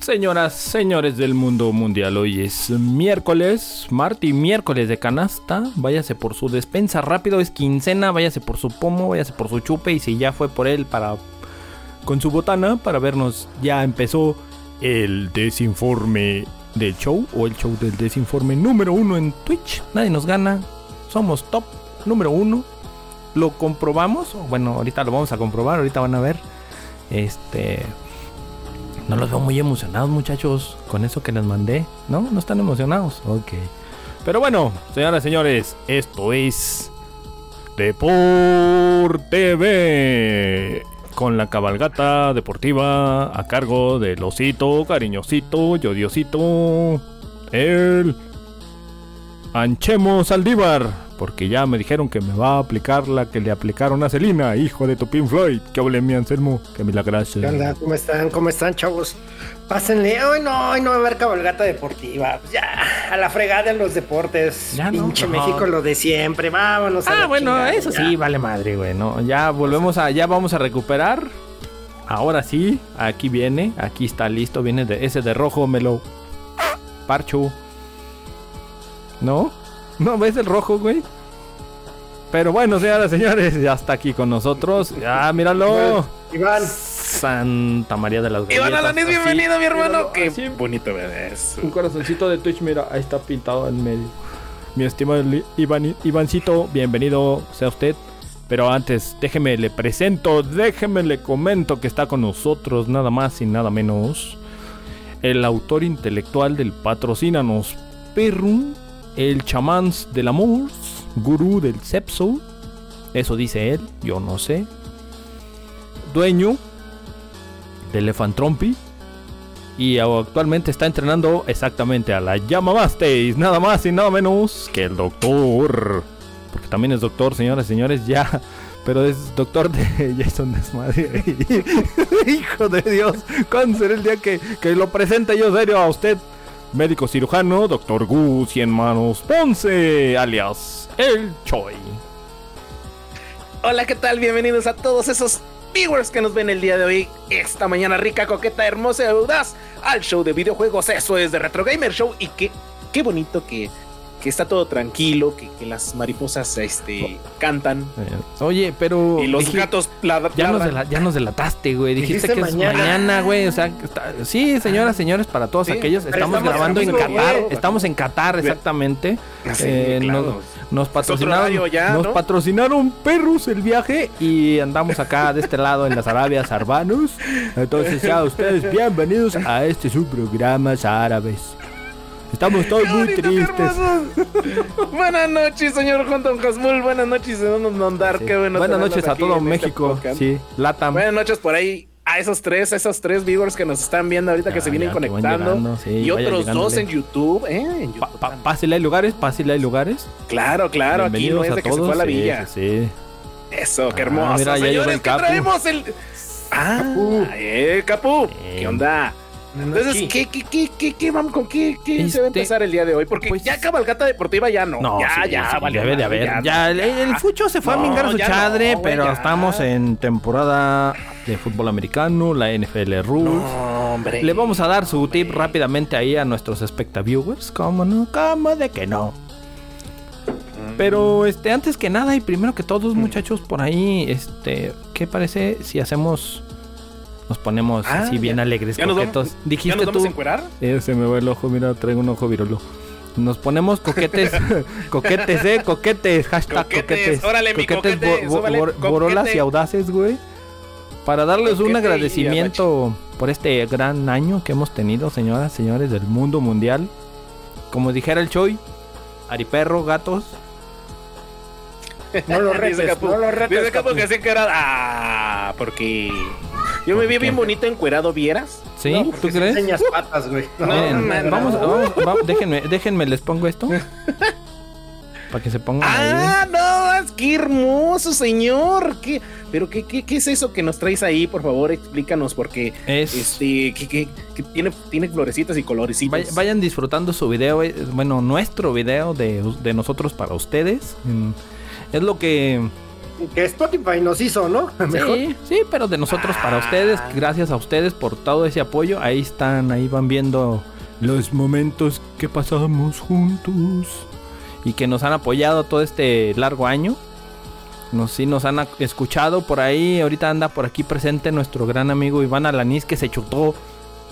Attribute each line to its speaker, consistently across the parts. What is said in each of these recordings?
Speaker 1: Señoras, señores del mundo mundial, hoy es miércoles, Marty, miércoles de canasta. Váyase por su despensa rápido, es quincena, váyase por su pomo, váyase por su chupe y si ya fue por él para con su botana para vernos. Ya empezó el desinforme del show o el show del desinforme número uno en Twitch. Nadie nos gana, somos top número uno. Lo comprobamos, bueno, ahorita lo vamos a comprobar, ahorita van a ver. Este, no los veo muy emocionados, muchachos, con eso que les mandé. ¿No? ¿No están emocionados? Ok. Pero bueno, señoras y señores, esto es Deporte B. Con la cabalgata deportiva a cargo del osito, cariñosito, yodiosito, el Anchemo Saldívar. Porque ya me dijeron que me va a aplicar la que le aplicaron a Celina, hijo de Topin Floyd. Que hable mi Anselmo, que me la
Speaker 2: ¿Qué onda? ¿Cómo están? ¿Cómo están, chavos? Pásenle. Ay, no, ay, no va a haber cabalgata deportiva. Ya, a la fregada en los deportes.
Speaker 1: Ya no,
Speaker 2: Pinche
Speaker 1: no.
Speaker 2: México, lo de siempre. Vámonos. a
Speaker 1: Ah,
Speaker 2: la
Speaker 1: bueno,
Speaker 2: chingada,
Speaker 1: eso
Speaker 2: ya.
Speaker 1: sí, vale madre, güey, ¿no? Ya volvemos a, ya vamos a recuperar. Ahora sí, aquí viene, aquí está listo, viene de ese de rojo, me lo parcho. ¿No? ¿No ves el rojo, güey? Pero bueno, señoras y señores, ya está aquí con nosotros. Ah, míralo.
Speaker 2: Iván,
Speaker 1: Santa María de las Galletas.
Speaker 3: Iván Alanis,
Speaker 1: así.
Speaker 3: bienvenido, mi hermano. Qué
Speaker 1: Así.
Speaker 3: bonito ves.
Speaker 1: Un corazoncito de Twitch, mira, ahí está pintado en medio. Mi estimado Li- Ivani- Ivancito, bienvenido sea usted. Pero antes, déjeme le presento, déjeme le comento que está con nosotros nada más y nada menos el autor intelectual del Patrocínanos Perrum, el chamán del amor, gurú del sepso, eso dice él, yo no sé, dueño de Elephant Trompi, y actualmente está entrenando exactamente a la llama Basteis, nada más y nada menos que el doctor. Porque también es doctor, señoras y señores, ya. Pero es doctor de Jason Desmadre. Hijo de Dios, ¿cuándo será el día que, que lo presente yo serio a usted? Médico cirujano, doctor Gu, Cien Manos Ponce, alias El Choi.
Speaker 3: Hola, ¿qué tal? Bienvenidos a todos esos viewers que nos ven el día de hoy, esta mañana rica, coqueta, hermosa y audaz, al show de videojuegos. Eso es de Retro Gamer Show. Y qué, qué bonito que, que está todo tranquilo, que, que las mariposas este, cantan
Speaker 1: Oye, pero.
Speaker 3: y los
Speaker 1: dije-
Speaker 3: gatos ladran.
Speaker 1: Oh, Ya nos, dela- ya nos delataste, güey. Dijiste,
Speaker 2: Dijiste
Speaker 1: que es
Speaker 2: mañana.
Speaker 1: mañana, güey. O sea, que está- sí, señoras, señores, para todos
Speaker 3: Sí,
Speaker 1: aquellos.
Speaker 2: pero
Speaker 1: Estamos,
Speaker 2: estamos
Speaker 1: grabando en
Speaker 2: en vivo,
Speaker 1: Qatar.
Speaker 2: güey.
Speaker 1: Estamos en Qatar,
Speaker 3: Ve-
Speaker 1: exactamente.
Speaker 3: Ah, Sí,
Speaker 1: Eh,
Speaker 3: claro.
Speaker 1: nos, nos
Speaker 3: otro
Speaker 1: patrocinaron.
Speaker 3: horario ya,
Speaker 1: nos
Speaker 3: ¿no?
Speaker 1: patrocinaron perros el viaje y andamos acá de este lado en las Arabias Arbanos. Entonces, ya ustedes, bienvenidos a este su programa Árabes. Estamos todos muy
Speaker 3: bonito, qué
Speaker 1: tristes.
Speaker 3: hermoso. Buenas noches, señor Juan Don Hasmul. Buenas noches, don Don Mondar.
Speaker 1: Sí.
Speaker 3: Qué bueno
Speaker 1: Buenas
Speaker 3: tenerlos
Speaker 1: noches a
Speaker 3: aquí
Speaker 1: todo
Speaker 3: en este
Speaker 1: México.
Speaker 3: podcast.
Speaker 1: sí, Latam.
Speaker 3: Buenas noches por ahí a esos tres, a esos tres viewers que nos están viendo ahorita
Speaker 1: Ya,
Speaker 3: que se vienen
Speaker 1: Ah, ya, que van
Speaker 3: conectando.
Speaker 1: llegando, sí,
Speaker 3: y
Speaker 1: vayan
Speaker 3: otros dos
Speaker 1: llegándole.
Speaker 3: en YouTube, ¿eh? En YouTube
Speaker 1: Pa- pa-
Speaker 3: también.
Speaker 1: pásele, hay lugares, pásele, hay lugares.
Speaker 3: claro, claro, aquí no
Speaker 1: Bienvenidos
Speaker 3: es
Speaker 1: a
Speaker 3: de que
Speaker 1: todos.
Speaker 3: se fue a la
Speaker 1: Sí,
Speaker 3: villa.
Speaker 1: sí, sí.
Speaker 3: Eso, qué
Speaker 1: Ah, mira,
Speaker 3: hermoso.
Speaker 1: ya llegó
Speaker 3: Señores,
Speaker 1: el
Speaker 3: ¿qué
Speaker 1: Capu.
Speaker 3: traemos el. Ah, eh, Capu.
Speaker 1: Eh.
Speaker 3: ¿Qué onda? Entonces, ¿qué, qué, qué, qué, qué, vamos con qué, qué se va a
Speaker 1: Este,
Speaker 3: empezar el día de hoy? Porque
Speaker 1: pues-
Speaker 3: ya cabalgata deportiva ya no.
Speaker 1: No,
Speaker 3: ya,
Speaker 1: sí,
Speaker 3: ya,
Speaker 1: sí,
Speaker 3: valió
Speaker 1: debe de
Speaker 3: madre,
Speaker 1: haber.
Speaker 3: ya,
Speaker 1: Ya, el, el Fucho se fue
Speaker 3: No,
Speaker 1: a mingar a su
Speaker 3: ya no,
Speaker 1: chadre,
Speaker 3: güey,
Speaker 1: pero
Speaker 3: ya.
Speaker 1: estamos en temporada de fútbol americano, la NFL Rules.
Speaker 3: No, hombre.
Speaker 1: Le vamos a dar su tip rápidamente ahí a nuestros espectaviewers. ¿Cómo no? ¿Cómo de que no?
Speaker 3: Mm.
Speaker 1: Pero este, antes que nada y primero que todos, muchachos, por ahí, este, ¿qué parece si hacemos, nos ponemos
Speaker 3: Ah,
Speaker 1: así bien
Speaker 3: ya.
Speaker 1: alegres,
Speaker 3: Ya nos vamos-
Speaker 1: coquetos?
Speaker 3: ¿Ya
Speaker 1: Dijiste
Speaker 3: nos vamos
Speaker 1: tú.
Speaker 3: a encuerar?
Speaker 1: Eh, se me va el ojo, mira, traigo un ojo virolo. Nos ponemos coquetes, coquetes, eh, coquetes, hashtag
Speaker 3: Coquetes,
Speaker 1: coquetes.
Speaker 3: órale, mi coquete, súbale, coquete.
Speaker 1: Borolas y audaces, güey. Para darles
Speaker 3: Coquete
Speaker 1: un
Speaker 3: y
Speaker 1: agradecimiento por este gran año que hemos tenido, señoras, señores del mundo mundial. Como dijera el Choi, Ariperro, gatos.
Speaker 2: No lo
Speaker 3: Dice
Speaker 2: retes,
Speaker 3: Capu,
Speaker 2: no lo
Speaker 3: dice
Speaker 2: retes.
Speaker 3: Capu
Speaker 2: Capu.
Speaker 3: que se encuerado. Ah, porque yo me vi bien bonito encuerado, ¿vieras?
Speaker 1: ¿Sí?
Speaker 2: No,
Speaker 1: ¿Tú
Speaker 2: porque sí
Speaker 1: crees?
Speaker 2: enseñas patas, güey. No,
Speaker 1: Miren,
Speaker 2: no, no,
Speaker 1: vamos,
Speaker 2: no.
Speaker 1: vamos, va- déjenme, déjenme, les pongo esto. Para que se pongan ahí.
Speaker 3: Ah, no, es- qué hermoso, señor. ¿Qué, pero qué, qué, qué es eso que nos traes ahí? Por favor, explícanos, porque
Speaker 1: Es...
Speaker 3: este, que, que- que tiene, tiene florecitas y
Speaker 1: Vay-
Speaker 3: colorecitos.
Speaker 1: Vayan, disfrutando su video, eh, bueno, nuestro video de, de nosotros para ustedes. Mm, Es lo que...
Speaker 2: Que Spotify nos hizo, ¿no? Mejor.
Speaker 1: Sí, sí, pero de nosotros para ustedes. Gracias a ustedes por todo ese apoyo. Ahí están, ahí van viendo los momentos que pasamos juntos. Y que nos han apoyado todo este largo año. Nos, sí, nos han ac- escuchado por ahí. Ahorita anda por aquí presente nuestro gran amigo Iván Alaniz que se chutó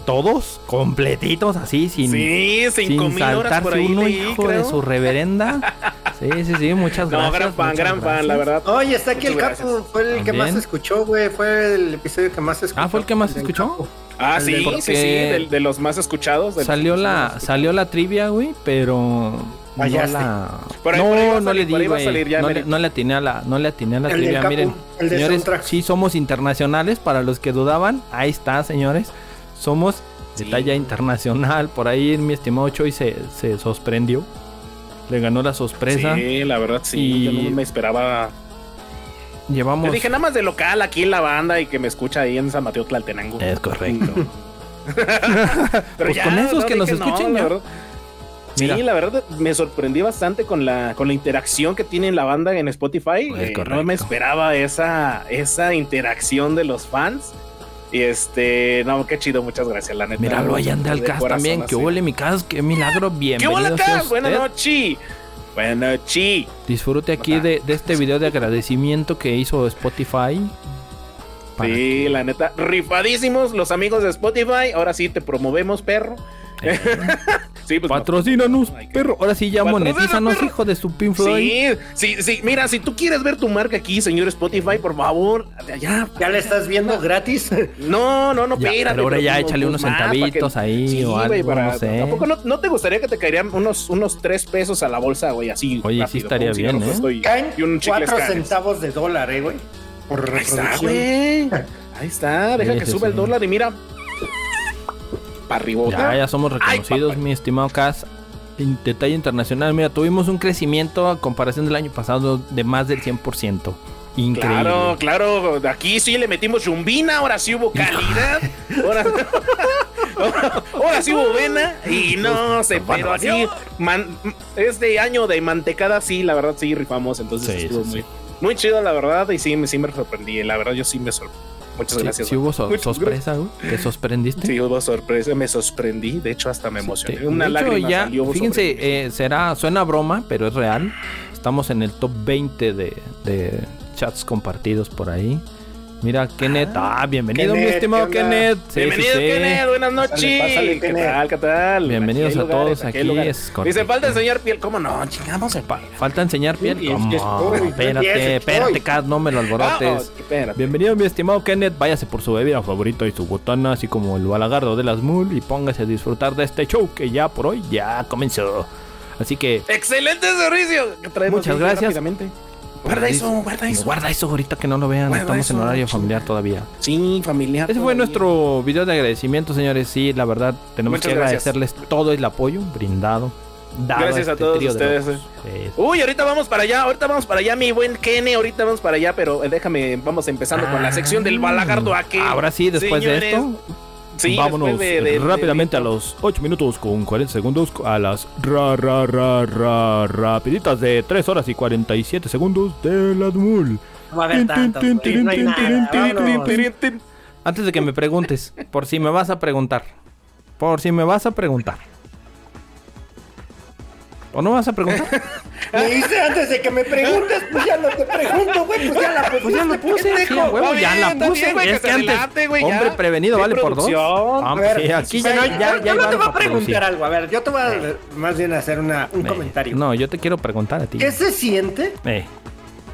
Speaker 1: todos completitos así sin...
Speaker 3: sí, cinco
Speaker 1: Sin
Speaker 3: mil horas por
Speaker 1: saltarse
Speaker 3: ahí.
Speaker 1: uno,
Speaker 3: leí,
Speaker 1: hijo
Speaker 3: creo.
Speaker 1: de su reverenda. Sí, sí, sí, muchas
Speaker 3: no,
Speaker 1: gracias.
Speaker 3: gran fan,
Speaker 1: muchas
Speaker 3: gran fan, la
Speaker 1: gracias.
Speaker 3: verdad.
Speaker 2: Oye, está aquí el
Speaker 3: Muchas
Speaker 2: Capu,
Speaker 3: gracias.
Speaker 2: fue el que
Speaker 1: También.
Speaker 2: más escuchó, güey, fue el episodio que más escuchó.
Speaker 1: Ah, ¿fue el que más
Speaker 2: del
Speaker 1: escuchó?
Speaker 2: Capu.
Speaker 3: Ah,
Speaker 2: El
Speaker 3: sí,
Speaker 2: de-
Speaker 3: sí, sí,
Speaker 1: porque-
Speaker 3: del- de, los más escuchados. del-
Speaker 1: Salió la, salió la trivia, güey, pero no
Speaker 2: Fallaste.
Speaker 1: la...
Speaker 3: Por ahí-
Speaker 1: no,
Speaker 3: por ahí va
Speaker 1: no
Speaker 3: a
Speaker 1: le
Speaker 3: salir,
Speaker 1: di,
Speaker 3: por ahí va a
Speaker 1: güey.
Speaker 3: salir ya,
Speaker 1: no, le,
Speaker 3: Merito.
Speaker 1: no le atiné a la, no le atiné a la
Speaker 2: El del
Speaker 1: trivia,
Speaker 2: Capu,
Speaker 1: miren.
Speaker 2: el del
Speaker 1: Señores,
Speaker 2: soundtrack.
Speaker 1: sí somos internacionales, para los que dudaban, ahí está, señores. Somos de
Speaker 3: Sí.
Speaker 1: talla internacional, por ahí mi estimado Choi se, se sorprendió. Le ganó la sorpresa.
Speaker 3: Sí, la verdad, sí.
Speaker 1: Y-
Speaker 3: Yo no me esperaba. Yo
Speaker 1: Llevamos...
Speaker 3: dije, nada más de local aquí en la banda y que me escucha ahí en San Mateo Tlaltenango. Mm.
Speaker 1: Es correcto.
Speaker 3: Pero
Speaker 1: pues con esos que nos
Speaker 3: dije,
Speaker 1: escuchen,
Speaker 3: la
Speaker 1: ya.
Speaker 3: verdad.
Speaker 1: Mira.
Speaker 3: Sí, la verdad me sorprendí bastante con la con la interacción que tiene la banda en Spotify.
Speaker 1: Es
Speaker 3: Eh, no
Speaker 1: correcto.
Speaker 3: me esperaba esa esa interacción de los fans. Y este, no, qué chido, muchas gracias, la neta.
Speaker 1: Míralo allá anda el
Speaker 3: De
Speaker 1: cast
Speaker 3: corazón,
Speaker 1: también. Que
Speaker 3: así.
Speaker 1: huele mi casa, qué milagro.
Speaker 3: ¿Qué huele
Speaker 1: Bienvenido. sea
Speaker 3: acá?
Speaker 1: usted.
Speaker 3: Buenas noches. Buenas noches.
Speaker 1: Disfrute aquí de, de este video de agradecimiento que hizo Spotify. Para
Speaker 3: Sí, pues, la neta, rifadísimos los amigos de Spotify. Ahora sí te promovemos, perro.
Speaker 1: Eh.
Speaker 3: sí, pues no.
Speaker 1: Patrocínanos,
Speaker 3: Ay, qué-
Speaker 1: perro. Ahora sí ya
Speaker 3: Patrocínanos,
Speaker 1: monetízanos,
Speaker 3: perro.
Speaker 1: hijo de su Pink Floyd.
Speaker 3: Sí, sí, sí. Mira, si tú quieres ver tu marca aquí, señor Spotify, por favor, ya.
Speaker 2: ¿Ya le estás viendo gratis?
Speaker 3: No, no, no,
Speaker 1: Ya,
Speaker 3: espérate,
Speaker 1: pero ahora ya
Speaker 3: pues,
Speaker 1: échale unos
Speaker 3: más, para que-
Speaker 1: centavitos ahí o
Speaker 3: güey,
Speaker 1: algo, no sé.
Speaker 3: Tampoco no, no te gustaría que te caerían unos, unos tres pesos a la bolsa, güey, así.
Speaker 1: Oye, sí estaría
Speaker 3: como si yo
Speaker 1: bien,
Speaker 3: no pues,
Speaker 1: ¿eh?
Speaker 3: estoy-
Speaker 2: Caen
Speaker 3: y un chicle
Speaker 2: cuatro
Speaker 3: Scan.
Speaker 2: centavos de dólar, eh, güey. Por
Speaker 3: Ahí está,
Speaker 2: reproducción.
Speaker 3: güey. Ahí está, deja
Speaker 1: Sí,
Speaker 3: que
Speaker 1: sí,
Speaker 3: suba el
Speaker 1: sí.
Speaker 3: dólar y mira. Para arriba.
Speaker 1: Ya, ya somos
Speaker 3: Ay,
Speaker 1: reconocidos,
Speaker 3: papá.
Speaker 1: mi estimado Cas. En detalle internacional, mira, tuvimos un crecimiento a comparación del año pasado de más del 100%. Increíble.
Speaker 3: Claro, claro, aquí sí le metimos chumbina, ahora sí hubo calidad, ahora, ahora- ahora sí hubo vena y no sé, pero así man- este año de mantecada sí, la verdad sí rifamos, entonces
Speaker 1: Sí,
Speaker 3: estuvo
Speaker 1: sí,
Speaker 3: muy,
Speaker 1: sí.
Speaker 3: muy chido la verdad y sí, me- sí me sorprendí, la verdad yo sí me sorprendí. Muchas
Speaker 1: Sí,
Speaker 3: gracias.
Speaker 1: sí
Speaker 3: güey.
Speaker 1: hubo so-
Speaker 3: Muchas
Speaker 1: sorpresa, güey. ¿Te sorprendiste?
Speaker 3: gracias. Sí hubo sorpresa, me sorprendí, de hecho hasta me emocioné.
Speaker 1: Este,
Speaker 3: Una
Speaker 1: de hecho,
Speaker 3: lágrima
Speaker 1: ya,
Speaker 3: salió sobre mí.
Speaker 1: Fíjense, eh, será, suena a broma, pero es real. Estamos en el top 20 de, de chats compartidos por ahí. Mira, Kenneth. Ah, bienvenido,
Speaker 2: Kenneth,
Speaker 1: mi estimado
Speaker 2: ¿qué onda?
Speaker 1: Kenneth. Sí,
Speaker 3: Bienvenido,
Speaker 1: sí, sí.
Speaker 3: Kenneth. Buenas noches.
Speaker 2: pásale,
Speaker 3: ¿Qué
Speaker 2: Kenneth.
Speaker 3: tal? ¿Qué tal?
Speaker 1: Bienvenidos
Speaker 3: Aquí hay
Speaker 1: a todos,
Speaker 3: lugares, hay
Speaker 1: aquí
Speaker 3: lugares.
Speaker 1: es correcto.
Speaker 3: Dice, falta enseñar piel. ¿Cómo no? Chingamos el pa-
Speaker 1: Falta enseñar piel.
Speaker 2: Sí, es
Speaker 1: ¿Cómo?
Speaker 2: que estoy, ya
Speaker 1: espérate,
Speaker 2: estoy.
Speaker 1: espérate, Kat, no me lo alborotes.
Speaker 3: Vamos, espérate.
Speaker 1: Bienvenido, mi estimado Kenneth. Váyase por su bebida favorita y su botana, así como el balagardo de las mul, y póngase a disfrutar de este show que ya por hoy ya comenzó. Así que
Speaker 3: Excelente servicio. Traemos
Speaker 1: Muchas
Speaker 3: bien
Speaker 1: gracias.
Speaker 3: rápidamente. Guarda eso, guarda eso.
Speaker 1: Guarda eso ahorita que no lo vean.
Speaker 3: Guarda
Speaker 1: Estamos en
Speaker 3: eso,
Speaker 1: horario
Speaker 3: chinga.
Speaker 1: familiar todavía.
Speaker 3: Sí, familiar.
Speaker 1: Ese fue
Speaker 3: todavía.
Speaker 1: nuestro video de agradecimiento, señores. Sí, la verdad, tenemos
Speaker 3: Muchas
Speaker 1: que
Speaker 3: gracias.
Speaker 1: agradecerles todo el apoyo brindado. dado este
Speaker 3: Gracias a todos
Speaker 1: trío de
Speaker 3: ustedes,
Speaker 1: locos. Eh,
Speaker 3: Uy, ahorita vamos para allá, ahorita vamos para allá, mi buen Kenny, ahorita vamos para allá, pero eh, déjame, vamos empezando con la sección del balagardo aquí.
Speaker 1: Ah. Ahora sí, después de
Speaker 3: Señores,
Speaker 1: esto.
Speaker 3: Sí,
Speaker 4: Vámonos
Speaker 3: después de- de- de-
Speaker 4: rápidamente a los 8 minutos con 40 segundos a las ra ra ra ra rapiditas de 3 horas y 47 segundos de las mul.
Speaker 2: No va a haber tantas, güey, no hay nada, vámonos.
Speaker 1: Antes de que me preguntes, por si me vas a preguntar. Por si me vas a preguntar. ¿O no vas a preguntar?
Speaker 2: Me dice antes de que me preguntes, pues ya no te pregunto, güey, pues ya la pusiste,
Speaker 1: Pues ya lo puse, sí, a
Speaker 2: pendejo.
Speaker 1: huevo,
Speaker 3: Está
Speaker 1: ya
Speaker 3: bien,
Speaker 1: la
Speaker 3: está
Speaker 1: puse.
Speaker 3: bien, güey,
Speaker 1: es
Speaker 3: que
Speaker 1: que
Speaker 3: se
Speaker 1: antes,
Speaker 3: adelante, güey, ya.
Speaker 1: hombre prevenido
Speaker 3: Qué
Speaker 1: vale por dos.
Speaker 3: producción.
Speaker 1: Ah,
Speaker 2: A ver,
Speaker 1: sí, aquí
Speaker 2: bueno,
Speaker 1: ya,
Speaker 2: yo-
Speaker 1: ya,
Speaker 2: yo
Speaker 1: ya
Speaker 2: no te
Speaker 1: iban
Speaker 2: voy a
Speaker 1: por producir.
Speaker 2: preguntar algo, a ver, yo te voy a más bien hacer una, un
Speaker 1: Me-
Speaker 2: comentario.
Speaker 1: No, yo te quiero preguntar a ti.
Speaker 2: ¿Qué se siente?
Speaker 1: Eh,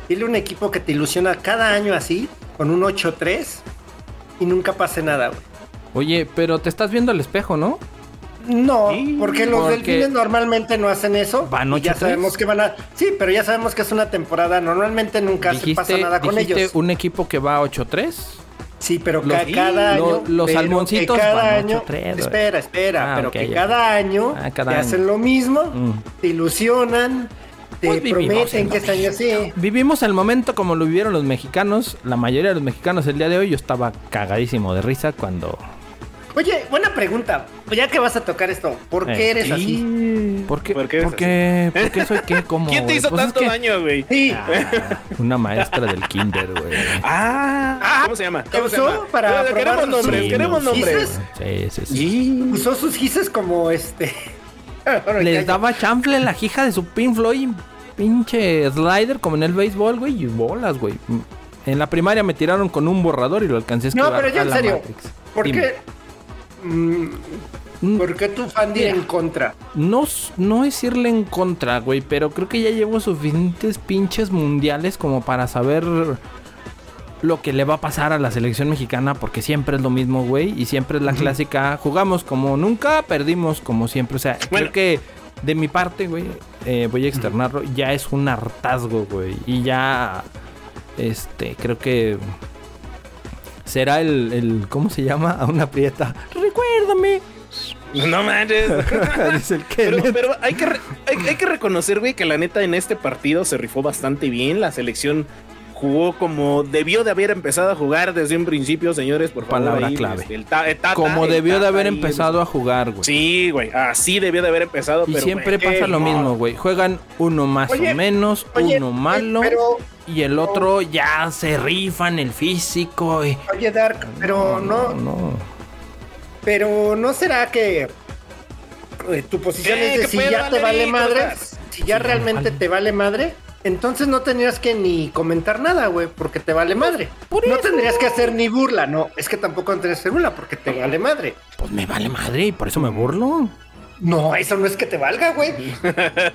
Speaker 2: Dile a un equipo que te ilusiona cada año así, con un 8-3, y nunca pase nada, güey.
Speaker 1: Oye, pero te estás viendo al espejo, ¿no?
Speaker 2: No,
Speaker 3: Sí,
Speaker 2: porque los
Speaker 1: porque-
Speaker 2: delfines normalmente no hacen eso.
Speaker 1: Van
Speaker 2: y ya
Speaker 1: 8-3.
Speaker 2: sabemos que van a. Sí, pero ya sabemos que es una temporada. Normalmente nunca se pasa nada con
Speaker 1: dijiste
Speaker 2: ellos.
Speaker 1: un equipo que va 8-3.
Speaker 2: Sí, pero
Speaker 1: Los-
Speaker 2: que cada
Speaker 1: lo-
Speaker 2: año.
Speaker 1: los
Speaker 2: pero que
Speaker 1: salmoncitos
Speaker 2: cada
Speaker 1: van
Speaker 2: año.
Speaker 1: 8-3, güey.
Speaker 2: espera, espera.
Speaker 1: Ah,
Speaker 2: pero
Speaker 1: ok,
Speaker 2: que
Speaker 1: ya.
Speaker 2: cada año
Speaker 1: Ah, cada
Speaker 2: te
Speaker 1: año.
Speaker 2: hacen lo mismo,
Speaker 1: Mm.
Speaker 2: te ilusionan, te
Speaker 1: Pues vivimos en
Speaker 2: prometen que este
Speaker 1: lo
Speaker 2: año sí.
Speaker 1: Vivimos el momento como lo vivieron los mexicanos. La mayoría de los mexicanos el día de hoy yo estaba cagadísimo de risa cuando...
Speaker 2: Oye, buena pregunta. Pues Ya que vas a tocar esto, ¿por qué
Speaker 1: Eh,
Speaker 2: eres así?
Speaker 1: ¿Por qué?
Speaker 3: ¿Por qué eres
Speaker 1: ¿Por qué, ¿Por qué soy qué? ¿Cómo,
Speaker 3: ¿Quién te
Speaker 1: güey?
Speaker 3: hizo
Speaker 1: Pues es
Speaker 3: tanto
Speaker 1: que-
Speaker 3: daño, güey?
Speaker 2: Sí.
Speaker 1: Ah, una maestra del kinder, güey.
Speaker 3: Ah, ¿cómo se llama?
Speaker 2: ¿te
Speaker 3: ¿Cómo se
Speaker 2: usó
Speaker 3: llama?
Speaker 2: para
Speaker 3: Pero queremos
Speaker 2: probar los
Speaker 3: nombres,
Speaker 2: Sí,
Speaker 3: queremos
Speaker 2: los
Speaker 3: nombres.
Speaker 2: gises?
Speaker 1: Sí, sí, sí.
Speaker 3: Sí.
Speaker 2: Usó sus gises como este. Ahora ya-
Speaker 1: Les daba chanfle la hija de su Pin Floyd, pinche slider como en el béisbol, güey, y bolas, güey. En la primaria me tiraron con un borrador y lo alcancé a
Speaker 2: No,
Speaker 1: esquivar
Speaker 2: pero ya
Speaker 1: a
Speaker 2: en
Speaker 1: la
Speaker 2: serio.
Speaker 1: Matrix.
Speaker 2: ¿Por
Speaker 1: Dime.
Speaker 2: qué? Mm,
Speaker 1: Mm,
Speaker 2: ¿Por qué tu fan
Speaker 1: Mira.
Speaker 2: en contra?
Speaker 1: No, s- no es irle en contra, güey, pero creo que ya llevo suficientes pinches mundiales como para saber lo que le va a pasar a la selección mexicana, porque siempre es lo mismo, güey, y siempre es la clásica, jugamos como nunca, perdimos como siempre, o sea,
Speaker 3: Bueno.
Speaker 1: creo que de mi parte, güey, eh, voy a externarlo, ya es un hartazgo, güey, y ya, este, creo que será el, el ¿cómo se llama? A una prieta, recuérdame,
Speaker 3: No manches.
Speaker 1: dice el que...
Speaker 3: Pero, pero hay, que re- hay, hay que reconocer, güey, que la neta en este partido se rifó bastante bien. La selección jugó como debió de haber empezado a jugar desde un principio, señores, por favor.
Speaker 1: Palabra
Speaker 3: ahí,
Speaker 1: clave.
Speaker 3: este, el ta- el Tata,
Speaker 1: como
Speaker 3: el
Speaker 1: debió de
Speaker 3: Tata
Speaker 1: haber
Speaker 3: ahí,
Speaker 1: empezado a jugar, güey.
Speaker 3: Sí, güey, así debió de haber empezado.
Speaker 1: y
Speaker 3: pero,
Speaker 1: siempre
Speaker 3: güey,
Speaker 1: pasa
Speaker 3: qué
Speaker 1: lo
Speaker 3: mal.
Speaker 1: mismo, güey. Juegan uno más
Speaker 2: Oye,
Speaker 1: o menos,
Speaker 2: Oye,
Speaker 1: uno malo,
Speaker 2: Pero,
Speaker 1: y el otro ya se rifan el físico. y-
Speaker 2: oye, Dark, pero no,
Speaker 1: no.
Speaker 2: pero no será que eh, tu posición
Speaker 3: Eh,
Speaker 2: es de
Speaker 3: ¿qué
Speaker 2: si
Speaker 3: pedo,
Speaker 2: ya te vale
Speaker 3: Alarico?
Speaker 2: madre,
Speaker 3: O sea,
Speaker 2: si ya realmente te vale madre, entonces no tendrías que ni comentar nada, güey, porque te vale madre.
Speaker 1: por
Speaker 2: no
Speaker 1: eso.
Speaker 2: tendrías que hacer ni burla, no, es que tampoco tendrías que hacer burla porque te vale madre.
Speaker 1: Pues me vale madre y por eso me burlo.
Speaker 2: No, eso no es que te valga, güey.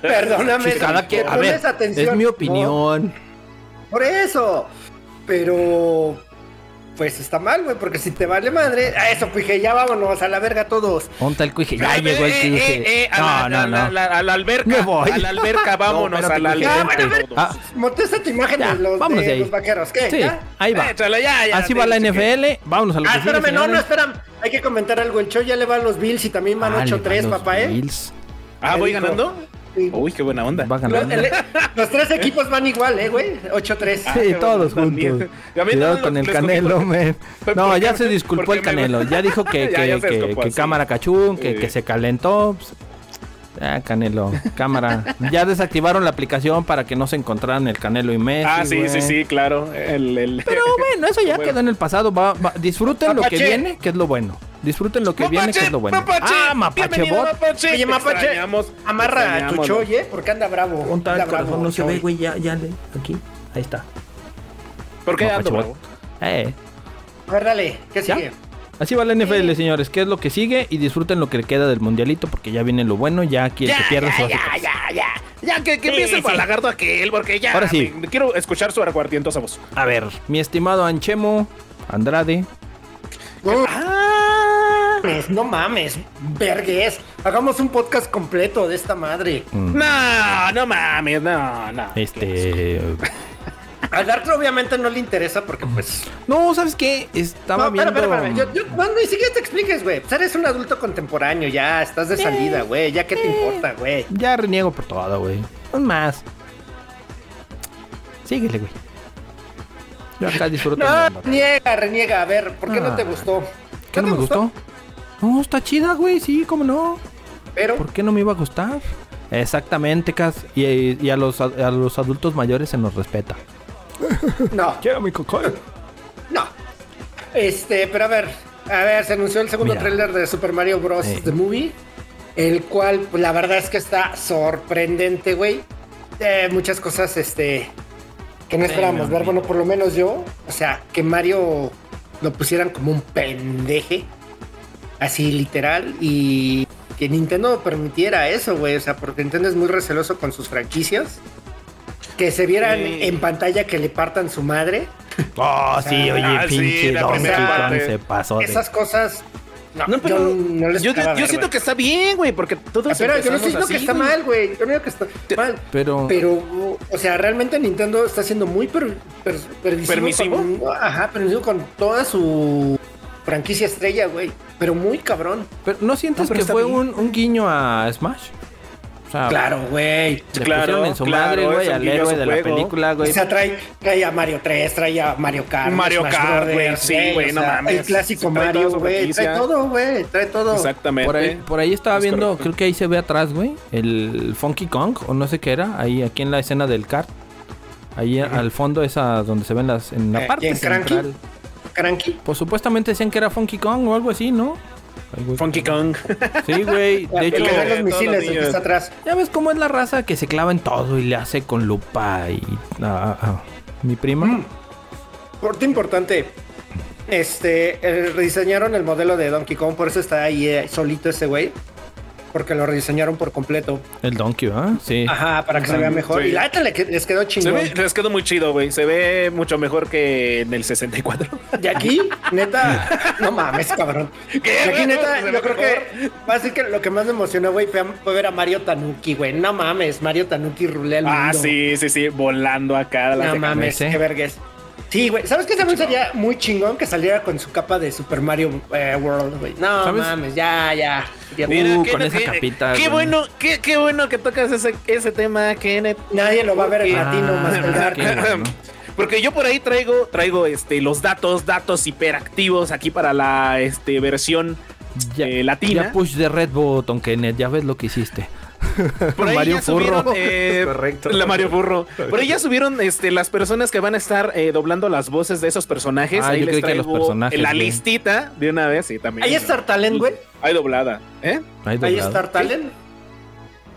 Speaker 2: Perdóname.
Speaker 1: Si cada
Speaker 2: si
Speaker 1: quien- a
Speaker 2: pones
Speaker 1: ver,
Speaker 2: atención.
Speaker 1: es mi
Speaker 2: No,
Speaker 1: opinión.
Speaker 2: por eso. Pero. Pues está mal, güey, porque si te vale madre. A eso, pues dije, ya vámonos a la verga todos.
Speaker 1: Ponte el cuije. Ya
Speaker 3: Eh,
Speaker 1: llegó el
Speaker 3: eh,
Speaker 1: cuije.
Speaker 3: eh, eh, a
Speaker 1: no,
Speaker 3: la-
Speaker 1: no,
Speaker 3: a la-
Speaker 1: no.
Speaker 3: a la- A la
Speaker 1: Me
Speaker 3: alberca.
Speaker 1: voy.
Speaker 3: A la alberca, vámonos
Speaker 1: No,
Speaker 3: a la
Speaker 1: espérate, cuije,
Speaker 3: alberca.
Speaker 1: vente. Ah,
Speaker 2: Montesta tu imagen
Speaker 1: Ya,
Speaker 2: de los,
Speaker 1: vámonos
Speaker 2: de
Speaker 1: de ahí.
Speaker 2: los vaqueros. ¿Qué?
Speaker 1: sí,
Speaker 2: ¿Ya? Eh,
Speaker 1: ahí va.
Speaker 3: Échala, ya, ya,
Speaker 1: Así
Speaker 3: te
Speaker 1: va la
Speaker 3: dije que-
Speaker 1: NFL. Vámonos a lo
Speaker 2: Ah,
Speaker 1: que sigue,
Speaker 2: espérame, no, no,
Speaker 1: señores.
Speaker 2: espérame. Hay que comentar algo. El show ya le va a los Bills y también van
Speaker 1: Ah, le
Speaker 2: 8-3,
Speaker 1: van los
Speaker 2: papá, ¿eh?
Speaker 1: Bills. Pues
Speaker 3: Ah, voy
Speaker 2: Él dijo-
Speaker 3: ganando.
Speaker 2: Sí.
Speaker 3: Uy, qué buena onda.
Speaker 1: Va
Speaker 2: Los,
Speaker 1: ganando.
Speaker 2: el- los tres equipos van igual, ¿eh, güey? 8-3.
Speaker 3: Ah,
Speaker 1: Sí,
Speaker 3: qué
Speaker 1: todos
Speaker 3: bueno, también.
Speaker 1: juntos.
Speaker 3: A mí
Speaker 1: Cuidado
Speaker 3: también
Speaker 1: con el
Speaker 3: los- les cogí
Speaker 1: Canelo,
Speaker 3: porque-
Speaker 1: man.
Speaker 3: fue
Speaker 1: No,
Speaker 3: porque
Speaker 1: ya
Speaker 3: me-
Speaker 1: se disculpó
Speaker 3: porque
Speaker 1: el
Speaker 3: me-
Speaker 1: Canelo. Ya dijo que,
Speaker 3: Ya,
Speaker 1: que-
Speaker 3: ya se
Speaker 1: que-
Speaker 3: disculpó,
Speaker 1: que
Speaker 3: sí.
Speaker 1: cámara cachún, que,
Speaker 3: Sí.
Speaker 1: que se calentó. Pues, Ah, Canelo, cámara. Ya desactivaron la aplicación para que no se encontraran el Canelo y Messi.
Speaker 3: Ah, sí,
Speaker 1: güey.
Speaker 3: sí, sí, claro. El, el...
Speaker 1: Pero bueno, eso ya
Speaker 3: Bueno.
Speaker 1: quedó en el pasado. Va- va- Disfruten lo que
Speaker 2: Mapache.
Speaker 1: viene, que es lo bueno. Disfruten lo que viene, que es lo bueno.
Speaker 3: Mapache,
Speaker 1: ah, Mapache
Speaker 3: bienvenido,
Speaker 1: Bot.
Speaker 3: Mapache.
Speaker 2: Oye,
Speaker 3: Te
Speaker 2: Mapache,
Speaker 3: extrañamos, te
Speaker 2: amarra a tu
Speaker 3: extrañamos.
Speaker 2: Choy, ¿eh? Porque anda bravo.
Speaker 1: Punta,
Speaker 2: anda
Speaker 1: el corazón
Speaker 2: bravo,
Speaker 1: no se ve,
Speaker 2: Choy.
Speaker 1: güey. Ya, ya, le- aquí. Ahí está.
Speaker 3: ¿Por qué
Speaker 1: Mapache
Speaker 3: ando
Speaker 1: Bot.
Speaker 3: bravo?
Speaker 1: Eh.
Speaker 2: A ver, dale, ¿qué
Speaker 1: ¿Ya?
Speaker 2: sigue?
Speaker 1: Así va la NFL, señores. ¿Qué es lo que sigue? Y disfruten lo que le queda del mundialito, porque ya viene lo bueno. Ya aquí el que pierde se va a su casa.
Speaker 3: Ya, que, que empiece el balagardo aquel, porque ya.
Speaker 1: Ahora sí.
Speaker 3: me- quiero escuchar su aguardientosa voz.
Speaker 1: A ver, mi estimado Anchemo, Andrade.
Speaker 2: Uh, ¡Ah! mames, no mames, vergues. Hagamos un podcast completo de esta madre.
Speaker 1: mm,
Speaker 3: No, no mames, no, no.
Speaker 1: Este.
Speaker 2: Al Dark obviamente no le interesa porque pues...
Speaker 1: No, ¿sabes qué? Estaba
Speaker 2: no, espera,
Speaker 1: viendo.
Speaker 2: espera, espera. Yo, yo- no, no, ni siquiera te expliques, güey. Pues Eres un adulto contemporáneo, ya, estás de salida, güey. Ya, ¿qué te importa, güey?
Speaker 1: Ya reniego por todo, güey. Un más. Síguele, güey. Yo acá disfruto.
Speaker 2: No, reniega, reniega. A ver, ¿por qué no,
Speaker 1: Ah,
Speaker 2: te gustó?
Speaker 1: ¿Qué no
Speaker 2: te
Speaker 1: me gustó? No, está chida, güey, sí, cómo no.
Speaker 2: Pero
Speaker 1: ¿Por qué no me iba a gustar? Exactamente, Cas. Y, y a, los, a los adultos mayores se nos respeta.
Speaker 2: no,
Speaker 4: Quiero mi coco.
Speaker 2: no. Este, pero a ver, a ver, se anunció el segundo
Speaker 1: Mira.
Speaker 2: tráiler de Super Mario Bros.
Speaker 1: Sí.
Speaker 2: The Movie, el cual, pues, la verdad es que está sorprendente, güey. Eh, muchas cosas, este, que no esperábamos ver. Bueno, por lo menos yo, o sea, que Mario lo pusieran como un pendeje, así literal, y que Nintendo permitiera eso, güey. O sea, porque Nintendo es muy receloso con sus franquicias. Que se vieran
Speaker 3: Sí.
Speaker 2: en pantalla que le partan su madre.
Speaker 1: Oh, sí,
Speaker 2: Ah,
Speaker 1: oye,
Speaker 3: sí,
Speaker 1: pinche
Speaker 3: la
Speaker 1: Donkey
Speaker 2: primera
Speaker 1: Kong
Speaker 3: parte.
Speaker 1: se pasó. de-
Speaker 2: Esas cosas. No,
Speaker 3: No, pero
Speaker 2: yo no les
Speaker 3: yo,
Speaker 2: esperaba
Speaker 3: yo
Speaker 2: ver,
Speaker 3: siento
Speaker 2: güey.
Speaker 3: que está bien, güey, porque todos
Speaker 2: Espera, yo no
Speaker 3: empezamos
Speaker 2: estoy diciendo que
Speaker 3: así,
Speaker 2: está
Speaker 3: güey.
Speaker 2: mal, güey. Yo no digo que está mal.
Speaker 1: Pero,
Speaker 2: Pero, o sea, realmente Nintendo está siendo muy per- per- permisivo.
Speaker 3: ¿Permisivo?
Speaker 2: con- ajá, permisivo con toda su franquicia estrella, güey. Pero muy cabrón.
Speaker 1: pero ¿no sientes
Speaker 2: No, pero
Speaker 1: que
Speaker 2: está
Speaker 1: fue
Speaker 2: bien.
Speaker 1: un, un guiño a Smash? O sea,
Speaker 3: Ah.
Speaker 2: Claro, güey.
Speaker 1: le
Speaker 3: Claro,
Speaker 1: pusieron en su
Speaker 3: claro,
Speaker 1: madre, güey,
Speaker 3: es un
Speaker 1: al
Speaker 3: guiño a
Speaker 1: héroe
Speaker 3: su
Speaker 1: de la
Speaker 3: juego.
Speaker 1: película,
Speaker 2: O
Speaker 1: güey.
Speaker 2: sea, trae, trae a Mario 3, trae a Mario Kart.
Speaker 3: Mario
Speaker 2: Smash
Speaker 3: Kart, güey,
Speaker 2: Brothers,
Speaker 3: sí, güey,
Speaker 2: o
Speaker 3: no
Speaker 2: sea,
Speaker 3: mames.
Speaker 2: El clásico
Speaker 3: Trae toda
Speaker 2: Mario,
Speaker 3: su
Speaker 2: güey. Trae
Speaker 3: franquicia.
Speaker 2: todo, güey. Trae todo.
Speaker 3: Exactamente.
Speaker 1: Por ahí, por ahí estaba
Speaker 3: Es
Speaker 1: viendo,
Speaker 3: correcto.
Speaker 1: creo que ahí se ve atrás, güey, el Funky Kong, o no sé qué era, ahí aquí en la escena del kart. Ahí al fondo esa donde se ven las en la
Speaker 2: Eh,
Speaker 1: parte
Speaker 2: ¿y en Cranky?
Speaker 1: central.
Speaker 2: Cranky.
Speaker 1: Pues supuestamente decían que era Funky Kong o algo así, ¿no? Ay, güey.
Speaker 3: Funky Kong.
Speaker 1: Sí, güey, de
Speaker 2: El
Speaker 1: hecho
Speaker 2: que da los
Speaker 3: todos los
Speaker 2: misiles, el que
Speaker 3: niños.
Speaker 2: está atrás.
Speaker 1: Ya ves cómo es la raza que se clava en todo y le hace con lupa y a- a- a mi prima.
Speaker 3: Mm.
Speaker 2: Parte Mm. importante. Este, eh, rediseñaron el modelo de Donkey Kong, por eso está ahí eh, solito ese güey. Porque lo rediseñaron por completo.
Speaker 1: El Donkey, ¿ah? Sí.
Speaker 2: Ajá, para que se vea mejor.
Speaker 3: sí.
Speaker 2: Y la neta le que- les quedó
Speaker 3: Se
Speaker 2: chingón.
Speaker 3: ve, les quedó muy chido, güey. Se ve mucho mejor que en el 64.
Speaker 2: De aquí, neta, no mames, cabrón. De aquí,
Speaker 3: Se
Speaker 2: neta,
Speaker 3: ve
Speaker 2: yo creo que
Speaker 3: mejor.
Speaker 2: va a ser que lo que más me emocionó, güey, fue, fue ver a Mario Tanuki, güey. No mames, Mario Tanuki rulea el
Speaker 3: Ah,
Speaker 2: mundo.
Speaker 3: sí, sí, sí. Volando acá. las
Speaker 2: No
Speaker 3: de
Speaker 2: mames,
Speaker 1: Gamese.
Speaker 2: qué vergues. Sí, güey. ¿Sabes qué? También sería muy chingón que saliera con su capa de Super Mario eh, World, güey. No
Speaker 1: ¿Sabes?
Speaker 2: mames, ya, ya. Ya
Speaker 3: Mira,
Speaker 1: Uh,
Speaker 3: qué-
Speaker 1: con esa
Speaker 3: qué-
Speaker 1: capita,
Speaker 3: Qué
Speaker 1: güey.
Speaker 3: bueno, qué, qué bueno que tocas ese, ese tema, Kenneth.
Speaker 2: Uh, Nadie lo va a ver en latino más que el
Speaker 1: Ah,
Speaker 2: Dark.
Speaker 1: qué bueno.
Speaker 3: Porque yo por ahí traigo, traigo este, los datos, datos hiperactivos aquí para la este, versión
Speaker 1: Ya,
Speaker 3: eh, latina.
Speaker 1: ya push de red button, Kenneth, ya ves lo que hiciste.
Speaker 3: Por ahí
Speaker 1: Mario
Speaker 3: ya subieron,
Speaker 1: Furro.
Speaker 3: eh,
Speaker 4: Correcto.
Speaker 3: La Mario Burro. Por ahí ya subieron este, las personas que van a estar eh, doblando las voces de esos personajes.
Speaker 1: Ah,
Speaker 3: ahí
Speaker 1: yo
Speaker 3: les
Speaker 1: creí que los
Speaker 3: traigo
Speaker 1: personajes,
Speaker 3: La
Speaker 1: güey.
Speaker 3: listita de una vez, sí, también.
Speaker 2: Ahí está Talent, güey.
Speaker 3: Hay doblada, ¿eh?
Speaker 1: Ahí
Speaker 2: Ahí
Speaker 1: doblado.
Speaker 2: Star Talent.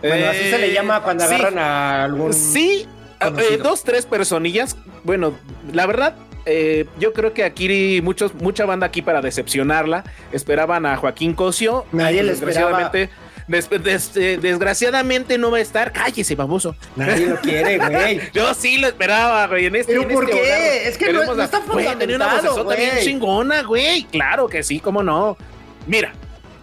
Speaker 2: Bueno, así se le
Speaker 3: Eh,
Speaker 2: llama cuando
Speaker 3: sí.
Speaker 2: agarran a algún.
Speaker 3: Sí, ah, eh,
Speaker 2: conocido.
Speaker 3: dos, tres personillas. Bueno, la verdad, eh, yo creo que aquí muchos, mucha banda aquí para decepcionarla. Esperaban a Joaquín Cosio.
Speaker 2: Nadie le esperaba.
Speaker 3: Desgraciadamente, des- des- eh, desgraciadamente no va a estar. Cállese, baboso.
Speaker 2: Nadie lo quiere, güey.
Speaker 3: Yo sí lo esperaba, güey. En este,
Speaker 2: ¿Pero
Speaker 3: en
Speaker 2: por
Speaker 3: este
Speaker 2: qué?
Speaker 3: hogar,
Speaker 2: Es que no-
Speaker 3: tenemos
Speaker 2: no
Speaker 3: la-
Speaker 2: está
Speaker 3: Güey, tenía una
Speaker 2: fundamentado,
Speaker 3: vocesota bien
Speaker 2: güey.
Speaker 3: chingona, güey. Claro que sí, cómo no. Mira,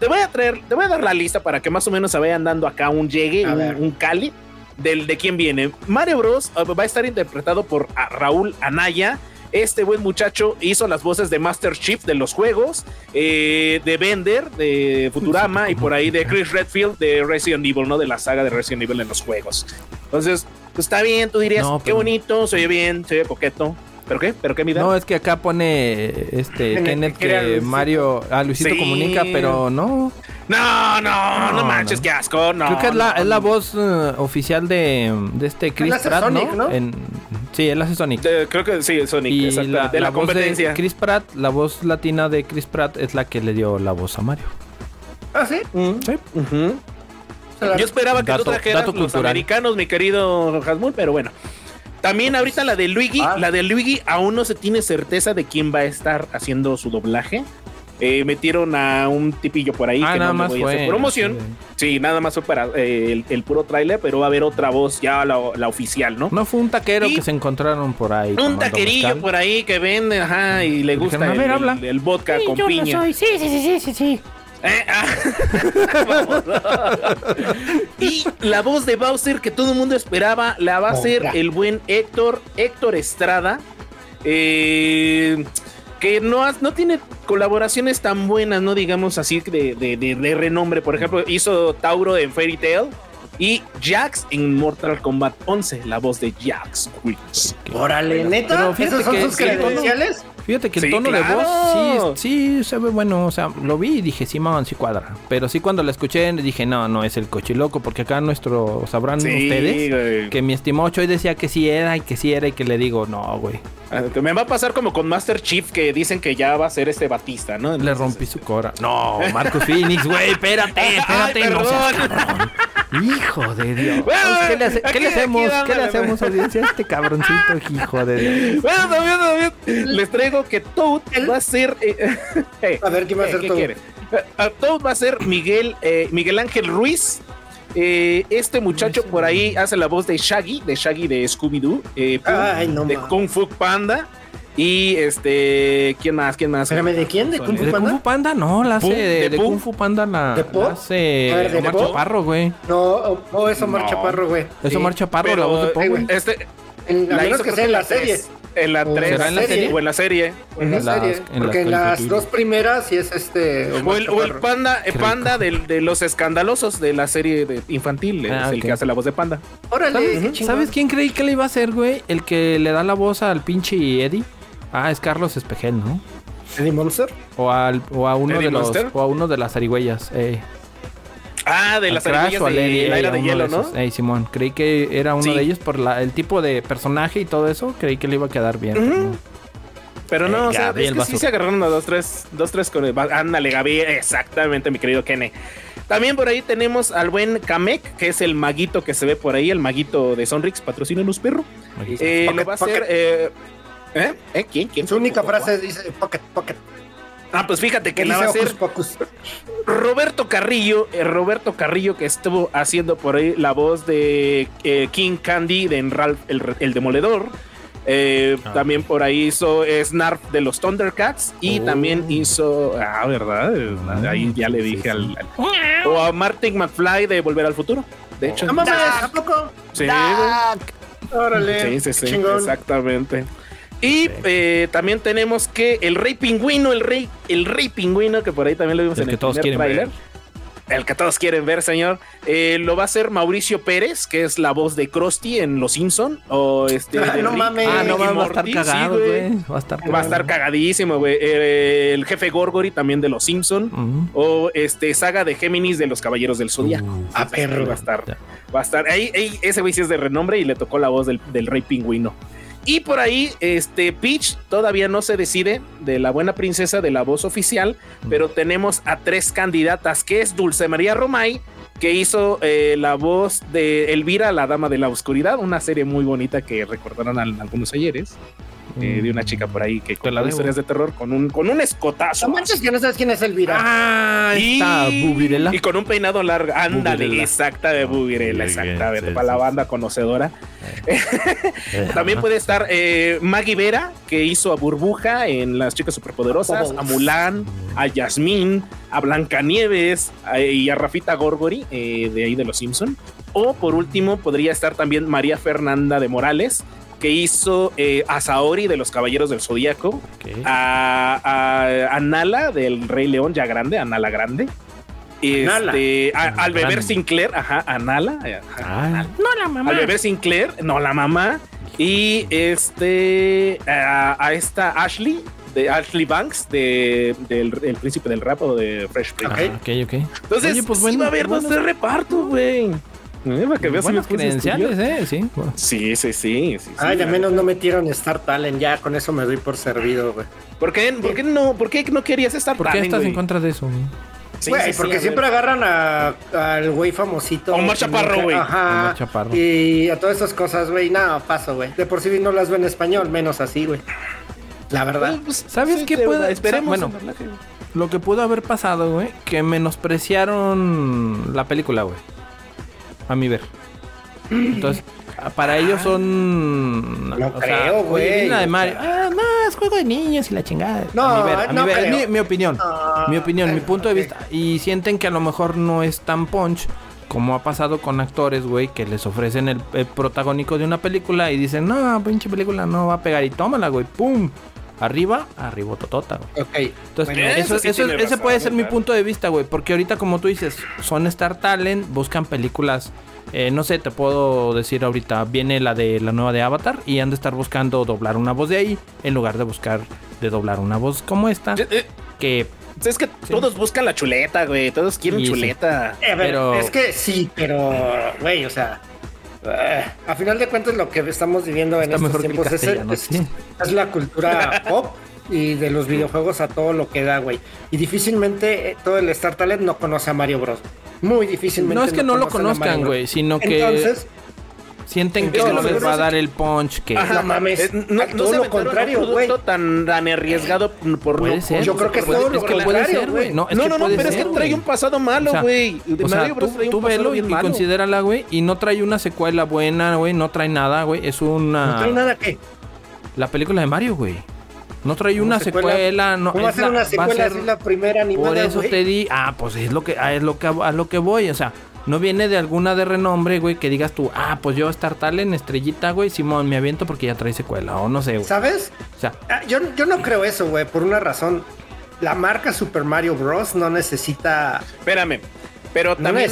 Speaker 3: te voy a traer, te voy a dar la lista para que más o menos se vayan dando acá un llegue,
Speaker 2: A
Speaker 3: un,
Speaker 2: ver.
Speaker 3: un cali. Del de quién viene. Mario Bros eh, va a estar interpretado por ah, Raúl Anaya. Este buen muchacho hizo las voces de Master Chief de los juegos, eh, de Bender, de Futurama y por ahí de Chris Redfield de Resident Evil, ¿no? De la saga de Resident Evil en los juegos. Entonces, pues está bien, tú dirías,
Speaker 1: No,
Speaker 3: qué
Speaker 1: pero-
Speaker 3: bonito, se oye bien, se oye coqueto. ¿Pero qué? ¿Pero qué, mi Dan?
Speaker 1: No, es que acá pone este
Speaker 2: Kenneth,
Speaker 1: Kenneth
Speaker 2: que era
Speaker 1: que
Speaker 2: Luisito.
Speaker 1: Mario a Luisito
Speaker 3: Sí.
Speaker 1: comunica, pero no.
Speaker 3: No, no, no,
Speaker 1: No,
Speaker 3: manches,
Speaker 1: no.
Speaker 3: qué asco, no.
Speaker 1: Creo que es la,
Speaker 3: no.
Speaker 1: es la voz eh, oficial de, de este Chris
Speaker 2: hace
Speaker 1: Pratt,
Speaker 2: Sonic,
Speaker 1: ¿no?
Speaker 2: ¿no?
Speaker 1: En- sí, él hace Sonic.
Speaker 3: De- creo que sí, Sonic,
Speaker 1: y
Speaker 3: exacto,
Speaker 1: la,
Speaker 3: de la,
Speaker 1: la voz
Speaker 3: competencia.
Speaker 1: de Chris Pratt, la voz latina de Chris Pratt es la que le dio la voz a Mario.
Speaker 2: Ah, sí.
Speaker 3: Mm,
Speaker 1: Sí.
Speaker 3: ujú.
Speaker 2: Se la-
Speaker 3: Yo esperaba que
Speaker 1: Dato-
Speaker 3: tú trajeras
Speaker 1: dato
Speaker 3: los
Speaker 1: cultural.
Speaker 3: americanos, mi querido Hasmul, pero bueno. También ahorita la de Luigi,
Speaker 2: Ah.
Speaker 3: la de Luigi aún no se tiene certeza de quién va a estar haciendo su doblaje. Eh, metieron a un tipillo por ahí
Speaker 1: ah,
Speaker 3: que
Speaker 1: nada
Speaker 3: no le
Speaker 1: más
Speaker 3: voy a
Speaker 1: fue.
Speaker 3: hacer promoción. Sí, nada más fue para eh, el, el puro tráiler, pero va a haber otra voz ya la, la oficial, ¿no?
Speaker 1: No fue un taquero
Speaker 3: Y-
Speaker 1: que se encontraron por ahí.
Speaker 3: Un
Speaker 1: tomando
Speaker 3: taquerillo
Speaker 1: mezcal.
Speaker 3: por ahí que vende, ajá, y le gusta
Speaker 1: Dijeron, "A
Speaker 3: el,
Speaker 1: ver, habla".
Speaker 3: el- el vodka con piña.
Speaker 5: Sí, sí, sí, sí, sí, sí.
Speaker 3: Eh, ah. Vamos. y la voz de Bowser que todo el mundo esperaba la va a hacer
Speaker 2: Otra.
Speaker 3: el buen Héctor, Héctor Estrada, eh, que no, has- no tiene colaboraciones tan buenas, no digamos así, de, de- de- de renombre. Por ejemplo, hizo Tauro en Fairy Tail y Jax en Mortal Kombat 11, la voz de Jax. Wills.
Speaker 2: Órale, neta.
Speaker 1: Pero fíjate
Speaker 2: ¿Esos son
Speaker 1: que
Speaker 2: sus
Speaker 1: sí,
Speaker 2: credenciales?
Speaker 1: Fíjate que el
Speaker 3: Sí,
Speaker 1: tono de
Speaker 3: claro.
Speaker 1: voz sí, sí se ve bueno. O sea, lo vi y dije, sí, maman, sí cuadra. Pero sí cuando la escuché dije, no, no es el cochiloco, porque acá nuestro, sabrán
Speaker 3: Sí,
Speaker 1: ustedes
Speaker 3: güey.
Speaker 1: que mi estimado Choy decía que sí era y que sí era y que le digo, no, güey.
Speaker 3: Ah, Me va a pasar como con Master Chief que dicen que ya va a ser este Batista, ¿no?
Speaker 1: Le
Speaker 3: Entonces,
Speaker 1: rompí su cora. No, Marcus Phoenix, güey, espérate, espérate.
Speaker 3: Ay,
Speaker 1: no seas
Speaker 3: perdón.
Speaker 1: cabrón. Hijo de Dios.
Speaker 3: Bueno,
Speaker 1: ¿Qué le, hace-
Speaker 3: aquí-
Speaker 1: qué le
Speaker 3: aquí
Speaker 1: hacemos? ¿Qué le
Speaker 3: dándole,
Speaker 1: hacemos audiencia a este cabroncito, hijo de Dios?
Speaker 3: Bueno, también, también. Les traigo que Toad va a ser. eh, eh,
Speaker 2: A ver, ¿quién va a
Speaker 3: eh,
Speaker 2: ser
Speaker 3: ¿qué
Speaker 2: Toad?
Speaker 3: quiere? Eh, a Toad va a ser Miguel, eh, Miguel Ángel Ruiz. Eh, este muchacho por ahí hace la voz de Shaggy, de Shaggy de Scooby-Doo, eh, Pum,
Speaker 2: Ay, no
Speaker 3: de
Speaker 2: mames.
Speaker 3: Kung Fu Panda. Y este, ¿quién más? ¿Quién más?
Speaker 2: Espérame, ¿de quién? ¿De Kung Fu
Speaker 1: ¿De Kung Fu
Speaker 2: Panda?
Speaker 1: Panda? No, la hace.
Speaker 3: Pum,
Speaker 1: ¿De,
Speaker 3: de
Speaker 1: de
Speaker 3: Pum.
Speaker 1: Kung Fu Panda la,
Speaker 2: ¿De Po?
Speaker 1: la hace
Speaker 2: A ver, ¿de
Speaker 1: Omar
Speaker 2: Po?
Speaker 1: Chaparro, güey.
Speaker 2: No, o, o es Omar
Speaker 3: No.
Speaker 2: Chaparro, güey.
Speaker 1: Es Omar Chaparro, la voz de Po,
Speaker 3: eh,
Speaker 1: güey.
Speaker 3: Este,
Speaker 2: En, a
Speaker 3: la
Speaker 2: menos
Speaker 3: hizo
Speaker 2: que sea
Speaker 3: creo que
Speaker 2: en la serie.
Speaker 3: tres. En la
Speaker 2: ¿O
Speaker 3: 3.
Speaker 1: será en la serie?
Speaker 3: O en la serie.
Speaker 2: En la
Speaker 1: En las-
Speaker 2: serie.
Speaker 1: en las
Speaker 2: Porque en las
Speaker 1: caricaturas.
Speaker 2: dos primeras sí es este.
Speaker 3: O
Speaker 2: Omar
Speaker 3: el, o el
Speaker 2: Chaparro.
Speaker 3: panda, eh,
Speaker 1: Qué rico.
Speaker 3: panda del- de los escandalosos de la serie de infantil,
Speaker 1: Ah,
Speaker 3: es el
Speaker 1: ok.
Speaker 3: que hace la voz de panda.
Speaker 2: Órale, qué
Speaker 1: ¿Sabes,
Speaker 2: chingón.
Speaker 1: ¿Sabes quién creí que le iba a hacer, güey? El que le da la voz al pinche Eddie. Ah, es Carlos Espejel, ¿no?
Speaker 2: ¿Eddie Monster?
Speaker 1: O, al, o a uno
Speaker 3: ¿Eddie
Speaker 1: de los
Speaker 3: Monster?
Speaker 1: o a uno de las arigüeyas. Eh.
Speaker 3: Ah, de
Speaker 1: al
Speaker 3: las
Speaker 1: Crash
Speaker 3: arenillas
Speaker 1: o al Eddie,
Speaker 3: de la
Speaker 1: eh,
Speaker 3: era
Speaker 1: a
Speaker 3: de
Speaker 1: uno
Speaker 3: hielo, ¿no?
Speaker 1: esos. Ey, Simón, creí que era uno
Speaker 3: Sí.
Speaker 1: de ellos por la- el tipo de personaje y todo eso. Creí que le iba a quedar bien. pero no.
Speaker 3: Eh, Pero no,
Speaker 1: Eh,
Speaker 3: o sea,
Speaker 1: Gabriel
Speaker 3: es que sí
Speaker 1: Basur.
Speaker 3: se agarraron a dos, tres, dos, tres con el... va- Ándale, Gabriel, exactamente, mi querido Kene. También por ahí tenemos al buen Kamek, que es el maguito que se ve por ahí, el maguito de Sonrix, patrocínanos, perro.
Speaker 1: Ahí está.
Speaker 3: Eh,
Speaker 2: Pocket,
Speaker 3: lo va a hacer...
Speaker 2: pocket.
Speaker 3: Eh, ¿eh? ¿Eh? ¿Quién? ¿Quién?
Speaker 2: Su única frase dice pocket, pocket.
Speaker 3: Ah, pues fíjate que
Speaker 2: ¿Qué
Speaker 3: la va
Speaker 2: dice
Speaker 3: a hacer
Speaker 2: Hocus Pocus?
Speaker 3: Roberto Carrillo, eh, Roberto Carrillo que estuvo haciendo por ahí la voz de eh, King Candy de en Ralph el, el Demoledor. Eh,
Speaker 1: Ah.
Speaker 3: También por ahí hizo eh, Snarf de los Thundercats y
Speaker 1: Oh.
Speaker 3: también hizo, ah, ¿verdad? Eh, Ahí ya le
Speaker 1: Sí,
Speaker 3: dije
Speaker 1: sí. Oh.
Speaker 3: al, al- O a Martin McFly de Volver al Futuro. De hecho,
Speaker 2: No mames, ¿a poco?
Speaker 3: sí,
Speaker 2: Órale.
Speaker 3: Sí, sí, sí,
Speaker 2: qué chingón.
Speaker 3: exactamente. Y eh, también tenemos que el rey pingüino, el rey, el rey pingüino, que por ahí también lo vimos
Speaker 1: El
Speaker 3: en
Speaker 1: que
Speaker 3: el
Speaker 1: todos
Speaker 3: primer
Speaker 1: quieren ver.
Speaker 3: tráiler. El que todos quieren ver, señor. Eh, lo va a hacer Mauricio Pérez, que es la voz de Krusty en Los Simpson. O este.
Speaker 2: Ah,
Speaker 3: de
Speaker 2: no
Speaker 3: Rick
Speaker 2: mames.
Speaker 1: ah, no,
Speaker 3: y
Speaker 1: va, va a estar
Speaker 3: Morty, sí,
Speaker 1: cagado, güey. va a estar
Speaker 3: Va a estar cagadísimo, güey. Eh, el jefe Gorgory también de Los Simpson.
Speaker 1: Ujú.
Speaker 3: O este saga de Géminis de los Caballeros del Zodiaco.
Speaker 1: Uh,
Speaker 2: Ah, perro.
Speaker 3: Va a estar. Va a estar. Ahí, ahí, ese güey sí es de renombre y le tocó la voz del, del rey pingüino. Y por ahí, este Peach todavía no se decide de la buena princesa de la voz oficial, pero tenemos a tres candidatas, que es Dulce María Romay, que hizo eh, la voz de Elvira, la Dama de la Oscuridad, una serie muy bonita que recordaron al- algunos ayeres, eh, de una chica por ahí que
Speaker 1: la
Speaker 3: contaba
Speaker 1: debo.
Speaker 3: historias de terror con un, con un escotazo.
Speaker 2: No manches que no sabes quién es Elvira.
Speaker 1: Ah, está Bubirela.
Speaker 3: Y con un peinado largo. Ándale,
Speaker 1: Bubirela.
Speaker 3: exacta de Bubirela,
Speaker 1: Ah, Muy bien,
Speaker 3: exactamente.
Speaker 1: sí,
Speaker 3: para la
Speaker 1: sí,
Speaker 3: banda conocedora. También puede estar eh, Maggie Vera, que hizo a Burbuja en Las Chicas Superpoderosas,
Speaker 2: Oh.
Speaker 3: a Mulan, a Yasmín, a Blancanieves a- y a Rafita Gorgori eh, de ahí de Los Simpson. O por último, podría estar también María Fernanda de Morales, que hizo eh, a Saori de Los Caballeros del Zodíaco,
Speaker 1: Ok.
Speaker 3: a, a, a Nala del Rey León, ya grande, a Nala Grande. Este, a-
Speaker 1: Nala
Speaker 3: al beber
Speaker 1: Ah, Grande.
Speaker 3: Sinclair, ajá, a Nala. eh, ajá,
Speaker 1: Ah,
Speaker 3: Al beber Sinclair, no la mamá. Y este, a, a esta Ashley, de Ashley Banks, de, del El príncipe del rap o de Fresh Prince.
Speaker 1: ah, ok, ok.
Speaker 3: Entonces,
Speaker 1: Oye, pues
Speaker 3: sí
Speaker 1: bueno,
Speaker 3: va a haber
Speaker 1: bueno.
Speaker 3: dos de reparto, güey. Eh, para que veas si me
Speaker 1: Buenas
Speaker 3: puse a
Speaker 1: credenciales,
Speaker 3: estudiar.
Speaker 1: eh, sí. bueno.
Speaker 3: Sí, sí, sí. sí, sí,
Speaker 2: Ay, al
Speaker 3: la-
Speaker 2: menos no metieron Star Talent, ya con eso me doy por servido, güey.
Speaker 3: ¿Por qué, por qué no, por qué no querías estar
Speaker 1: ¿Por qué estás en contra de eso? güey?
Speaker 2: Güey, porque siempre agarran a, al güey
Speaker 3: A
Speaker 2: famosito.
Speaker 3: Omar Chaparro, güey.
Speaker 1: A Omar
Speaker 2: Ajá.
Speaker 1: Chaparro.
Speaker 2: Y a todas esas cosas, güey. Nada, paso, güey. De por sí no las veo en español, menos así, güey. La verdad.
Speaker 1: Ah, ¿Sabes qué
Speaker 3: pueda?
Speaker 1: puede-
Speaker 3: Esperemos.
Speaker 1: bueno. ah.
Speaker 3: en doblaje, güey.
Speaker 1: Lo que pudo haber pasado, güey, que menospreciaron la película, güey. A mi ver. Entonces, a- para ellos son.
Speaker 2: Ah. No
Speaker 1: o sea,
Speaker 2: creo,
Speaker 1: oye,
Speaker 2: güey.
Speaker 1: vi la de Mario. Ah, no, es juego de niños y la chingada.
Speaker 2: No,
Speaker 1: a mi ver, a
Speaker 2: no
Speaker 1: mi, ver, es
Speaker 2: creo.
Speaker 1: mi- mi opinión.
Speaker 2: Ah,
Speaker 1: mi opinión, mi
Speaker 2: eh,
Speaker 1: punto de
Speaker 2: ok.
Speaker 1: vista. Y sienten que a lo mejor no es tan punch como ha pasado con actores, güey, que les ofrecen el, el protagónico de una película y dicen, no, pinche película no va a pegar y tómala, güey, pum. Arriba, arriba, totota, güey.
Speaker 2: Ok.
Speaker 1: Entonces,
Speaker 3: Bueno,
Speaker 1: eso,
Speaker 3: eso sí
Speaker 1: eso-
Speaker 3: tiene
Speaker 1: ese
Speaker 3: razón,
Speaker 1: puede ser mi
Speaker 3: claro.
Speaker 1: punto de vista, güey. Porque ahorita, como tú dices, son Star Talent, buscan películas. eh, no sé, te puedo decir ahorita, viene la de la nueva de Avatar y han de estar buscando doblar una voz de ahí en lugar de buscar de doblar una voz como esta.
Speaker 3: Yo- eh,
Speaker 1: Que
Speaker 3: Es que todos buscan la chuleta, güey. Todos quieren
Speaker 1: Sí, sí.
Speaker 3: chuleta.
Speaker 2: Eh, a ver,
Speaker 1: Pero-
Speaker 2: es que sí, pero, güey, o sea, eh, a final de cuentas lo que estamos viviendo en
Speaker 1: Está
Speaker 2: estos
Speaker 1: mejor que el
Speaker 2: tiempos es,
Speaker 1: castellano,
Speaker 2: es-
Speaker 1: sí.
Speaker 2: es la cultura pop y de los videojuegos a todo lo que da, güey. Y difícilmente eh, todo el Star Talent no conoce a Mario Bros. Muy difícilmente.
Speaker 1: no es que no lo
Speaker 2: conocen a Mario
Speaker 1: conozcan,
Speaker 2: Bros.
Speaker 1: güey, sino que
Speaker 2: Entonces,
Speaker 1: sienten que
Speaker 3: es que
Speaker 1: no
Speaker 3: lo
Speaker 1: les
Speaker 3: seguro
Speaker 1: va a
Speaker 3: es
Speaker 1: dar el punch que
Speaker 2: Ajá. no mames.
Speaker 3: Eh, No,
Speaker 2: Todo lo contrario,
Speaker 3: lo contrario, un producto
Speaker 2: güey.
Speaker 3: tan, tan arriesgado por
Speaker 1: puede
Speaker 3: no-
Speaker 1: ser.
Speaker 2: yo creo que es
Speaker 1: puede,
Speaker 2: todo lo
Speaker 1: es que puede
Speaker 2: contrario,
Speaker 1: ser,
Speaker 2: güey.
Speaker 1: güey. No, es
Speaker 3: no,
Speaker 1: que
Speaker 3: no, no,
Speaker 1: puede
Speaker 3: pero es
Speaker 1: ser,
Speaker 3: que
Speaker 1: güey.
Speaker 3: trae un pasado
Speaker 1: O
Speaker 3: malo,
Speaker 1: sea,
Speaker 3: güey. De
Speaker 1: O sea,
Speaker 3: Mario Bros
Speaker 1: tú,
Speaker 3: trae un
Speaker 1: tú
Speaker 3: pasado
Speaker 1: velo y,
Speaker 3: bien malo.
Speaker 1: considérala, güey. Y no trae una secuela buena, güey. No trae nada, güey. Es una.
Speaker 2: no trae nada que.
Speaker 1: La película de Mario, güey. No trae una secuela. no,
Speaker 2: ¿Cómo va a
Speaker 1: es
Speaker 2: ser
Speaker 1: la-
Speaker 2: una secuela
Speaker 1: ser-
Speaker 2: así la primera animada?
Speaker 1: Por eso
Speaker 2: güey?
Speaker 1: te di. Ah, pues es lo que ah, es lo que a lo que voy. O sea, no viene de alguna de renombre, güey, que digas tú, ah, pues yo Star Talent, estrellita, güey, Simón, me aviento porque ya trae secuela. O no sé, güey.
Speaker 2: ¿Sabes?
Speaker 1: O sea,
Speaker 2: Ah, Yo, yo no creo eso, güey, por una razón. La marca Super Mario Bros. no necesita.
Speaker 3: Espérame. Pero
Speaker 2: No
Speaker 3: también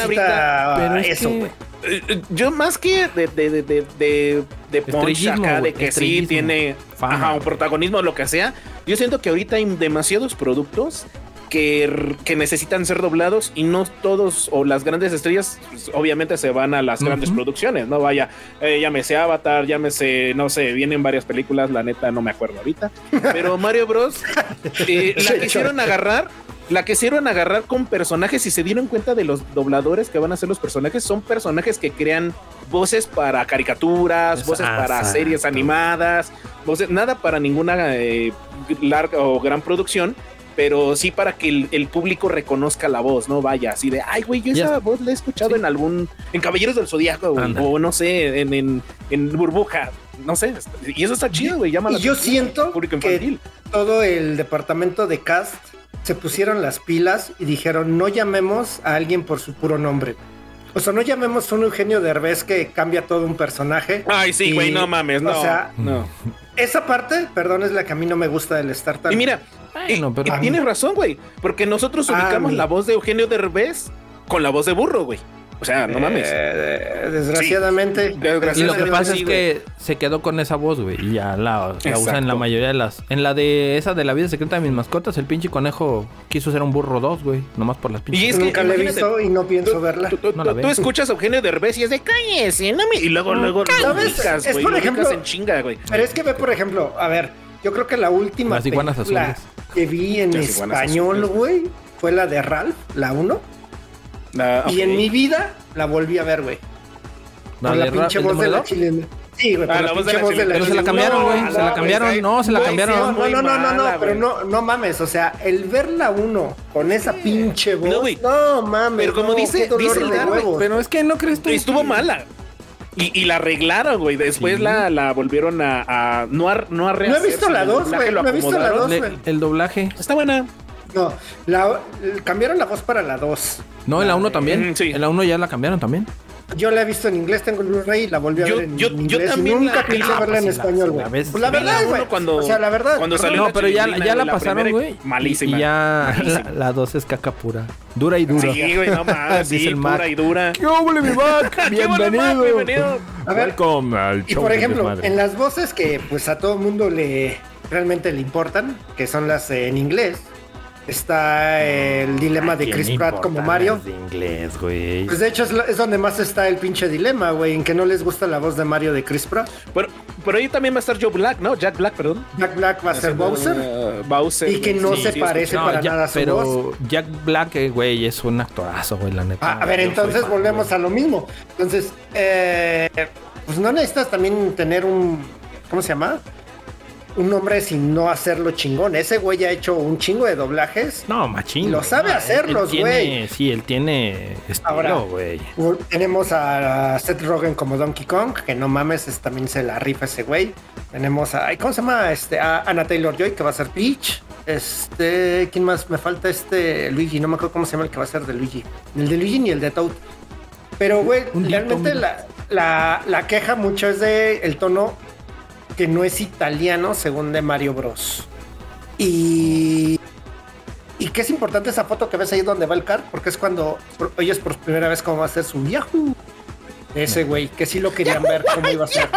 Speaker 2: necesita
Speaker 3: ahorita.
Speaker 1: pero es
Speaker 2: eso,
Speaker 1: que-
Speaker 2: güey.
Speaker 3: eh, eh, Yo más que de, de, de, de, de, de punch
Speaker 1: Estrellismo,
Speaker 3: acá,
Speaker 1: güey,
Speaker 3: de que sí
Speaker 1: estrellismo.
Speaker 3: tiene
Speaker 1: Fama.
Speaker 3: ajá, un protagonismo o lo que sea. Yo siento que ahorita hay demasiados productos que, r- que necesitan ser doblados y no todos o las grandes estrellas pues, obviamente se van a las
Speaker 1: Ujú.
Speaker 3: grandes producciones, ¿no? Vaya, eh, llámese Avatar, llámese, no sé, vienen varias películas, la neta no me acuerdo ahorita, pero Mario Bros. eh, la quisieron agarrar, la quisieron agarrar con personajes y se dieron cuenta de los dobladores que van a ser los personajes, son personajes que crean voces para caricaturas,
Speaker 1: Es-
Speaker 3: voces para
Speaker 1: exacto.
Speaker 3: series animadas, voces, nada para ninguna eh, larga o gran producción pero sí para que el, el público reconozca la voz, ¿no? Vaya, así de, ay, güey, yo
Speaker 1: Ya
Speaker 3: esa
Speaker 1: está.
Speaker 3: voz la he escuchado
Speaker 1: Sí.
Speaker 3: en algún, en Caballeros del Zodíaco, güey,
Speaker 1: Ándale.
Speaker 3: o no sé, en, en, en Burbuja, no sé, y eso está chido, güey, llama
Speaker 2: Y
Speaker 3: la
Speaker 2: yo
Speaker 3: atención del
Speaker 2: siento
Speaker 3: público
Speaker 2: que-
Speaker 3: infantil.
Speaker 2: Todo el departamento de cast se pusieron las pilas y dijeron: no llamemos a alguien por su puro nombre. O sea, no llamemos a un Eugenio Derbez que cambia todo un personaje.
Speaker 3: Ay, sí,
Speaker 2: Y,
Speaker 3: güey, no mames, no.
Speaker 2: O sea,
Speaker 3: no.
Speaker 2: esa parte, perdón, es la que a mí no me gusta del Star
Speaker 3: Y
Speaker 2: Talent.
Speaker 3: mira,
Speaker 1: bueno, pero.
Speaker 3: y tienes razón, güey, porque nosotros
Speaker 2: Ah,
Speaker 3: ubicamos
Speaker 2: mira.
Speaker 3: la voz de Eugenio Derbez con la voz de burro, güey. O sea, no mames.
Speaker 2: Eh, desgraciadamente.
Speaker 1: Y lo que
Speaker 3: Sí,
Speaker 1: pasa
Speaker 3: sí,
Speaker 1: es que se quedó con esa voz, güey. Y ya la, la usan en la
Speaker 3: Exacto.
Speaker 1: mayoría de las. En la de esa de la vida secreta de mis mascotas, el pinche conejo quiso ser un burro 2, güey. Nomás por las pinches.
Speaker 3: Y es que
Speaker 2: Nunca la he
Speaker 3: imagínate,
Speaker 2: visto y no pienso
Speaker 3: tú-
Speaker 2: verla.
Speaker 3: Tú, tú-
Speaker 1: No la
Speaker 3: tú
Speaker 1: ven.
Speaker 3: escuchas a Eugenio Derbez y es de cállese, no me-". Y luego, luego, lo
Speaker 2: ¿Sabes?
Speaker 3: ubicas,
Speaker 2: Es
Speaker 3: güey.
Speaker 2: por
Speaker 3: lo
Speaker 2: ejemplo-
Speaker 3: ubicas en chinga, güey.
Speaker 2: Pero es que ve, por ejemplo, a ver, yo creo que la última
Speaker 1: Las iguanas
Speaker 2: película
Speaker 1: azules.
Speaker 2: que vi en
Speaker 3: Las iguanas
Speaker 2: español,
Speaker 3: azules.
Speaker 2: güey, fue la de Ralph, la 1.
Speaker 3: Ah,
Speaker 2: Y en
Speaker 3: ok.
Speaker 2: mi vida la volví a ver, güey.
Speaker 1: La
Speaker 2: Con
Speaker 1: de
Speaker 2: la
Speaker 1: Ra-
Speaker 2: pinche
Speaker 1: el
Speaker 2: voz de la
Speaker 1: demoledor.
Speaker 2: chilena. Sí, güey,
Speaker 3: Ah,
Speaker 2: con
Speaker 3: la
Speaker 2: la
Speaker 3: voz de
Speaker 2: pinche
Speaker 3: la
Speaker 2: voz de
Speaker 3: chilena.
Speaker 2: la
Speaker 1: Pero se la
Speaker 2: chilena.
Speaker 1: cambiaron,
Speaker 3: No,
Speaker 1: güey.
Speaker 3: no,
Speaker 1: se la
Speaker 3: güey,
Speaker 1: cambiaron.
Speaker 3: ahí-
Speaker 1: No, se la
Speaker 3: güey,
Speaker 1: cambiaron.
Speaker 3: sí,
Speaker 2: No,
Speaker 3: Muy
Speaker 2: no, no, no,
Speaker 3: mala,
Speaker 2: no, pero
Speaker 3: güey.
Speaker 2: no, no mames, o sea, el ver la 1 con esa pinche voz.
Speaker 3: No,
Speaker 2: No,
Speaker 3: güey.
Speaker 2: mames.
Speaker 3: Pero como
Speaker 2: no,
Speaker 3: dice-
Speaker 2: qué dolor
Speaker 3: dice el
Speaker 2: de
Speaker 3: Dar, güey,
Speaker 2: huevos.
Speaker 1: Pero es que no crees tú.
Speaker 3: Y estuvo mala. Y, y la arreglaron, güey. Después
Speaker 1: Sí.
Speaker 3: la, la volvieron a, a- no a no a
Speaker 2: No he visto la dos, güey, no he visto la dos.
Speaker 1: Le-
Speaker 2: güey.
Speaker 1: el doblaje.
Speaker 3: Está buena.
Speaker 2: No, la, cambiaron la voz para la 2.
Speaker 1: No, en la 1
Speaker 3: Mm,
Speaker 1: también.
Speaker 3: sí.
Speaker 1: En la 1 ya la cambiaron también.
Speaker 2: Yo la he visto en inglés, tengo el Blu-ray y la volví a
Speaker 3: Yo-
Speaker 2: ver en
Speaker 3: yo- yo
Speaker 2: inglés. y
Speaker 3: también
Speaker 2: nunca
Speaker 3: la-
Speaker 2: pensé
Speaker 3: no,
Speaker 2: verla
Speaker 1: pues
Speaker 2: en
Speaker 1: sí, la-
Speaker 2: español,
Speaker 1: sí,
Speaker 2: güey.
Speaker 1: la ves-
Speaker 2: Pues la
Speaker 1: sí, la
Speaker 2: verdad,
Speaker 3: uno
Speaker 2: güey.
Speaker 3: cuando-
Speaker 2: o sea, la verdad.
Speaker 3: cuando
Speaker 2: perdón,
Speaker 3: salió
Speaker 1: No, pero ya,
Speaker 3: Chilindrina
Speaker 1: ya
Speaker 3: en
Speaker 1: la
Speaker 3: la
Speaker 1: pasaron,
Speaker 3: primera y
Speaker 1: güey.
Speaker 3: malísima.
Speaker 1: Y ya
Speaker 3: Malísima.
Speaker 1: la- la 2 es caca pura. Dura y dura.
Speaker 3: Sí, güey, no mames.
Speaker 1: Dice
Speaker 3: sí,
Speaker 1: el Mac.
Speaker 3: pura y dura.
Speaker 4: ¡Qué huele, mi
Speaker 3: Qué
Speaker 4: Mac!
Speaker 3: bueno, Mac,
Speaker 4: ¡Bienvenido!
Speaker 3: bienvenido.
Speaker 2: A ver,
Speaker 4: Welcome al
Speaker 2: y
Speaker 4: show
Speaker 2: por
Speaker 4: del
Speaker 2: ejemplo,
Speaker 4: desmadre.
Speaker 2: en las voces que pues a todo mundo le realmente le importan, que son las eh, en inglés, está el dilema de Chris Pratt como Mario.
Speaker 4: De inglés, güey.
Speaker 2: Pues de hecho es, lo- es donde más está el pinche dilema, güey, en que no les gusta la voz de Mario de Chris Pratt.
Speaker 3: Pero, pero ahí también va a estar Joe Black, ¿no? Jack Black, perdón.
Speaker 2: Jack Black va a ser Bowser.
Speaker 3: Eh, Bowser.
Speaker 2: Y que no
Speaker 3: Sí,
Speaker 2: se
Speaker 3: sí,
Speaker 2: parece
Speaker 1: No,
Speaker 2: para
Speaker 1: ya-
Speaker 2: nada a su
Speaker 1: pero
Speaker 2: voz.
Speaker 1: Jack Black, eh, güey, es un actorazo, güey, la neta.
Speaker 2: Ah, a ver,
Speaker 1: Yo soy
Speaker 2: entonces
Speaker 1: fan,
Speaker 2: volvemos
Speaker 1: güey.
Speaker 2: a lo mismo. Entonces, eh, pues no necesitas también tener un, ¿cómo se llama? Un nombre sin no hacerlo chingón. Ese güey ha hecho un chingo de doblajes.
Speaker 1: No, machín.
Speaker 2: Lo
Speaker 1: güey.
Speaker 2: sabe
Speaker 1: No, él-
Speaker 2: hacerlos,
Speaker 1: él tiene-
Speaker 2: güey.
Speaker 1: Sí, él tiene
Speaker 2: Ahora.
Speaker 1: estilo, güey.
Speaker 2: U- Tenemos a Seth Rogen como Donkey Kong, que no mames, es- también se la rifa ese güey. Tenemos a, ay, ¿cómo se llama? Este, a Anna Taylor Joy, que va a ser Peach. Este, ¿quién más? Me falta este Luigi, no me acuerdo cómo se llama el que va a ser de Luigi. Ni el de Luigi ni el de Toad. Pero, güey,
Speaker 1: Un dito,
Speaker 2: realmente la,
Speaker 1: mira.
Speaker 2: la, la queja mucho es de el tono que no es italiano, según de Mario Bros. Y. Y que es importante esa foto que ves ahí donde va el car, porque es cuando por- oyes por primera vez cómo va a ser su Yahoo. de Ese güey, que sí lo querían ver cómo iba a ser.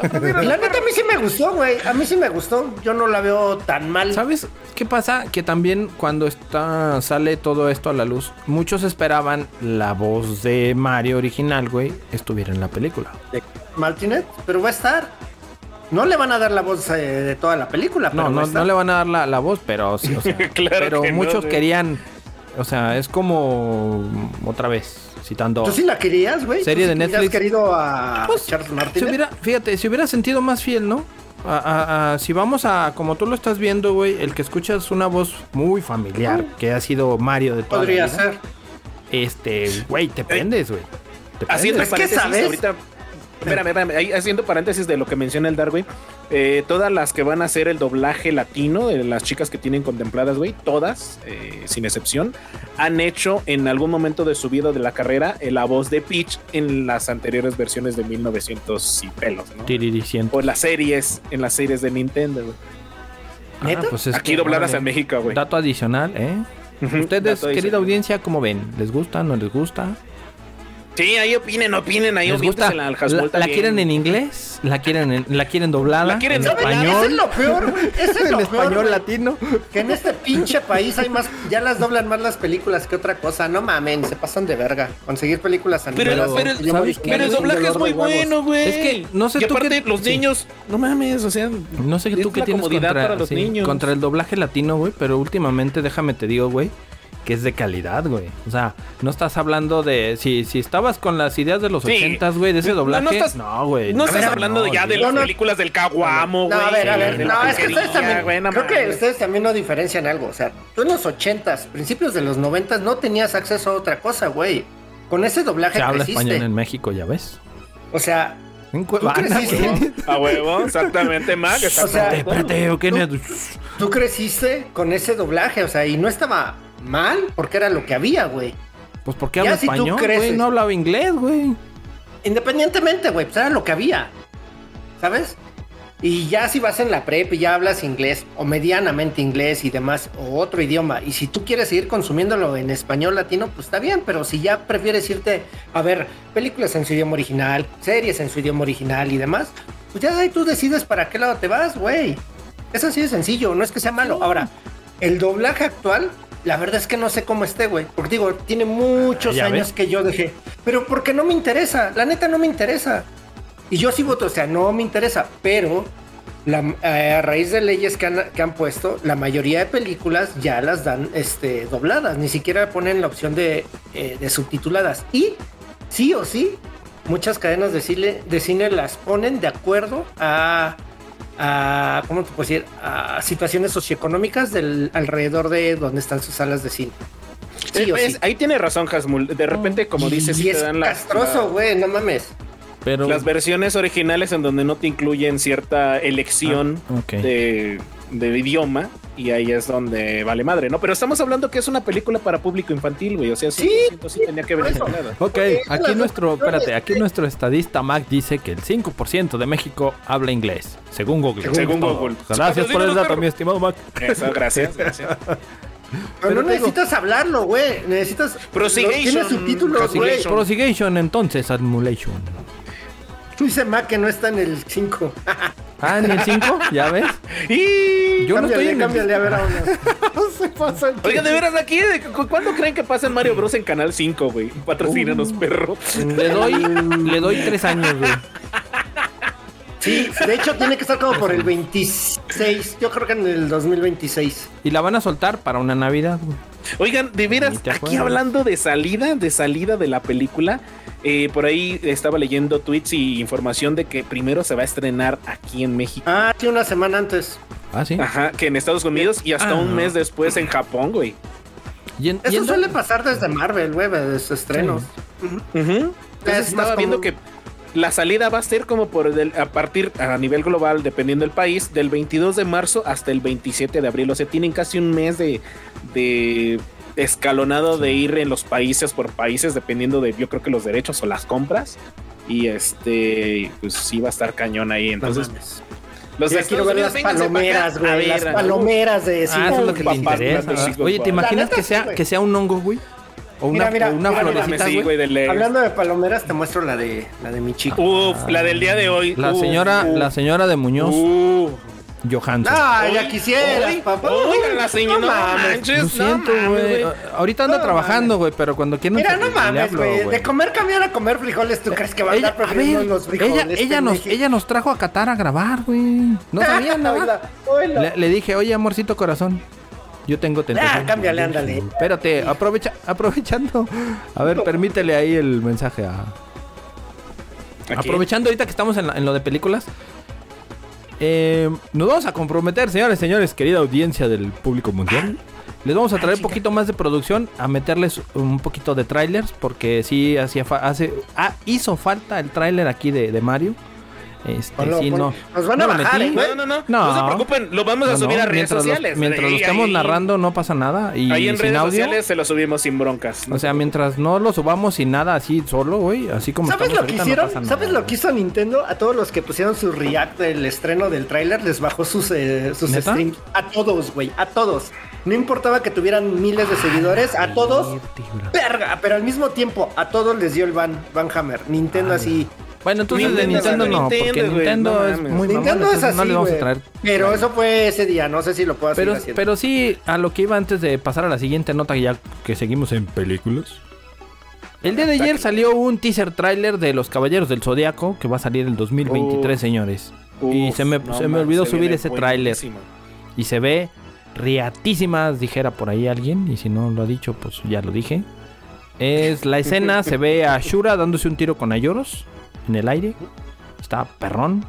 Speaker 2: La neta a mí sí me gustó, güey. A mí sí me gustó. Yo no la veo tan mal.
Speaker 1: ¿Sabes qué pasa? Que también cuando está, sale todo esto a la luz, muchos esperaban la voz de Mario original, güey, estuviera en la película.
Speaker 2: Martinet, pero va a estar. No le van a dar la voz eh, de toda la película.
Speaker 1: No,
Speaker 2: pero va a
Speaker 1: no,
Speaker 2: estar.
Speaker 1: no le van a dar la, la voz, pero sí, o sea,
Speaker 3: Claro
Speaker 1: pero
Speaker 3: que no,
Speaker 1: muchos
Speaker 3: güey.
Speaker 1: querían, o sea, es como mm, otra vez citando.
Speaker 2: ¿Tú sí la querías, güey? ¿Tú
Speaker 1: Serie
Speaker 2: sí
Speaker 1: de
Speaker 2: hubieras
Speaker 1: Netflix.
Speaker 2: querido a
Speaker 1: Pues,
Speaker 2: Charles
Speaker 1: se
Speaker 2: Martinet?
Speaker 1: hubiera, fíjate, se hubiera sentido más fiel, ¿no? A- a- a- si vamos a, como tú lo estás viendo, güey, el que escuchas una voz muy familiar, que ha sido Mario de toda la
Speaker 2: Podría
Speaker 1: vida,
Speaker 2: ser.
Speaker 1: Este, güey,
Speaker 3: Eh,
Speaker 1: te prendes, güey. Te
Speaker 3: Haciendo
Speaker 2: Es que,
Speaker 3: paréntesis
Speaker 2: ¿sabes?
Speaker 3: ahorita. Espérame, espérame, ahí haciendo paréntesis de lo que menciona el Dar, güey. eh, todas las que van a hacer el doblaje latino, de las chicas que tienen contempladas, güey, todas, eh, sin excepción, han hecho en algún momento de su vida o de la carrera eh, la voz de Peach en las anteriores versiones de 1900 y pelos, ¿no?
Speaker 1: Tiririciento.
Speaker 3: O las series, en las series de Nintendo, güey.
Speaker 2: ¿Neta?
Speaker 1: pues es
Speaker 3: Aquí
Speaker 1: que,
Speaker 3: dobladas
Speaker 1: órale.
Speaker 3: en México, güey.
Speaker 1: Dato adicional, ¿eh?
Speaker 3: Ujú,
Speaker 1: Ustedes,
Speaker 3: dato
Speaker 1: querida
Speaker 3: adicional.
Speaker 1: audiencia, ¿cómo ven? ¿Les gusta? ¿No les gusta?
Speaker 3: Sí, ahí opinen, opinen, ahí
Speaker 1: ¿Les gusta?
Speaker 3: opinen.
Speaker 1: ¿La, la quieren en inglés? ¿La quieren, en- la quieren doblada?
Speaker 3: La quieren
Speaker 1: ¿En
Speaker 3: doblada,
Speaker 2: Eso es
Speaker 1: español?
Speaker 2: lo peor, güey. Eso es
Speaker 1: ¿En
Speaker 2: lo peor.
Speaker 1: español
Speaker 2: güey.
Speaker 1: latino?
Speaker 2: Que en este pinche país hay más. Ya las doblan más las películas que otra cosa. No mamen, se pasan de verga. Conseguir películas
Speaker 3: Pero,
Speaker 2: animadas.
Speaker 3: pero-
Speaker 2: con idioma
Speaker 1: ¿sabes qué?
Speaker 2: original
Speaker 3: Pero el
Speaker 2: un
Speaker 3: doblaje
Speaker 2: dolor
Speaker 3: es muy
Speaker 2: de huevos.
Speaker 3: bueno, güey.
Speaker 1: Es que no sé
Speaker 3: y
Speaker 1: tú qué-
Speaker 3: aparte, los
Speaker 1: sí.
Speaker 3: niños, no mames, o sea,
Speaker 2: Eh,
Speaker 1: No sé que
Speaker 3: es
Speaker 1: tú qué
Speaker 3: la
Speaker 1: tienes
Speaker 3: comodidad
Speaker 1: contra,
Speaker 3: para los
Speaker 1: sí,
Speaker 3: niños.
Speaker 1: contra el doblaje latino, güey, pero últimamente déjame te digo, güey, que es de calidad, güey. O sea, no estás hablando de si si estabas con las ideas de los
Speaker 3: Sí.
Speaker 1: ochentas, güey, de ese
Speaker 3: No, no
Speaker 1: doblaje.
Speaker 3: estás-
Speaker 1: No, güey.
Speaker 3: no
Speaker 1: A
Speaker 3: estás
Speaker 1: ver,
Speaker 3: hablando
Speaker 1: no,
Speaker 3: ya de
Speaker 1: güey.
Speaker 3: las
Speaker 2: no.
Speaker 3: películas del caguamo,
Speaker 2: No,
Speaker 3: güey.
Speaker 2: a ver, a ver.
Speaker 3: de
Speaker 1: la
Speaker 2: No, es que
Speaker 3: porquería,
Speaker 2: ustedes también.
Speaker 3: güey, no
Speaker 2: creo que
Speaker 3: mames.
Speaker 2: ustedes también no diferencian algo. O sea, tú en los 80s, principios de los 90s, no tenías acceso a otra cosa, güey. Con ese doblaje
Speaker 1: Se habla español
Speaker 2: creciste.
Speaker 1: en México, ya ves.
Speaker 2: O sea,
Speaker 1: En Ah, Cuevana,
Speaker 2: creciste?
Speaker 1: güey.
Speaker 3: A huevo, exactamente, Mac.
Speaker 1: Espérate,
Speaker 2: sea,
Speaker 3: exactamente.
Speaker 1: espérate, Eugenia.
Speaker 2: tú creciste con ese doblaje. O sea, y no estaba mal porque era lo que había, güey.
Speaker 1: Pues ¿por qué
Speaker 2: Ya
Speaker 1: habla
Speaker 2: si tú
Speaker 1: español, güey?
Speaker 2: creces.
Speaker 1: No hablaba inglés, güey.
Speaker 2: Independientemente, güey, pues era lo que había. ¿Sabes? Y ya si vas en la prep y ya hablas inglés o medianamente inglés y demás o otro idioma, y si tú quieres seguir consumiéndolo en español latino, pues está bien, pero si ya prefieres irte a ver películas en su idioma original, series en su idioma original y demás, pues ya ahí tú decides para qué lado te vas, güey. Es así de sencillo, no es que sea malo. Ahora, el doblaje actual, la verdad es que no sé cómo esté, güey. Porque digo, tiene muchos
Speaker 1: Ya
Speaker 2: años
Speaker 1: ves.
Speaker 2: que yo dejé. Pero porque no me interesa, la neta no me interesa. Y yo sí voto, o sea, no me interesa, pero la- eh, a raíz de leyes que han, que han puesto, la mayoría de películas ya las dan este, dobladas, ni siquiera ponen la opción de, eh, de subtituladas. Y sí o sí, muchas cadenas de cine, de cine las ponen de acuerdo a, a, ¿cómo te puedo decir? A situaciones socioeconómicas del alrededor de donde están sus salas de cine. Sí o
Speaker 3: Eh, pues, Es-
Speaker 2: sí.
Speaker 3: Ahí tiene razón, Hasmul. De repente, como dices,
Speaker 2: y
Speaker 3: sí
Speaker 2: es
Speaker 3: te dan las,
Speaker 2: castroso, güey, no mames.
Speaker 1: Pero
Speaker 3: las versiones originales en donde no te incluyen cierta elección
Speaker 1: Ah, ok.
Speaker 3: de, del idioma. Y ahí es donde vale madre, ¿no? Pero estamos hablando que es una película para público infantil, güey. O sea,
Speaker 2: Sí,
Speaker 3: 100% sí tenía que
Speaker 2: por
Speaker 3: ver
Speaker 2: eso.
Speaker 3: doblada.
Speaker 1: Ok,
Speaker 2: Porque es
Speaker 1: aquí
Speaker 2: las
Speaker 1: nuestro,
Speaker 2: opciones,
Speaker 1: espérate, aquí nuestro estadista Mac dice que el 5% de México habla inglés, según Google.
Speaker 3: Según Google.
Speaker 4: Gracias por el dato, mi estimado Mac.
Speaker 3: Eso, gracias, gracias.
Speaker 2: Pero no
Speaker 1: Pero digo-
Speaker 2: necesitas hablarlo, güey. Necesitas.
Speaker 3: Prosigation.
Speaker 2: Tiene subtítulos, güey.
Speaker 3: Prosigation.
Speaker 1: Prosigation entonces, Admulation.
Speaker 2: Tú dices Mac que no está en el 5.
Speaker 1: Ah, en el 5, ya ves.
Speaker 3: Y...
Speaker 1: Yo no estoy en
Speaker 2: cámbiale, a ver a uno.
Speaker 3: Oiga, de veras, aquí, ¿de cu- ¿cuándo creen que pasen Mario Bros en Canal 5, güey? Patrocínanos,
Speaker 2: Uh.
Speaker 3: perro.
Speaker 1: Le doy, le doy 3 años, güey.
Speaker 2: Sí, de hecho tiene que estar como por el 26. Yo creo que en el 2026.
Speaker 1: Y la van a soltar para una Navidad, güey.
Speaker 3: Oigan, de
Speaker 1: Ni
Speaker 3: veras,
Speaker 1: te
Speaker 3: aquí
Speaker 1: acuerdas.
Speaker 3: hablando de salida, de salida de la película, eh, por ahí estaba leyendo tweets y información de que primero se va a estrenar aquí en México.
Speaker 2: Ah, sí, una semana antes.
Speaker 1: Ah, sí.
Speaker 3: Ajá, que en Estados Unidos y hasta
Speaker 1: Ah.
Speaker 3: un mes después en Japón, güey.
Speaker 1: Y en-
Speaker 2: Eso
Speaker 1: yendo-
Speaker 2: suele pasar desde Marvel, güey, de sus estrenos.
Speaker 3: Ujú.
Speaker 2: Es
Speaker 3: Entonces Pues estaba
Speaker 2: más
Speaker 3: viendo
Speaker 2: común.
Speaker 3: que la salida va a ser como por el, a partir a nivel global, dependiendo del país, del 22 de marzo hasta el 27 de abril. O sea, tienen casi un mes de, de escalonado de ir en los países por países, dependiendo de yo creo que los derechos o las compras. Y este, pues sí va a estar cañón ahí. Entonces,
Speaker 2: Entonces,
Speaker 3: los de
Speaker 2: ya quiero
Speaker 3: Estados
Speaker 2: ver
Speaker 3: Unidos,
Speaker 2: las
Speaker 3: vénganse para
Speaker 2: palomeras,
Speaker 3: acá. A
Speaker 2: güey.
Speaker 3: ver,
Speaker 2: Las
Speaker 3: a-
Speaker 2: palomeras de
Speaker 1: Ah, eso es lo que te
Speaker 3: Papás
Speaker 1: interesa.
Speaker 3: platos
Speaker 1: ¿verdad?
Speaker 3: chicos,
Speaker 1: Oye, ¿te
Speaker 3: papás.
Speaker 1: imaginas
Speaker 2: La neta
Speaker 1: que
Speaker 2: sí,
Speaker 1: sea,
Speaker 2: güey.
Speaker 1: que sea un hongo, güey? O
Speaker 2: Mira,
Speaker 1: una,
Speaker 2: mira,
Speaker 1: o una
Speaker 2: mira, mira,
Speaker 1: florecita,
Speaker 3: sí,
Speaker 1: güey.
Speaker 3: güey, de ley.
Speaker 2: Hablando de palomeras, te muestro la de la de mi chico.
Speaker 3: Uf, la del día de hoy.
Speaker 1: La
Speaker 3: Uf,
Speaker 1: señora,
Speaker 3: uf,
Speaker 1: la señora de Muñoz,
Speaker 3: uf.
Speaker 1: Johansson.
Speaker 2: Ah,
Speaker 3: Uy,
Speaker 2: ya quisieras,
Speaker 3: uy,
Speaker 2: papá.
Speaker 3: uy, la señora,
Speaker 2: no
Speaker 3: no
Speaker 2: mames.
Speaker 3: manches,
Speaker 1: Lo
Speaker 3: no
Speaker 1: siento,
Speaker 3: mames,
Speaker 1: güey.
Speaker 3: güey.
Speaker 1: Ahorita anda
Speaker 2: No
Speaker 1: trabajando, güey, pero cuando quiera
Speaker 2: Mira,
Speaker 1: le-
Speaker 2: no
Speaker 1: le
Speaker 2: mames,
Speaker 1: hablo,
Speaker 2: güey. De comer camión a comer frijoles, ¿tú crees que va a
Speaker 1: Ella,
Speaker 2: andar
Speaker 1: a
Speaker 2: prefiriendo
Speaker 1: ver,
Speaker 2: los frijoles?
Speaker 1: ella, ella nos,
Speaker 2: pendejo?
Speaker 1: ella nos trajo a Qatar a grabar, güey. No sabía
Speaker 2: Oíla,
Speaker 1: nada.
Speaker 2: oíla.
Speaker 1: Le, le dije, oye, amorcito corazón, yo tengo tentación.
Speaker 2: Ah, cámbiale, ándale.
Speaker 1: Espérate, aprovecha, aprovechando. A ver, permítele ahí el mensaje a.
Speaker 3: Aquí.
Speaker 1: Aprovechando ahorita que estamos en, la- en lo de películas. eh, nos vamos a comprometer, señores, señores, querida audiencia del público
Speaker 3: Ah.
Speaker 1: mundial. Les vamos a traer un poquito más de producción, a meterles un poquito de trailers, porque sí hacía fa- hace, ah, hizo falta el trailer aquí de, de Mario. Este,
Speaker 2: Ponlo,
Speaker 1: sí,
Speaker 2: ponlo.
Speaker 1: no.
Speaker 2: Nos van a
Speaker 1: No lo
Speaker 2: bajar,
Speaker 1: metí.
Speaker 2: ¿eh?
Speaker 3: No, no, no, no.
Speaker 1: No.
Speaker 3: se preocupen, lo vamos a
Speaker 1: No, no,
Speaker 3: subir a redes
Speaker 1: mientras lo-
Speaker 3: sociales. ¿eh?
Speaker 1: mientras lo
Speaker 3: Ahí-
Speaker 1: estemos
Speaker 3: ahí-
Speaker 1: narrando no pasa nada. Y
Speaker 3: Ahí en
Speaker 1: sin
Speaker 3: redes
Speaker 1: audio.
Speaker 3: sociales se lo subimos sin broncas.
Speaker 1: O sea, mientras no lo subamos sin nada así solo, güey, así como
Speaker 2: ¿Sabes
Speaker 1: estamos
Speaker 2: lo que
Speaker 1: ahorita, no
Speaker 2: hicieron?
Speaker 1: pasa nada,
Speaker 2: ¿Sabes lo
Speaker 1: güey.
Speaker 2: que hizo Nintendo? A todos los que pusieron su react del estreno del tráiler les bajó sus, eh, sus
Speaker 1: ¿Neta?
Speaker 2: streams. A todos, güey, a todos. No importaba que tuvieran miles de
Speaker 1: Ah,
Speaker 2: seguidores, a todos, verga, pero al mismo tiempo a todos les dio el Van, Van Hammer.
Speaker 1: Ah,
Speaker 2: Nintendo así.
Speaker 1: Bueno, entonces de
Speaker 3: Nintendo,
Speaker 1: Nintendo no,
Speaker 3: Nintendo,
Speaker 1: porque
Speaker 3: güey,
Speaker 1: Nintendo
Speaker 3: no
Speaker 1: es
Speaker 3: mames.
Speaker 1: muy mamón,
Speaker 2: Nintendo es
Speaker 1: entonces
Speaker 2: así,
Speaker 1: no le vamos a
Speaker 2: güey.
Speaker 1: traer.
Speaker 2: Pero eso fue ese día, no sé si lo puedo hacer.
Speaker 1: Pero, pero sí, a lo que iba antes de pasar a la siguiente nota, que ya que seguimos en películas. El día de ayer salió un teaser trailer de Los Caballeros del Zodiaco que va a salir el 2023,
Speaker 3: Uf.
Speaker 1: señores. y se me- se me olvidó subir ese tráiler. Y se ve riatísimas, dijera por ahí alguien. Y si no lo ha dicho, pues ya lo dije. Es la escena, se ve a Shura dándose un tiro con Ayoros en el aire. Está perrón.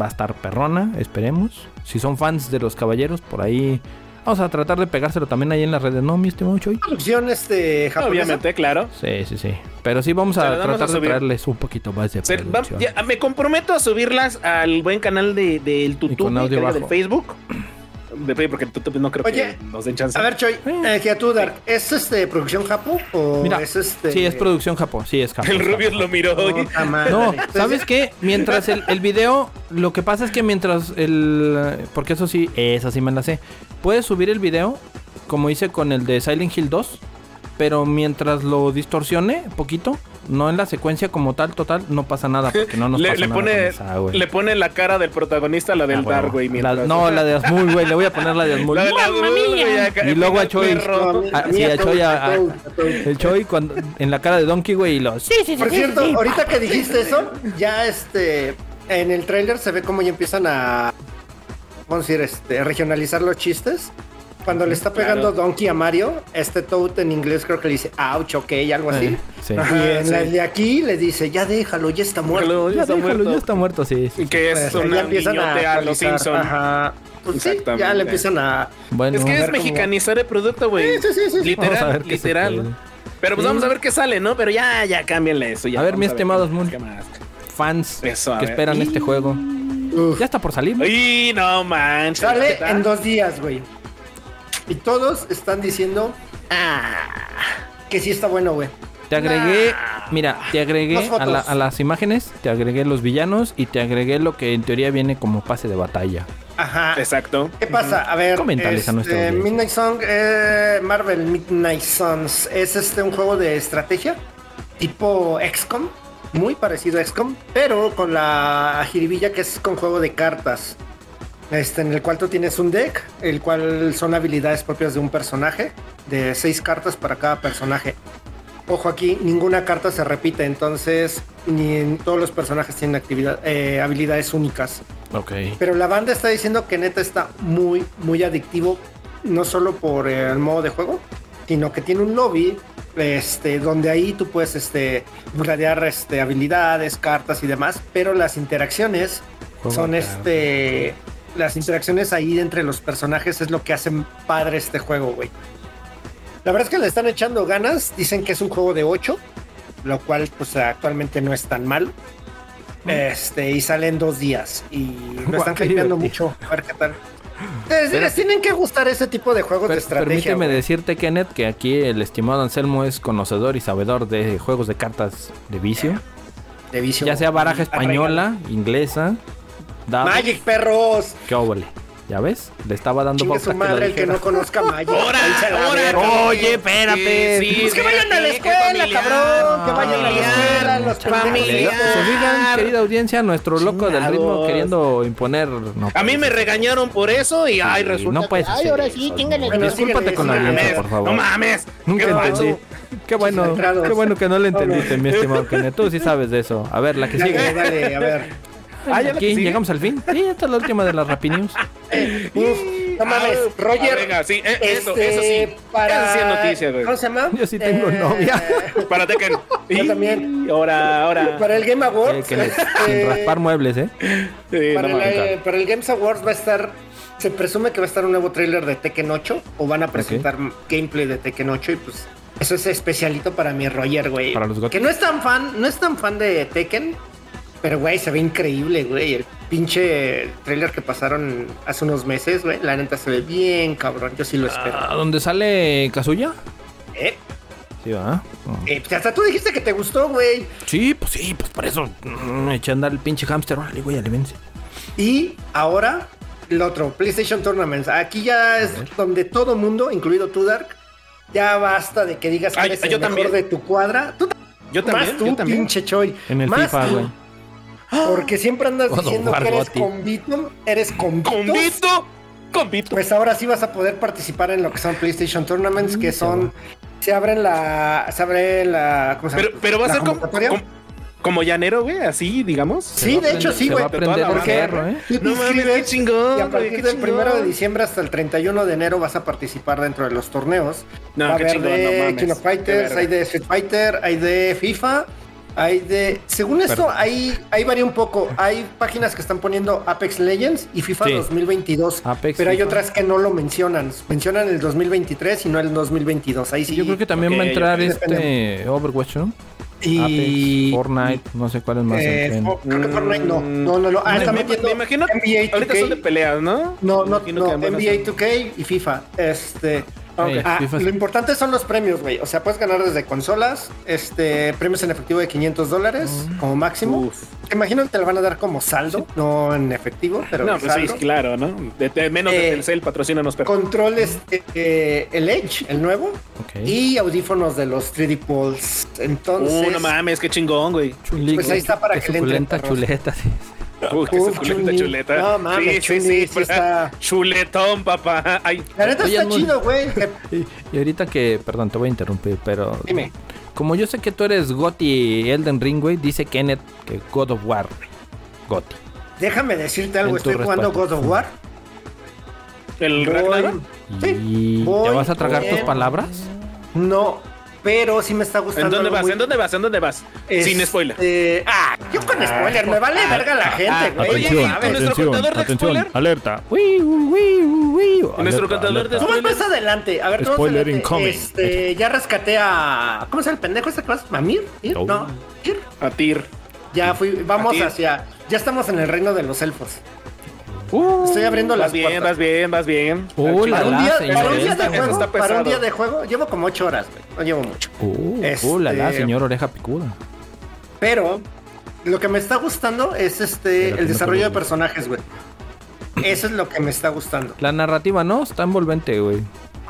Speaker 1: Va a estar perrona, esperemos. Si son fans de los caballeros, por ahí. Vamos a tratar de pegárselo también ahí en las redes, ¿no, mi estimado Chuy?
Speaker 2: Producción este, japonesa.
Speaker 3: Obviamente, claro.
Speaker 1: Sí, sí, sí. Pero sí vamos
Speaker 3: Se
Speaker 1: a
Speaker 3: la vamos
Speaker 1: tratar
Speaker 3: a
Speaker 1: de
Speaker 3: subir.
Speaker 1: traerles un poquito más de
Speaker 3: Se- va-
Speaker 1: producción.
Speaker 3: ya, me comprometo a subirlas al buen canal de, del Tutupi,
Speaker 1: con audio
Speaker 3: creo,
Speaker 1: bajo.
Speaker 3: del Facebook. De Facebook, porque el Tutupi no creo
Speaker 2: Oye,
Speaker 3: que nos den chance.
Speaker 2: A ver, Choy, eh, que a tú, Dark, ¿es este, producción japo o
Speaker 1: Mira,
Speaker 2: es este...?
Speaker 1: sí, es producción Japón. Sí, es Japón.
Speaker 3: el Rubius lo miró hoy.
Speaker 2: Puta madre.
Speaker 1: No,
Speaker 2: Entonces,
Speaker 1: ¿sabes qué? Mientras el, el video, lo que pasa es que mientras el. Porque eso sí, esa sí me la sé. Puedes subir el video, como hice con el de Silent Hill 2, pero mientras lo distorsione poquito, no en la secuencia como tal, total, no pasa nada, porque no nos
Speaker 3: le,
Speaker 1: pasa
Speaker 3: le
Speaker 1: nada
Speaker 3: pone,
Speaker 1: con esa, güey.
Speaker 3: le pone la cara del protagonista, la del
Speaker 1: Ah, bueno.
Speaker 3: Dark, güey.
Speaker 1: La-
Speaker 3: mientras-
Speaker 1: no, la de Asmul, güey. Le voy a poner la de Asmul.
Speaker 3: La del Dark, güey, acá,
Speaker 1: Y luego a
Speaker 3: el
Speaker 1: Choi.
Speaker 2: no, a
Speaker 3: perro.
Speaker 2: mí-
Speaker 1: Ah,
Speaker 2: a mí
Speaker 1: sí,
Speaker 2: a
Speaker 1: a
Speaker 2: Choy,
Speaker 1: Choy,
Speaker 2: a
Speaker 1: a-
Speaker 2: Choy, a Choy.
Speaker 1: El Choi cuando, en la cara de Donkey, güey, y los. Sí, sí, sí.
Speaker 2: Por cierto, ahorita que dijiste eso, ya este... En el tráiler se ve cómo ya empiezan a... Vamos a decir, este, a regionalizar los chistes. Cuando le está pegando Donkey a Mario, este Toad en inglés creo que le dice, ouch, ok, algo así.
Speaker 1: Sí.
Speaker 2: Ajá, y en el de aquí le dice, ya déjalo, ya está muerto.
Speaker 3: Déjalo, ya
Speaker 1: Ya,
Speaker 3: está
Speaker 1: déjalo, ya
Speaker 3: muerto.
Speaker 1: está muerto, sí. sí.
Speaker 3: Que es
Speaker 2: Pues,
Speaker 3: un
Speaker 2: ya empiezan
Speaker 3: guiñote a los
Speaker 2: actualizar.
Speaker 3: Simpson.
Speaker 2: Ajá. Pues sí, ya
Speaker 3: Exactamente.
Speaker 2: le empiezan a...
Speaker 1: Bueno,
Speaker 3: Es que es
Speaker 2: ver cómo-
Speaker 3: mexicanizar el producto,
Speaker 2: Sí,
Speaker 3: güey.
Speaker 2: sí, sí, sí.
Speaker 1: Vamos a ver
Speaker 3: Literal,
Speaker 1: qué se puede.
Speaker 3: literal. Pero pues
Speaker 1: Sí.
Speaker 3: vamos a ver qué sale, ¿no? Pero ya, ya, cámbienle eso. Ya,
Speaker 1: A ver,
Speaker 3: vamos
Speaker 1: mi estimado
Speaker 3: qué
Speaker 1: Asmund.
Speaker 3: qué más.
Speaker 1: fans
Speaker 3: Eso, a
Speaker 1: que
Speaker 3: ver.
Speaker 1: esperan este juego.
Speaker 2: Uf.
Speaker 1: Ya está por salir. ¿no?
Speaker 3: Y no manches. ¿qué
Speaker 2: Sale
Speaker 3: tal?
Speaker 2: en dos días, güey. Y todos están diciendo ah, que sí está bueno, güey.
Speaker 1: Te agregué, mira, te agregué
Speaker 2: Más
Speaker 1: a, la-
Speaker 2: fotos.
Speaker 1: a las imágenes, te agregué los villanos y te agregué lo que en teoría viene como pase de batalla.
Speaker 2: Ajá.
Speaker 3: Exacto.
Speaker 2: ¿Qué pasa? A ver,
Speaker 1: Coméntales a
Speaker 2: este,
Speaker 1: nuestra audiencia.
Speaker 2: Midnight Song, eh, Marvel Midnight Suns, es este un juego de estrategia tipo XCOM, muy parecido a XCOM, pero con la jiribilla que es con juego de cartas. Este, en el cual tú tienes un deck, el cual son habilidades propias de un personaje, de seis cartas para cada personaje. Ojo aquí, ninguna carta se repite, entonces ni en- todos los personajes tienen actividad, eh, habilidades únicas.
Speaker 1: Ok.
Speaker 2: Pero la banda está diciendo que neta está muy, muy adictivo, no solo por el modo de juego, sino que tiene un lobby este, donde ahí tú puedes este, gradear este, habilidades, cartas y demás, pero las interacciones
Speaker 1: Juego
Speaker 2: son
Speaker 1: de
Speaker 2: este... Las interacciones ahí entre los personajes es lo que hacen padre este juego, güey. La verdad es que le están echando ganas, dicen que es un juego de 8, lo cual pues actualmente no es tan mal.
Speaker 1: Mm.
Speaker 2: Este, y sale en dos días. Y lo
Speaker 1: Guau,
Speaker 2: están
Speaker 1: qué
Speaker 2: hypeando
Speaker 1: divertido.
Speaker 2: mucho. A ver qué tal. Les, les tienen que gustar ese tipo de juegos de
Speaker 1: Per-
Speaker 2: estrategia.
Speaker 1: permíteme
Speaker 2: güey.
Speaker 1: decirte, Kenneth, que aquí el estimado Anselmo es conocedor y sabedor de juegos de cartas de vicio.
Speaker 2: De vicio.
Speaker 1: Ya sea baraja
Speaker 2: Arregla.
Speaker 1: española, inglesa, dados.
Speaker 2: Magic, perros.
Speaker 1: ¡Qué óvole! ¿Ya ves? Le estaba dando
Speaker 2: Chingue su
Speaker 1: pauta que lo
Speaker 2: madre el que
Speaker 1: dijera.
Speaker 2: no conozca a Magic.
Speaker 3: ¡Ahora!
Speaker 2: Váyanse a la
Speaker 3: ¡Ahora!
Speaker 2: verga.
Speaker 1: Oye, espérate.
Speaker 2: Pues que vayan a la escuela, cabrón. Que vayan a la escuela, los
Speaker 3: familiar.
Speaker 2: pendejos.
Speaker 1: Se fijan, querida audiencia, nuestro loco del ritmo
Speaker 3: Chingados.
Speaker 1: queriendo imponer. no,
Speaker 3: A mí me regañaron por eso y ay, resulta
Speaker 1: no puedes
Speaker 3: que, ay,
Speaker 1: hacer
Speaker 3: ahora
Speaker 1: eso,
Speaker 3: sí,
Speaker 1: no.
Speaker 3: chingan
Speaker 2: Bueno,
Speaker 1: Discúlpate
Speaker 2: síguele,
Speaker 1: con la
Speaker 2: síguele.
Speaker 1: audiencia,
Speaker 3: mames,
Speaker 1: por favor.
Speaker 3: No mames.
Speaker 1: Nunca
Speaker 3: qué
Speaker 1: entendí.
Speaker 3: baboso.
Speaker 1: Qué bueno,
Speaker 2: centrados.
Speaker 1: qué bueno que no le entendiste,
Speaker 2: Vamos.
Speaker 1: mi estimado Kenneth. Tú sí sabes de eso. A ver, la que
Speaker 2: Dale,
Speaker 1: sigue.
Speaker 2: dale, a ver.
Speaker 3: Ah, ya la que
Speaker 1: Aquí
Speaker 3: sigue.
Speaker 1: llegamos al fin. Sí, esta es la última de las Rapinews.
Speaker 2: Uf, no mames,
Speaker 3: Ah,
Speaker 2: Roger.
Speaker 3: venga, sí, eh,
Speaker 2: este,
Speaker 3: eso, eso sí.
Speaker 2: Para...
Speaker 3: Eso sí es noticia, güey.
Speaker 2: ¿Cómo se llama? Eh,
Speaker 1: Yo sí tengo novia.
Speaker 3: Para Tekken.
Speaker 2: Yo
Speaker 3: Y-
Speaker 2: también.
Speaker 3: Ahora, ahora.
Speaker 2: Para el Game
Speaker 1: Eh,
Speaker 2: Awards.
Speaker 1: que les,
Speaker 2: este,
Speaker 1: sin raspar muebles, ¿eh?
Speaker 3: Sí,
Speaker 2: para,
Speaker 3: no
Speaker 2: la-
Speaker 3: mames.
Speaker 2: eh, para el Games Awards va a estar. Se presume que va a estar un nuevo tráiler de Tekken 8 o van a presentar gameplay de Tekken 8 y pues eso es especialito para mi Roger, güey.
Speaker 1: Para los gotis.
Speaker 2: que no es tan fan, no es tan fan de Tekken, pero güey, se ve increíble, güey. El pinche tráiler que pasaron hace unos meses, güey. La neta se ve bien, cabrón. Yo sí lo espero.
Speaker 1: ¿A Ah, dónde sale Kazuya?
Speaker 2: Eh,
Speaker 1: Sí, ¿verdad? Ah.
Speaker 2: eh, pues, hasta tú dijiste que te gustó, güey.
Speaker 1: Sí, pues sí, pues por eso mm, eché a andar el pinche hámster. Órale, güey, alimense.
Speaker 2: Y ahora el otro, PlayStation Tournaments. Aquí ya es donde todo mundo, incluido tú, Dark, ya basta de que digas que
Speaker 3: Ay,
Speaker 2: eres
Speaker 3: yo
Speaker 2: el mejor
Speaker 3: también.
Speaker 2: de tu cuadra. Tú también,
Speaker 3: Yo también,
Speaker 2: más tú,
Speaker 3: yo también.
Speaker 2: pinche Choy.
Speaker 1: En el
Speaker 2: Más
Speaker 1: FIFA,
Speaker 2: tú.
Speaker 1: güey.
Speaker 2: Porque siempre andas
Speaker 1: God of
Speaker 2: diciendo
Speaker 1: War,
Speaker 2: que eres
Speaker 1: Gotti.
Speaker 2: convito, eres convito.
Speaker 3: Convito. Convito.
Speaker 2: Pues ahora sí vas a poder participar en lo que son PlayStation Tournaments, que son se abren la, se abre la, ¿cómo se llama?
Speaker 3: Pero, pero va a
Speaker 2: La
Speaker 3: ser como,
Speaker 2: convocatoria.
Speaker 3: como, como llanero, güey, así, digamos.
Speaker 1: Se
Speaker 2: Sí,
Speaker 1: va a
Speaker 2: de hecho
Speaker 1: prender-
Speaker 2: sí,
Speaker 1: se
Speaker 2: güey.
Speaker 1: va a
Speaker 2: pero
Speaker 1: prender
Speaker 2: toda la
Speaker 1: el
Speaker 2: porque
Speaker 1: perro, ¿eh?
Speaker 2: tú te
Speaker 3: No mames,
Speaker 2: inscribes
Speaker 3: qué chingón,
Speaker 2: Y a
Speaker 3: güey,
Speaker 2: partir
Speaker 3: qué
Speaker 2: del
Speaker 3: chingón.
Speaker 2: 1 de diciembre hasta el 31 de enero vas a participar dentro de los torneos.
Speaker 3: No,
Speaker 2: Va a
Speaker 3: qué
Speaker 2: haber
Speaker 3: chingón,
Speaker 2: de
Speaker 3: no mames,
Speaker 2: King of
Speaker 3: qué
Speaker 2: Fighters,
Speaker 3: verga.
Speaker 2: hay de Street Fighter, hay de FIFA, hay de... Según esto, hay, ahí varía un poco. Hay páginas que están poniendo Apex Legends y FIFA
Speaker 1: Sí.
Speaker 2: 2022.
Speaker 1: Apex,
Speaker 2: pero hay
Speaker 1: FIFA.
Speaker 2: otras que no lo mencionan. Mencionan el 2023 y no el 2022. Ahí sí.
Speaker 1: Yo creo que también
Speaker 3: Ok,
Speaker 1: va a entrar
Speaker 2: ok.
Speaker 1: este Overwatch, ¿no?
Speaker 2: y...
Speaker 1: Apex, Fortnite, no sé cuáles más.
Speaker 2: eh,
Speaker 1: entren.
Speaker 2: Fo- creo que Fortnite no. No, no, no. Ah,
Speaker 3: Me-
Speaker 2: está
Speaker 3: me,
Speaker 2: metiendo
Speaker 3: me imagino
Speaker 2: NBA
Speaker 3: ahorita
Speaker 2: 2K.
Speaker 3: son de peleas, ¿no?
Speaker 2: No,
Speaker 3: Me
Speaker 2: no,
Speaker 3: imagino
Speaker 2: no,
Speaker 3: que van a ser-
Speaker 2: NBA 2K y FIFA. Este.
Speaker 1: Ok.
Speaker 2: ah,
Speaker 1: FIFA.
Speaker 2: Lo importante son los premios, güey. O sea, puedes ganar desde consolas, este, premios en efectivo de 500 dólares
Speaker 1: Mm.
Speaker 2: como máximo.
Speaker 3: Uf.
Speaker 2: Te imagino que te lo van a dar como saldo, no en efectivo, pero
Speaker 3: No,
Speaker 2: en
Speaker 3: pues sí,
Speaker 2: saldo.
Speaker 3: claro, ¿no? De, de- menos de
Speaker 2: Eh,
Speaker 3: Telcel, patrocínanos, pero.
Speaker 2: Controles eh, el Edge, el nuevo,
Speaker 1: Ok.
Speaker 2: y audífonos de los 3D Pulse. Entonces,
Speaker 3: Uh, no mames, qué chingón, güey.
Speaker 1: Chuli,
Speaker 2: pues ahí
Speaker 1: güey.
Speaker 2: está para
Speaker 1: Qué
Speaker 2: que le entre,
Speaker 1: suculenta
Speaker 2: perros.
Speaker 1: chuleta. sí.
Speaker 3: Uy, qué
Speaker 2: Uf,
Speaker 3: suculenta
Speaker 2: Chuli.
Speaker 3: chuleta.
Speaker 2: No mames,
Speaker 3: sí,
Speaker 2: Chuli,
Speaker 3: sí,
Speaker 2: sí
Speaker 3: sí,
Speaker 2: está-
Speaker 3: Chuletón, papá. Ay,
Speaker 2: la neta
Speaker 1: Oye,
Speaker 2: está
Speaker 1: es muy-
Speaker 2: chido, güey. Eh, que-
Speaker 1: Y, y ahorita que, perdón, te voy a interrumpir, pero
Speaker 2: Dime.
Speaker 1: como yo sé que tú eres Gotti Elden Ring, güey, dice Kenneth que God of War. Gotti.
Speaker 2: Déjame decirte algo,
Speaker 1: En tu
Speaker 2: estoy jugando God
Speaker 1: respuesta.
Speaker 2: of War. Voy-
Speaker 3: el Ragnarok.
Speaker 2: Sí,
Speaker 1: ¿Y
Speaker 2: voy
Speaker 1: te vas a tragar tus
Speaker 2: bien.
Speaker 1: palabras?
Speaker 2: No, pero sí me está gustando.
Speaker 3: ¿En dónde
Speaker 2: algo
Speaker 3: vas?
Speaker 2: muy-
Speaker 3: ¿En dónde vas? ¿En dónde vas?
Speaker 2: Es-
Speaker 3: Sin spoiler.
Speaker 2: eh, ah, yo con spoiler, me vale verga la gente, güey.
Speaker 3: Oye,
Speaker 4: ah, Atención,
Speaker 3: ¿y con
Speaker 2: mames.
Speaker 3: nuestro
Speaker 4: atención,
Speaker 3: contador de
Speaker 4: atención,
Speaker 3: spoiler?
Speaker 4: alerta.
Speaker 3: Nuestro contador de
Speaker 2: Tú vas más adelante. A ver, tú vas
Speaker 4: Spoiler
Speaker 2: adelante.
Speaker 4: incoming.
Speaker 2: Este, ya rescaté a. ¿Cómo se llama el pendejo este clase? ¿Mamir? ¿Ir?
Speaker 4: No.
Speaker 2: No. ¿Ir?
Speaker 3: A Tyr.
Speaker 2: Ya fui. Vamos
Speaker 3: Así es.
Speaker 2: hacia. Ya estamos en el reino de los elfos. Estoy abriendo las
Speaker 3: Vas bien,
Speaker 2: puertas.
Speaker 3: vas bien, vas bien.
Speaker 1: Uh, la
Speaker 2: Para un,
Speaker 1: la,
Speaker 2: día,
Speaker 1: señor.
Speaker 2: para un día
Speaker 3: Está-
Speaker 2: de juego,
Speaker 3: está
Speaker 2: para un
Speaker 3: pesado.
Speaker 2: día de juego, llevo como ocho horas, güey. No llevo mucho.
Speaker 1: Uh,
Speaker 2: Este-
Speaker 1: uh, la la, señor oreja picuda.
Speaker 2: Pero lo que me está gustando es este
Speaker 1: Pero que
Speaker 2: el
Speaker 1: no te
Speaker 2: desarrollo de
Speaker 1: preocupes.
Speaker 2: personajes, güey. Eso es lo que me está gustando.
Speaker 1: La narrativa, ¿no? Está envolvente, güey.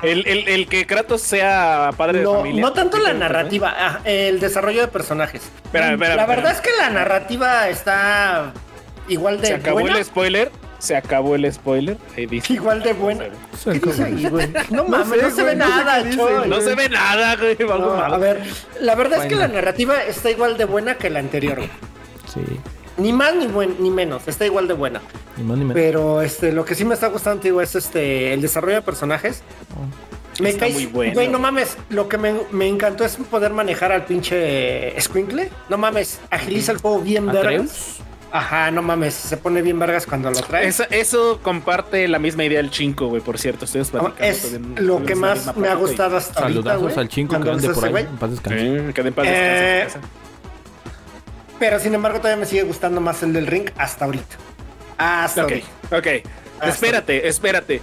Speaker 3: El, el, el que Kratos sea padre de
Speaker 2: No,
Speaker 3: familia.
Speaker 2: no tanto la
Speaker 3: Sí,
Speaker 2: narrativa, ah, el desarrollo de personajes.
Speaker 3: Espera, espera,
Speaker 2: la
Speaker 3: espera.
Speaker 2: verdad es que la narrativa está igual
Speaker 3: Se
Speaker 2: de
Speaker 3: acabó
Speaker 2: buena.
Speaker 3: el spoiler. Se acabó el spoiler. Ahí dice.
Speaker 2: Igual de buena.
Speaker 1: Se
Speaker 2: ¿Qué
Speaker 1: acabó
Speaker 2: dice
Speaker 1: el
Speaker 2: ahí? No mames, no se ve nada, Choy.
Speaker 3: No se ve nada, güey.
Speaker 2: No,
Speaker 3: algo malo.
Speaker 2: a ver, la verdad es que la
Speaker 1: Bueno.
Speaker 2: narrativa está igual de buena que la anterior. güey.
Speaker 1: Sí.
Speaker 2: Ni más ni, buen- ni menos, está igual de buena.
Speaker 1: Ni más ni menos.
Speaker 2: Pero este, lo que sí me está gustando, te digo, es este el desarrollo de personajes. Me
Speaker 3: Oh, Está
Speaker 2: caes-
Speaker 3: muy bueno.
Speaker 2: Güey, no mames. Lo que me, me encantó es poder manejar al pinche Squinkle. No mames. Agiliza el juego bien vergas.
Speaker 1: Atreus.
Speaker 2: Ajá, no mames. Se pone bien vergas cuando lo traes.
Speaker 3: Eso, eso comparte la misma idea el chinco, güey, por cierto. Ustedes
Speaker 2: No, Ah, Es, lo que más me ha gustado hasta ahorita.
Speaker 1: Saludazos
Speaker 2: güey,
Speaker 1: al chingo que
Speaker 2: cuando
Speaker 1: ande
Speaker 2: es
Speaker 1: por
Speaker 2: ese
Speaker 1: ahí.
Speaker 2: güey.
Speaker 1: En paz descanse.
Speaker 3: Sí, que de paz
Speaker 2: Eh,
Speaker 3: descanse en su casa.
Speaker 2: Pero sin embargo, todavía me sigue gustando más el del ring hasta ahorita. Hasta
Speaker 3: Ok,
Speaker 2: ahorita.
Speaker 3: ok.
Speaker 2: Ah,
Speaker 3: espérate, espérate.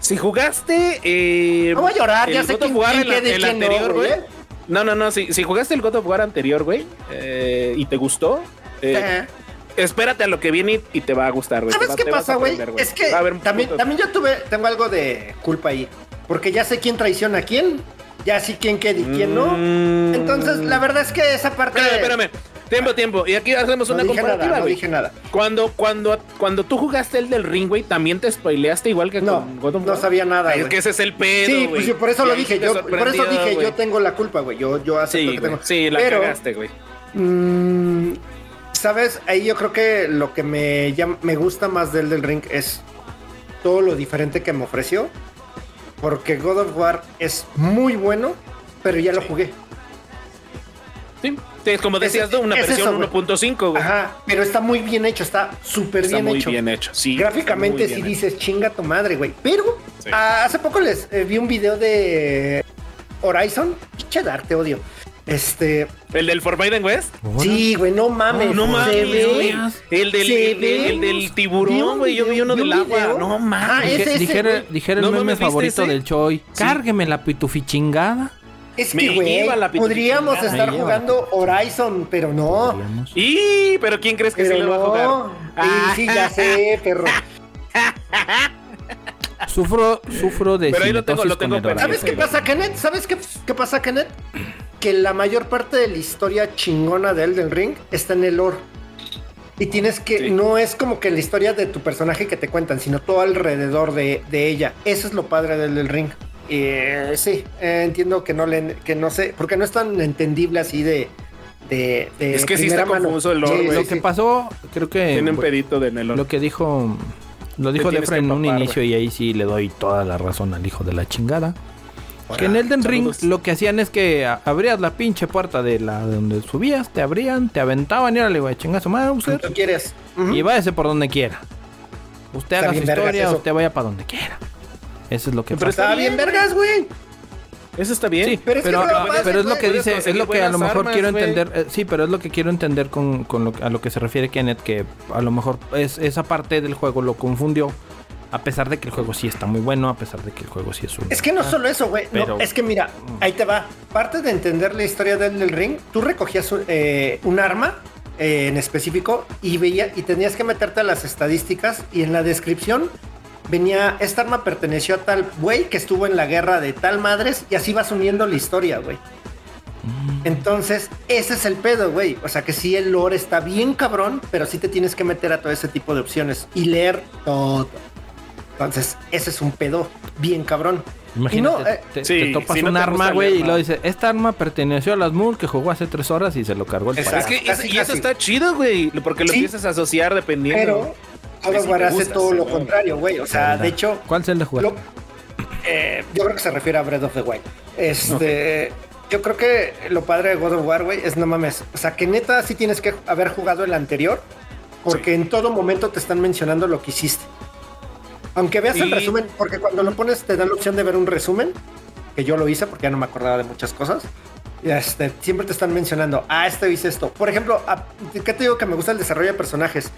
Speaker 3: Si jugaste. Eh,
Speaker 2: No voy a llorar, ya
Speaker 3: el
Speaker 2: sé
Speaker 3: God of
Speaker 2: quién-
Speaker 3: War,
Speaker 2: quién
Speaker 3: el,
Speaker 2: queda y quién
Speaker 3: el
Speaker 2: no,
Speaker 3: anterior,
Speaker 2: güey,
Speaker 3: güey.
Speaker 2: ¿eh?
Speaker 3: No, no, no. Si, si jugaste el God of War anterior, güey, eh, y te gustó, eh,
Speaker 2: Ajá.
Speaker 3: espérate a lo que viene y, y te va a gustar, güey. Te
Speaker 2: ¿Sabes
Speaker 3: Pues, va-
Speaker 2: qué
Speaker 3: te vas
Speaker 2: pasa,
Speaker 3: a
Speaker 2: güey?
Speaker 3: aprender,
Speaker 2: Es que
Speaker 3: Va a haber un
Speaker 2: también,
Speaker 3: puto-
Speaker 2: también yo tuve, tengo algo de culpa ahí. Porque ya sé quién traiciona a quién. Ya sé quién qué y quién no.
Speaker 3: Mm.
Speaker 2: Entonces, la verdad es que esa parte.
Speaker 3: Espérame, espérame. Tiempo, tiempo. Y aquí hacemos
Speaker 2: No
Speaker 3: una
Speaker 2: dije
Speaker 3: comparativa,
Speaker 2: nada, no
Speaker 3: güey.
Speaker 2: dije nada.
Speaker 3: Cuando, cuando, cuando tú jugaste el del ring, güey, también te spoileaste igual que
Speaker 2: No,
Speaker 3: con God of
Speaker 2: no
Speaker 3: War?
Speaker 2: sabía nada,
Speaker 3: Ay, Es
Speaker 2: güey.
Speaker 3: que ese es el pedo,
Speaker 2: Sí,
Speaker 3: güey.
Speaker 2: pues yo por eso
Speaker 3: Y
Speaker 2: lo
Speaker 3: ahí
Speaker 2: dije.
Speaker 3: te
Speaker 2: Yo, por eso
Speaker 3: sorprendió,
Speaker 2: dije,
Speaker 3: güey.
Speaker 2: yo tengo la culpa, güey. Yo, yo acepto
Speaker 3: Sí,
Speaker 2: que
Speaker 3: güey,
Speaker 2: tengo.
Speaker 3: sí, la
Speaker 2: Pero,
Speaker 3: cagaste, güey.
Speaker 2: mm, Sabes, ahí yo creo que lo que me, llam- me gusta más del del ring es todo lo diferente que me ofreció. Porque God of War es muy bueno, pero ya lo jugué.
Speaker 3: Sí, sí, es como
Speaker 2: Es-
Speaker 3: decías tú, una
Speaker 2: es eso,
Speaker 3: versión
Speaker 2: güey.
Speaker 3: 1.5, güey.
Speaker 2: Ajá, pero está muy bien hecho, está súper
Speaker 3: Está
Speaker 2: bien
Speaker 3: muy
Speaker 2: hecho.
Speaker 3: bien hecho, sí.
Speaker 2: Gráficamente
Speaker 3: si
Speaker 2: si dices chinga tu madre, güey. Pero
Speaker 3: Sí.
Speaker 2: ah, hace poco les eh, vi un video de Horizon. Chedar, te odio. Este,
Speaker 3: ¿El del Forbidden West?
Speaker 2: sí, güey, no mames.
Speaker 3: No
Speaker 2: se
Speaker 3: mames,
Speaker 2: ve,
Speaker 3: güey. El del,
Speaker 2: se
Speaker 3: el, del-
Speaker 2: ve.
Speaker 3: el del
Speaker 2: Vi un
Speaker 3: tiburón, güey. Yo vi
Speaker 2: video,
Speaker 3: uno
Speaker 2: vi un
Speaker 3: del agua.
Speaker 2: video.
Speaker 3: No
Speaker 2: Ah,
Speaker 3: mames.
Speaker 2: ese,
Speaker 1: Dije-
Speaker 2: ese,
Speaker 1: dijera,
Speaker 2: güey.
Speaker 1: dijera el
Speaker 3: No
Speaker 1: meme
Speaker 3: mames, ¿viste
Speaker 1: favorito
Speaker 3: ese?
Speaker 1: del Choi. Cárgueme la pitufichingada.
Speaker 2: Es
Speaker 3: Me
Speaker 2: que, güey,
Speaker 3: iba la pituita
Speaker 2: podríamos
Speaker 3: chingada.
Speaker 2: estar
Speaker 1: Me iba.
Speaker 2: jugando Horizon, pero
Speaker 3: Oh.
Speaker 2: no.
Speaker 3: ¿Y? ¿Pero quién crees que se
Speaker 2: Pero
Speaker 3: lo va a jugar? Ah,
Speaker 2: no. Sí, sí, ya sé, perro.
Speaker 1: Sufro, sufro de
Speaker 3: Pero ahí lo tengo,
Speaker 1: cinetosis
Speaker 3: lo tengo
Speaker 1: con el
Speaker 3: pensado.
Speaker 1: Horizon.
Speaker 2: ¿Sabes qué pasa, Kenneth? ¿Sabes qué, qué pasa, Kenneth? Que la mayor parte de la historia chingona de Elden Ring está en el lore. Y tienes que,
Speaker 3: Sí.
Speaker 2: no es como que la historia de tu personaje que te cuentan, sino todo alrededor de, de ella. Eso es lo padre del Elden Ring. Eh, sí, eh, entiendo que no le, que no sé, porque no es tan entendible así de, de, de
Speaker 3: Es que sí
Speaker 2: primera
Speaker 3: está confuso el lore, güey.
Speaker 1: Lo
Speaker 2: sí,
Speaker 1: que
Speaker 2: sí.
Speaker 1: pasó, creo que.
Speaker 3: Tiene un pedito de Nelón.
Speaker 1: Lo que dijo. Lo dijo
Speaker 3: tienes
Speaker 1: Defra
Speaker 3: que
Speaker 1: en un
Speaker 3: empapar,
Speaker 1: inicio y ahí sí le doy toda la razón al hijo de la chingada. que en Elden Ring
Speaker 3: saludos.
Speaker 1: lo que hacían es que a- abrías la pinche puerta de la de donde subías, te abrían, te aventaban y ahora le iba a chingar a su madre, usted,
Speaker 2: Tú quieres. Ujú.
Speaker 1: y váyase por donde quiera. Usted haga su
Speaker 2: ¿Mm? bien vergas
Speaker 1: historia,
Speaker 2: eso.
Speaker 1: usted vaya para donde quiera. Eso es lo que
Speaker 3: Pero
Speaker 1: pasa.
Speaker 3: está
Speaker 2: Está bien,
Speaker 3: bien,
Speaker 2: vergas, güey.
Speaker 3: Eso está bien.
Speaker 1: Sí,
Speaker 2: pero
Speaker 1: pero,
Speaker 2: es que no lo
Speaker 1: pero
Speaker 2: pases,
Speaker 1: es lo
Speaker 2: güey.
Speaker 1: que
Speaker 3: Puedes
Speaker 1: dice, es
Speaker 3: conseguir
Speaker 1: lo que a lo
Speaker 3: buenas
Speaker 1: mejor quiero
Speaker 3: armas,
Speaker 1: entender, eh, sí, pero es lo que quiero entender con, con lo, a lo que se refiere Kenneth, que a lo mejor es, esa parte del juego lo confundió, a pesar de que el juego sí está muy bueno, a pesar de que el juego sí es un...
Speaker 2: Es que no solo eso, güey. No,
Speaker 1: pero-
Speaker 2: es que mira, ahí te va. Parte de entender la historia del, del ring, tú recogías un, eh, un arma eh, en específico y veía y tenías que meterte a las estadísticas y en la descripción venía esta arma perteneció a tal güey que estuvo en la guerra de tal madres y así vas uniendo la historia, güey. Entonces, ese es el pedo, güey. O sea que sí, el lore está bien cabrón, pero sí te tienes que meter a todo ese tipo de opciones y leer todo. Entonces, ese es un pedo bien cabrón.
Speaker 1: Imagínate,
Speaker 2: Y no, eh,
Speaker 1: te,
Speaker 3: sí,
Speaker 1: te topas
Speaker 3: si no
Speaker 1: un
Speaker 3: te gusta
Speaker 1: arma,
Speaker 3: el
Speaker 1: güey, y
Speaker 3: arma.
Speaker 1: lo dice, esta arma perteneció a las Moon que jugó hace tres horas y se lo cargó el
Speaker 2: Exacto.
Speaker 3: Es
Speaker 1: payaso".
Speaker 3: que
Speaker 2: Casi,
Speaker 3: es- y eso
Speaker 2: casi.
Speaker 3: está chido, güey. Porque lo
Speaker 2: Sí.
Speaker 3: empiezas a asociar dependiendo.
Speaker 2: Pero
Speaker 3: Sí,
Speaker 2: God of
Speaker 3: sí
Speaker 2: War
Speaker 3: te
Speaker 2: hace
Speaker 3: gusta,
Speaker 2: todo
Speaker 3: sí,
Speaker 2: lo
Speaker 3: ¿no?
Speaker 2: contrario, güey. O sea, de hecho,
Speaker 1: ¿Cuál Zelda jugaste?
Speaker 2: lo- eh, yo creo que se refiere a Breath of the Wild. Este, yo creo que lo padre de God of War, güey, es no mames. O sea, que neta sí tienes que haber jugado el anterior, porque en todo momento te están mencionando lo que hiciste. Aunque veas el
Speaker 3: Y-
Speaker 2: resumen, porque cuando lo pones te dan la opción de ver un resumen, que yo lo hice porque ya no me acordaba de muchas cosas. Este, siempre te están mencionando, ah, este hice esto. Por ejemplo, a- ¿qué te digo que me gusta el desarrollo de personajes?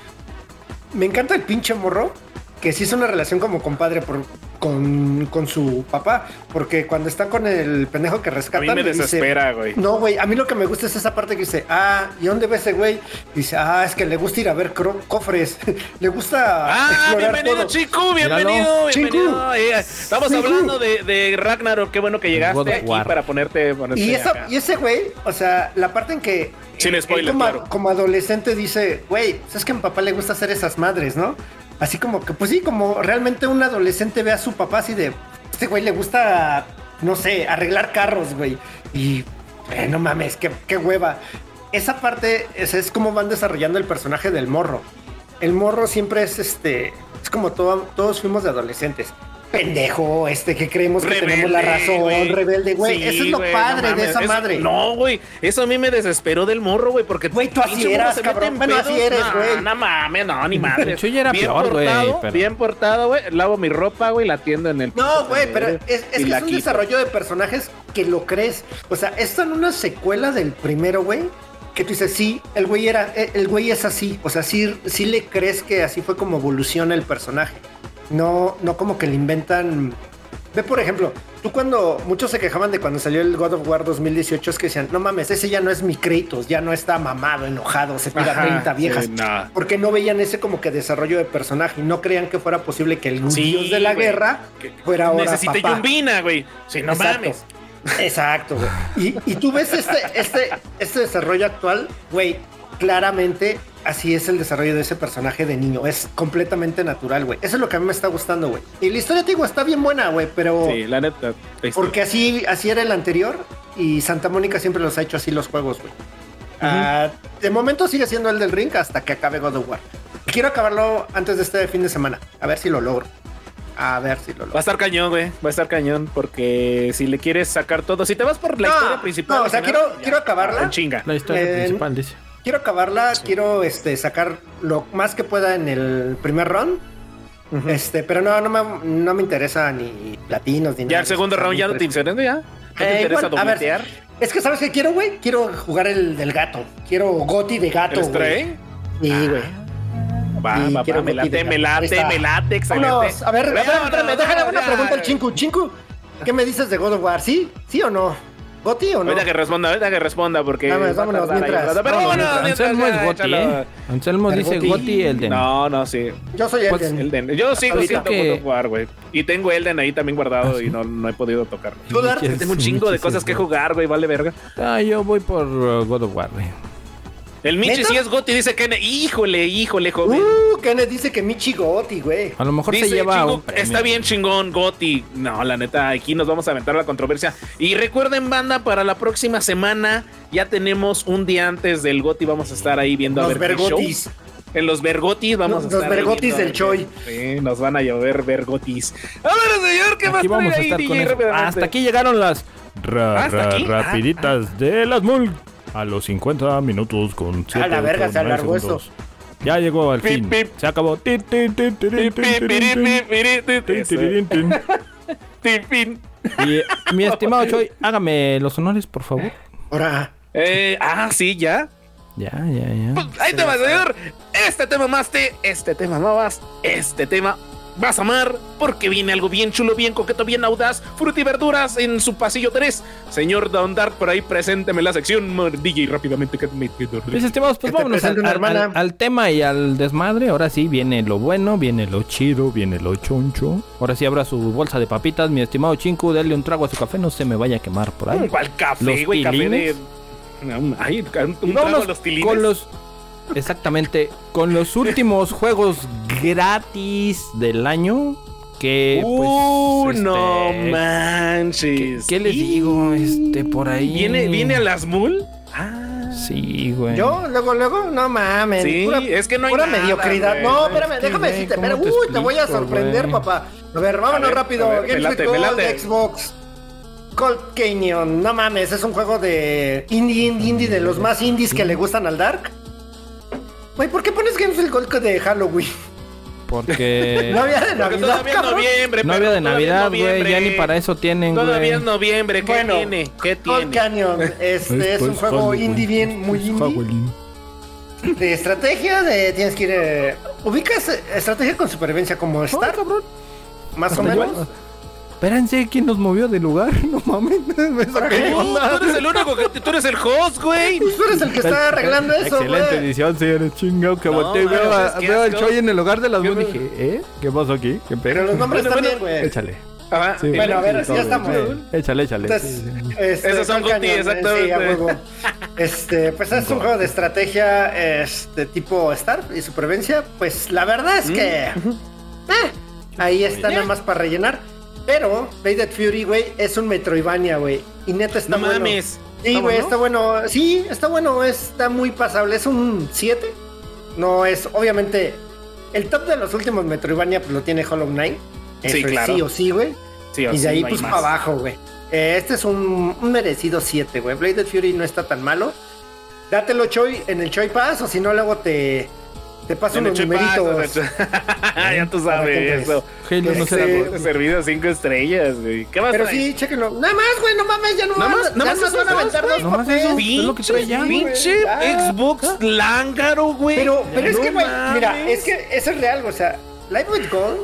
Speaker 2: Me encanta el pinche morro que sí es una relación como compadre por- con, con su papá, porque cuando está con el pendejo que
Speaker 3: A
Speaker 2: rescata,
Speaker 3: mí me desespera, güey.
Speaker 2: no, güey, a mí lo que me gusta es esa parte que dice, ah, ¿y dónde ve ese güey? Dice, ah, es que le gusta ir a ver cro- cofres, le gusta
Speaker 3: Ah,
Speaker 2: explorar
Speaker 3: bienvenido,
Speaker 2: todo.
Speaker 3: Chico, bienvenido,
Speaker 2: Chico.
Speaker 3: bienvenido. Eh, estamos
Speaker 2: Chico.
Speaker 3: hablando de, de Ragnarok, qué bueno que
Speaker 1: God of
Speaker 3: llegaste aquí
Speaker 1: War.
Speaker 3: para ponerte. ponerte
Speaker 2: Y, esa-
Speaker 3: acá.
Speaker 2: y ese güey, o sea, la parte en que
Speaker 3: Sin
Speaker 2: él
Speaker 3: spoiler,
Speaker 2: como,
Speaker 3: claro.
Speaker 2: como adolescente dice, güey, es que a mi papá le gusta hacer esas madres, ¿no? Así como que, pues sí, como realmente un adolescente ve a su papá así de, este güey le gusta, no sé, arreglar carros, güey. Y eh, no mames, qué, qué hueva. Esa parte es, es como van desarrollando el personaje del morro. El morro siempre es este, es como todo, todos fuimos de adolescentes. Pendejo, este que creemos que tenemos la
Speaker 3: Rebelde,
Speaker 2: razón, rebelde, güey.
Speaker 3: Sí,
Speaker 2: Eso es lo
Speaker 3: güey, no
Speaker 2: padre de
Speaker 3: mames,
Speaker 2: esa
Speaker 3: eso-
Speaker 2: madre.
Speaker 3: No, güey. Eso a mí me desesperó del morro, güey. Porque.
Speaker 2: Güey, tú así
Speaker 3: pinche morro
Speaker 2: eras,
Speaker 3: se mete
Speaker 2: cabrón.
Speaker 3: en
Speaker 2: Bueno, así eres,
Speaker 3: No,
Speaker 2: güey.
Speaker 3: No mames, no, ni madre.
Speaker 1: Yo ya era peor, güey,
Speaker 3: portado,
Speaker 1: pero-
Speaker 3: Bien portado, güey. Lavo mi ropa, güey. La tiendo en el. eh,
Speaker 2: No, güey, pero es, es
Speaker 3: Y
Speaker 2: que
Speaker 3: la
Speaker 2: es un
Speaker 3: quito.
Speaker 2: desarrollo de personajes que lo crees. O sea, esto en una secuela del primero, güey, que tú dices, sí, el güey era, eh, el güey es así. O sea, sí, sí le crees que así fue como evoluciona el personaje. No, no como que le inventan Ve, por ejemplo, tú cuando muchos se quejaban de cuando salió el God of War 2018, es que decían, no mames, ese ya no es mi Kratos, ya no está mamado, enojado, se pega
Speaker 3: Ajá,
Speaker 2: 30 viejas.
Speaker 3: sí, nah.
Speaker 2: Porque no veían ese como que desarrollo de personaje y no creían que fuera posible que el
Speaker 3: Sí,
Speaker 2: dios de la
Speaker 3: güey.
Speaker 2: guerra
Speaker 3: Que-
Speaker 2: fuera ahora
Speaker 3: Necesito
Speaker 2: papá.
Speaker 3: Yumbina, güey. Si no
Speaker 2: Exacto.
Speaker 3: mames.
Speaker 2: Exacto, güey. Y, y tú ves este, este, este desarrollo actual, güey, claramente así es el desarrollo de ese personaje de niño. Es completamente natural, güey. Eso es lo que a mí me está gustando, güey. Y la historia, te digo, está bien buena, güey, pero...
Speaker 3: Sí, la neta. ahí está.
Speaker 2: Porque así, así era el anterior y Santa Mónica siempre los ha hecho así los juegos, güey. Ah, de momento sigue siendo el del ring hasta que acabe God of War. Quiero acabarlo antes de este fin de semana. A ver si lo logro. A ver si lo
Speaker 3: Va a
Speaker 2: logro.
Speaker 3: estar cañón, güey. Va a estar cañón porque si le quieres sacar todo, si te vas por la
Speaker 2: No,
Speaker 3: historia principal.
Speaker 2: no, o sea,
Speaker 3: general,
Speaker 2: quiero- quiero acabarla.
Speaker 3: En chinga.
Speaker 1: La historia
Speaker 2: Eh,
Speaker 1: principal, dice.
Speaker 2: Quiero acabarla, quiero este, sacar lo más que pueda en el primer round.
Speaker 3: Ujú.
Speaker 2: Este, pero no, no me, no me interesa ni platinos ni nada.
Speaker 3: Ya el segundo
Speaker 2: No me
Speaker 3: round ya no te
Speaker 2: interesa.
Speaker 3: interesa, ya. No te
Speaker 2: Eh, igual,
Speaker 3: interesa
Speaker 2: a ver,
Speaker 3: dobletear.
Speaker 2: Es que sabes qué quiero, güey. Quiero jugar el del gato. Quiero Goti de gato.
Speaker 3: ¿El
Speaker 2: güey.
Speaker 3: stray? Ah,
Speaker 2: Sí, güey.
Speaker 3: Va,
Speaker 2: Sí,
Speaker 3: va, va,
Speaker 2: quiero
Speaker 3: me
Speaker 2: Gotti de
Speaker 3: late, me
Speaker 2: gato. Ahí
Speaker 3: late,
Speaker 2: está.
Speaker 3: me late,
Speaker 2: Vámonos.
Speaker 3: excelente.
Speaker 2: A ver,
Speaker 3: Vámonos,
Speaker 2: espérame, espérame, déjale una
Speaker 3: ya.
Speaker 2: pregunta al Chinku. Chinku, ¿qué me dices de God of War? ¿Sí? ¿Sí o no? ¿Goti o no?
Speaker 3: Ahorita que responda, ahorita que responda, porque.
Speaker 2: Vámonos,
Speaker 3: va a
Speaker 2: vámonos,
Speaker 3: tardar ahí un
Speaker 2: mientras.
Speaker 3: rato. Pero
Speaker 2: Vámonos,
Speaker 3: vámonos, mientras,
Speaker 1: Anselmo es
Speaker 3: ya,
Speaker 1: Gotti,
Speaker 3: échalo.
Speaker 1: ¿eh? Anselmo
Speaker 2: El
Speaker 1: dice
Speaker 2: Gotti.
Speaker 1: Gotti Elden.
Speaker 3: No, no, sí. Pues,
Speaker 2: Yo soy
Speaker 1: What's
Speaker 2: Elden.
Speaker 3: Elden. Yo sigo
Speaker 2: Ahorita
Speaker 3: siendo
Speaker 1: que-
Speaker 3: God of War, güey. Y tengo Elden ahí también guardado y no, no he podido tocarlo.
Speaker 2: Tú, Dar,
Speaker 1: Yes,
Speaker 3: Tengo un chingo de
Speaker 1: Michi,
Speaker 3: cosas
Speaker 1: sí,
Speaker 3: que
Speaker 1: güey.
Speaker 3: jugar, güey, vale verga.
Speaker 1: Ah, yo voy por uh, God of War, güey.
Speaker 3: El Michi
Speaker 2: ¿Neta?
Speaker 3: sí es Gotti, dice Kenneth. Híjole, híjole, joven.
Speaker 2: Uh, Kenneth dice que Michi Goti, güey.
Speaker 1: A lo mejor
Speaker 3: Dice,
Speaker 1: se lleva
Speaker 3: "Chingo,
Speaker 1: un premio.
Speaker 3: está bien chingón, Gotti. No, la neta, aquí nos vamos a aventar la controversia. Y recuerden, banda, para la próxima semana ya tenemos un día antes del Gotti. Vamos a estar ahí viendo a
Speaker 2: Los
Speaker 3: ver qué
Speaker 2: Vergotis.
Speaker 3: show. En los Vergotis vamos
Speaker 2: Los-
Speaker 3: a estar.
Speaker 2: los
Speaker 3: ahí
Speaker 2: Vergotis
Speaker 3: viendo a
Speaker 2: del
Speaker 3: ver
Speaker 2: Choy.
Speaker 3: qué- Sí, nos van a llover Vergotis. A ver, señor, ¿qué más
Speaker 1: Aquí vamos
Speaker 3: trae
Speaker 1: a
Speaker 3: ahí,
Speaker 1: estar
Speaker 3: DJ,
Speaker 1: con eso.
Speaker 3: rápidamente?
Speaker 1: Hasta aquí llegaron las ra-
Speaker 3: ¿Hasta
Speaker 4: ra-
Speaker 3: aquí? Ah,
Speaker 4: rapiditas de las mul a los 50 minutos con 7
Speaker 2: la verga, se alargó
Speaker 4: Ya llegó al
Speaker 3: Pip,
Speaker 4: fin.
Speaker 3: pip.
Speaker 4: Se acabó. Tin, tin, tin, tirin, tin, tirin, tin, tin,
Speaker 3: Eso.
Speaker 4: tirin, tin.
Speaker 3: Tipín.
Speaker 1: Y, eh, mi estimado Choy, hágame los honores, por favor.
Speaker 2: Ahora,
Speaker 3: Eh, ah, sí, ya.
Speaker 1: Ya, ya, ya.
Speaker 3: Pues, Ahí te va, señor. Este tema más te, este tema más, este tema vas a amar porque viene algo bien chulo, bien coqueto, bien audaz. Fruta y verduras en su pasillo 3. Señor Down Dark, por ahí presénteme la sección. Mor- DJ, rápidamente que me que
Speaker 1: Mis estimados, pues
Speaker 2: Que te
Speaker 1: vámonos al,
Speaker 2: presente una
Speaker 1: al-
Speaker 2: hermana.
Speaker 1: al- al tema y al desmadre. Ahora sí viene lo bueno, viene lo chido, viene lo choncho. Ahora sí abra su bolsa de papitas, mi estimado Chinku, dale un trago a su café, no se me vaya a quemar por ahí.
Speaker 3: ¿Cuál
Speaker 1: ¿Los
Speaker 3: café, güey? Café de.
Speaker 1: tilines?
Speaker 3: Ay, un
Speaker 1: Y
Speaker 3: un trago a
Speaker 1: vámonos
Speaker 3: los tilines.
Speaker 1: con los exactamente con los últimos juegos gratis del año que
Speaker 3: Uh,
Speaker 1: pues,
Speaker 3: no
Speaker 1: este, ¿qué,
Speaker 3: manches.
Speaker 1: qué les
Speaker 3: Y-
Speaker 1: digo este por ahí?
Speaker 3: ¿Viene, viene a las mul? Ah.
Speaker 1: Sí, güey.
Speaker 2: yo, luego, luego, no mames.
Speaker 3: Sí,
Speaker 2: pura,
Speaker 3: es que no hay
Speaker 2: pura
Speaker 3: nada,
Speaker 2: mediocridad.
Speaker 3: güey.
Speaker 2: No, espérame,
Speaker 1: Es que,
Speaker 2: déjame
Speaker 1: güey,
Speaker 2: decirte.
Speaker 1: ¿cómo
Speaker 2: Pero, uy,
Speaker 1: te
Speaker 2: te voy a
Speaker 1: explico,
Speaker 2: sorprender,
Speaker 1: güey?
Speaker 2: papá. A ver, vámonos
Speaker 3: A ver,
Speaker 2: rápido.
Speaker 3: a ver, me
Speaker 2: Games with
Speaker 3: late, me
Speaker 2: Gold,
Speaker 3: late.
Speaker 2: Xbox. Cold Canyon, no mames, es un juego de indie, indie, indie, de los más indies que le gustan al Dark. Güey, ¿por qué pones Games with Gold de Halloween?
Speaker 1: Porque
Speaker 2: No había de
Speaker 3: Eh, Porque
Speaker 2: Navidad,
Speaker 3: todavía es
Speaker 2: cabrón.
Speaker 3: noviembre.
Speaker 1: no había
Speaker 3: perro,
Speaker 1: de
Speaker 3: todavía es
Speaker 1: Navidad, güey, ya
Speaker 3: noviembre.
Speaker 1: ni para eso tienen, güey.
Speaker 3: Todavía es noviembre, ¿qué
Speaker 2: Bueno,
Speaker 3: tiene? ¿Qué
Speaker 2: Cold
Speaker 3: tiene?
Speaker 2: Canyon este, es un
Speaker 4: Pues,
Speaker 2: juego
Speaker 4: Halloween,
Speaker 2: indie bien,
Speaker 4: pues,
Speaker 2: muy
Speaker 4: pues,
Speaker 2: indie.
Speaker 4: Halloween.
Speaker 2: De estrategia, de tienes que ir... eh, ubicas eh, estrategia con supervivencia como
Speaker 1: Ay,
Speaker 2: Star,
Speaker 1: cabrón.
Speaker 2: más o
Speaker 1: Hasta yo-
Speaker 2: menos.
Speaker 1: Espérense, ¿quién nos movió de lugar? No mames, me saqué de
Speaker 3: Tú,
Speaker 1: onda.
Speaker 3: tú eres el único que tú eres el host, güey.
Speaker 2: Pues Tú eres el que está arreglando eso,
Speaker 4: Excelente
Speaker 2: güey.
Speaker 4: edición, señores. Chingado que
Speaker 3: No,
Speaker 4: volteé y
Speaker 3: mames,
Speaker 4: veo a-
Speaker 3: es que
Speaker 4: veo al
Speaker 3: asco.
Speaker 4: Choy en el hogar de las
Speaker 3: Yo
Speaker 4: dos.
Speaker 3: me-
Speaker 4: Dije, ¿eh? ¿Qué pasó aquí? ¿Qué
Speaker 2: Pero
Speaker 4: pedo?
Speaker 2: los nombres
Speaker 3: Bueno,
Speaker 2: también,
Speaker 3: bueno,
Speaker 2: güey.
Speaker 4: Échale.
Speaker 3: Ajá. eh,
Speaker 4: Sí,
Speaker 3: el-
Speaker 2: Bueno, a ver,
Speaker 4: todo,
Speaker 2: ya estamos.
Speaker 4: güey. Échale, échale.
Speaker 2: Entonces,
Speaker 4: sí, sí.
Speaker 2: este,
Speaker 3: Esos son
Speaker 2: Cold
Speaker 3: Guti,
Speaker 2: Canyon, eh,
Speaker 3: exactamente.
Speaker 2: sí, a huevo. Este, pues es un juego de estrategia este tipo Star y supervivencia. Pues la verdad
Speaker 3: Mm.
Speaker 2: es que eh, ahí está nada más para rellenar. Pero Blade at Fury, güey, es un Metroidvania, güey. Y neta está
Speaker 3: No
Speaker 2: bueno.
Speaker 3: mames.
Speaker 2: Sí,
Speaker 3: ¿Está
Speaker 2: güey,
Speaker 3: bueno?
Speaker 2: está bueno. Sí, está bueno, está muy pasable. Es un 7. No es, obviamente, el top de los últimos Metroidvania pues, lo tiene Hollow Knight.
Speaker 3: Sí,
Speaker 2: Eso es
Speaker 3: claro.
Speaker 2: Sí o sí, güey.
Speaker 3: Sí, o
Speaker 2: Y
Speaker 3: sí,
Speaker 2: de ahí,
Speaker 3: no hay
Speaker 2: pues,
Speaker 3: más.
Speaker 2: para abajo, güey. Eh, este es un, un merecido 7, güey. Blade of Fury no está tan malo. Dátelo, Choi, en el Choi Pass, o si no, luego te, te paso
Speaker 3: En el
Speaker 2: unos
Speaker 3: Chuy Paz,
Speaker 2: numeritos.
Speaker 3: en el- ya tú sabes
Speaker 2: entres.
Speaker 3: eso.
Speaker 1: Halo no será
Speaker 2: Este,
Speaker 1: por-
Speaker 3: Servido cinco estrellas, güey. ¿Qué más
Speaker 2: Pero
Speaker 3: traes?
Speaker 2: sí, chéquenlo. Nada más, güey, no mames, ya no
Speaker 3: Nada más-
Speaker 2: mames.
Speaker 3: nada más
Speaker 2: nos
Speaker 3: esos
Speaker 2: van a
Speaker 3: dos,
Speaker 2: aventar
Speaker 3: güey.
Speaker 2: dos
Speaker 1: Nada más eso.
Speaker 2: papeles.
Speaker 1: Es lo que trae ya,
Speaker 3: Pinche,
Speaker 1: güey.
Speaker 3: pinche
Speaker 2: Ya.
Speaker 3: Xbox lángaro, güey.
Speaker 2: Ah. Pero, pero es
Speaker 3: No
Speaker 2: que, güey, mira,
Speaker 3: mames.
Speaker 2: es que eso es real, o sea, Live with Gold,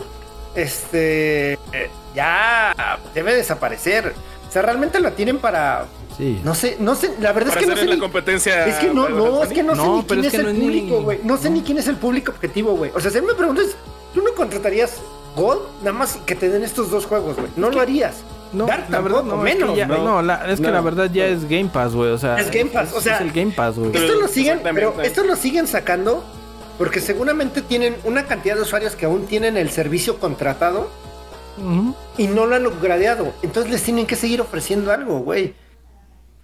Speaker 2: este, eh, ya debe desaparecer. O sea, realmente la tienen para.
Speaker 1: Sí.
Speaker 2: No sé, no sé, la verdad
Speaker 3: Para
Speaker 2: es que no
Speaker 3: hacer
Speaker 2: sé.
Speaker 3: en la
Speaker 2: ni-
Speaker 3: competencia.
Speaker 2: es que no,
Speaker 3: Mario
Speaker 2: no, es
Speaker 3: Garzani.
Speaker 2: que no, sé
Speaker 1: No,
Speaker 2: ni
Speaker 1: pero
Speaker 2: quién
Speaker 1: es
Speaker 2: es,
Speaker 1: que
Speaker 2: el
Speaker 1: no es ni-
Speaker 2: público, güey. No sé ni quién es el público objetivo, güey. O sea, si me preguntas, ¿tú no contratarías Gold? Nada más que te den estos dos juegos, güey. No lo harías.
Speaker 1: No,
Speaker 2: Dark
Speaker 1: la verdad
Speaker 2: tampoco,
Speaker 1: no, es
Speaker 2: menos.
Speaker 1: que ya,
Speaker 2: güey.
Speaker 1: no, la, es que
Speaker 3: no,
Speaker 1: la verdad ya es Game Pass, güey, o sea,
Speaker 2: Es Game Pass, o sea,
Speaker 1: es el Game Pass, güey.
Speaker 3: Pero-
Speaker 2: Esto lo siguen, pero
Speaker 3: Exactamente.
Speaker 2: esto lo siguen sacando porque seguramente tienen una cantidad de usuarios que aún tienen el servicio contratado
Speaker 1: Ujú.
Speaker 2: y no lo han upgradeado. Entonces les tienen que seguir ofreciendo algo, güey.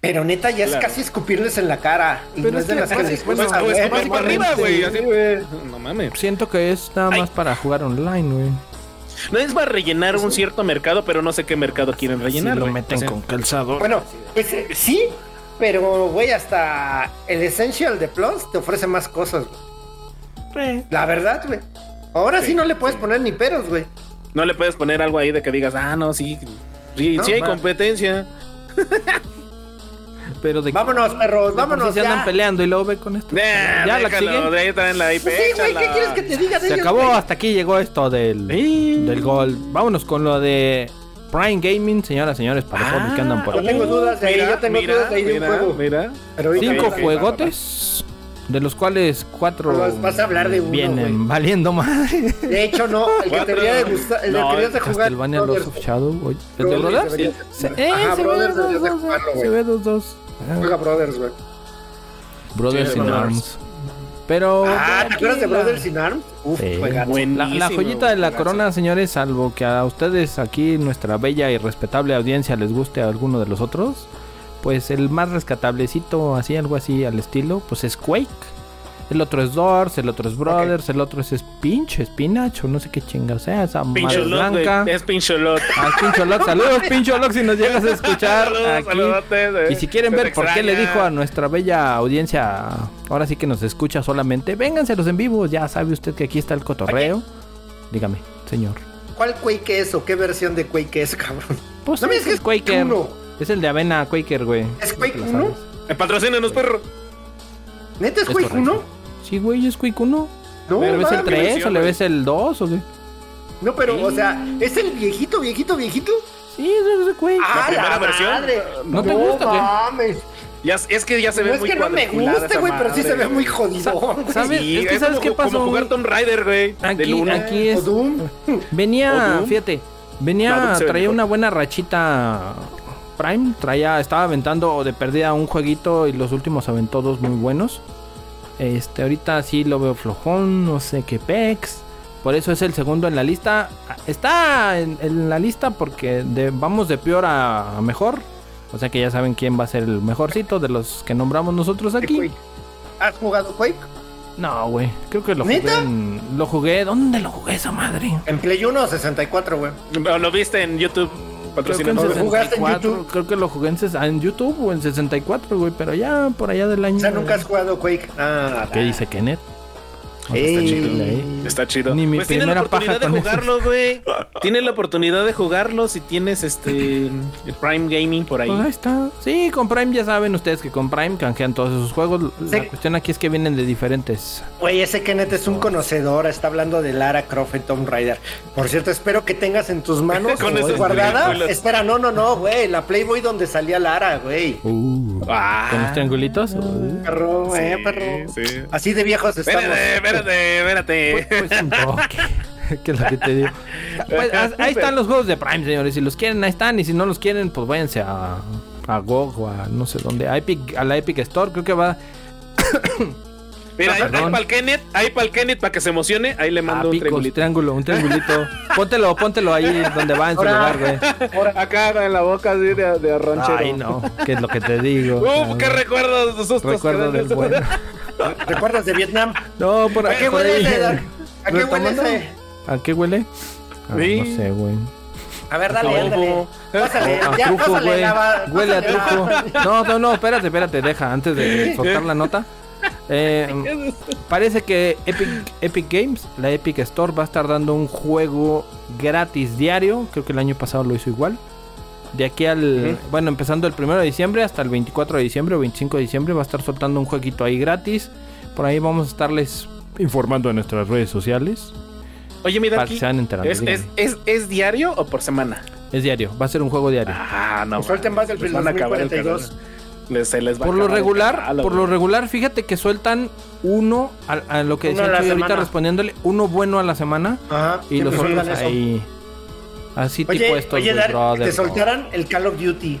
Speaker 2: Pero neta, ya
Speaker 3: Claro.
Speaker 2: es casi escupirles en la cara. Y
Speaker 1: Pero
Speaker 2: no
Speaker 1: es
Speaker 2: es de
Speaker 1: que
Speaker 2: las que
Speaker 1: aparte,
Speaker 2: les
Speaker 1: bueno,
Speaker 2: gusta,
Speaker 3: Ah, güey,
Speaker 2: güey.
Speaker 3: es para arriba, güey. así, güey. No mames.
Speaker 1: Siento que es nada
Speaker 3: Ay.
Speaker 1: más para jugar online, güey.
Speaker 3: No es para rellenar un cierto mercado, pero no sé qué mercado quieren
Speaker 1: Si
Speaker 3: rellenar.
Speaker 1: lo
Speaker 3: güey.
Speaker 1: meten
Speaker 3: eh, O sea,
Speaker 1: con calzador.
Speaker 2: Bueno, pues, eh, sí, pero güey, hasta el Essential de Plus te ofrece más cosas, güey.
Speaker 1: Eh,
Speaker 2: La verdad, güey. Ahora sí,
Speaker 3: Sí,
Speaker 2: no le puedes poner ni peros, güey.
Speaker 3: No le puedes poner algo ahí de que digas, ah, no, sí. Sí,
Speaker 2: No,
Speaker 3: sí hay
Speaker 2: va.
Speaker 3: competencia.
Speaker 1: Pero de
Speaker 2: Vámonos, perros,
Speaker 1: de por sí
Speaker 2: vámonos.
Speaker 1: se andan
Speaker 2: ya.
Speaker 1: peleando y luego ve con esto.
Speaker 3: Nah,
Speaker 1: ya la
Speaker 3: déjalo,
Speaker 1: siguen.
Speaker 3: de ahí traen la IP.
Speaker 2: Pues sí, güey, ¿qué
Speaker 3: échala.
Speaker 2: quieres que te diga de
Speaker 1: Se
Speaker 2: ellos,
Speaker 1: acabó,
Speaker 2: güey?
Speaker 1: hasta aquí llegó esto del
Speaker 3: Sí.
Speaker 1: del gol. Vámonos con lo de Prime Gaming, señoras, señores, para todos los que andan por
Speaker 2: Ah, yo
Speaker 1: aquí.
Speaker 2: tengo dudas de ahí, yo tengo dudas de ahí de un
Speaker 3: mira,
Speaker 2: juego.
Speaker 3: Mira,
Speaker 2: Pero ahorita-
Speaker 1: Cinco
Speaker 3: Ok, ok,
Speaker 1: juegotes, de los cuales cuatro
Speaker 2: Pues vas a hablar de uno,
Speaker 1: vienen
Speaker 2: güey.
Speaker 1: valiendo madre.
Speaker 2: De hecho, no, el que
Speaker 3: Cuatro.
Speaker 2: te debería de gustar, el
Speaker 3: No,
Speaker 2: que deberías de jugar.
Speaker 1: Castlevania Lords of
Speaker 2: Brothers.
Speaker 1: Shadow. oye, ¿El de Brothers?
Speaker 2: debería-
Speaker 1: Se- eh,
Speaker 2: Ajá,
Speaker 1: se ve
Speaker 2: Brothers deberías de
Speaker 1: 2-2.
Speaker 2: jugarlo,
Speaker 1: Se
Speaker 2: güey.
Speaker 1: ve 2-2.
Speaker 2: Juega Brothers, güey.
Speaker 1: Brothers
Speaker 3: Sí,
Speaker 1: in
Speaker 3: Brothers.
Speaker 1: Arms. Pero.
Speaker 2: Ah, ¿te acuerdas de
Speaker 1: la-
Speaker 2: Brothers in Arms? Uf,
Speaker 1: Sí.
Speaker 2: juega.
Speaker 1: La, la
Speaker 3: buenísimo,
Speaker 1: joyita de la
Speaker 3: buenazo.
Speaker 1: corona, señores, salvo que a ustedes aquí, nuestra bella y respetable audiencia, les guste a alguno de los otros, pues el más rescatablecito, así, algo así al estilo, pues es Quake. El otro es Doors, el otro es Brothers, el otro es, es pinche Spinach, o no sé qué chinga sea, esa madre
Speaker 3: Pincholot, güey,
Speaker 1: blanca.
Speaker 3: Es pincholot.
Speaker 1: Al Pincholot, saludos Pincholot si nos llegas a escuchar
Speaker 3: Saludos,
Speaker 1: aquí.
Speaker 3: saludotes, eh.
Speaker 1: Y si quieren
Speaker 3: Se
Speaker 1: ver
Speaker 3: te
Speaker 1: por qué le
Speaker 3: extraña.
Speaker 1: dijo a nuestra bella audiencia, ahora sí que nos escucha solamente, vénganse los en vivo, ya sabe usted que aquí está el cotorreo. Dígame, señor.
Speaker 2: ¿Cuál Quake es o qué versión de Quake es, cabrón?
Speaker 1: Pues
Speaker 2: No me
Speaker 1: es el
Speaker 2: digas que es
Speaker 1: Quaker.
Speaker 2: uno.
Speaker 1: Es el de avena Quaker, güey.
Speaker 2: ¿Es
Speaker 1: Creo que
Speaker 2: Quake
Speaker 1: lo
Speaker 2: uno?
Speaker 1: sabes.
Speaker 3: Eh, Patrocínanos, perro.
Speaker 2: ¿Neta es
Speaker 1: Es
Speaker 2: Quake
Speaker 1: correcto.
Speaker 2: 1?
Speaker 1: Sí, güey, es Quake 1.
Speaker 2: No,
Speaker 1: ¿Le ves el
Speaker 2: mames.
Speaker 1: 3 o le
Speaker 3: güey.
Speaker 1: ves el 2 o qué?
Speaker 2: No, pero, o sea, ¿es el viejito, viejito, viejito?
Speaker 1: Sí, es de Quake.
Speaker 2: ¡Ah,
Speaker 3: primera versión?
Speaker 2: madre!
Speaker 1: ¿No te gusta,
Speaker 2: No
Speaker 1: güey?
Speaker 2: mames.
Speaker 3: Ya, es que ya se
Speaker 2: No
Speaker 3: ve
Speaker 2: es
Speaker 3: muy
Speaker 2: que no me
Speaker 3: cuadriculada
Speaker 2: guste,
Speaker 3: esa
Speaker 2: güey, pero sí
Speaker 3: madre,
Speaker 2: se ve
Speaker 3: güey.
Speaker 2: muy jodido.
Speaker 1: ¿Sabes?
Speaker 3: Sí,
Speaker 1: Es que
Speaker 3: es
Speaker 1: ¿sabes
Speaker 3: como-
Speaker 1: qué pasó?
Speaker 3: Como jugar Tomb Raider, güey. de
Speaker 1: Aquí,
Speaker 3: Luna.
Speaker 1: aquí es.
Speaker 2: O Doom.
Speaker 1: Venía,
Speaker 3: O Doom.
Speaker 1: fíjate,
Speaker 3: No,
Speaker 1: venía,
Speaker 3: Doom se ve
Speaker 1: traía
Speaker 3: mejor.
Speaker 1: una buena rachita Prime, traía, estaba aventando de perdida un jueguito y los últimos aventó dos muy buenos. Este, ahorita sí lo veo flojón, no sé qué pex. Por eso es el segundo en la lista. Está en, en la lista porque de- vamos de peor a, a mejor. O sea que ya saben quién va a ser el mejorcito de los que nombramos nosotros
Speaker 2: de
Speaker 1: aquí.
Speaker 2: Quake. ¿Has jugado Quake?
Speaker 1: No, güey. Creo que lo jugué.
Speaker 2: ¿Neta?
Speaker 1: en- lo jugué. ¿Dónde lo jugué esa madre?
Speaker 2: En Play 1 o 64, güey.
Speaker 3: Lo, lo viste en YouTube.
Speaker 1: Creo que en
Speaker 3: Patrocínanos.
Speaker 2: ¿Lo jugaste en
Speaker 1: 64,
Speaker 2: YouTube?
Speaker 1: Creo que lo jugué en, ses- en YouTube o en 64, güey, pero ya por allá del año.
Speaker 2: O sea, nunca has jugado Quake. Ah,
Speaker 1: ¿Qué dice Kenneth? No,
Speaker 2: Ey.
Speaker 1: ahí.
Speaker 3: Está chido.
Speaker 1: Ni mi
Speaker 3: pues tiene la
Speaker 1: primera paja
Speaker 3: oportunidad de
Speaker 1: con eso.
Speaker 3: jugarlo, güey. Tiene la oportunidad de jugarlo si tienes este el Prime Gaming por ahí.
Speaker 1: Pues ahí está. Sí, con Prime ya saben ustedes que con Prime canjean todos esos juegos. La
Speaker 2: Sí.
Speaker 1: cuestión aquí es que vienen de diferentes.
Speaker 2: Güey, ese Kenneth es un conocedor, está hablando de Lara Croft en Tomb Raider. Por cierto, espero que tengas en tus manos
Speaker 3: Con esas
Speaker 2: guardada.
Speaker 3: películas.
Speaker 2: Espera, no, no, no, güey, la Playboy donde salía Lara, güey.
Speaker 3: Ah.
Speaker 1: con los triangulitos. Uh.
Speaker 2: Perro, eh,
Speaker 3: Sí,
Speaker 2: perro.
Speaker 3: sí.
Speaker 2: Así de viejos estamos.
Speaker 3: Espérate, espérate, espérate.
Speaker 1: Pues un toque. que es lo que te digo. Pues, a- ahí están los juegos de Prime, señores. Si los quieren, ahí están. Y si no los quieren, pues váyanse a, a GOG o a no sé dónde. A, Epic, a la Epic Store, creo que va.
Speaker 3: Mira, ahí,
Speaker 1: Perdón.
Speaker 3: para el Kenneth, ahí para el Kenneth para que se emocione, ahí le
Speaker 1: Ah,
Speaker 3: mando un
Speaker 1: picos,
Speaker 3: triangulito.
Speaker 1: triángulo, un triangulito. Póntelo, póntelo ahí donde va en su
Speaker 2: Ahora.
Speaker 1: lugar, güey.
Speaker 3: Acá en la boca así de, de arranchero.
Speaker 1: Ay, no, que es lo que te digo.
Speaker 3: Uf, Uh, qué recuerdos de sustos.
Speaker 1: recuerdo
Speaker 3: que dan
Speaker 1: del bueno.
Speaker 2: ¿Recuerdas de Vietnam?
Speaker 1: No, por
Speaker 2: ¿A
Speaker 1: aquí.
Speaker 2: qué
Speaker 1: por
Speaker 2: huele
Speaker 1: ahí.
Speaker 2: ese? Dar? ¿A qué huele
Speaker 1: Retomando.
Speaker 2: ese?
Speaker 1: ¿A qué huele? Ah,
Speaker 3: Sí.
Speaker 1: No sé, güey.
Speaker 2: A ver, dale,
Speaker 3: No.
Speaker 2: ándale. Pásale,
Speaker 1: A
Speaker 2: ya,
Speaker 1: trujo,
Speaker 2: pásale
Speaker 1: güey.
Speaker 2: la va-
Speaker 1: Huele a
Speaker 2: pásale la-
Speaker 1: trujo. No, no, no, espérate, espérate, deja, antes de soltar la nota. Eh, parece que Epic, Epic Games, la Epic Store, va a estar dando un juego gratis diario. Creo que el año pasado lo hizo igual. De aquí al. Bueno, empezando el 1 de diciembre hasta el 24 de diciembre o 25 de diciembre, va a estar soltando un jueguito ahí gratis. Por ahí vamos a estarles informando en nuestras redes sociales.
Speaker 3: Oye, mira,
Speaker 1: Para que
Speaker 3: aquí,
Speaker 1: se vayan enterando,
Speaker 3: ¿es, es,
Speaker 1: díganme.
Speaker 3: es, es diario o por semana?
Speaker 1: Es diario, va a ser un juego diario.
Speaker 3: Ah, no.
Speaker 2: Suelten más del
Speaker 3: les van a acabar el
Speaker 2: 2042.
Speaker 3: canal. Les- se les va a
Speaker 1: Por lo
Speaker 3: acabar el
Speaker 1: regular,
Speaker 3: canal,
Speaker 1: por lo
Speaker 3: güey.
Speaker 1: regular, fíjate que sueltan uno a, a lo que
Speaker 2: Uno a
Speaker 1: decía
Speaker 2: la
Speaker 1: Chuy ahorita
Speaker 2: semana.
Speaker 1: respondiéndole, uno bueno a la semana
Speaker 2: Ajá.
Speaker 1: y los
Speaker 2: siempre
Speaker 1: otros
Speaker 2: sueltan eso.
Speaker 1: ahí. Así tipo
Speaker 2: Oye,
Speaker 1: estos
Speaker 2: oye,
Speaker 1: Big
Speaker 2: Dar,
Speaker 1: Brother,
Speaker 2: te
Speaker 1: ¿no?
Speaker 2: soltaran el Call of Duty.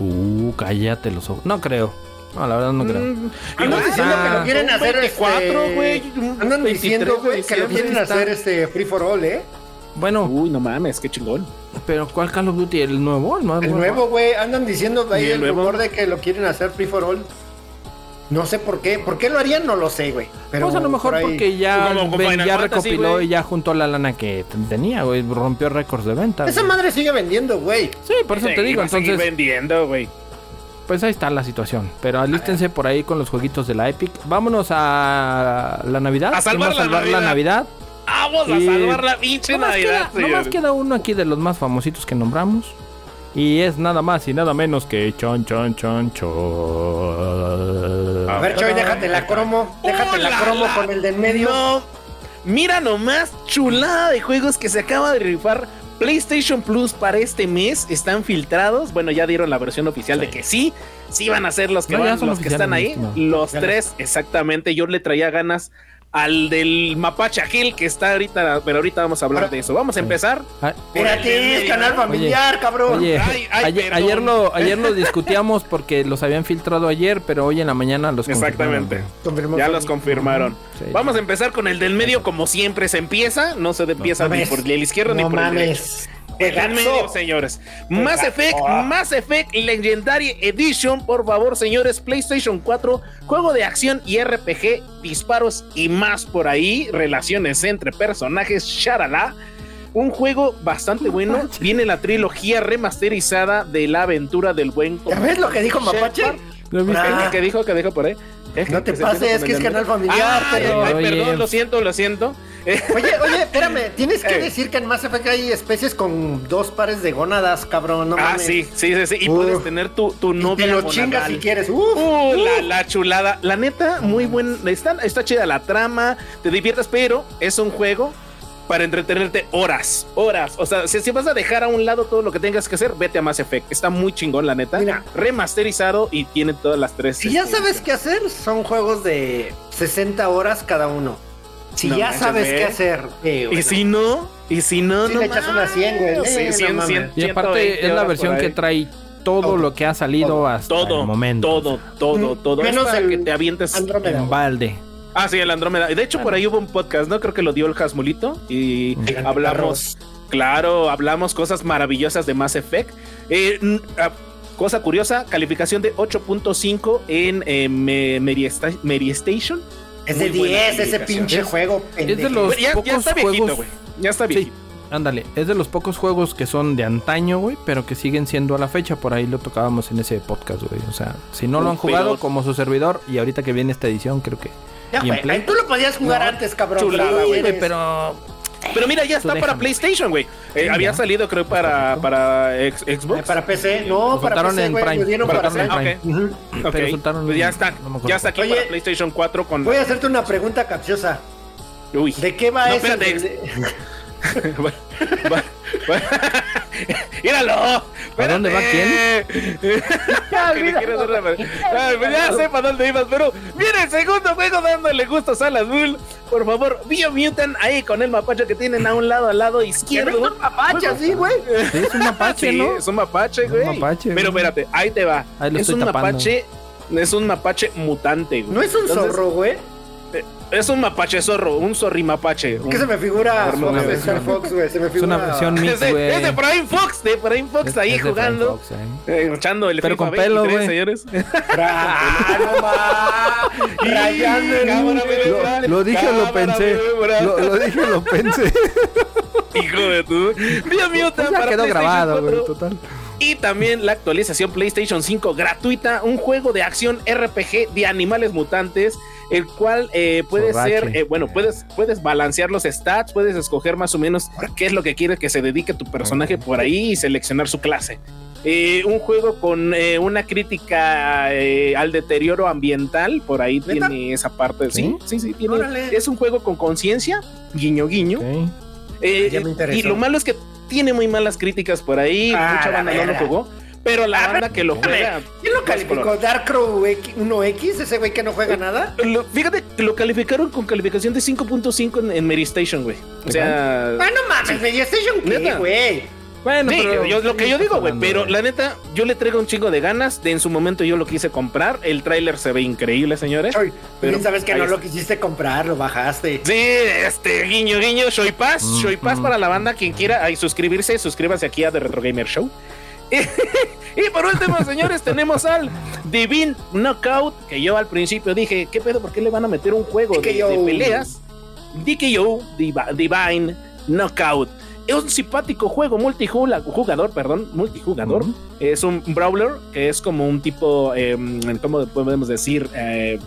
Speaker 1: Uh, cállate los ojos. No creo. No, la verdad no creo.
Speaker 2: Andan
Speaker 3: Igual,
Speaker 2: diciendo
Speaker 1: ah,
Speaker 2: que lo quieren
Speaker 3: un
Speaker 2: hacer
Speaker 3: 24,
Speaker 2: este,
Speaker 3: güey, un
Speaker 2: Andan
Speaker 3: 23
Speaker 2: diciendo,
Speaker 3: de
Speaker 2: güey, que lo
Speaker 3: diciembre.
Speaker 2: quieren
Speaker 1: Está-
Speaker 2: hacer este free for all, ¿eh?
Speaker 1: Bueno,
Speaker 3: Uy, no mames, qué chingón.
Speaker 1: pero ¿cuál Call of Duty? ¿El nuevo? ¿El nuevo?
Speaker 2: El nuevo, güey, andan diciendo
Speaker 3: ¿Y
Speaker 2: ahí
Speaker 3: el
Speaker 2: el
Speaker 3: nuevo?
Speaker 2: rumor de que lo quieren hacer free for all. No sé por qué, ¿por qué lo harían? No lo sé, güey. Pero
Speaker 1: pues a lo mejor
Speaker 2: por ahí-
Speaker 1: porque ya,
Speaker 3: Como con
Speaker 1: ven-
Speaker 3: Final
Speaker 1: ya
Speaker 3: Fantasy,
Speaker 1: recopiló
Speaker 3: güey.
Speaker 1: y ya juntó la lana que t- tenía, güey. Rompió récords de venta.
Speaker 2: Esa
Speaker 1: güey.
Speaker 2: madre sigue vendiendo, güey.
Speaker 1: Sí, por eso te
Speaker 3: Sí,
Speaker 1: digo.
Speaker 3: va a seguir
Speaker 1: Entonces,
Speaker 3: vendiendo, güey.
Speaker 1: Pues ahí está la situación. Pero alístense por ahí con los jueguitos de la Epic. Vámonos a la Navidad.
Speaker 3: A salvar
Speaker 1: Vamos
Speaker 3: la
Speaker 1: la Navidad.
Speaker 3: Vamos a
Speaker 1: Y-
Speaker 3: salvar la pinche
Speaker 1: Nomás
Speaker 3: Navidad,
Speaker 1: queda, nomás
Speaker 3: señor.
Speaker 1: queda uno aquí de los más famositos que nombramos.
Speaker 4: Y es nada más y nada menos que chon chon chon chon.
Speaker 2: A ver, Choy, déjate la cromo. Déjate la
Speaker 3: ¡Hola,
Speaker 2: cromo
Speaker 3: la!
Speaker 2: con el de en medio.
Speaker 3: No. Mira nomás, chulada de juegos que se acaba de rifar. PlayStation Plus para este mes están filtrados. Bueno, ya dieron la versión oficial de que sí, sí van a ser los que,
Speaker 1: No, ya
Speaker 3: van-
Speaker 1: son
Speaker 3: los que
Speaker 1: oficiales,
Speaker 3: están ahí.
Speaker 1: mi estimado.
Speaker 3: Los
Speaker 2: Ya
Speaker 3: tres, exactamente. Yo le traía ganas al del Mapacha Hill que está ahorita, pero ahorita vamos a hablar
Speaker 2: Ahora-
Speaker 3: de eso. Vamos a empezar.
Speaker 1: Ah,
Speaker 2: Espérate, es canal familiar, cabrón.
Speaker 1: Oye,
Speaker 3: Ay, ay,
Speaker 1: ayer,
Speaker 3: perdón.
Speaker 1: ayer lo, ayer lo discutíamos porque los habían filtrado ayer, pero hoy en la mañana los confirmaron,
Speaker 3: Exactamente.
Speaker 2: Confirmó
Speaker 3: Ya
Speaker 2: que-
Speaker 3: los confirmaron.
Speaker 1: Sí.
Speaker 3: Vamos a empezar con el del medio, como siempre se empieza. No se empieza ni
Speaker 2: mames.
Speaker 3: por el izquierdo ni
Speaker 2: No
Speaker 3: por el derecho.
Speaker 2: mames.
Speaker 3: El del medio,
Speaker 2: Juegazo.
Speaker 3: señores. Mass Effect, Mass Effect Legendary Edition, por favor, señores. PlayStation 4, juego de acción y RPG, disparos y más por ahí, relaciones entre personajes, charalá. Un juego bastante bueno. Viene la trilogía remasterizada de la aventura del buen.
Speaker 2: ¿Ya ves lo que dijo Mapache?
Speaker 3: Shepard.
Speaker 1: ¿Lo viste?
Speaker 2: Ah.
Speaker 3: ¿Qué- ¿Qué dijo? ¿Qué dijo por ahí?
Speaker 2: No te pases, es que es canal familiar,
Speaker 3: Ay,
Speaker 2: pero-
Speaker 3: ay,
Speaker 1: Oye.
Speaker 3: perdón, lo siento, lo siento.
Speaker 2: Oye, oye, espérame, tienes que
Speaker 3: Ey.
Speaker 2: decir que en Mass Effect hay especies con dos pares de gónadas, cabrón, no
Speaker 3: ah,
Speaker 2: mames.
Speaker 3: sí, sí, sí, sí. Y
Speaker 2: Uf.
Speaker 3: puedes tener tu, tu
Speaker 2: Y
Speaker 3: novia.
Speaker 2: te lo
Speaker 3: monadal.
Speaker 2: chingas si quieres. Uf,
Speaker 3: Uh, la, la chulada. La neta, muy buen. Está, está chida la trama. Te diviertes, pero es un juego para entretenerte horas. Horas. O sea, si, si vas a dejar a un lado todo lo que tengas que hacer, vete a Mass Effect. Está muy chingón, la neta.
Speaker 2: Mira.
Speaker 3: Remasterizado y tiene todas las tres.
Speaker 2: Si ya
Speaker 3: este,
Speaker 2: sabes qué hacer, son juegos de 60 horas cada uno. Si
Speaker 3: No
Speaker 2: ya
Speaker 3: manches,
Speaker 2: sabes
Speaker 3: güey.
Speaker 2: qué hacer, eh,
Speaker 3: Y
Speaker 2: bueno,
Speaker 3: si no, y si no,
Speaker 2: Sí
Speaker 3: no
Speaker 2: le echas
Speaker 3: mames.
Speaker 2: una 100, güey.
Speaker 3: Sí,
Speaker 2: Eh, no
Speaker 3: 100,
Speaker 2: mames.
Speaker 3: 100,
Speaker 1: Y aparte
Speaker 3: 120
Speaker 1: es la
Speaker 3: horas
Speaker 1: versión
Speaker 3: por
Speaker 1: que
Speaker 3: ahí.
Speaker 1: trae todo,
Speaker 2: Todo,
Speaker 1: lo que ha salido
Speaker 2: todo,
Speaker 1: hasta
Speaker 3: todo,
Speaker 1: el momento.
Speaker 3: todo, todo, todo.
Speaker 2: Menos
Speaker 3: es para
Speaker 2: el
Speaker 3: que te avientes.
Speaker 2: Andrómeda.
Speaker 1: En
Speaker 2: güey.
Speaker 1: balde.
Speaker 3: Ah, sí, el Andrómeda. De hecho, por ahí hubo un podcast, ¿no? Creo que lo dio el Jasmulito y
Speaker 2: Gigante
Speaker 3: hablamos, claro, hablamos cosas maravillosas de Mass Effect. Eh, n- ah, cosa curiosa, calificación de 8.5 en eh, Me- Meriesta- Meriestation.
Speaker 1: Pues
Speaker 2: Es de
Speaker 3: Muy buena
Speaker 2: 10 ese
Speaker 3: calificación.
Speaker 2: pinche
Speaker 1: Es-
Speaker 2: juego.
Speaker 1: Es de
Speaker 2: pendejo.
Speaker 1: los
Speaker 3: Güey, Pues Ya, ya
Speaker 1: pocos
Speaker 3: está viejito,
Speaker 1: juegos.
Speaker 3: güey. Ya está
Speaker 1: Sí,
Speaker 3: viejito.
Speaker 1: ándale. Es de los pocos juegos que son de antaño, güey, pero que siguen siendo a la fecha. Por ahí lo tocábamos en ese podcast, güey. O sea, si no lo han
Speaker 3: Pero-
Speaker 1: jugado como su servidor, y ahorita que viene esta edición, creo que.
Speaker 2: Ya,
Speaker 1: y en
Speaker 2: güey,
Speaker 1: Play.
Speaker 2: Tú lo podías jugar
Speaker 3: No,
Speaker 2: antes, cabrón.
Speaker 3: chulada,
Speaker 2: Sí,
Speaker 3: güey,
Speaker 2: eres-
Speaker 1: pero.
Speaker 3: Pero mira, ya está para
Speaker 1: déjame.
Speaker 3: PlayStation, güey. Eh,
Speaker 1: Sí,
Speaker 3: había
Speaker 1: ya. Eh,
Speaker 3: salido, creo, para,
Speaker 1: Perfecto.
Speaker 3: para ex-
Speaker 2: Ay,
Speaker 3: Xbox.
Speaker 2: Para PC, no,
Speaker 1: Lo
Speaker 2: oh, para
Speaker 1: soltaron
Speaker 2: PC,
Speaker 1: en
Speaker 2: güey,
Speaker 1: Prime.
Speaker 2: lo dieron
Speaker 1: Lo
Speaker 2: para
Speaker 1: soltaron en
Speaker 2: hacer.
Speaker 1: Prime.
Speaker 3: Ok.
Speaker 2: Ujú.
Speaker 3: Ok,
Speaker 1: Pero soltaron-
Speaker 3: pues ya está,
Speaker 1: no me acuerdo.
Speaker 3: ya está aquí
Speaker 2: Oye,
Speaker 3: para PlayStation 4 con
Speaker 2: Voy a hacerte una pregunta capciosa.
Speaker 3: Uy.
Speaker 2: ¿De qué va
Speaker 3: No,
Speaker 2: eso?
Speaker 3: espérate, Va- va- va- ¡Míralo!
Speaker 1: ¿A dónde va
Speaker 3: quién? ya, mira,
Speaker 1: pues,
Speaker 3: pues ya sé para dónde ibas, pero viene el segundo juego dándole gustos a las Bull. Por favor, Bio Mutant ahí con el mapacho que tienen a un lado, al lado izquierdo.
Speaker 2: Pacha, sí, güey.
Speaker 1: Es un mapache,
Speaker 3: Sí,
Speaker 1: ¿no?
Speaker 3: Es un mapache,
Speaker 1: Es un
Speaker 3: güey.
Speaker 1: mapache,
Speaker 3: pero
Speaker 1: güey.
Speaker 3: espérate, ahí te va.
Speaker 1: Ahí lo
Speaker 3: es
Speaker 1: estoy
Speaker 3: un
Speaker 1: tapando.
Speaker 3: mapache. Es un mapache mutante, güey.
Speaker 2: No es un
Speaker 3: Entonces,
Speaker 2: zorro, güey.
Speaker 3: Es un mapache zorro, un zorrimapache.
Speaker 2: ¿Qué
Speaker 3: un-
Speaker 2: se me figura
Speaker 3: Hermoso,
Speaker 2: Fox,
Speaker 3: güey.
Speaker 2: Star Fox, güey? Se me
Speaker 1: Es
Speaker 2: figura.
Speaker 1: una versión
Speaker 3: Es
Speaker 1: mix,
Speaker 3: de,
Speaker 1: güey.
Speaker 3: es de Brian Fox, de Brian Fox ahí
Speaker 1: Es de
Speaker 3: jugando.
Speaker 1: Fox, ahí.
Speaker 3: Eh, echando el
Speaker 1: Pero
Speaker 3: FIFA
Speaker 1: con pelo,
Speaker 3: 23,
Speaker 1: güey.
Speaker 3: señores.
Speaker 2: Ah, no ma. Rayando el-
Speaker 3: Cámara, güey,
Speaker 1: Lo,
Speaker 3: dale.
Speaker 1: lo dije o lo
Speaker 3: Cámara,
Speaker 1: pensé.
Speaker 3: güey, güey,
Speaker 1: Lo, lo dije o lo pensé.
Speaker 3: Hijo de tu. Dios mío,
Speaker 1: Pues, Ya
Speaker 3: para
Speaker 1: quedó
Speaker 3: PlayStation
Speaker 1: grabado, güey,
Speaker 3: 4.
Speaker 1: total.
Speaker 3: Y también la actualización PlayStation 5 gratuita, un juego de acción RPG de animales mutantes, el cual eh, puede
Speaker 1: Borrache.
Speaker 3: ser, eh, bueno, puedes, puedes balancear los stats, puedes escoger más o menos qué es lo que quiere que se dedique tu personaje por ahí y seleccionar su clase. eh, un juego con eh, una crítica eh, al deterioro ambiental, por ahí
Speaker 2: ¿Neta?
Speaker 3: tiene esa parte. Sí, sí, sí, tiene-
Speaker 2: Órale.
Speaker 3: es un juego con conciencia, guiño, guiño.
Speaker 4: Ok.
Speaker 3: Eh,
Speaker 2: Ya me interesó.
Speaker 3: y lo malo es que tiene muy malas críticas por ahí,
Speaker 2: Ah,
Speaker 3: mucha
Speaker 2: la
Speaker 3: banda no lo
Speaker 2: verga.
Speaker 3: jugó, pero la
Speaker 2: Ah,
Speaker 3: banda que lo
Speaker 2: espérame.
Speaker 3: juega...
Speaker 2: ¿Quién lo
Speaker 3: dos
Speaker 2: calificó?
Speaker 3: colores.
Speaker 2: ¿Darkrow X- 1X? ¿Ese güey que no juega nada?
Speaker 3: Lo- fíjate que lo calificaron con calificación de 5.5 en, en Mary Station, güey. O sea,
Speaker 2: Ah, no mames, ¿Mediastation qué,
Speaker 3: Neta.
Speaker 2: güey?
Speaker 1: Bueno,
Speaker 3: Sí,
Speaker 1: pero
Speaker 3: yo- lo que yo digo, güey,
Speaker 1: Hablando
Speaker 3: pero
Speaker 1: de-
Speaker 3: la neta, yo le traigo un chingo de ganas. De en su momento yo lo quise comprar. El tráiler se ve increíble, señores.
Speaker 2: Ay,
Speaker 3: Pero
Speaker 2: bien sabes que
Speaker 3: ahí
Speaker 2: no
Speaker 3: está.
Speaker 2: lo quisiste comprar, lo bajaste.
Speaker 3: Sí, este, guiño, guiño, Shoy Pass, Shoy Pass para la banda, quien quiera ahí suscribirse, suscríbase aquí a The Retro Gamer Show. y por último, señores, tenemos al Divine Knockout, que yo al principio dije, ¿qué pedo? ¿Por qué le van a meter un juego de,
Speaker 2: DKO.
Speaker 3: de peleas? DKO, Diva- Divine Knockout. Es un simpático juego multijugador, perdón, multijugador. Es un brawler que es como un tipo, em, ¿cómo podemos decir? Eh,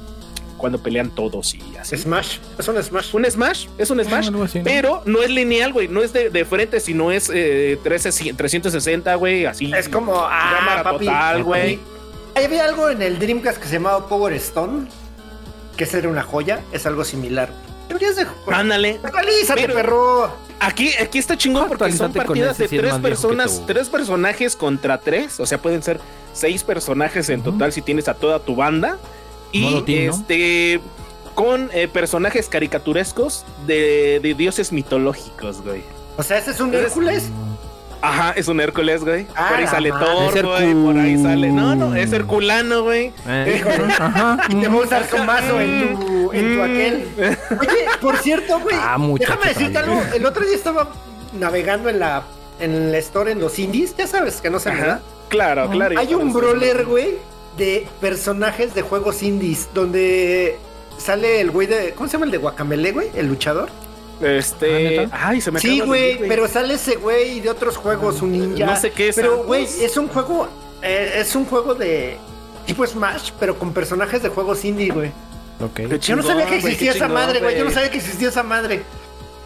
Speaker 3: cuando pelean todos y así.
Speaker 2: Smash, es un Smash.
Speaker 3: Un Smash, es un Smash,
Speaker 1: algo así, ¿no?
Speaker 3: pero no es lineal, güey, no es de, de frente, sino es eh, 13 360, güey, así.
Speaker 2: Es como, ah,
Speaker 3: Cámara
Speaker 2: papi.
Speaker 3: total, güey.
Speaker 2: Ahí Había algo en el Dreamcast que se llamaba Power Stone, que esa era una joya, es algo similar. Deberías de jugar.
Speaker 3: Ándale.
Speaker 2: Actualízate,
Speaker 3: Pero-
Speaker 2: perro.
Speaker 3: Aquí, aquí está chingón porque son
Speaker 1: Ah, Actualízate con
Speaker 3: partidas
Speaker 1: ese,
Speaker 3: de
Speaker 1: si es
Speaker 3: tres
Speaker 1: más viejo que
Speaker 3: personas,
Speaker 1: tú.
Speaker 3: tres personajes contra tres, o sea, pueden ser seis personajes en total si tienes a toda tu banda. Y
Speaker 1: Modo team, ¿no?
Speaker 3: este con eh, personajes caricaturescos de, de dioses mitológicos, güey.
Speaker 2: O sea, ese es un
Speaker 3: Es-
Speaker 2: Hércules.
Speaker 3: Ajá, es un Hércules, güey.
Speaker 2: Ah,
Speaker 3: por ahí
Speaker 2: la
Speaker 3: sale
Speaker 2: madre.
Speaker 1: Es
Speaker 3: Thor, güey. Por ahí
Speaker 1: Hercul-
Speaker 3: sale. No, no, es Herculano, güey.
Speaker 1: Eh, ajá.
Speaker 2: Te va a usar su mazo en tu, en tu
Speaker 3: Mm.
Speaker 2: aquel. Oye, por cierto, güey.
Speaker 1: Ah, muchacho,
Speaker 2: déjame decirte algo.
Speaker 1: también.
Speaker 2: El otro día estaba navegando en la, en la store en los indies. Ya sabes que no se me da.
Speaker 3: Claro, claro.
Speaker 2: Hay un brawler, güey, de personajes de juegos indies, donde sale el güey de. ¿Cómo se llama el de Guacamele, güey? El luchador.
Speaker 3: Este.
Speaker 1: Ah, ¿neta?
Speaker 3: Ay, se me
Speaker 2: Sí,
Speaker 3: acaba de
Speaker 2: güey,
Speaker 3: olvidar,
Speaker 2: pero sale ese güey de otros juegos, un ninja.
Speaker 3: no sé qué es ah.
Speaker 2: Pero,
Speaker 3: antes.
Speaker 2: güey, es un juego. eh, es un juego de. Tipo Smash, pero con personajes de juegos indie, güey.
Speaker 1: Ok.
Speaker 3: Qué
Speaker 2: Yo no
Speaker 3: chingón,
Speaker 2: sabía que
Speaker 3: güey, qué
Speaker 2: existía esa
Speaker 3: chingón,
Speaker 2: madre, güey. Yo no sabía que existía esa madre.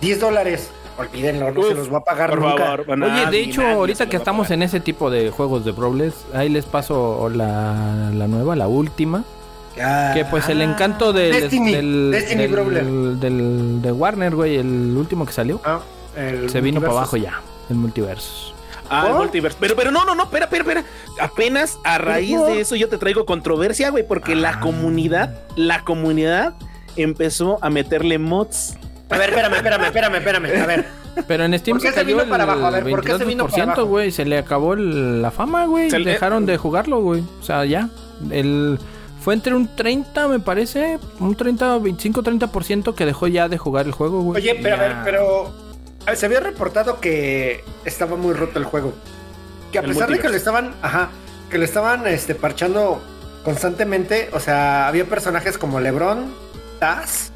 Speaker 2: 10 dólares. Olvídenlo, no se
Speaker 3: Uf,
Speaker 2: los voy a pagar
Speaker 3: Por
Speaker 2: nunca.
Speaker 3: favor, bueno,
Speaker 1: Oye, de
Speaker 3: nadie,
Speaker 1: hecho,
Speaker 3: nadie se
Speaker 1: ahorita
Speaker 3: lo
Speaker 1: que
Speaker 3: va a
Speaker 1: estamos
Speaker 3: pagar.
Speaker 1: en ese tipo de juegos de Brawlers, ahí les paso la, la nueva, la última.
Speaker 2: Ah.
Speaker 1: Que pues el encanto del,
Speaker 2: Destiny,
Speaker 1: del,
Speaker 2: Destiny
Speaker 1: del-
Speaker 2: Brawler.
Speaker 1: del- de Warner, güey, el último que salió,
Speaker 2: Ah, el
Speaker 1: se vino para
Speaker 2: multiverso.
Speaker 1: abajo ya, el multiverso.
Speaker 3: Ah, el
Speaker 2: ¿Por?
Speaker 3: multiverso. Pero, pero no, no, no, espera, espera, espera. Apenas a raíz
Speaker 2: ¿Por?
Speaker 3: de eso yo te traigo controversia, güey, porque
Speaker 1: Ah.
Speaker 3: la comunidad, la comunidad empezó a meterle mods.
Speaker 2: A ver, espérame, espérame, espérame, espérame. A ver.
Speaker 1: Pero en Steam
Speaker 2: ¿Por qué
Speaker 1: se
Speaker 2: se
Speaker 1: cayó
Speaker 2: vino
Speaker 1: el
Speaker 2: para abajo? A ver, ¿por qué se vino para
Speaker 1: 22%,
Speaker 2: abajo?
Speaker 1: güey, se le acabó el- la fama, güey,
Speaker 3: Se le-
Speaker 1: dejaron de jugarlo, güey. O sea, ya el fue entre un 30, me parece, un 30, 25, 30% que dejó ya de jugar el juego, güey.
Speaker 2: Oye, pero a
Speaker 1: Ya.
Speaker 2: ver, pero a ver, se había reportado que estaba muy roto el juego. Que a
Speaker 3: El
Speaker 2: pesar de que
Speaker 3: multiverso.
Speaker 2: lo estaban, ajá, que lo estaban este parchando constantemente, o sea, había personajes como LeBron, Taz,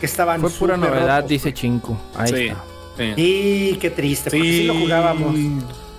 Speaker 2: que estaban
Speaker 1: fue pura
Speaker 2: súper
Speaker 1: novedad,
Speaker 2: rotos.
Speaker 1: dice Chinco. Ahí
Speaker 3: Sí.
Speaker 1: está.
Speaker 2: Sí, qué triste, porque sí lo jugábamos.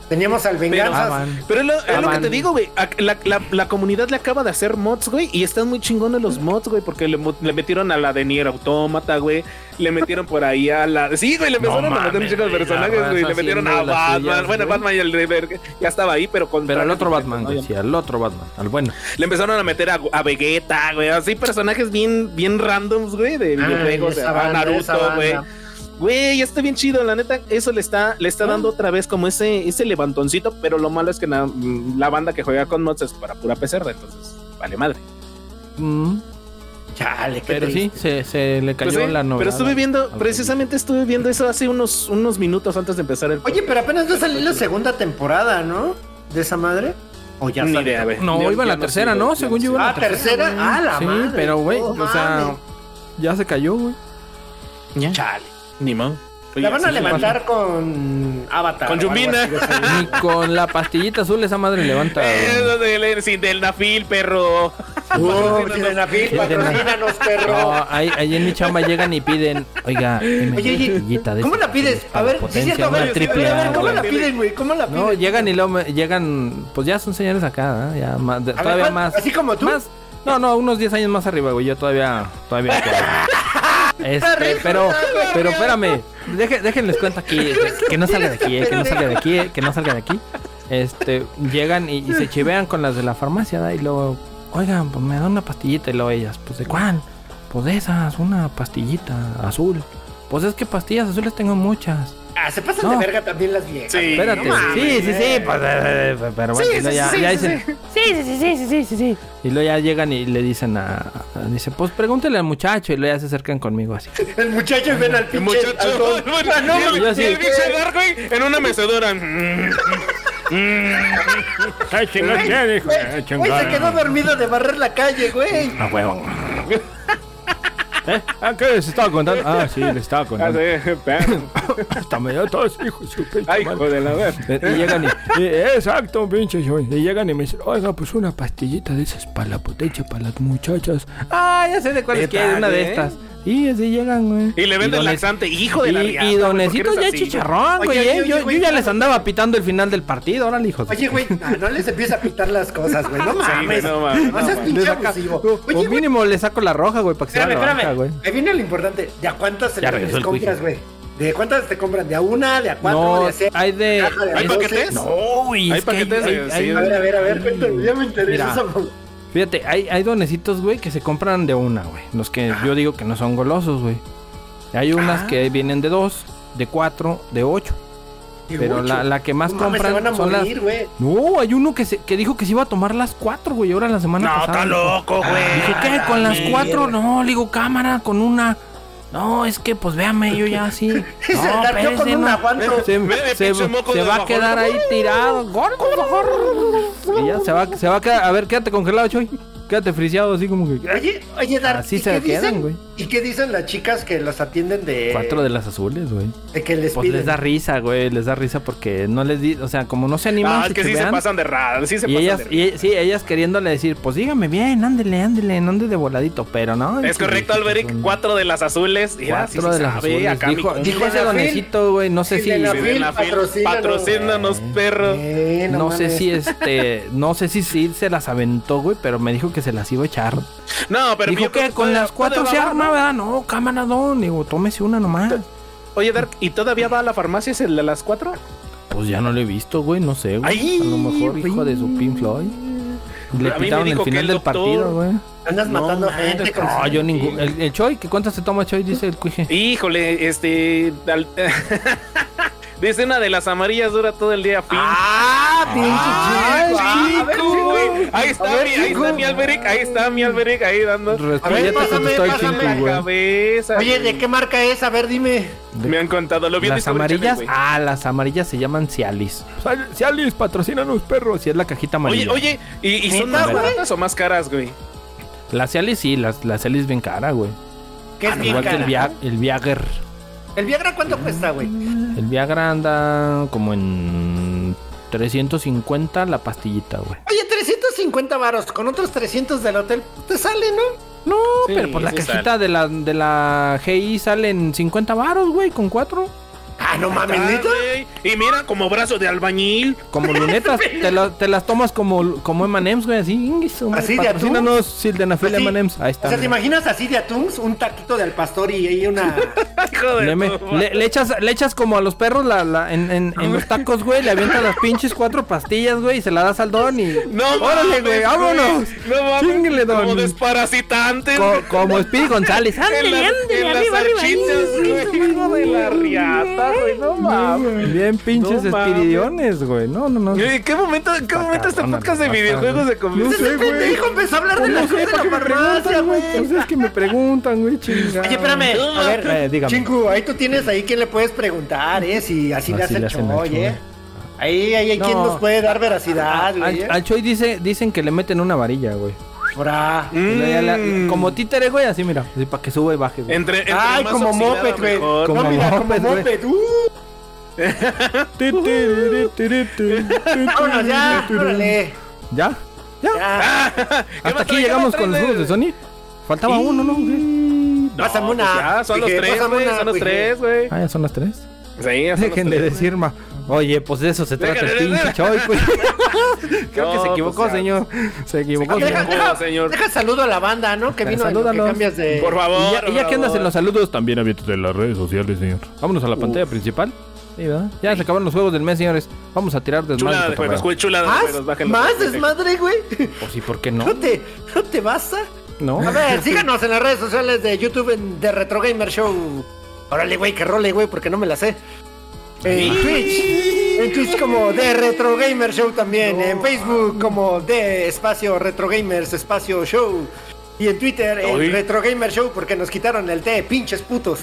Speaker 2: Teníamos al
Speaker 1: Ah,
Speaker 2: Venganza.
Speaker 1: van.
Speaker 3: Pero es lo, es lo que
Speaker 1: Estaban-
Speaker 3: te digo, güey. a- La, la- la comunidad le acaba de hacer mods, güey. Y están muy chingones los mods, güey. Porque le, mo- le metieron a la de Nier Automata, güey. Le metieron por ahí a la. Sí, güey, le
Speaker 1: No
Speaker 3: empezaron a meter un
Speaker 1: mames,
Speaker 3: chico de
Speaker 1: güey, la
Speaker 3: personajes,
Speaker 1: raza
Speaker 3: güey. Le metieron a
Speaker 1: haciendo las
Speaker 3: Batman.
Speaker 1: suyas,
Speaker 3: bueno,
Speaker 1: güey.
Speaker 3: Batman y el River ya estaba ahí, pero con.
Speaker 1: Pero al otro
Speaker 3: trajes
Speaker 1: Batman, güey,
Speaker 3: diferentes,
Speaker 1: sí,
Speaker 3: ¿no?
Speaker 1: al otro Batman, al bueno.
Speaker 3: Le empezaron a meter a, a Vegeta, güey. Así personajes bien, bien randoms, güey, de
Speaker 2: Ah,
Speaker 3: videojuegos.
Speaker 2: esa
Speaker 3: a
Speaker 2: banda, esa
Speaker 3: Naruto,
Speaker 2: banda.
Speaker 3: güey. Güey, está bien chido, la neta. Eso le está,
Speaker 1: Ah.
Speaker 3: le está dando otra vez como ese, ese levantoncito, pero lo malo es que na- mm, la banda que juega con mods es para pura PCR, entonces vale madre.
Speaker 1: Mm,
Speaker 2: Chale, qué
Speaker 1: pero sí,
Speaker 2: triste.
Speaker 1: se, se le cayó
Speaker 3: Pues sí,
Speaker 1: la novedad.
Speaker 3: pero estuve viendo,
Speaker 1: al-
Speaker 3: precisamente estuve viendo eso hace unos, unos minutos antes de empezar el.
Speaker 2: Oye, pero apenas no salió la segunda temporada, ¿no? De esa madre. O ya
Speaker 3: Ni
Speaker 2: salió.
Speaker 3: idea, güey.
Speaker 1: No,
Speaker 3: Ya-
Speaker 1: iba
Speaker 3: ya
Speaker 1: la tercera,
Speaker 3: sé,
Speaker 1: ¿no?
Speaker 3: güey, ya
Speaker 1: Según
Speaker 3: sé.
Speaker 1: yo iba la
Speaker 2: Ah, tercera. Ah, la
Speaker 1: Sí,
Speaker 2: madre.
Speaker 1: pero güey,
Speaker 2: No
Speaker 1: o sea,
Speaker 2: mames.
Speaker 1: ya se cayó, güey.
Speaker 3: Ah, Chale, ni modo. Oye,
Speaker 2: La van a
Speaker 3: así se
Speaker 2: levantar con Avatar.
Speaker 3: Con
Speaker 2: o algo
Speaker 3: Yumbina.
Speaker 2: así de ese nivel.
Speaker 1: Ni con la pastillita azul esa madre levanta.
Speaker 3: pasa.
Speaker 1: güey.
Speaker 3: Eso del, sin del Nafil, perro.
Speaker 2: Oh, tienen la fil, patrocínanos,
Speaker 1: No,
Speaker 2: perro.
Speaker 1: ahí, ahí en mi chamba llegan y piden, oiga, deme
Speaker 2: Oye, oye,
Speaker 1: pastillita de
Speaker 2: ¿Cómo
Speaker 1: esa
Speaker 2: la pides?
Speaker 1: para
Speaker 2: A ver, sí, es
Speaker 1: potencia,
Speaker 2: cierto, a
Speaker 1: una
Speaker 2: ver,
Speaker 1: triple
Speaker 2: a ver,
Speaker 1: A,
Speaker 2: ¿cómo la
Speaker 1: güey.
Speaker 2: piden, güey? ¿Cómo la piden?
Speaker 1: No, llegan y luego me- llegan, pues ya son señores acá, ¿eh? ya más, de-
Speaker 2: ver,
Speaker 1: todavía
Speaker 2: ¿cuál-
Speaker 1: más.
Speaker 2: así como tú?
Speaker 1: Más, no, no, unos 10 años más arriba, güey, yo todavía, todavía. Este,
Speaker 2: rico,
Speaker 1: pero,
Speaker 2: está rico.
Speaker 1: pero espérame, deje- déjenles cuenta aquí, que no salga de aquí, eh, que no salga de aquí, eh, que no salga de aquí. Este, llegan y, y se chivean con las de la farmacia, ¿da? Y luego, oigan, pues me dan una pastillita. Y luego ellas, pues ¿de cuál? Pues de esas, una pastillita azul. Pues es que pastillas azules tengo muchas.
Speaker 2: Ah, se pasan
Speaker 1: No.
Speaker 2: de verga también las viejas.
Speaker 3: Sí.
Speaker 1: Espérate.
Speaker 3: no mames,
Speaker 1: sí, sí, sí,
Speaker 2: eh.
Speaker 1: pues, eh, eh, pero bueno,
Speaker 3: Sí,
Speaker 1: y luego
Speaker 3: sí,
Speaker 1: ya,
Speaker 3: sí,
Speaker 1: ya
Speaker 3: sí,
Speaker 1: dicen, sí, sí, sí, sí, sí, sí, sí, sí. Y luego ya llegan y le dicen a, a- dice, pues pregúntele al muchacho y luego ya se acercan conmigo así.
Speaker 2: El muchacho ven al
Speaker 3: El
Speaker 2: pinche.
Speaker 3: muchacho.
Speaker 2: al don.
Speaker 3: bueno,
Speaker 2: Ah, no,
Speaker 3: y el-
Speaker 1: yo así-
Speaker 3: y el pinche Dark, güey, en una mecedora. Mm,
Speaker 4: Ay, chingada, ya, hijo de la
Speaker 2: Este Güey, se quedó
Speaker 4: chingada.
Speaker 2: dormido de barrer la calle, güey. Ah,
Speaker 1: A huevo. ¿Eh? ¿Ah, qué les estaba contando? Ah, sí, les estaba
Speaker 3: ah,
Speaker 1: contando.
Speaker 3: sí, perro.
Speaker 4: Hasta me dio todos hijos. su pinche
Speaker 3: Ay,
Speaker 4: madre.
Speaker 3: hijo de la ver.
Speaker 1: Eh, Y llegan y,
Speaker 4: Y- Exacto, pinche yo. Y llegan y me dicen, oiga, pues una pastillita de esas para la potencia, para las muchachas.
Speaker 1: ah, ya sé de cuáles
Speaker 3: Neta,
Speaker 1: quieres, una de
Speaker 3: ¿eh?
Speaker 1: estas. Y así llegan, güey.
Speaker 3: Y le venden
Speaker 1: don Ex-
Speaker 3: laxante, hijo de la
Speaker 1: Y,
Speaker 3: riata,
Speaker 1: y
Speaker 3: ¿por
Speaker 1: Don
Speaker 3: qué
Speaker 1: Necito
Speaker 3: eres
Speaker 1: ya
Speaker 3: así?
Speaker 1: chicharrón,
Speaker 2: Oye, oye,
Speaker 1: güey. eh.
Speaker 2: oye,
Speaker 1: yo,
Speaker 2: güey,
Speaker 1: yo ya
Speaker 2: claro.
Speaker 1: les andaba pitando el final del partido, órale, hijos. de-
Speaker 2: Oye, güey, no, no les empieza a pitar las cosas, güey. No
Speaker 3: Sí, güey,
Speaker 2: mames.
Speaker 3: no mames,
Speaker 2: No
Speaker 3: no
Speaker 2: seas
Speaker 3: mames.
Speaker 2: pinche
Speaker 1: Les saca-
Speaker 2: abusivo.
Speaker 1: o-
Speaker 2: Oye,
Speaker 1: o
Speaker 2: güey,
Speaker 1: mínimo le saco la roja, güey, para que sea
Speaker 2: espérame,
Speaker 1: la roja,
Speaker 2: espérame.
Speaker 1: güey.
Speaker 2: Ahí viene lo importante. ¿De a cuántas celulares
Speaker 1: regresó el
Speaker 2: compras, güey? ¿De cuántas te compran? ¿De a una? ¿De a cuatro?
Speaker 1: No,
Speaker 2: ¿De a seis?
Speaker 1: hay de-
Speaker 2: Ajá, a
Speaker 3: ¿Hay
Speaker 2: doce.
Speaker 3: paquetes?
Speaker 1: No, güey.
Speaker 3: Hay
Speaker 1: es que
Speaker 3: paquetes de- sí,
Speaker 2: A ver, a ver, a ver, cuéntame. Ya me interesa
Speaker 1: Mira.
Speaker 2: esa mamá.
Speaker 1: Fíjate, hay, hay donecitos, güey, que se compran de una, güey. Los que yo digo que no son golosos, güey. Hay unas
Speaker 3: Ah.
Speaker 1: que vienen de dos, de cuatro, de ocho.
Speaker 2: De
Speaker 1: Pero
Speaker 2: ocho.
Speaker 1: la, la que más
Speaker 2: No mames,
Speaker 1: compran
Speaker 2: se van a
Speaker 1: son
Speaker 2: morir,
Speaker 1: las...
Speaker 2: güey.
Speaker 1: No, hay uno que, se, que dijo que se iba a tomar las cuatro, güey, ahora la semana
Speaker 3: No,
Speaker 1: pasada.
Speaker 3: está loco,
Speaker 4: Ah,
Speaker 3: güey.
Speaker 1: Dije, ¿qué? ¿Con las
Speaker 2: mierda.
Speaker 1: cuatro? No, le digo, cámara, con una. No, es que, pues, véame, yo ya así. No,
Speaker 2: Se la dio con
Speaker 1: espérese,
Speaker 2: un
Speaker 1: no.
Speaker 2: aguanto.
Speaker 1: Se,
Speaker 3: Ve,
Speaker 1: se-
Speaker 3: pinche moco
Speaker 1: se
Speaker 3: de
Speaker 1: va a
Speaker 3: bajón.
Speaker 1: quedar ahí tirado. Gol, gol, gol. Y ya se va, se va a quedar. A ver, quédate congelado, Choy. Quédate friseado, así como que.
Speaker 2: Oye, oye, Dar,
Speaker 1: Así
Speaker 2: ¿y
Speaker 1: se
Speaker 2: qué
Speaker 1: quedan,
Speaker 2: dicen?
Speaker 1: güey.
Speaker 2: ¿Y qué dicen las chicas que los atienden de,
Speaker 1: Cuatro de las azules, güey.
Speaker 2: de que les
Speaker 1: Pues
Speaker 2: piden?
Speaker 1: les da risa, güey. Les da risa porque no les di. O sea, como no se animan.
Speaker 3: Ah, es
Speaker 1: si
Speaker 3: que sí se
Speaker 1: chivean,
Speaker 3: pasan de raro. Sí se
Speaker 1: Y
Speaker 3: pasan
Speaker 1: ellas,
Speaker 3: de
Speaker 1: y, sí, ellas queriéndole decir, pues dígame bien, ándele, ándele, no ande de voladito, pero no.
Speaker 3: Es correcto,
Speaker 1: pues,
Speaker 3: Alberic. Cuatro de las azules. Mira, sí
Speaker 1: Cuatro
Speaker 3: se
Speaker 1: de las
Speaker 3: sabe,
Speaker 1: azules.
Speaker 3: acá mi
Speaker 1: dijo,
Speaker 3: compa.
Speaker 1: dijo ese
Speaker 2: Denafil.
Speaker 1: donecito, güey. No sé
Speaker 2: Sí,
Speaker 1: si.
Speaker 2: Denafil.
Speaker 3: Sí, de la fil,
Speaker 2: Patrocínanos.
Speaker 3: Patrocínanos, perro.
Speaker 2: Eh,
Speaker 1: No sé
Speaker 2: mames.
Speaker 1: si este. No sé si sí se las aventó, güey, pero me dijo que se las iba a echar.
Speaker 3: No, pero yo
Speaker 1: dijo
Speaker 3: creo
Speaker 1: que con
Speaker 3: todavía-
Speaker 1: las cuatro se
Speaker 3: todavía va,
Speaker 1: arma,
Speaker 3: ¿no?
Speaker 1: ¿verdad? No, cámara don. Digo, tómese una nomás.
Speaker 3: Oye, Dark, ¿y todavía va a la farmacia es el de las cuatro?
Speaker 1: Pues ya no lo he visto, güey, no sé,
Speaker 3: Ay,
Speaker 1: güey. A lo mejor, hijo
Speaker 3: güey.
Speaker 1: de su Pink Floyd. Le
Speaker 3: A mí me
Speaker 1: pitaron el
Speaker 3: dijo que
Speaker 1: final
Speaker 3: el
Speaker 1: del
Speaker 3: doctor-
Speaker 1: partido, güey.
Speaker 2: Andas matando gente con
Speaker 1: No, yo ningún. El, el Choi, ¿qué cuántas se toma Choi? Dice el cuije.
Speaker 3: Híjole, este. al- Dice una de las amarillas dura todo el día. Fin.
Speaker 2: Ah, pinche
Speaker 3: Ay,
Speaker 2: chico. Ah, a ver,
Speaker 3: chico, güey. Ahí
Speaker 2: A
Speaker 3: está,
Speaker 2: ver,
Speaker 3: mi, ahí
Speaker 2: chico.
Speaker 3: está mi Alberic, ahí está mi Alberic, ahí dando.
Speaker 1: Respeto,
Speaker 2: A ver,
Speaker 1: ya te
Speaker 2: pásame,
Speaker 1: contestó el
Speaker 2: pásame.
Speaker 1: Chinku, güey.
Speaker 3: Cabeza,
Speaker 2: Oye,
Speaker 3: güey.
Speaker 2: ¿de qué marca es? A ver, dime.
Speaker 1: de-
Speaker 3: Me han contado, lo vi en
Speaker 1: Las
Speaker 3: Discovery
Speaker 1: amarillas,
Speaker 3: Channel, güey.
Speaker 1: ah, las amarillas se llaman Cialis.
Speaker 4: Sal- Si Alice patrocina a los perros.
Speaker 1: Si es la cajita amarilla.
Speaker 3: Oye, oye, ¿y, y son
Speaker 2: ¿Neta,
Speaker 3: más
Speaker 2: güey?
Speaker 3: baratas o más caras, güey?
Speaker 1: Las Cialis sí, las, las Cialis bien cara, güey.
Speaker 2: ¿Qué es
Speaker 1: Ah, Igual que el, Mm.
Speaker 2: Viagra?
Speaker 1: Via- el Viager.
Speaker 2: ¿El Viagra cuánto cuesta, güey?
Speaker 1: El Viagra anda como en 350 la pastillita, güey.
Speaker 2: Oye, 350 varos con otros 300 del hotel. Te sale, ¿no?
Speaker 1: No,
Speaker 3: Sí,
Speaker 1: Oh, pero por la
Speaker 3: sí
Speaker 1: cajita de la, de la GI salen 50 varos, güey, con cuatro.
Speaker 2: Ah, no mames,
Speaker 3: Ah,
Speaker 2: ¿neta?
Speaker 3: güey. Y mira, como brazo de albañil.
Speaker 1: Como lunetas, te, la- te las tomas como, como M&M's, güey, así. ingue su madre,
Speaker 2: ¿Así de atún?
Speaker 1: Patrocínanos Sildenafil
Speaker 2: Así.
Speaker 1: M&M's. Ahí
Speaker 2: O
Speaker 1: está.
Speaker 2: sea, ¿te
Speaker 1: mira.
Speaker 2: imaginas así de atuns? Un taquito de al pastor y ahí una...
Speaker 3: Hijo de
Speaker 1: Le, me-
Speaker 3: tu-
Speaker 1: le- le echas, le echas como a los perros la, la- en, en- en los tacos, güey. Le avientas las pinches cuatro pastillas, güey, y se la das al don y.
Speaker 3: No
Speaker 1: ¡Órale,
Speaker 3: mames,
Speaker 1: güey! ¡Vámonos!
Speaker 3: No mames.
Speaker 1: Chínguele, don.
Speaker 3: Como desparasitantes.
Speaker 1: Co- como Speedy González.
Speaker 3: en
Speaker 1: ¡Ándale,
Speaker 3: las,
Speaker 1: ándale!
Speaker 3: en las
Speaker 1: ¡Arriba, arriba!
Speaker 3: salchichas, güey. Hijo de la riata, güey. No mames.
Speaker 1: Bien pinches
Speaker 3: No mames.
Speaker 1: espiridiones, güey. No, no, no.
Speaker 3: ¿En qué momento, en qué momento este
Speaker 1: cabrón,
Speaker 3: podcast de
Speaker 1: está
Speaker 3: videojuegos
Speaker 1: cabrón.
Speaker 3: se convirtió?
Speaker 1: No sé,
Speaker 2: Este pendejo empezó a hablar de
Speaker 1: Pues
Speaker 2: las
Speaker 1: no sé,
Speaker 2: cosas de la
Speaker 1: ¿para qué me
Speaker 2: farmacia,
Speaker 1: preguntan, güey?
Speaker 2: güey.
Speaker 1: Pues es que me preguntan, güey, chingada.
Speaker 2: Oye, espérame, a ver,
Speaker 1: Eh, dígame.
Speaker 2: Chinku, ahí tú tienes ahí quien le puedes preguntar, ¿eh? Si así le
Speaker 1: Así
Speaker 2: hace
Speaker 1: le
Speaker 2: el
Speaker 1: hacen al
Speaker 2: choy,
Speaker 1: Choy.
Speaker 2: ¿eh? Ahí, ahí, hay quien
Speaker 1: No. Ah,
Speaker 2: nos puede dar veracidad, güey.
Speaker 1: Al,
Speaker 2: ¿eh?
Speaker 1: al Choy dice, dicen que le meten una varilla, güey.
Speaker 2: Ahora.
Speaker 1: Y luego ya la-
Speaker 3: Mm.
Speaker 1: Como títere, güey, así, mira. Así para que suba y baje, güey.
Speaker 3: Entre, entre
Speaker 2: Ay,
Speaker 3: más
Speaker 2: como
Speaker 3: oxidada,
Speaker 2: moped, güey.
Speaker 3: mejor.
Speaker 1: Como
Speaker 2: No, mira,
Speaker 1: moped,
Speaker 2: como
Speaker 1: pues, güey.
Speaker 2: moped. Uh,
Speaker 4: Ti, ti, ri, ti, ri, ti, ti,
Speaker 2: vámonos
Speaker 4: ti,
Speaker 2: ya,
Speaker 4: ri, ti, ri.
Speaker 2: órale.
Speaker 1: ¿Ya? ¿Ya? Ah,
Speaker 2: Ya.
Speaker 3: ¿Qué
Speaker 1: Hasta
Speaker 3: más
Speaker 1: aquí
Speaker 3: trae? ¿Qué
Speaker 1: llegamos
Speaker 3: más
Speaker 1: con los
Speaker 3: trae
Speaker 1: juegos de Sony. Faltaba uno, ¿no?
Speaker 3: No,
Speaker 2: Pásame
Speaker 3: pues
Speaker 2: una.
Speaker 3: ya, son los
Speaker 2: Dije,
Speaker 3: tres,
Speaker 2: pásame
Speaker 3: güey.
Speaker 2: una,
Speaker 3: Son los
Speaker 2: dije.
Speaker 3: tres, güey.
Speaker 1: Ah, ya son las tres.
Speaker 3: Sí, ya son los
Speaker 1: Dejen de
Speaker 3: tres.
Speaker 1: decir, ma. Oye, pues de eso se trata el
Speaker 3: Déjale,
Speaker 1: pinche Choy, pues. Creo que
Speaker 3: No,
Speaker 1: se
Speaker 3: pues
Speaker 1: equivocó,
Speaker 3: ya.
Speaker 1: señor. Se equivocó,
Speaker 2: Deja,
Speaker 1: señor.
Speaker 3: Oye,
Speaker 2: deja-
Speaker 3: señor.
Speaker 2: deja saludo a la banda, ¿no? Que
Speaker 1: Ya,
Speaker 2: vino en lo que
Speaker 1: salúdalos.
Speaker 2: cambias de...
Speaker 3: Por
Speaker 1: Y
Speaker 3: favor.
Speaker 1: ya, y ya que andas en los saludos, también.
Speaker 4: También abiertos en las redes sociales, señor.
Speaker 1: Vámonos a la pantalla principal. Sí, ¿verdad? Ya se acabaron los juegos del mes, señores. Vamos a tirar desmadre.
Speaker 3: Chulada de
Speaker 1: cotorreo.
Speaker 3: juegos, güey, chulada de
Speaker 2: ¿Más?
Speaker 3: juegos. bájenlo.
Speaker 2: ¿Más desmadre, güey?
Speaker 1: Pues sí, ¿por qué no?
Speaker 2: ¿No te, ¿No te basta?
Speaker 1: ¿No?
Speaker 2: A ver, síganos en las redes sociales de YouTube en The Retro Gamer Show. Órale, güey, que role, güey, porque no me la sé. En Twitch. En Twitch como The Retro Gamer Show también. En Facebook como The Espacio Retro Gamers Espacio Show. Y en Twitter
Speaker 3: Oye.
Speaker 2: el Retro Gamer Show porque nos quitaron el T, pinches putos.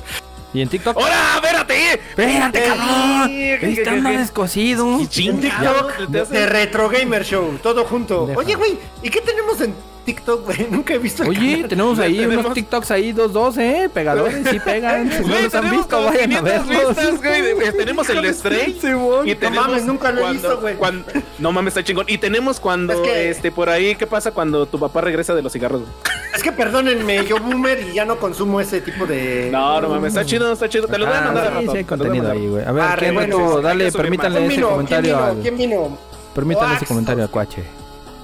Speaker 1: ¿Y en TikTok?
Speaker 3: ¡Hola! ¡Espérate!
Speaker 1: ¡Espérate,
Speaker 2: Eh,
Speaker 1: cabrón!
Speaker 3: Oh, eh, eh,
Speaker 1: Está
Speaker 3: eh,
Speaker 1: más
Speaker 3: eh.
Speaker 1: descosido.
Speaker 2: En TikTok
Speaker 3: te
Speaker 2: The
Speaker 3: hace-
Speaker 2: Retro Gamer Show, todo junto.
Speaker 1: Deja.
Speaker 2: Oye, güey, ¿y qué tenemos en TikTok, güey? Nunca he visto el
Speaker 1: Oye,
Speaker 2: canal.
Speaker 1: tenemos ahí unos
Speaker 3: tenemos-
Speaker 1: TikToks ahí, dos, dos, ¿eh? Pegadores, sí pegan. Si no
Speaker 3: Güey,
Speaker 1: los han
Speaker 3: tenemos
Speaker 1: visto,
Speaker 3: como
Speaker 1: vayan a
Speaker 3: 500
Speaker 1: verlos.
Speaker 3: vistas, güey, de- Tenemos el de Stray. y tenemos
Speaker 2: mames, nunca lo he
Speaker 3: cuando-
Speaker 2: visto, güey.
Speaker 3: cuando- No mames, está chingón. Y tenemos cuando,
Speaker 2: Es que-
Speaker 3: este, por ahí, ¿qué pasa cuando tu papá regresa de los cigarros? güey?
Speaker 2: Es que perdónenme, yo boomer y ya no consumo ese tipo de.
Speaker 3: No, no mames, está chido, está chido. Te lo voy a
Speaker 1: Ah,
Speaker 3: mandar a
Speaker 1: sí, sí,
Speaker 3: rato.
Speaker 1: hay contenido ahí, güey. A ver,
Speaker 2: Arre,
Speaker 1: ¿qué
Speaker 2: bueno,
Speaker 1: reto?
Speaker 3: sí, sí, hay
Speaker 1: Dale,
Speaker 3: que subir más.
Speaker 1: permítanle
Speaker 2: ¿Quién
Speaker 1: ese
Speaker 2: vino? ¿Quién
Speaker 1: comentario
Speaker 2: vino?
Speaker 1: al...
Speaker 2: ¿Quién vino?
Speaker 1: Permítanle ese
Speaker 2: Oaxo.
Speaker 1: comentario al cuache.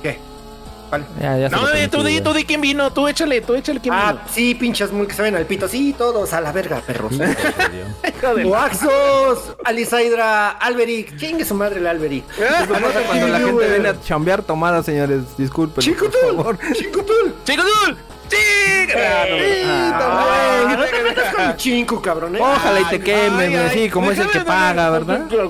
Speaker 2: ¿Qué?
Speaker 1: Ya, ya se
Speaker 3: No,
Speaker 1: lo
Speaker 3: eh, tú
Speaker 1: permití,
Speaker 3: di,
Speaker 1: güey.
Speaker 3: tú di quién vino, tú échale, tú échale quién
Speaker 2: Ah,
Speaker 3: vino.
Speaker 2: sí, pinches muy que se ven al pito. Sí, todos a la verga, perros.
Speaker 3: Hijo de la-
Speaker 2: Oaxos, Alisaidra, Alberic. Chingue su madre el Alberic. Pues
Speaker 1: Pasa Cuando la gente viene a chambear tomada, señores, disculpen.
Speaker 2: Chico
Speaker 1: por favor.
Speaker 2: Tul, Chico Tul.
Speaker 3: ¡Chicos, Dul! ¡Sí! Ah, no,
Speaker 2: Eh,
Speaker 3: ah,
Speaker 2: también, No
Speaker 3: no,
Speaker 2: te metas con mi chinco, cabrón. eh. Ah.
Speaker 1: Ojalá y te quemes,
Speaker 3: ay,
Speaker 1: güey,
Speaker 3: ay,
Speaker 1: sí, como es el que
Speaker 3: déjame,
Speaker 1: paga,
Speaker 3: déjame,
Speaker 1: ¿verdad?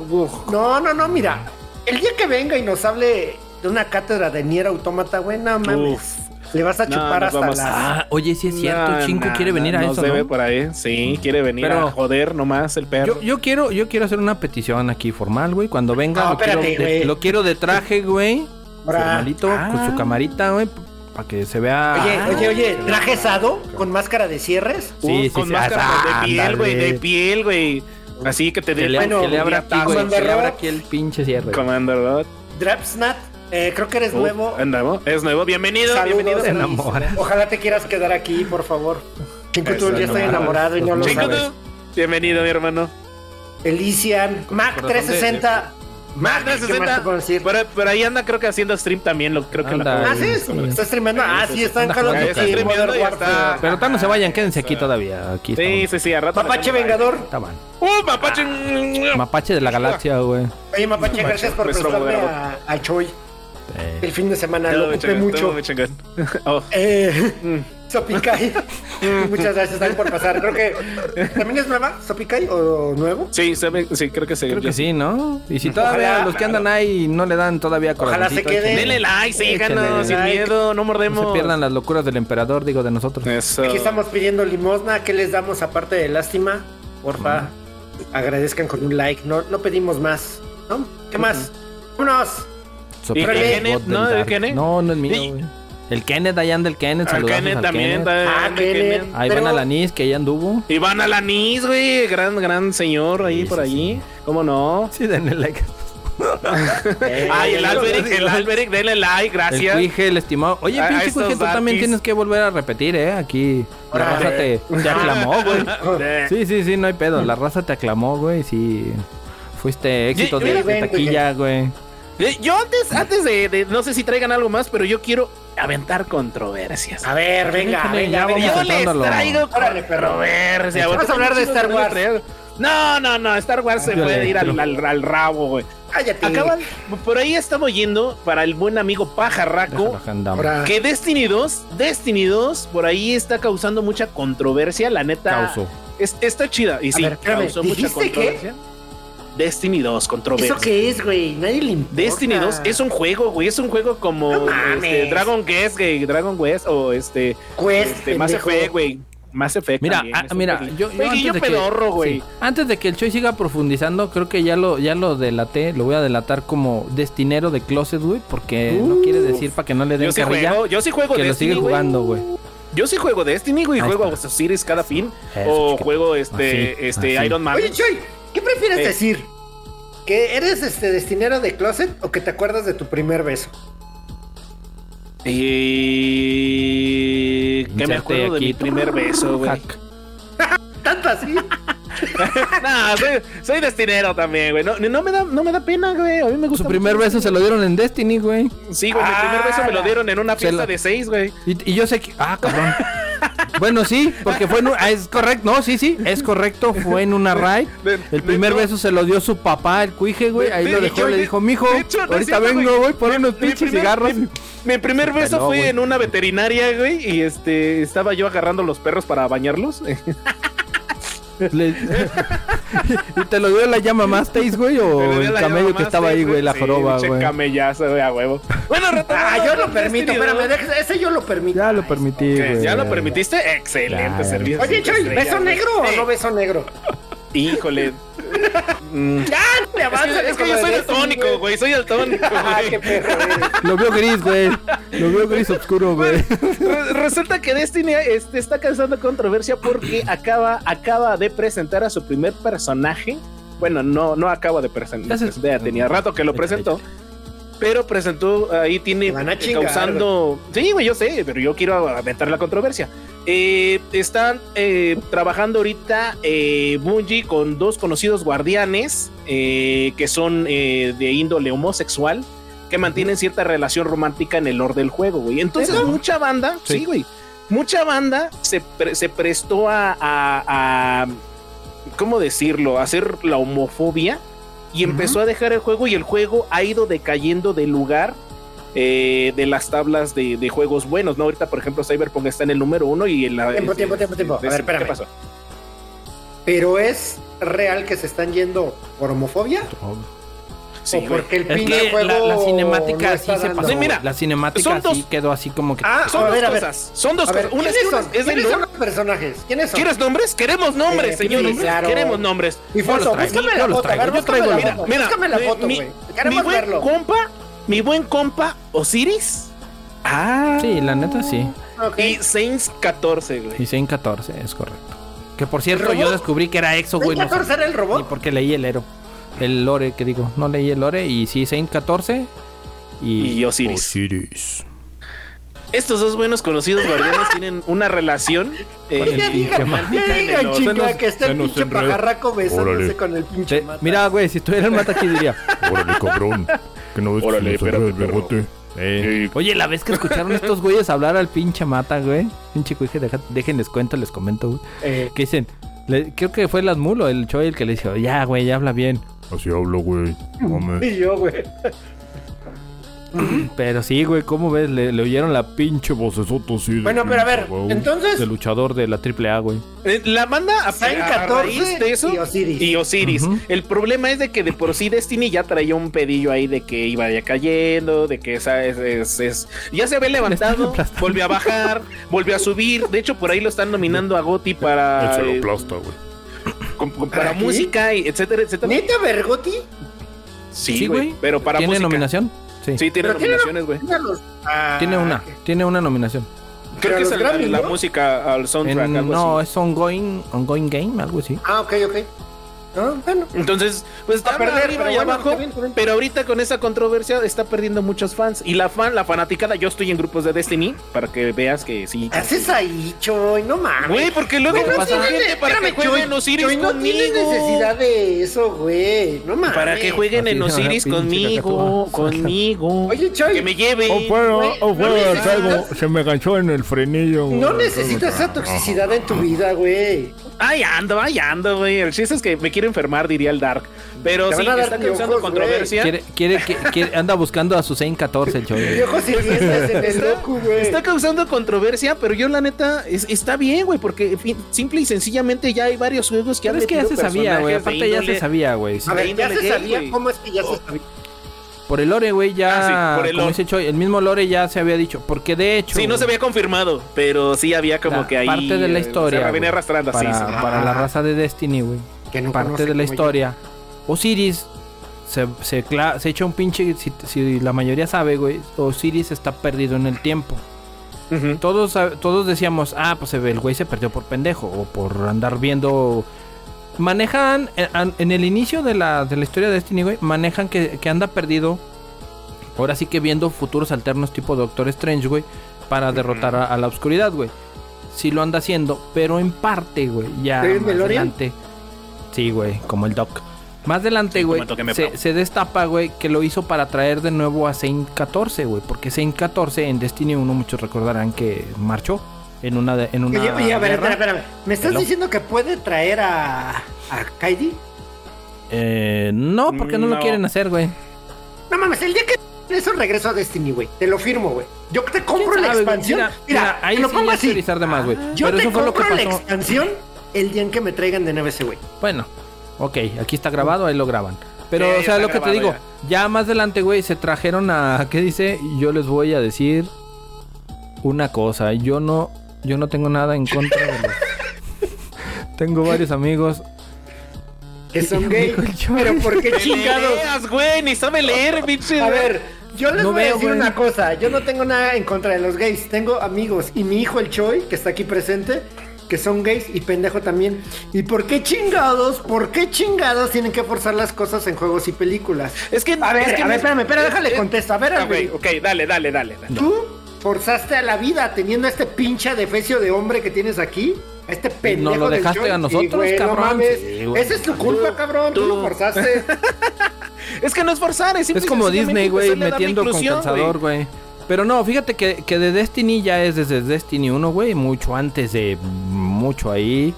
Speaker 2: No, no, no, mira. El día que venga y nos hable de una cátedra de Nier Automata, güey, no mames. Le vas a
Speaker 3: No,
Speaker 2: chupar
Speaker 3: nos
Speaker 2: hasta
Speaker 3: vamos
Speaker 2: las.
Speaker 1: Ah, oye, sí es cierto,
Speaker 3: No,
Speaker 1: Chinco
Speaker 3: no,
Speaker 1: quiere
Speaker 3: no,
Speaker 1: venir a
Speaker 3: nos
Speaker 1: eso,
Speaker 3: debe
Speaker 1: ¿no?
Speaker 3: por ahí, sí, quiere venir
Speaker 1: Pero-
Speaker 3: a joder nomás el perro.
Speaker 1: Yo, yo quiero, yo quiero hacer una petición aquí formal, güey. Cuando venga,
Speaker 2: No,
Speaker 1: lo, quiero
Speaker 2: espérate,
Speaker 1: de,
Speaker 2: güey.
Speaker 1: lo quiero de traje, güey.
Speaker 2: Ahora.
Speaker 1: Formalito, con su camarita, güey. Para que se vea.
Speaker 2: Oye,
Speaker 1: Ah,
Speaker 2: oye, oye, traje asado con máscara de cierres.
Speaker 1: Sí,
Speaker 3: Uh,
Speaker 1: sí,
Speaker 3: con
Speaker 1: sí.
Speaker 3: máscara
Speaker 1: Ah,
Speaker 3: de piel, güey, de
Speaker 1: ándale.
Speaker 3: piel, güey. Así que te
Speaker 1: Que
Speaker 3: dé
Speaker 1: le,
Speaker 2: Bueno,
Speaker 1: que le abra aquí, güey.
Speaker 2: Commander
Speaker 1: Que le abra
Speaker 2: Rock.
Speaker 1: aquí el pinche cierre.
Speaker 3: Comando Rod.
Speaker 2: Drapsnat, eh, creo que eres
Speaker 3: Uh,
Speaker 2: nuevo.
Speaker 3: andamos. Es nuevo. Bienvenido, bienvenido.
Speaker 1: se enamora.
Speaker 2: Ojalá te quieras quedar aquí, por favor. Chinco
Speaker 3: Eso
Speaker 2: Tul, ya estoy
Speaker 1: nomás.
Speaker 2: enamorado y no lo
Speaker 1: Chinco
Speaker 3: Chico,
Speaker 2: sabes.
Speaker 1: Tul.
Speaker 3: tú. Bienvenido, mi hermano.
Speaker 2: Elysian, Mac
Speaker 1: Corazón de-
Speaker 2: 360.
Speaker 3: Más
Speaker 2: ¿Qué más te puedo
Speaker 3: 360.
Speaker 2: decir?
Speaker 3: Por, por ahí anda, creo que haciendo stream también. Lo, creo que lo
Speaker 1: Anda.
Speaker 3: acabo de
Speaker 2: Ah,
Speaker 3: ver.
Speaker 2: sí,
Speaker 1: Sí.
Speaker 2: está streameando. Ah, sí, está en Call of
Speaker 1: Anda
Speaker 2: Duty,
Speaker 1: jugando, está
Speaker 2: Modern
Speaker 3: streameando y
Speaker 2: Warfare.
Speaker 3: está-
Speaker 1: Pero tan no se vayan, quédense aquí todavía. Aquí
Speaker 3: Sí,
Speaker 1: estamos.
Speaker 3: sí, sí. A rato.
Speaker 2: Mapache Vengador.
Speaker 1: Estaban.
Speaker 3: ¡Uh, mapache!
Speaker 1: Mapache de la galaxia, güey.
Speaker 2: Oye, Mapache, gracias por
Speaker 3: Nuestro
Speaker 2: prestarme
Speaker 3: moderador.
Speaker 2: a, a Choi.
Speaker 1: Eh,
Speaker 2: El fin de semana
Speaker 3: Estuvo
Speaker 2: lo
Speaker 3: muy
Speaker 2: ocupé
Speaker 3: chingón, estuvo
Speaker 2: mucho.
Speaker 3: muy chingón. Oh,
Speaker 2: Eh,
Speaker 1: Mm.
Speaker 2: Sopikai. Muchas gracias también por pasar. Creo que también es nueva Sopikai o nuevo.
Speaker 3: Sí, sabe- sí, creo que sí.
Speaker 1: Creo que sí, ¿no? Y si todavía
Speaker 2: Ojalá,
Speaker 1: los que andan ahí no le dan todavía
Speaker 2: Ojalá se
Speaker 1: corazoncito,
Speaker 2: queden.
Speaker 1: échenle.
Speaker 3: Denle like, síganos,
Speaker 1: Échale
Speaker 3: sin
Speaker 2: like.
Speaker 3: miedo, no mordemos.
Speaker 1: No se pierdan las locuras del emperador, digo, de nosotros.
Speaker 3: Eso.
Speaker 2: Aquí estamos pidiendo limosna. ¿Qué les damos aparte de lástima? Porfa, agradezcan con un like. No, no pedimos más. ¿No? ¿Qué más? ¡Vámonos!
Speaker 1: Sopa
Speaker 3: ¿Y
Speaker 1: de
Speaker 3: Kenneth?
Speaker 1: bot del
Speaker 3: ¿No? ¿El
Speaker 1: Dark.
Speaker 3: Kenneth?
Speaker 1: No, no es mío.
Speaker 3: Sí.
Speaker 1: güey. El Kenneth, allá anda el Kenneth.
Speaker 3: Al
Speaker 1: Saludazos al
Speaker 3: Kenneth también.
Speaker 1: Kenneth.
Speaker 3: también,
Speaker 2: Ah,
Speaker 3: al
Speaker 2: Kenneth.
Speaker 3: Kenneth.
Speaker 1: Ahí van
Speaker 2: Pero-
Speaker 1: a la NIS, que allá anduvo.
Speaker 3: Iván Alanis, güey, gran, gran señor ahí
Speaker 1: Sí,
Speaker 3: por
Speaker 1: sí,
Speaker 3: allí. ¿Cómo no?
Speaker 1: Sí, denle like.
Speaker 3: Ay, el Alberic,
Speaker 1: sí,
Speaker 3: el
Speaker 1: sí.
Speaker 3: Alberic, denle like,
Speaker 1: El
Speaker 3: gracias.
Speaker 1: Cuije, el estimado. Oye,
Speaker 3: A- a
Speaker 1: pinche
Speaker 3: estos
Speaker 1: Cuije, tú también
Speaker 3: darkies.
Speaker 1: tienes que volver a repetir, ¿eh? Aquí la
Speaker 2: Órale.
Speaker 1: raza te, te aclamó, güey. Sí, sí, sí, no hay pedo. La raza te aclamó, güey. Sí. Fuiste éxito
Speaker 3: Y-
Speaker 1: de,
Speaker 2: mira,
Speaker 1: de
Speaker 2: ven, Cuije.
Speaker 1: taquilla, güey.
Speaker 3: Eh, Yo antes, antes de, de- no sé si traigan algo más, pero yo quiero aventar controversias.
Speaker 2: A ver, venga,
Speaker 1: Échale,
Speaker 2: venga,
Speaker 1: ya
Speaker 2: venga.
Speaker 3: Yo
Speaker 1: vamos
Speaker 3: les
Speaker 1: entrándolo.
Speaker 3: traigo
Speaker 2: Órale, perro.
Speaker 3: controversia.
Speaker 2: Vamos
Speaker 3: porque
Speaker 2: a hablar de
Speaker 3: tengo un chingo
Speaker 2: Star
Speaker 3: no les traigo. No, no, no, Star Wars se puede ir al, al- al rabo, güey.
Speaker 2: Cállate.
Speaker 3: Acaban, por ahí estamos yendo para el buen amigo
Speaker 1: Déjalo,
Speaker 3: Pajarraco,
Speaker 1: andamos.
Speaker 2: Ahora,
Speaker 3: Que Destiny 2, Destiny 2, por ahí está causando mucha controversia, la neta.
Speaker 1: Causo.
Speaker 3: Es- está chida. Y sí,
Speaker 2: A ver, espérame,
Speaker 3: causó mucha
Speaker 2: ¿dijiste qué?
Speaker 3: controversia. Destiny 2, controversia.
Speaker 2: ¿Eso qué es, güey? Nadie le importa.
Speaker 3: Destiny 2 es un juego, güey. Es un juego como
Speaker 2: No mames.
Speaker 3: este, Dragon Quest, güey. Dragon Quest o este,
Speaker 2: Quest,
Speaker 3: este Mass
Speaker 2: pendejo.
Speaker 3: Effect, güey. Mass Effect.
Speaker 1: Mira,
Speaker 3: también,
Speaker 1: ah,
Speaker 3: es un
Speaker 1: mira,
Speaker 3: jueguillo.
Speaker 1: yo, yo
Speaker 3: Jueguillo
Speaker 1: antes de que-
Speaker 3: pedorro, güey.
Speaker 1: sí, antes de que el Choi siga profundizando, creo que ya lo, ya lo delaté, lo voy a delatar como destinero de closet, güey, porque no quiere decir para que no le den
Speaker 3: Yo sí
Speaker 1: carrilla
Speaker 3: juego, yo sí juego
Speaker 1: que lo
Speaker 3: Destiny,
Speaker 1: sigue
Speaker 3: güey.
Speaker 1: jugando, güey.
Speaker 3: Yo sí juego Destiny, güey.
Speaker 1: Ahí
Speaker 3: Juego
Speaker 1: está.
Speaker 3: a Osiris cada fin.
Speaker 1: Eso,
Speaker 3: o
Speaker 1: chiquito.
Speaker 3: juego este,
Speaker 1: Así,
Speaker 3: este
Speaker 1: así.
Speaker 3: Iron Man.
Speaker 2: Oye, Choy, ¿qué prefieres
Speaker 3: Eh.
Speaker 2: decir? ¿Que eres este destinero de closet o que te acuerdas de tu primer beso?
Speaker 3: Y... Que me
Speaker 1: Inserte
Speaker 3: acuerdo de
Speaker 1: aquí.
Speaker 3: mi primer beso, güey.
Speaker 1: Hack.
Speaker 2: Tanto así.
Speaker 3: no, soy, soy destinero también, güey. No, no, me da, no me da pena, güey. A mí me gusta.
Speaker 1: Su primer
Speaker 3: mucho.
Speaker 1: beso se lo dieron en Destiny, güey.
Speaker 3: Sí, güey, mi primer beso me lo dieron en una
Speaker 1: Ah. Se
Speaker 3: fiesta
Speaker 1: lo-
Speaker 3: de seis, güey.
Speaker 1: Y, y yo sé que. Ah, cabrón. Bueno, sí, porque fue en un, ah, es correcto, no, sí, sí, es correcto, fue en una raid.
Speaker 3: De-
Speaker 1: El primer
Speaker 3: de hecho-
Speaker 1: beso se lo dio su papá, el cuije, güey. Ahí
Speaker 3: de-
Speaker 1: lo
Speaker 3: de-
Speaker 1: dejó,
Speaker 3: yo-
Speaker 1: le
Speaker 3: de-
Speaker 1: dijo, mijo,
Speaker 3: de hecho, no es
Speaker 1: ahorita
Speaker 3: cierto,
Speaker 1: vengo,
Speaker 3: güey.
Speaker 1: güey, por
Speaker 3: Mi-
Speaker 1: unos
Speaker 3: mi
Speaker 1: pinches
Speaker 3: primer-
Speaker 1: cigarros.
Speaker 3: mi- Mi primer
Speaker 1: Se
Speaker 3: beso
Speaker 1: peló,
Speaker 3: fue
Speaker 1: güey.
Speaker 3: en una veterinaria, güey, y este estaba yo agarrando los perros para bañarlos.
Speaker 1: Le- ¿Y te lo dio la llama Mastace, güey? ¿O
Speaker 3: Pero era
Speaker 1: el
Speaker 3: la
Speaker 1: camello
Speaker 3: llamada
Speaker 1: que estaba
Speaker 3: más,
Speaker 1: ahí, güey? La
Speaker 3: sí,
Speaker 1: joroba,
Speaker 3: pinche
Speaker 1: güey.
Speaker 3: camellazo, güey, a huevo. Bueno, retomando
Speaker 2: Ah, yo lo
Speaker 3: Destiny
Speaker 2: permito,
Speaker 3: 2.
Speaker 2: espérame, deja- ese yo lo permito.
Speaker 1: Ya lo permití,
Speaker 3: Ok,
Speaker 1: güey.
Speaker 3: ¿Ya lo permitiste? Excelente
Speaker 1: Claro.
Speaker 3: servicio.
Speaker 2: Oye, Choy,
Speaker 3: Estrella,
Speaker 2: ¿beso
Speaker 3: güey.
Speaker 2: negro o
Speaker 3: Sí.
Speaker 2: no beso negro?
Speaker 3: Híjole. Mm.
Speaker 2: Ya, le
Speaker 3: Es
Speaker 2: avanza.
Speaker 3: que, es que yo soy daltónico, güey. Soy daltónico,
Speaker 2: Ah,
Speaker 3: güey.
Speaker 2: qué perro eres.
Speaker 1: Lo vio gris, güey. Lo vio gris oscuro, güey.
Speaker 3: Re- Resulta que Destiny este, está causando controversia porque acaba, acaba de presentar a su primer personaje. Bueno, no, no acaba de presentar,
Speaker 1: Ya se-
Speaker 3: ya tenía rato que lo
Speaker 1: Échale,
Speaker 3: presentó. Pero presentó ahí, tiene
Speaker 2: Te van a
Speaker 3: eh,
Speaker 2: chingar,
Speaker 3: causando. Sí, güey, yo sé, pero yo quiero aventar la controversia. Eh, están eh, trabajando ahorita eh, Bungie con dos conocidos guardianes eh, que son eh, de índole homosexual que mantienen cierta relación romántica en el lore del juego, güey. Entonces, mucha banda, sí,
Speaker 1: Sí.
Speaker 3: güey, mucha banda se, pre- se prestó a, a- a- ¿cómo decirlo?, a hacer la homofobia y empezó a dejar el juego y el juego ha ido decayendo del lugar. eh, de las tablas de, de juegos buenos, ¿no? Ahorita, por ejemplo, Cyberpunk está en el número uno y en la...
Speaker 2: Tiempo,
Speaker 3: eh,
Speaker 2: tiempo, tiempo, tiempo. A ver,
Speaker 3: ¿qué
Speaker 2: espérame.
Speaker 3: pasó?
Speaker 2: Pero es real que se están yendo por homofobia
Speaker 3: Oh,
Speaker 4: Oh,
Speaker 3: Sí,
Speaker 2: o
Speaker 3: güey.
Speaker 2: porque el
Speaker 1: Es
Speaker 2: pinche
Speaker 1: que
Speaker 2: juego
Speaker 1: la, la cinemática
Speaker 2: no
Speaker 1: así
Speaker 2: está
Speaker 1: se
Speaker 2: dando?
Speaker 1: pasó.
Speaker 3: Sí, mira,
Speaker 1: güey. la cinemática
Speaker 3: son
Speaker 1: así
Speaker 3: dos-
Speaker 1: quedó así como que.
Speaker 2: Ah,
Speaker 3: Son
Speaker 2: a ver, a
Speaker 3: dos
Speaker 2: ver.
Speaker 3: cosas, son dos
Speaker 2: A ver,
Speaker 3: cosas. Una es,
Speaker 2: ¿quiénes son?
Speaker 3: es del
Speaker 2: ¿Quiénes
Speaker 3: lore.
Speaker 2: son los personajes? ¿Quiénes son?
Speaker 3: ¿Quieres nombres? Queremos nombres,
Speaker 2: Eh,
Speaker 3: señor.
Speaker 2: sí,
Speaker 3: nombres.
Speaker 2: claro.
Speaker 3: Queremos nombres.
Speaker 2: Y
Speaker 1: Yo
Speaker 2: foto,
Speaker 1: lo traigo,
Speaker 2: búscame
Speaker 1: yo
Speaker 2: la
Speaker 1: lo
Speaker 2: foto, a
Speaker 1: traigo,
Speaker 2: ver,
Speaker 1: yo
Speaker 2: búscame
Speaker 1: traigo
Speaker 2: la
Speaker 1: la-
Speaker 2: foto.
Speaker 3: Mira,
Speaker 2: Búscame la
Speaker 3: mi-
Speaker 2: foto,
Speaker 3: mi-
Speaker 2: güey.
Speaker 3: Mi
Speaker 2: Queremos
Speaker 3: buen
Speaker 2: verlo.
Speaker 3: compa, mi buen compa Osiris. Ah.
Speaker 1: Sí, la neta sí.
Speaker 2: Ok.
Speaker 3: Y Saints 14, güey.
Speaker 1: Hice en 14, es correcto. Que por cierto,
Speaker 2: ¿Robot?
Speaker 1: yo descubrí que era EXO, güey.
Speaker 2: ¿Saint
Speaker 1: no sé.
Speaker 2: 14 era el
Speaker 1: Y
Speaker 2: robot?
Speaker 1: porque leí el Ero. El lore, que digo. No leí el lore. Y sí, Saint 14. Y,
Speaker 3: Y Osiris. Estos dos buenos conocidos guardianes tienen una relación. eh,
Speaker 1: Con el
Speaker 2: Ya
Speaker 1: pinche
Speaker 2: digan,
Speaker 1: man.
Speaker 2: ya digan,
Speaker 3: No,
Speaker 2: chinga,
Speaker 4: se nos-
Speaker 2: que está
Speaker 4: se
Speaker 2: el
Speaker 4: nos
Speaker 2: pinche
Speaker 4: enreda.
Speaker 2: pajarraco besándose
Speaker 5: Órale.
Speaker 2: con el pinche
Speaker 1: Te- mira, güey, si tuviera el mata aquí diría.
Speaker 5: Órale, cabrón. Que no ves que
Speaker 6: Órale,
Speaker 5: se me
Speaker 6: espérate,
Speaker 5: sale el bigote.
Speaker 4: Eh,
Speaker 6: Ey,
Speaker 1: Oye, la vez que escucharon estos güeyes hablar al pinche mata, güey. Pinche cuije, deja- déjenles cuento, les comento, güey.
Speaker 2: Eh.
Speaker 1: Que dicen, le- creo que fue el Asmulo, el Choy, el que le dijo, ya, güey, ya habla bien.
Speaker 5: Así hablo, güey.
Speaker 3: eh,
Speaker 5: Mames.
Speaker 2: Y yo, güey.
Speaker 1: Pero sí, güey, ¿cómo ves? Le, le oyeron la pinche voz
Speaker 5: Vocesoto, sí. de
Speaker 2: Bueno, pero a ver,
Speaker 5: huevo.
Speaker 1: de
Speaker 2: entonces,
Speaker 1: luchador de la AAA, güey.
Speaker 3: eh, la banda a,
Speaker 2: Saints
Speaker 3: a- a
Speaker 2: 14
Speaker 3: raíz de eso.
Speaker 2: y Osiris.
Speaker 3: Y Osiris.
Speaker 1: Ujú.
Speaker 3: El problema es de que de por sí Destiny ya traía un pedillo ahí de que iba ya cayendo, de que esa es, es- es- ya se había levantado,
Speaker 1: aplastando.
Speaker 3: volvió a bajar, volvió a subir. De hecho, por ahí lo están nominando a Goti para,
Speaker 5: Échalo
Speaker 3: eh,
Speaker 5: plasta, güey.
Speaker 3: con- con- para
Speaker 2: ¿Ah, sí?
Speaker 3: música, y etcétera, etcétera.
Speaker 2: ¿Neta Bergotti?
Speaker 3: Sí, güey. Pero para
Speaker 1: ¿Tiene
Speaker 3: música.
Speaker 1: nominación? Sí.
Speaker 3: Sí, tiene
Speaker 2: Pero tiene-
Speaker 3: nominaciones, güey.
Speaker 2: Mira los- Ah,
Speaker 1: Tiene una,
Speaker 2: ok.
Speaker 1: tiene una nominación.
Speaker 3: Creo
Speaker 2: Pero
Speaker 3: que es
Speaker 2: los
Speaker 3: el-
Speaker 2: Grammy,
Speaker 3: la
Speaker 2: ¿no?
Speaker 3: música al soundtrack,
Speaker 1: En-
Speaker 3: algo
Speaker 1: Eh, no,
Speaker 3: así.
Speaker 1: es ongoing, ongoing game, algo así.
Speaker 2: Ah, ok, ok. Ah, bueno.
Speaker 3: Entonces, pues está
Speaker 2: A perder,
Speaker 3: arriba
Speaker 2: pero
Speaker 3: y
Speaker 2: bueno,
Speaker 3: abajo.
Speaker 2: está bien, está bien.
Speaker 3: Pero ahorita con esa controversia está perdiendo muchos fans. Y la fan, la fanaticada, yo estoy en grupos de Destiny para que veas que sí.
Speaker 2: Haces ahí, Choy, no mames.
Speaker 3: Güey, porque luego
Speaker 2: Güey,
Speaker 3: no
Speaker 1: pasa-
Speaker 3: tiene gente para que
Speaker 2: espérame,
Speaker 3: jueguen
Speaker 2: Choy,
Speaker 3: Osiris
Speaker 2: Choy, no tienes
Speaker 3: conmigo.
Speaker 2: necesidad de eso, güey. No mames.
Speaker 3: Para que jueguen
Speaker 1: Así se
Speaker 3: en
Speaker 1: llama,
Speaker 3: Osiris
Speaker 1: pinche
Speaker 3: conmigo,
Speaker 1: cacatúa.
Speaker 3: conmigo.
Speaker 2: Oye, pues. Choy.
Speaker 3: que me lleve.
Speaker 4: Oh, bueno,
Speaker 2: Güey,
Speaker 4: oh,
Speaker 2: no
Speaker 4: bueno,
Speaker 2: necesitas-
Speaker 4: traigo- se me ganchó en el frenillo. güey.
Speaker 2: No necesitas esa toxicidad en tu vida, güey.
Speaker 3: Ay, ando, ay, ando, güey. El chiste es que me quiero enfermar, diría el Dark. Pero
Speaker 2: Te
Speaker 3: sí,
Speaker 2: van a dar
Speaker 3: está causando
Speaker 2: piojos,
Speaker 3: controversia.
Speaker 1: Quiere, quiere, que- quiere- anda buscando a Susain 14, el Choy.
Speaker 2: Viejos y fiestas en el Doku, güey.
Speaker 3: Está causando controversia, pero yo la neta es- está bien, güey, porque en fin, simple y sencillamente ya hay varios juegos que han
Speaker 1: Pero es que ya
Speaker 3: metido
Speaker 1: se sabía, güey.
Speaker 3: personajes de
Speaker 1: Aparte ya se
Speaker 3: índole-
Speaker 1: sabía, güey. sí.
Speaker 2: A ver, ya
Speaker 3: índole
Speaker 2: se
Speaker 3: gay,
Speaker 2: sabía
Speaker 3: güey.
Speaker 2: cómo es que ya
Speaker 1: Oh,
Speaker 2: se sabía.
Speaker 1: Por el lore, güey, ya.
Speaker 3: Ah, sí, por el
Speaker 1: como
Speaker 3: lore.
Speaker 1: dice Choy, el mismo lore ya se había dicho. Porque de hecho.
Speaker 3: Sí, no se había confirmado, pero sí había como
Speaker 1: La
Speaker 3: que ahí.
Speaker 1: parte de la historia,
Speaker 3: Se venía
Speaker 1: güey,
Speaker 3: arrastrando, sí,
Speaker 1: para,
Speaker 3: sí.
Speaker 1: para la raza de Destiny, güey.
Speaker 2: Que no
Speaker 1: Parte
Speaker 2: conoce
Speaker 1: de la
Speaker 2: como yo.
Speaker 1: historia. Osiris se, se, cla- se echa un pinche. Si, si la mayoría sabe, güey. Osiris está perdido en el tiempo.
Speaker 3: Ujú.
Speaker 1: Todos, sab- todos decíamos, ah, pues el güey se perdió por pendejo. O por andar viendo. Manejan. eh, an- En el inicio de la, de la historia de Destiny, güey. Manejan que, que anda perdido. Ahora sí que viendo futuros alternos tipo Doctor Strange, güey. Para derrotar a, a la oscuridad, güey. Sí lo anda haciendo, pero en parte, güey. Ya
Speaker 2: ¿Te ves
Speaker 1: más
Speaker 2: DeLorean?
Speaker 1: adelante. Sí, güey, como el Doc. Más adelante, güey,
Speaker 3: momento que me
Speaker 1: se,
Speaker 3: plau.
Speaker 1: se destapa, güey, que lo hizo para traer de nuevo a Saint 14, güey. Porque Saint 14 en Destiny 1 muchos recordarán que marchó. en una de- en una
Speaker 2: Oye, oye, a ver,
Speaker 1: guerra.
Speaker 2: espera, espera. ¿Me estás
Speaker 1: Hello.
Speaker 2: diciendo que puede traer a, a Kaidi?
Speaker 1: Eh, no, porque no, lo
Speaker 3: No.
Speaker 1: quieren hacer, güey.
Speaker 2: No mames, el día que eso regreso a Destiny, güey. Te lo firmo, güey. Yo te compro la
Speaker 1: ¿Quién sabe, güey?
Speaker 2: expansión.
Speaker 1: Mira,
Speaker 2: Mira,
Speaker 1: mira, ahí
Speaker 2: te lo
Speaker 1: sí
Speaker 2: pongo
Speaker 1: ya es
Speaker 2: así.
Speaker 1: teorizar de más, güey.
Speaker 2: Yo
Speaker 1: Pero
Speaker 2: te
Speaker 1: eso fue lo que
Speaker 2: compro la
Speaker 1: pasó.
Speaker 2: expansión el día en que me traigan de NBC, güey.
Speaker 1: Bueno, ok, aquí está grabado, ahí lo graban. Pero,
Speaker 3: Sí,
Speaker 1: o sea,
Speaker 3: está
Speaker 1: lo que te
Speaker 3: grabado
Speaker 1: digo, ya. más adelante, güey, se trajeron a. ¿Qué dice? Yo les voy a decir una cosa. Yo no, yo no tengo nada en contra de los. tengo varios amigos.
Speaker 2: Que son gay.
Speaker 1: dijo el Chore.
Speaker 2: Pero ¿por qué chingados?
Speaker 3: Chingados, güey, ni sabe leer, pinche.
Speaker 2: A ver, yo les
Speaker 1: No
Speaker 2: voy
Speaker 1: veo,
Speaker 2: a decir
Speaker 1: güey.
Speaker 2: una cosa. Yo no tengo nada en contra de los gays. Tengo amigos y mi hijo el Choi, que está aquí presente, que son gays y pendejo también. ¿Y por qué chingados? ¿Por qué chingados tienen que forzar las cosas en juegos y películas?
Speaker 3: Es que
Speaker 2: A ver,
Speaker 3: es que
Speaker 2: a
Speaker 3: no-
Speaker 2: ver, espérame, espérame, déjale
Speaker 3: eh,
Speaker 2: contesto. A ver,
Speaker 3: Ok,
Speaker 2: Alberico.
Speaker 3: ok, dale, dale, dale. dale.
Speaker 2: Tú forzaste a la vida teniendo a este pinche defecio de hombre que tienes aquí. A este pendejo.
Speaker 1: lo
Speaker 2: del
Speaker 1: dejaste
Speaker 2: Joy.
Speaker 1: a
Speaker 2: Sí,
Speaker 1: nosotros,
Speaker 2: güey, no
Speaker 1: cabrón.
Speaker 2: mames.
Speaker 1: Sí, güey.
Speaker 2: Esa es tu culpa,
Speaker 3: Tú,
Speaker 2: cabrón. Tú,
Speaker 3: tú.
Speaker 2: lo forzaste.
Speaker 3: Es que no es forzar, es simple
Speaker 1: Es
Speaker 3: y
Speaker 1: como
Speaker 3: sencillamente
Speaker 1: Disney, güey,
Speaker 3: empezarle a darle
Speaker 1: metiendo
Speaker 3: inclusión,
Speaker 1: compensador,
Speaker 3: güey.
Speaker 1: güey. Pero no, fíjate que, que de Destiny ya es desde Destiny 1, güey, mucho antes de mucho ahí,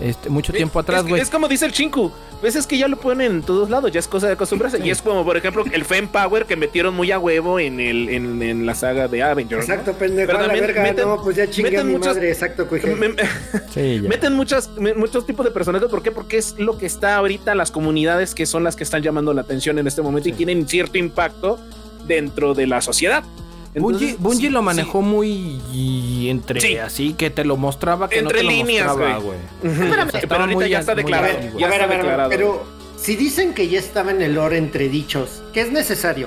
Speaker 1: este, mucho tiempo
Speaker 3: Es-
Speaker 1: atrás,
Speaker 3: es-
Speaker 1: güey.
Speaker 3: Es, como dice el Chinku. Ves es que ya lo ponen en todos lados, ya es cosa de acostumbrarse. Y es como, por ejemplo, el Fem Power que metieron muy a huevo en, el, en, en la saga de Avengers. ¿no?
Speaker 2: Exacto, pendejo.
Speaker 3: Pero
Speaker 2: a la
Speaker 3: también
Speaker 2: verga.
Speaker 3: meten-
Speaker 2: no, pues ya chingué a
Speaker 3: meten
Speaker 2: mi
Speaker 3: muchas-
Speaker 2: madre. Exacto, güey.
Speaker 3: Me-
Speaker 1: Sí, ya.
Speaker 3: Meten muchas, me- muchos tipos de personajes. ¿Por qué? Porque es lo que está ahorita las comunidades que son las que están llamando la atención en este momento y tienen cierto impacto dentro de la sociedad.
Speaker 1: Bungie,
Speaker 3: Entonces,
Speaker 1: Bungie
Speaker 3: sí,
Speaker 1: lo
Speaker 3: sí.
Speaker 1: manejó muy y entre
Speaker 3: Sí.
Speaker 1: así que te lo mostraba que
Speaker 3: Entre
Speaker 1: no te
Speaker 3: líneas,
Speaker 1: lo mostraba,
Speaker 3: güey.
Speaker 1: güey.
Speaker 3: Ujú.
Speaker 2: Espérame,
Speaker 3: Pero
Speaker 1: estaba
Speaker 3: ahorita
Speaker 1: muy
Speaker 3: ya
Speaker 1: a-
Speaker 3: está
Speaker 1: muy
Speaker 2: A
Speaker 3: declarado.
Speaker 2: ver,
Speaker 3: ya
Speaker 2: a ver,
Speaker 3: está
Speaker 2: a ver, a ver,
Speaker 3: declarado.
Speaker 2: pero si dicen que ya estaba en el lore entre dichos, ¿qué es necesario?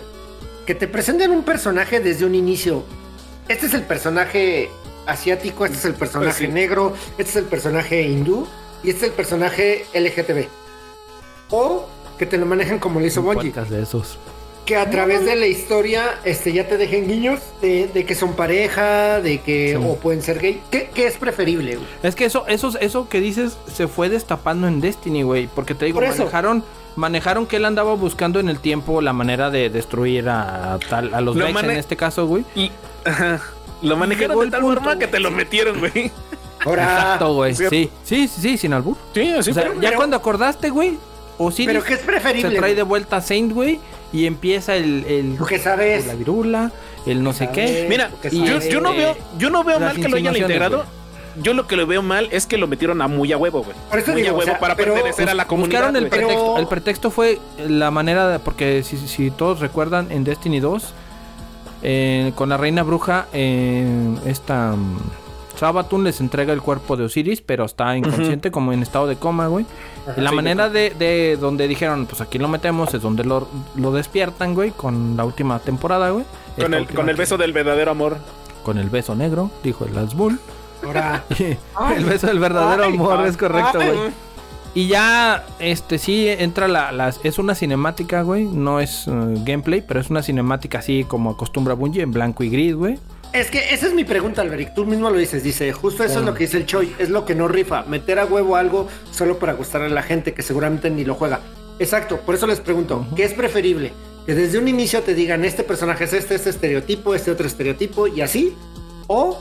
Speaker 2: Que te presenten un personaje desde un inicio. Este es el personaje asiático, este es el personaje
Speaker 3: Pues sí.
Speaker 2: negro, este es el personaje hindú y este es el personaje LGTB. O que te lo manejen como lo hizo
Speaker 1: Un
Speaker 2: Bungie.
Speaker 1: podcast de esos.
Speaker 2: Que a través de la historia este, ya te dejen guiños de, de que son pareja, de que
Speaker 1: Sí.
Speaker 2: o pueden ser gay. ¿Qué, qué es preferible? güey?
Speaker 1: Es que eso, eso, eso que dices se fue destapando en Destiny, güey. Porque te digo,
Speaker 2: Por eso.
Speaker 1: manejaron, manejaron que él andaba buscando en el tiempo la manera de destruir a, tal, a los
Speaker 3: Lo
Speaker 1: Vex en
Speaker 3: mane-
Speaker 1: este caso, güey.
Speaker 3: Y- ajá, lo manejaron
Speaker 1: Llegó
Speaker 3: de
Speaker 1: el
Speaker 3: tal
Speaker 1: punto,
Speaker 3: forma que te lo metieron, güey.
Speaker 2: Ahora,
Speaker 1: Exacto, güey.
Speaker 3: Ah, cierto.
Speaker 1: Sí, sí, sí, sí, sin albur.
Speaker 3: Sí, así
Speaker 1: o sea,
Speaker 3: pero-
Speaker 1: ya
Speaker 2: pero-
Speaker 1: cuando acordaste, güey, Osiris
Speaker 2: ¿pero qué es preferible?
Speaker 1: se trae
Speaker 2: güey?
Speaker 1: de vuelta a Saint, güey, y empieza el, el
Speaker 2: Porque sabes...
Speaker 1: la virula, el no sé qué.
Speaker 3: Mira,
Speaker 2: Porque
Speaker 1: y
Speaker 3: yo,
Speaker 1: este,
Speaker 3: yo no veo, yo no veo
Speaker 1: las
Speaker 3: mal que lo hayan
Speaker 1: insinuaciones,
Speaker 3: integrado. Yo lo que lo veo mal es que lo metieron a muy a huevo, güey.
Speaker 2: Por eso
Speaker 3: muy
Speaker 2: digo,
Speaker 3: a
Speaker 2: o
Speaker 3: huevo
Speaker 2: sea,
Speaker 3: para
Speaker 2: pero-
Speaker 3: pertenecer a la comunidad. pues.
Speaker 1: Buscaron el
Speaker 3: güey.
Speaker 2: Pero-
Speaker 1: pretexto. El pretexto fue la manera de. Porque si, si todos recuerdan, en Destiny 2, eh, con la reina bruja, eh, esta. mm, Sabatun les entrega el cuerpo de Osiris, pero está inconsciente, como en estado de coma, güey. Y la
Speaker 3: sí,
Speaker 1: manera de, de donde dijeron, pues aquí lo metemos, es donde lo, lo despiertan, güey, con la última temporada, güey.
Speaker 3: con
Speaker 1: Esta
Speaker 3: el,
Speaker 1: última
Speaker 3: con el
Speaker 1: que-
Speaker 3: beso del verdadero amor.
Speaker 1: Con el beso negro, dijo el Azbul.
Speaker 2: Ahora,
Speaker 1: el beso del verdadero amor, es correcto, güey. Y ya, este, sí, entra la, las- Es una cinemática, güey. No es eh, gameplay, pero es una cinemática así como acostumbra Bungie, en blanco y gris, güey.
Speaker 2: es que esa es mi pregunta, Alberic. Tú mismo lo dices. Dice, justo eso
Speaker 1: Sí.
Speaker 2: es lo que dice el Choi. Es lo que no rifa. Meter a huevo algo solo para gustarle a la gente que seguramente ni lo juega. Exacto. Por eso les pregunto, ¿qué es preferible? Que desde un inicio te digan, este personaje es este, este estereotipo, este otro estereotipo y así. O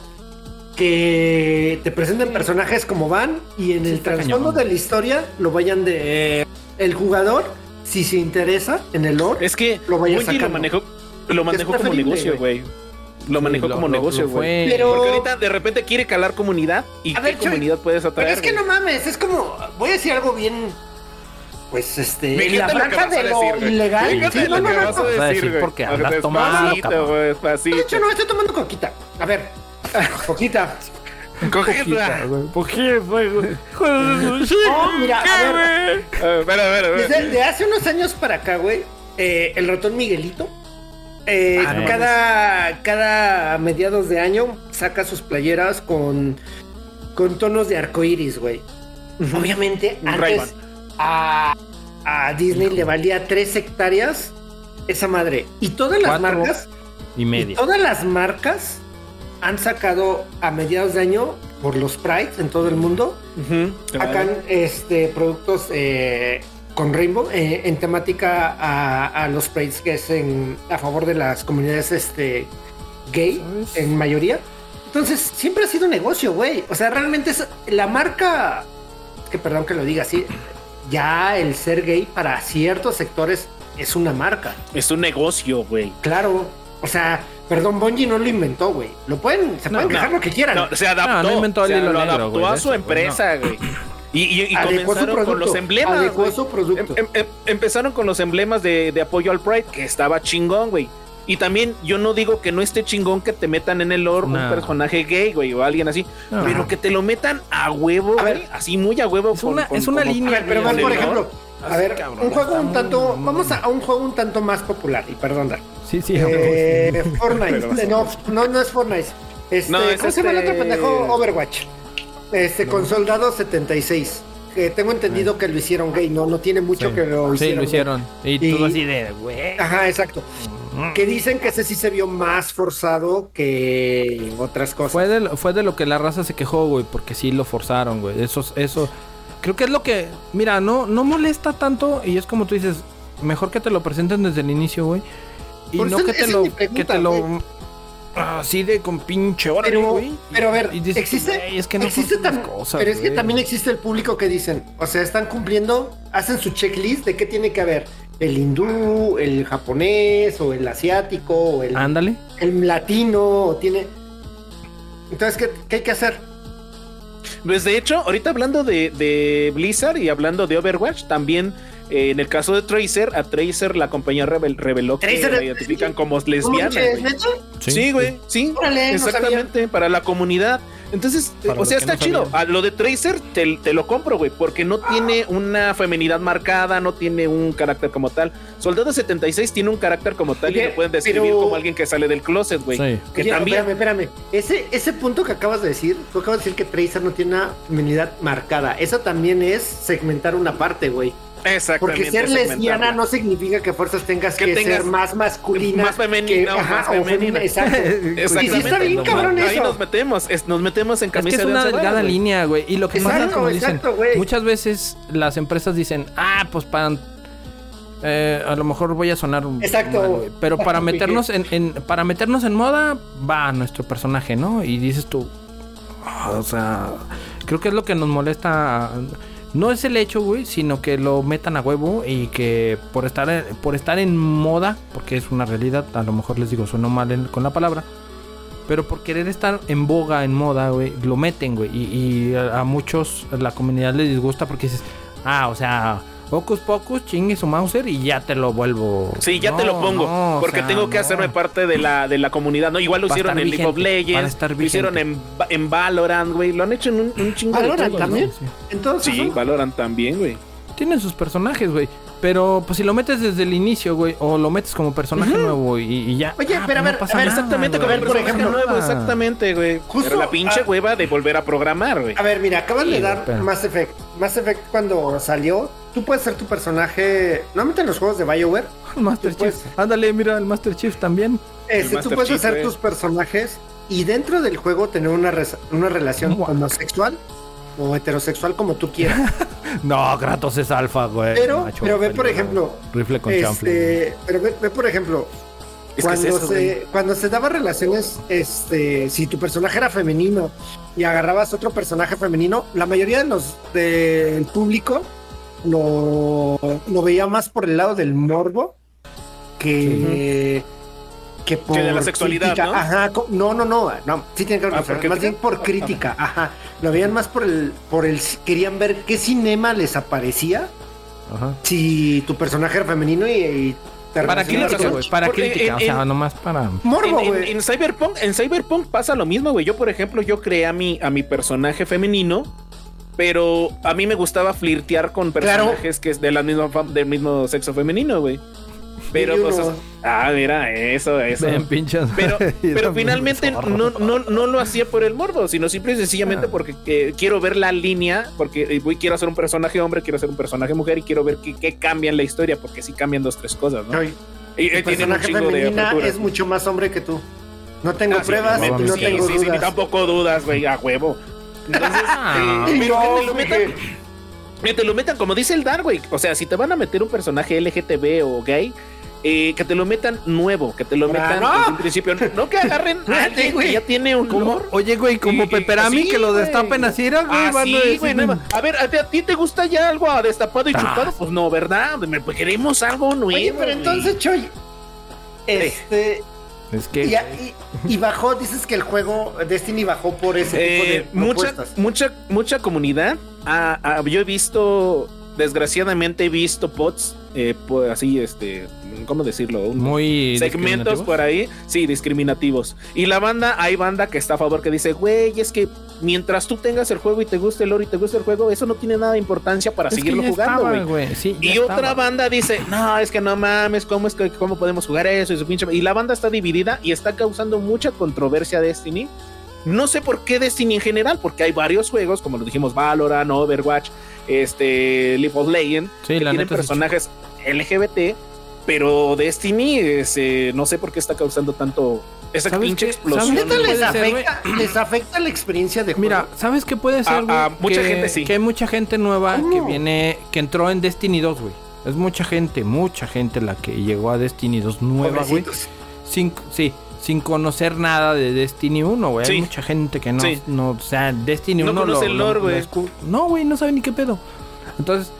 Speaker 2: que te presenten personajes como van y en
Speaker 1: Sí,
Speaker 2: el
Speaker 1: está
Speaker 2: trasfondo
Speaker 1: cañón.
Speaker 2: de la historia lo vayan de... eh, el jugador, si se interesa en el lore,
Speaker 3: Es que
Speaker 2: Lo vaya
Speaker 3: Bungie lo
Speaker 2: sacando.
Speaker 3: manejó, lo manejó como
Speaker 2: preferible,
Speaker 3: negocio, güey. Lo manejó
Speaker 1: Sí, lo-
Speaker 3: como
Speaker 1: lo-
Speaker 3: negocio,
Speaker 1: lo
Speaker 3: güey.
Speaker 1: fue-
Speaker 2: Pero-
Speaker 3: Porque ahorita de repente quiere calar comunidad y
Speaker 2: A
Speaker 3: qué
Speaker 2: ver, Chuy,
Speaker 3: comunidad puedes atraer.
Speaker 2: Pero es que
Speaker 3: güey?
Speaker 2: no mames, es como, voy a decir algo bien, pues este,
Speaker 3: Fíjate
Speaker 2: la
Speaker 3: lo que
Speaker 2: franja
Speaker 3: vas a
Speaker 2: de lo
Speaker 3: decir, güey.
Speaker 2: ilegal.
Speaker 3: Fíjate
Speaker 2: Sí, no,
Speaker 3: lo
Speaker 2: no,
Speaker 3: que
Speaker 2: no,
Speaker 3: vas
Speaker 2: no.
Speaker 1: Vas a
Speaker 3: a
Speaker 1: decir,
Speaker 3: decir, güey.
Speaker 1: porque
Speaker 3: O sea,
Speaker 1: andas
Speaker 3: despacito,
Speaker 1: tomado,
Speaker 3: güey,
Speaker 2: De
Speaker 3: despacito.
Speaker 2: hecho, no, estoy tomando coquita. A ver, coquita.
Speaker 3: Cogedla.
Speaker 4: ¿Por qué, güey?
Speaker 2: No, Oh, mira, a ver,
Speaker 3: Eh, Espera, espera, espera.
Speaker 2: desde de hace unos años para acá, güey, eh, el ratón Miguelito, eh,
Speaker 3: Ah, no
Speaker 2: cada, cada mediados de año saca sus playeras con, con tonos de arcoíris, güey. Obviamente,
Speaker 3: Un Ray-Ban.
Speaker 2: antes a, a Disney le valía tres hectáreas esa madre. Y todas las
Speaker 1: Cuatro.
Speaker 2: marcas,
Speaker 1: Y media.
Speaker 2: todas las marcas han sacado a mediados de año por los Prides en todo el mundo.
Speaker 3: Ujú, claro.
Speaker 2: Sacan este productos eh, con Rainbow eh, en temática a, a los Prides que es en, a favor de las comunidades este gay en mayoría. Entonces, siempre ha sido un negocio, güey. O sea, realmente es la marca. es que perdón que lo diga así. Ya el ser gay para ciertos sectores es una marca.
Speaker 3: Es un negocio, güey.
Speaker 2: Claro. O sea, perdón, Bungie no lo inventó, güey. Lo pueden, se pueden quejar lo que quieran.
Speaker 3: Ah, No, se
Speaker 1: No,
Speaker 3: adaptó.
Speaker 1: no inventó el
Speaker 3: se
Speaker 1: hilo
Speaker 3: lo
Speaker 1: negro,
Speaker 3: adaptó
Speaker 1: güey,
Speaker 3: a
Speaker 1: de
Speaker 3: su
Speaker 1: hecho,
Speaker 3: empresa, güey. Y, y- y
Speaker 2: Adecuó su
Speaker 3: comenzaron
Speaker 2: producto,
Speaker 3: con los emblemas.
Speaker 2: adecuó
Speaker 3: güey.
Speaker 2: su producto.
Speaker 3: Em- em- empezaron con los emblemas de, de apoyo al Pride, que estaba chingón, güey. Y también yo no digo que no esté chingón que te metan en el lore un
Speaker 1: No.
Speaker 3: personaje gay, güey, o alguien así,
Speaker 1: No.
Speaker 3: pero que te lo metan a huevo,
Speaker 2: A ver.
Speaker 3: güey, así muy a huevo.
Speaker 1: Es una- es una
Speaker 3: como-
Speaker 1: línea,
Speaker 2: A ver, pero
Speaker 3: güey,
Speaker 2: van, por
Speaker 3: ¿no?
Speaker 2: ejemplo, a
Speaker 1: Ay,
Speaker 2: ver,
Speaker 1: cabrón,
Speaker 2: un juego
Speaker 1: está
Speaker 2: un
Speaker 1: muy-
Speaker 2: tanto, vamos a, a un juego un tanto más popular, y perdón, Dar.
Speaker 4: Sí, sí,
Speaker 2: Eh, Fortnite, no, no, no es Fortnite. Este,
Speaker 3: No, es
Speaker 2: ¿Cómo se llama el
Speaker 3: este-
Speaker 2: otro pendejo? Overwatch. Este, con Soldado 76. Que tengo entendido que lo hicieron gay, no, no tiene mucho
Speaker 1: Sí.
Speaker 2: que Ah. lo hicieron.
Speaker 1: Sí, lo
Speaker 2: gay.
Speaker 1: hicieron. Y
Speaker 2: Y-
Speaker 1: tú así de, güey.
Speaker 2: Ajá, exacto. Que dicen que ese sí se vio más forzado que otras cosas.
Speaker 1: Fue de, lo- fue de lo que la raza se quejó, güey, porque sí lo forzaron, güey. Eso, eso. Creo que es lo que. Mira, no, no molesta tanto. Y es como tú dices, mejor que te lo presenten desde el inicio, güey. Y
Speaker 2: Por
Speaker 1: no
Speaker 2: eso-
Speaker 1: que te
Speaker 2: esa
Speaker 1: lo.
Speaker 2: es mi pregunta,
Speaker 1: que te lo.
Speaker 2: güey.
Speaker 1: Así de con pinche hora,
Speaker 2: pero,
Speaker 1: güey.
Speaker 2: pero a ver,
Speaker 1: Y dices,
Speaker 2: existe,
Speaker 1: "Güey, es que no
Speaker 2: existe
Speaker 1: forcen las
Speaker 2: tam-
Speaker 1: cosas,
Speaker 2: pero es que
Speaker 1: güey".
Speaker 2: también existe el público que dicen, o sea, están cumpliendo, hacen su checklist de qué tiene que haber, el hindú, el japonés o el asiático o el,
Speaker 1: Ándale.
Speaker 2: el latino, o tiene... Entonces, ¿qué, qué hay que hacer?
Speaker 3: Pues de hecho, ahorita hablando de, de Blizzard y hablando de Overwatch, también eh, en el caso de Tracer, a Tracer la compañía revel- reveló que
Speaker 2: Tracer
Speaker 3: la
Speaker 2: es-
Speaker 3: identifican como
Speaker 2: ¿No
Speaker 3: lesbiana.
Speaker 2: manches,
Speaker 3: güey.
Speaker 2: neta?
Speaker 3: Sí, güey, sí.
Speaker 2: Órale, no
Speaker 3: Exactamente, para la comunidad. Entonces, eh,
Speaker 1: Para
Speaker 3: o
Speaker 1: los
Speaker 3: sea,
Speaker 1: que
Speaker 3: está
Speaker 1: no
Speaker 3: chido.
Speaker 1: sabían.
Speaker 3: A lo de Tracer te, te lo compro, güey, porque no tiene una feminidad marcada, no tiene un carácter como tal. Soldado 76 tiene un carácter como tal y
Speaker 2: Oye,
Speaker 3: lo pueden describir
Speaker 2: pero-
Speaker 3: como alguien que sale del closet, güey.
Speaker 1: Sí.
Speaker 3: Que
Speaker 2: Oye,
Speaker 3: también.
Speaker 2: Espérame, espérame. Ese, ese punto que acabas de decir, tú acabas de decir que Tracer no tiene una feminidad marcada. Eso también es segmentar una parte, güey.
Speaker 3: Exactamente.
Speaker 2: Porque ser
Speaker 3: segmentarla.
Speaker 2: lesbiana no significa que a fuerzas tengas
Speaker 3: Que
Speaker 2: que,
Speaker 3: tengas
Speaker 2: ser más masculina.
Speaker 3: más femenina
Speaker 2: que-
Speaker 3: o más
Speaker 2: o femenina,
Speaker 3: femenina.
Speaker 2: exacto. Y sí
Speaker 3: Exactamente.
Speaker 2: está bien
Speaker 1: no
Speaker 2: cabrón
Speaker 3: Ahí
Speaker 2: eso.
Speaker 3: nos metemos, es- nos metemos en
Speaker 1: Es que
Speaker 3: camisa
Speaker 1: es
Speaker 3: de
Speaker 1: una
Speaker 3: once
Speaker 1: delgada
Speaker 3: varas, güey.
Speaker 1: línea, güey. Y lo que pasa,
Speaker 2: Exacto,
Speaker 1: como dicen,
Speaker 2: exacto, güey.
Speaker 1: muchas veces las empresas dicen, ah, pues para. eh, a lo mejor voy a sonar un-
Speaker 2: Exacto.
Speaker 1: mal, güey, pero para meternos en, en- para meternos en moda va nuestro personaje, ¿no? Y dices tú, "Ah, o sea, creo que es lo que nos molesta. No es el hecho, güey, sino que lo metan a huevo y que por estar en, por estar en moda, porque es una realidad, a lo mejor les digo, suena mal en- con la palabra, pero por querer estar en boga, en moda, güey, lo meten, güey. Y, y a, a muchos, a la comunidad les disgusta porque dices, ah, o sea, Hocus Pocus, chingue su Mauser y ya te lo vuelvo.
Speaker 3: Sí, ya te
Speaker 1: No,
Speaker 3: lo pongo.
Speaker 1: no, o
Speaker 3: porque
Speaker 1: sea,
Speaker 3: tengo que
Speaker 1: no.
Speaker 3: hacerme parte de la, de la comunidad, ¿no? Igual lo
Speaker 1: Para
Speaker 3: hicieron
Speaker 1: estar
Speaker 3: en League of
Speaker 1: vigente, para
Speaker 3: Legends,
Speaker 1: estar
Speaker 3: lo hicieron en, Va- en Valorant, güey. Lo han hecho en un, un chingo de
Speaker 2: ¿Valorant
Speaker 3: juegos,
Speaker 2: también?
Speaker 1: Sí.
Speaker 2: Entonces,
Speaker 3: Sí, Valorant también, güey.
Speaker 1: Tienen sus personajes, güey. Pero pues si lo metes desde el inicio, güey, o lo metes como personaje nuevo y, y ya. Ah, pues,
Speaker 2: Oye, pero a
Speaker 1: no
Speaker 2: ver,
Speaker 1: pasa
Speaker 2: a ver,
Speaker 1: nada,
Speaker 3: Exactamente,
Speaker 1: güey. ah,
Speaker 3: como
Speaker 2: ver,
Speaker 3: el
Speaker 2: por
Speaker 3: personaje
Speaker 2: ejemplo. ah.
Speaker 3: nuevo, exactamente, güey.
Speaker 2: Justo-
Speaker 3: Pero la pinche
Speaker 2: ah.
Speaker 3: hueva de volver a programar, güey.
Speaker 2: a ver, mira, acaban de
Speaker 1: Sí,
Speaker 2: dar
Speaker 1: espera.
Speaker 2: Mass Effect. Mass Effect cuando salió, tú puedes ser tu personaje, normalmente en los juegos de BioWare,
Speaker 1: El Master Chief.
Speaker 2: Pues-
Speaker 1: Ándale, mira, el Master Chief también.
Speaker 2: este, tú
Speaker 3: Master
Speaker 2: puedes
Speaker 3: Chief,
Speaker 2: hacer
Speaker 3: güey.
Speaker 2: tus personajes y dentro del juego tener una, res- una relación
Speaker 1: Guac.
Speaker 2: homosexual o heterosexual como tú quieras.
Speaker 4: No, Kratos es alfa, güey.
Speaker 2: Pero,
Speaker 4: macho,
Speaker 2: pero ve, por
Speaker 4: peludo.
Speaker 2: ejemplo,
Speaker 4: Rifle con chanfle.
Speaker 2: este, pero ve, ve, por ejemplo,
Speaker 3: Es que es
Speaker 2: cuando,
Speaker 3: eso, güey.
Speaker 2: se, cuando se daban relaciones, este, si tu personaje era femenino y agarrabas otro personaje femenino, la mayoría de los del público lo, lo veía más por el lado del morbo que, que por
Speaker 3: de la sexualidad,
Speaker 2: crítica.
Speaker 3: ¿no?
Speaker 2: Ajá, co- no, no, no, no, sí tiene que ver
Speaker 3: Ah,
Speaker 2: con
Speaker 3: ¿por qué?
Speaker 2: más bien por crítica, ajá. Lo veían más por el, por el, querían ver qué cinema les aparecía
Speaker 1: Ajá.
Speaker 2: si tu personaje era femenino y, y te
Speaker 1: Para
Speaker 2: relacionabas
Speaker 1: crítica,
Speaker 3: razón.
Speaker 1: güey. Para
Speaker 3: Porque
Speaker 1: crítica,
Speaker 3: en-
Speaker 1: o sea,
Speaker 3: en-
Speaker 1: nomás para.
Speaker 2: Morbo,
Speaker 3: en, en-
Speaker 2: güey.
Speaker 3: en Cyberpunk, en Cyberpunk pasa lo mismo, güey. Yo, por ejemplo, yo creé a mi, a mi personaje femenino, pero a mí me gustaba flirtear con
Speaker 2: Claro.
Speaker 3: personajes que es de la misma fam- del mismo sexo femenino, güey. Pero,
Speaker 2: Y uno-
Speaker 3: pues, o sea, ah, mira, eso, eso.
Speaker 1: Bien, pinches.
Speaker 3: Pero, pero
Speaker 1: Eran
Speaker 3: finalmente
Speaker 1: bien
Speaker 3: no, no, no lo hacía por el morbo, sino simple y sencillamente
Speaker 1: Ah.
Speaker 3: porque eh, quiero ver la línea, porque eh, voy, quiero hacer un personaje hombre, quiero hacer un personaje mujer y quiero ver qué, qué cambia en la historia, porque sí cambian dos, tres cosas, ¿no?
Speaker 2: Ay,
Speaker 3: Y, eh,
Speaker 2: tu
Speaker 3: tienen un
Speaker 2: personaje
Speaker 3: chingo de
Speaker 2: femenina
Speaker 3: aperturas,
Speaker 2: es
Speaker 3: ¿no?
Speaker 2: mucho más hombre que tú. No tengo
Speaker 3: Ah, sí,
Speaker 2: pruebas,
Speaker 3: no
Speaker 2: no,
Speaker 3: mames, sí,
Speaker 2: tengo
Speaker 3: sí, sí, ni
Speaker 2: dudas.
Speaker 3: tampoco dudas, güey, a huevo. Entonces,
Speaker 1: Ah.
Speaker 3: eh, pero
Speaker 2: No,
Speaker 3: que te lo metan, que te lo metan, como dice el Dar, güey. O sea, si te van a meter un personaje LGTB o gay, eh, que te lo metan nuevo, que te lo
Speaker 2: Ah,
Speaker 3: metan
Speaker 2: no.
Speaker 3: desde un principio. No que agarren a alguien
Speaker 2: güey.
Speaker 3: que ya tiene un
Speaker 1: ¿Cómo?
Speaker 3: lore.
Speaker 1: Oye, güey, como
Speaker 3: Sí,
Speaker 1: Peperami
Speaker 3: sí,
Speaker 1: que lo
Speaker 3: güey.
Speaker 1: destapen así, era, güey.
Speaker 3: Ah,
Speaker 1: van a
Speaker 3: sí,
Speaker 1: decir,
Speaker 3: güey, nueva. A ver, ¿a ti, a ti te gusta ya algo destapado y
Speaker 1: Ah.
Speaker 3: chupado? Pues no, ¿verdad? Me- pues Queremos algo nuevo.
Speaker 2: Oye, pero
Speaker 3: güey.
Speaker 2: entonces, Choy. Este.
Speaker 4: Es
Speaker 2: Y,
Speaker 4: que
Speaker 2: y- y bajó, dices que el juego Destiny bajó por ese este tipo de
Speaker 3: Eh, mucha,
Speaker 2: propuestas.
Speaker 3: mucha, mucha comunidad. ah, ah, yo he visto, desgraciadamente he visto pots, eh, po- así, este, ¿cómo decirlo? Un-
Speaker 1: Muy.
Speaker 3: segmentos
Speaker 1: discriminativos.
Speaker 3: por ahí, sí, discriminativos. Y la banda, hay banda que está a favor que dice, güey, es que mientras tú tengas el juego y te guste el lore y te guste el juego, eso no tiene nada de importancia para
Speaker 1: Es que
Speaker 3: seguirlo
Speaker 1: ya
Speaker 3: jugando,
Speaker 1: estaba,
Speaker 3: güey.
Speaker 1: güey. Sí, ya
Speaker 3: Y otra
Speaker 1: estaba.
Speaker 3: banda dice, no, es que no mames, ¿cómo es que cómo podemos jugar eso? Y, su pinche-". Y la banda está dividida y está causando mucha controversia Destiny. No sé por qué Destiny en general, porque hay varios juegos, como lo dijimos, Valorant, Overwatch, este, League of Legends,
Speaker 1: Sí, la
Speaker 3: tienen
Speaker 1: neta. sí.
Speaker 3: personajes LGBT, pero Destiny, este, no sé por qué está causando tanto esa
Speaker 1: ¿Sabes
Speaker 3: pinche
Speaker 1: qué?
Speaker 3: explosión.
Speaker 1: ¿Sabes
Speaker 2: ¿Neta
Speaker 1: puede
Speaker 2: les
Speaker 1: ser,
Speaker 2: afecta, les afecta la experiencia de juego?
Speaker 1: Mira, ¿sabes qué puede ser,
Speaker 3: A-
Speaker 1: güey?
Speaker 3: a mucha
Speaker 1: Que-
Speaker 3: gente sí.
Speaker 1: Que hay mucha gente nueva que
Speaker 2: ¿Cómo?
Speaker 1: viene, que entró en Destiny 2, güey. Es mucha gente, mucha gente la que llegó a Destiny 2 nueva, güey.
Speaker 2: Pobrecitos.
Speaker 1: Sin, sí, sin conocer nada de Destiny 1, güey. Hay
Speaker 3: Sí.
Speaker 1: mucha gente que no,
Speaker 3: Sí.
Speaker 1: no, o sea, Destiny
Speaker 3: No
Speaker 1: 1 lo-
Speaker 3: conoce el
Speaker 1: lo-
Speaker 3: lore,
Speaker 1: lo
Speaker 3: güey.
Speaker 1: escu- No, güey, no sabe ni qué pedo. Entonces,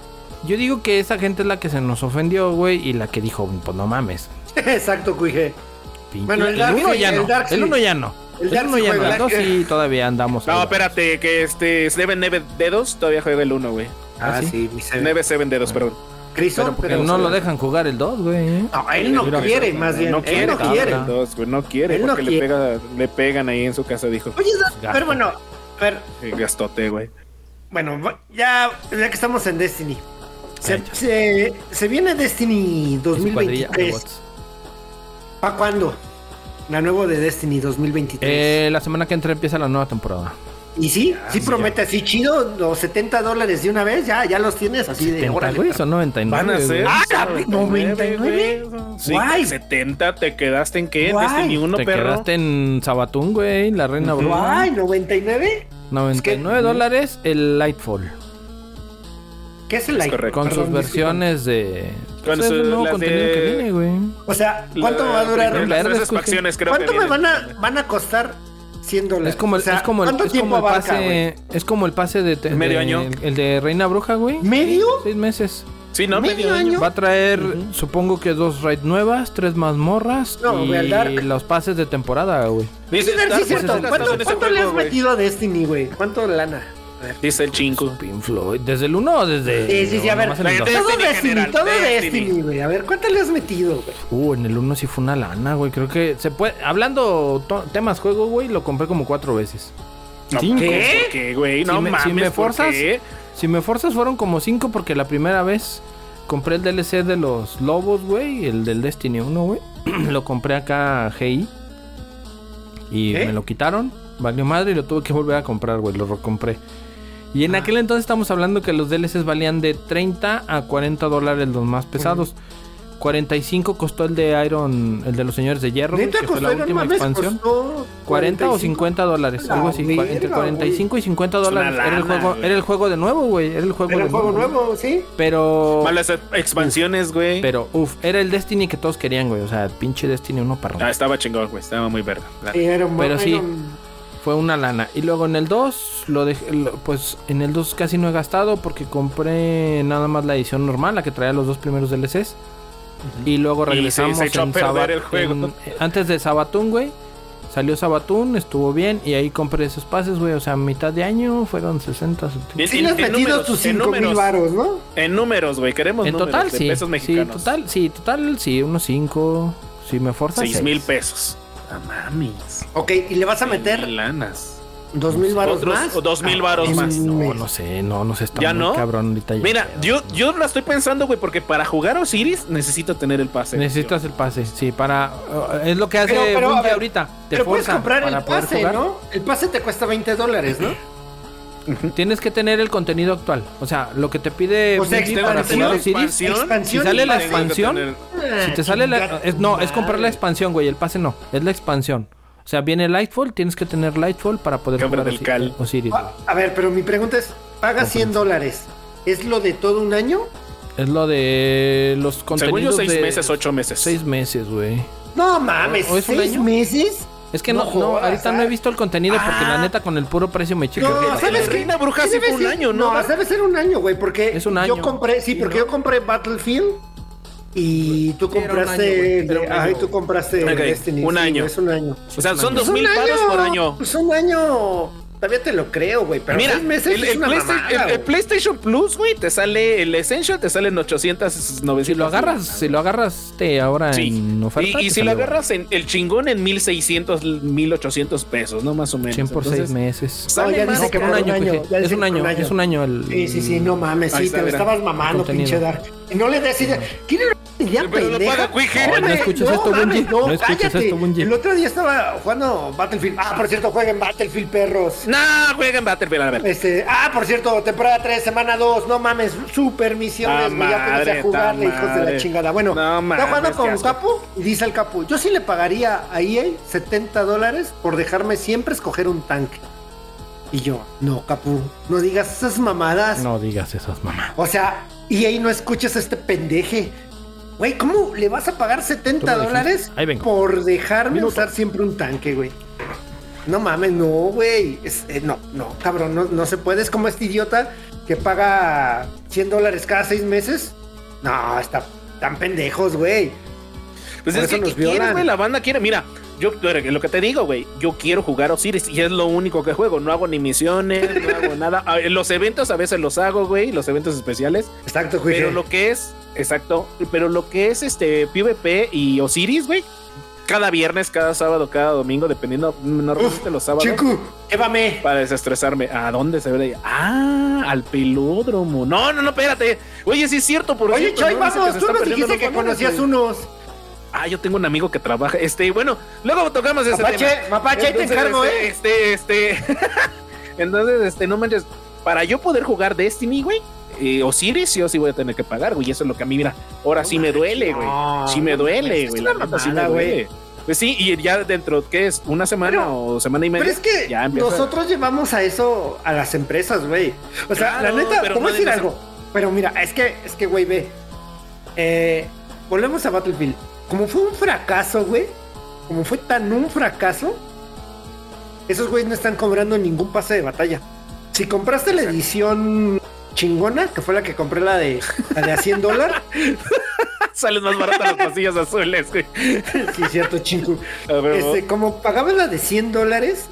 Speaker 1: yo digo que esa gente es la que se nos ofendió, güey, y la que dijo, pues no mames.
Speaker 2: Exacto, Cuije.
Speaker 1: pinche-
Speaker 2: Bueno, el Dark
Speaker 1: uno
Speaker 2: sí,
Speaker 1: ya
Speaker 2: el
Speaker 1: no.
Speaker 2: Dark
Speaker 1: el
Speaker 2: sí.
Speaker 1: 1 ya no.
Speaker 2: El
Speaker 1: El
Speaker 2: Dark
Speaker 1: 1
Speaker 2: sí
Speaker 1: ya no.
Speaker 2: juega
Speaker 1: El
Speaker 2: el
Speaker 1: 2
Speaker 2: Dark.
Speaker 1: sí todavía andamos.
Speaker 3: No,
Speaker 1: ahí.
Speaker 3: espérate, que este Seven Neve Dedos todavía juega el 1, güey.
Speaker 2: Ah,
Speaker 1: ¿sí?
Speaker 2: sí, mi señor.
Speaker 3: Neve Seven Dedos, perdón.
Speaker 2: Criso,
Speaker 1: Pero porque
Speaker 2: pero- Ah,
Speaker 1: no lo dejan jugar el 2, güey. ¿eh?
Speaker 2: No, él no quiere, más bien.
Speaker 3: No quiere,
Speaker 2: él no quiere.
Speaker 1: cabrón.
Speaker 3: Dos, güey, no quiere,
Speaker 2: Él no
Speaker 3: porque le,
Speaker 2: quiere.
Speaker 3: pega, Ah, le pegan ahí en su casa, dijo.
Speaker 2: Oye, da-
Speaker 1: Gato.
Speaker 2: pero bueno, pero,
Speaker 3: "Eh, Gastote, güey.
Speaker 2: bueno, va- ya, ya que estamos en Destiny. Se, se- se viene Destiny
Speaker 1: En su cuadrilla de
Speaker 2: 2023.
Speaker 1: bots.
Speaker 2: ¿Para cuándo? La nueva de Destiny 2023.
Speaker 1: Eh, la semana que entra empieza la nueva temporada.
Speaker 2: y sí, sí promete así chido, los 70 dólares de una vez, ya, ya los tienes así de
Speaker 1: ¿70,
Speaker 2: órale,
Speaker 1: güey? Son 99.
Speaker 3: Van a ser.
Speaker 2: ¡Ah, la pi- 99,
Speaker 3: 99,
Speaker 2: Guay.
Speaker 3: Sí, 70, te quedaste en qué?
Speaker 2: Guay.
Speaker 3: Destiny 1,
Speaker 1: Te
Speaker 3: perro.
Speaker 1: quedaste en Sabatún, güey. La reina
Speaker 3: Ujú.
Speaker 1: bruja.
Speaker 2: Ay, 99.
Speaker 1: 99
Speaker 2: Es que-
Speaker 1: dólares el Lightfall.
Speaker 2: ¿Qué es el
Speaker 3: Es
Speaker 2: like?
Speaker 3: correcto.
Speaker 1: Con
Speaker 2: Perdón,
Speaker 1: sus
Speaker 2: disculpa.
Speaker 1: versiones de.
Speaker 3: Con
Speaker 1: Pues es
Speaker 3: su-
Speaker 1: el nuevo
Speaker 3: las
Speaker 1: contenido
Speaker 3: de-
Speaker 1: que viene, güey.
Speaker 2: O sea, ¿cuánto va a durar?
Speaker 1: primera-
Speaker 3: Las
Speaker 1: Verdes,
Speaker 3: tres
Speaker 1: Jorge.
Speaker 3: expansiones, creo
Speaker 2: ¿Cuánto
Speaker 3: que
Speaker 2: me van
Speaker 3: vienen.
Speaker 2: a, van a costar 100 dólares?
Speaker 1: Es como, el-
Speaker 2: O sea,
Speaker 1: es como el,
Speaker 2: ¿Cuánto
Speaker 1: es
Speaker 2: tiempo
Speaker 1: como el
Speaker 2: abarca, güey?
Speaker 1: pase. Es como el pase de. de-
Speaker 3: Medio año.
Speaker 1: El de Reina Bruja, güey.
Speaker 2: ¿Medio?
Speaker 1: Seis meses.
Speaker 3: Sí, no,
Speaker 2: ¿Medio
Speaker 3: medio año.
Speaker 2: año?
Speaker 1: Va a traer, supongo que dos raid nuevas, tres mazmorras
Speaker 2: No,
Speaker 1: y
Speaker 2: güey, al Dark.
Speaker 1: los pases de temporada, güey.
Speaker 3: Dice,
Speaker 2: Sí, sí,
Speaker 3: Dark
Speaker 2: es cierto.
Speaker 3: Horse
Speaker 2: ¿Cuánto,
Speaker 3: está gastando en ese
Speaker 2: cuánto le has
Speaker 3: juego, güey.
Speaker 2: metido a Destiny, güey? ¿Cuánto lana? A ver.
Speaker 3: Dice el 5.
Speaker 1: Pink Floyd, ¿desde el 1 o desde...?
Speaker 2: Sí, sí, sí, a
Speaker 1: o
Speaker 2: ver.
Speaker 1: nomás en el
Speaker 3: la
Speaker 1: dos?
Speaker 3: neta-
Speaker 2: Todo
Speaker 3: Destiny
Speaker 2: Destiny,
Speaker 3: general,
Speaker 2: todo
Speaker 3: Destiny.
Speaker 2: Destiny, güey. A ver, ¿cuánto le has metido, güey?
Speaker 1: Uh, en el 1 sí fue una lana, güey. Creo que se puede... Hablando to- temas juego, güey, lo compré como cuatro veces.
Speaker 3: No,
Speaker 1: Cinco.
Speaker 3: ¿Qué? ¿Por qué, güey? No
Speaker 1: Si me- si
Speaker 3: mames,
Speaker 1: me
Speaker 3: ¿por
Speaker 1: forzas-
Speaker 3: qué?
Speaker 1: Si me forzas fueron como cinco porque la primera vez compré el DLC de los lobos, güey. El del Destiny 1, güey. lo compré acá a GI. Y
Speaker 2: ¿Eh?
Speaker 1: me lo quitaron. Valió madre y lo tuve que volver a comprar, güey. Lo recompré. Y
Speaker 3: Ah.
Speaker 1: en aquel entonces estamos hablando que los DLCs valían de 30 a 40 dólares los más pesados. 45 costó el de Iron, el de los señores de hierro, güey,
Speaker 2: ¿Neta
Speaker 1: que fue la
Speaker 2: costó, no
Speaker 1: última
Speaker 2: mames,
Speaker 1: expansión.
Speaker 2: costó
Speaker 1: 40 o 50 dólares,
Speaker 2: La
Speaker 1: algo así, cua- entre
Speaker 2: verga,
Speaker 1: 45 y 50
Speaker 3: Es una
Speaker 1: dólares. Era el
Speaker 3: lana,
Speaker 1: juego,
Speaker 3: güey.
Speaker 1: era el juego de nuevo, güey, era el juego
Speaker 2: Era
Speaker 1: de
Speaker 2: un juego nuevo, ¿sí?
Speaker 1: Pero
Speaker 3: Malas expansiones, güey.
Speaker 1: pero uff, era el Destiny que todos querían, güey, o sea, pinche Destiny uno para
Speaker 3: Ah, estaba chingón, güey. Estaba muy verga. La-
Speaker 2: Sí, Eh, era un
Speaker 1: Pero sí.
Speaker 2: Iron-
Speaker 1: Fue una lana. Y luego en el 2 lo dejé lo- pues en el 2 casi no he gastado porque compré nada más la edición normal, la que traía los dos primeros DLCs. Y luego
Speaker 3: Y se-
Speaker 1: regresamos
Speaker 3: se echó a
Speaker 1: en
Speaker 3: perder
Speaker 1: Sabat-
Speaker 3: el juego.
Speaker 1: en- antes de Sabatún, güey. Salió Sabatún, estuvo bien y ahí compré esos pases, güey, o sea, mitad de año fueron 60, 70.
Speaker 3: En-
Speaker 2: Sí,
Speaker 3: en-
Speaker 2: le has
Speaker 3: en
Speaker 2: metido
Speaker 3: números,
Speaker 2: tus
Speaker 3: en
Speaker 2: 5 mil
Speaker 3: números.
Speaker 2: varos, ¿no?
Speaker 3: En números, güey. Queremos
Speaker 1: En
Speaker 3: números
Speaker 1: total,
Speaker 3: de
Speaker 1: sí.
Speaker 3: pesos
Speaker 1: sí,
Speaker 3: mexicanos.
Speaker 1: total, sí, total, sí, unos 5. Si me forzas.
Speaker 3: 6 mil pesos. Ah, mames.
Speaker 2: Ok, ¿y le vas a meter
Speaker 3: Lanas.
Speaker 2: dos mil varos
Speaker 3: Otros-
Speaker 2: más? Ah,
Speaker 3: o dos mil varos
Speaker 2: no mames.
Speaker 3: más.
Speaker 1: No, no sé, no, no sé. Está
Speaker 3: ¿Ya
Speaker 1: muy
Speaker 3: no?
Speaker 1: cabrón ahorita. ya.
Speaker 3: Mira, yo, yo la estoy pensando, güey, porque para jugar Osiris necesito tener el pase.
Speaker 1: Necesitas el pase, sí, para. uh, es lo que hace
Speaker 2: Pero- pero,
Speaker 1: Bungie
Speaker 2: a ver,
Speaker 1: ahorita. Te
Speaker 2: Pero puedes
Speaker 1: fuerza
Speaker 2: comprar
Speaker 1: para
Speaker 2: el
Speaker 1: poder
Speaker 2: pase,
Speaker 1: jugar.
Speaker 2: ¿no? El pase te cuesta 20 dólares, ¿no?
Speaker 1: Tienes que tener el contenido actual. O sea, lo que te pide
Speaker 2: O sea,
Speaker 1: Bungie para
Speaker 2: expansión,
Speaker 1: jugar Osiris.
Speaker 3: expansión.
Speaker 1: Si sale
Speaker 2: y
Speaker 1: la
Speaker 2: pase.
Speaker 3: Tengo que
Speaker 1: expansión,
Speaker 3: tener-
Speaker 1: Si te sale la. es- no, es comprar la expansión, güey. El pase no. Es la expansión. O sea, viene Lightfall, tienes que tener Lightfall para poder
Speaker 3: Cámara del
Speaker 1: Osi-
Speaker 3: Cal.
Speaker 1: Osiris. güey.
Speaker 2: Ah, A ver, pero mi pregunta es, ¿pagas 100 dólares? ¿Es lo de todo un año?
Speaker 1: Es lo de los contenidos
Speaker 3: Según yo, seis
Speaker 1: de-
Speaker 3: meses, ocho meses.
Speaker 1: Seis meses, güey.
Speaker 2: No mames,
Speaker 1: ¿O es un
Speaker 2: ¿seis
Speaker 1: año?
Speaker 2: meses?
Speaker 1: Es que no,
Speaker 2: No
Speaker 1: no,
Speaker 2: jodas,
Speaker 1: ahorita no he
Speaker 3: ¿eh?
Speaker 2: ah.
Speaker 1: visto el contenido porque
Speaker 3: Ah.
Speaker 1: la neta con el puro precio me chica.
Speaker 2: No,
Speaker 3: El de
Speaker 2: ¿sabes qué?
Speaker 3: Reina Bruja
Speaker 2: ¿Qué
Speaker 3: sí
Speaker 2: debe
Speaker 3: fue un
Speaker 2: ser?
Speaker 3: año, ¿no?
Speaker 2: No, debe ser un año, güey, porque
Speaker 1: Es un año.
Speaker 2: yo compré, sí, porque yo compré Battlefield y tú
Speaker 1: Sí, era un
Speaker 2: compraste,
Speaker 1: año, güey, era un
Speaker 2: ajá, y
Speaker 1: año,
Speaker 2: tú
Speaker 1: güey.
Speaker 2: compraste
Speaker 3: Ok,
Speaker 2: Destiny,
Speaker 3: un
Speaker 2: sí,
Speaker 3: año.
Speaker 2: güey, es un año.
Speaker 3: O sea, son
Speaker 2: Pues
Speaker 3: dos mil paros por año.
Speaker 2: Pues un año. Todavía te lo creo, güey, pero
Speaker 3: Mira,
Speaker 2: seis meses
Speaker 3: el,
Speaker 2: es
Speaker 3: el
Speaker 2: una
Speaker 3: Playsta-
Speaker 2: mamada,
Speaker 3: el- el
Speaker 2: güey.
Speaker 3: PlayStation Plus, güey, te sale el Essential, te salen 800, 900.
Speaker 1: Si lo agarras, si lo agarras te ahora
Speaker 3: Sí.
Speaker 1: en oferta.
Speaker 3: y, y
Speaker 1: te
Speaker 3: si lo
Speaker 1: sale
Speaker 3: agarras en el chingón en 1600, 1800 pesos, ¿no? Más o menos.
Speaker 1: 100 por seis
Speaker 3: Entonces,
Speaker 1: meses.
Speaker 2: No,
Speaker 3: Sale
Speaker 2: ya
Speaker 3: más
Speaker 2: dice
Speaker 1: No,
Speaker 2: que
Speaker 1: por un
Speaker 2: por
Speaker 1: año, dije.
Speaker 2: ya
Speaker 1: es
Speaker 2: dice
Speaker 1: un
Speaker 2: que
Speaker 1: año,
Speaker 2: por
Speaker 1: es un año el.
Speaker 2: Sí, sí, sí, no mames,
Speaker 3: Ahí
Speaker 2: sí,
Speaker 3: está,
Speaker 2: te lo
Speaker 3: mira.
Speaker 2: estabas mamando,
Speaker 1: Contenido.
Speaker 2: pinche Dark. Y no le des idea. ¿Quién era una idea
Speaker 3: Pero lo
Speaker 2: pendeja?
Speaker 3: paga Quijero.
Speaker 1: Ay, no escuches esto,
Speaker 2: mames,
Speaker 1: Bungie,
Speaker 2: No,
Speaker 1: no escuches
Speaker 2: cállate.
Speaker 1: esto, Bungie.
Speaker 2: El otro día estaba jugando Battlefield. Ah, por cierto, jueguen Battlefield, perros.
Speaker 3: No, jueguen Battlefield, a ver.
Speaker 2: Este, ah, por cierto, temporada 3, semana 2, no mames, super
Speaker 3: Ah,
Speaker 2: misiones, güey, ya comencé
Speaker 3: madre,
Speaker 2: a jugarle,
Speaker 3: ta
Speaker 2: hijos de
Speaker 3: madre.
Speaker 2: la chingada. Bueno,
Speaker 3: No mames,
Speaker 2: está jugando
Speaker 3: qué
Speaker 2: con
Speaker 3: asco.
Speaker 2: Capo y dice el Capo, yo sí le pagaría a EA 70 dólares por dejarme siempre escoger un tanque. Y yo, no, Capu, no digas esas mamadas.
Speaker 1: No digas esas mamás.
Speaker 2: O sea, y ahí no escuchas a este pendeje. Güey, ¿cómo le vas a pagar 70
Speaker 1: Tú lo
Speaker 2: dólares
Speaker 1: dijiste. Ahí vengo.
Speaker 2: por dejarme usar siempre un tanque, güey? No mames, no, güey. Es- eh, no, no, cabrón, no, no se puede. Es como este idiota que paga 100 dólares cada seis meses. No, está tan pendejos, güey.
Speaker 3: Pues
Speaker 2: Por
Speaker 3: es
Speaker 2: eso
Speaker 3: que,
Speaker 2: nos
Speaker 3: ¿qué quieres,
Speaker 2: violan.
Speaker 3: güey? La banda quiere, mira, yo lo que te digo, güey, yo quiero jugar Osiris y es lo único que juego. No hago ni misiones, no hago nada. A ver, Los eventos a veces los hago, güey, los eventos especiales.
Speaker 2: Exacto, güey.
Speaker 3: Pero lo que es, exacto, pero lo que es este PvP y Osiris, güey, cada viernes, cada sábado, cada domingo, dependiendo, mm, normalmente los sábados.
Speaker 2: Chico, llévame.
Speaker 3: Para desestresarme. ¿A dónde se ve? de ahí? Ah, al pelódromo. No, no, no, espérate. Oye, sí es cierto, por
Speaker 2: Oye,
Speaker 3: cierto,
Speaker 2: Choy,
Speaker 3: ¿no? Dice que
Speaker 2: vamos, tú
Speaker 3: se están
Speaker 2: nos
Speaker 3: perdiendo
Speaker 2: dijiste
Speaker 3: los
Speaker 2: que
Speaker 3: valores,
Speaker 2: conocías
Speaker 3: güey.
Speaker 2: unos.
Speaker 3: Ah, yo tengo un amigo que trabaja. Este, bueno, luego tocamos ese
Speaker 2: Mapache,
Speaker 3: tema.
Speaker 2: mapache, ahí te
Speaker 3: Entonces,
Speaker 2: encargo, ¿eh?
Speaker 3: este, Este, este. Entonces, este, no manches. Para yo poder jugar Destiny, güey, eh, Osiris, yo sí voy a tener que pagar, güey. Eso es lo que a mí, mira, ahora sí me duele, güey.
Speaker 2: no,
Speaker 3: sí me
Speaker 2: no,
Speaker 3: duele,
Speaker 2: es
Speaker 3: güey.
Speaker 2: una
Speaker 3: la neta, sí me
Speaker 2: mamada,
Speaker 3: duele. Pues sí, y ya dentro, ¿qué es? ¿Una semana
Speaker 2: Pero-
Speaker 3: o semana y media?
Speaker 2: Pero es que
Speaker 3: ya empieza.
Speaker 2: nosotros llevamos a eso a las empresas, güey. O sea,
Speaker 3: Claro,
Speaker 2: la neta,
Speaker 3: pero
Speaker 2: te voy a
Speaker 3: nadie
Speaker 2: decir
Speaker 3: nos-
Speaker 2: algo. Pero mira, es que, es que, güey, ve. Eh, volvemos a Battlefield. Como fue un fracaso, güey. Como fue tan un fracaso. Esos güeyes no están cobrando ningún pase de batalla. Si compraste la edición chingona, que fue la que compré la de, la de a 100 dólares.
Speaker 3: Salen más baratas las pastillas azules, güey.
Speaker 2: sí, cierto, chingo.
Speaker 3: A ver,
Speaker 2: Este, como pagabas la de 100 dólares,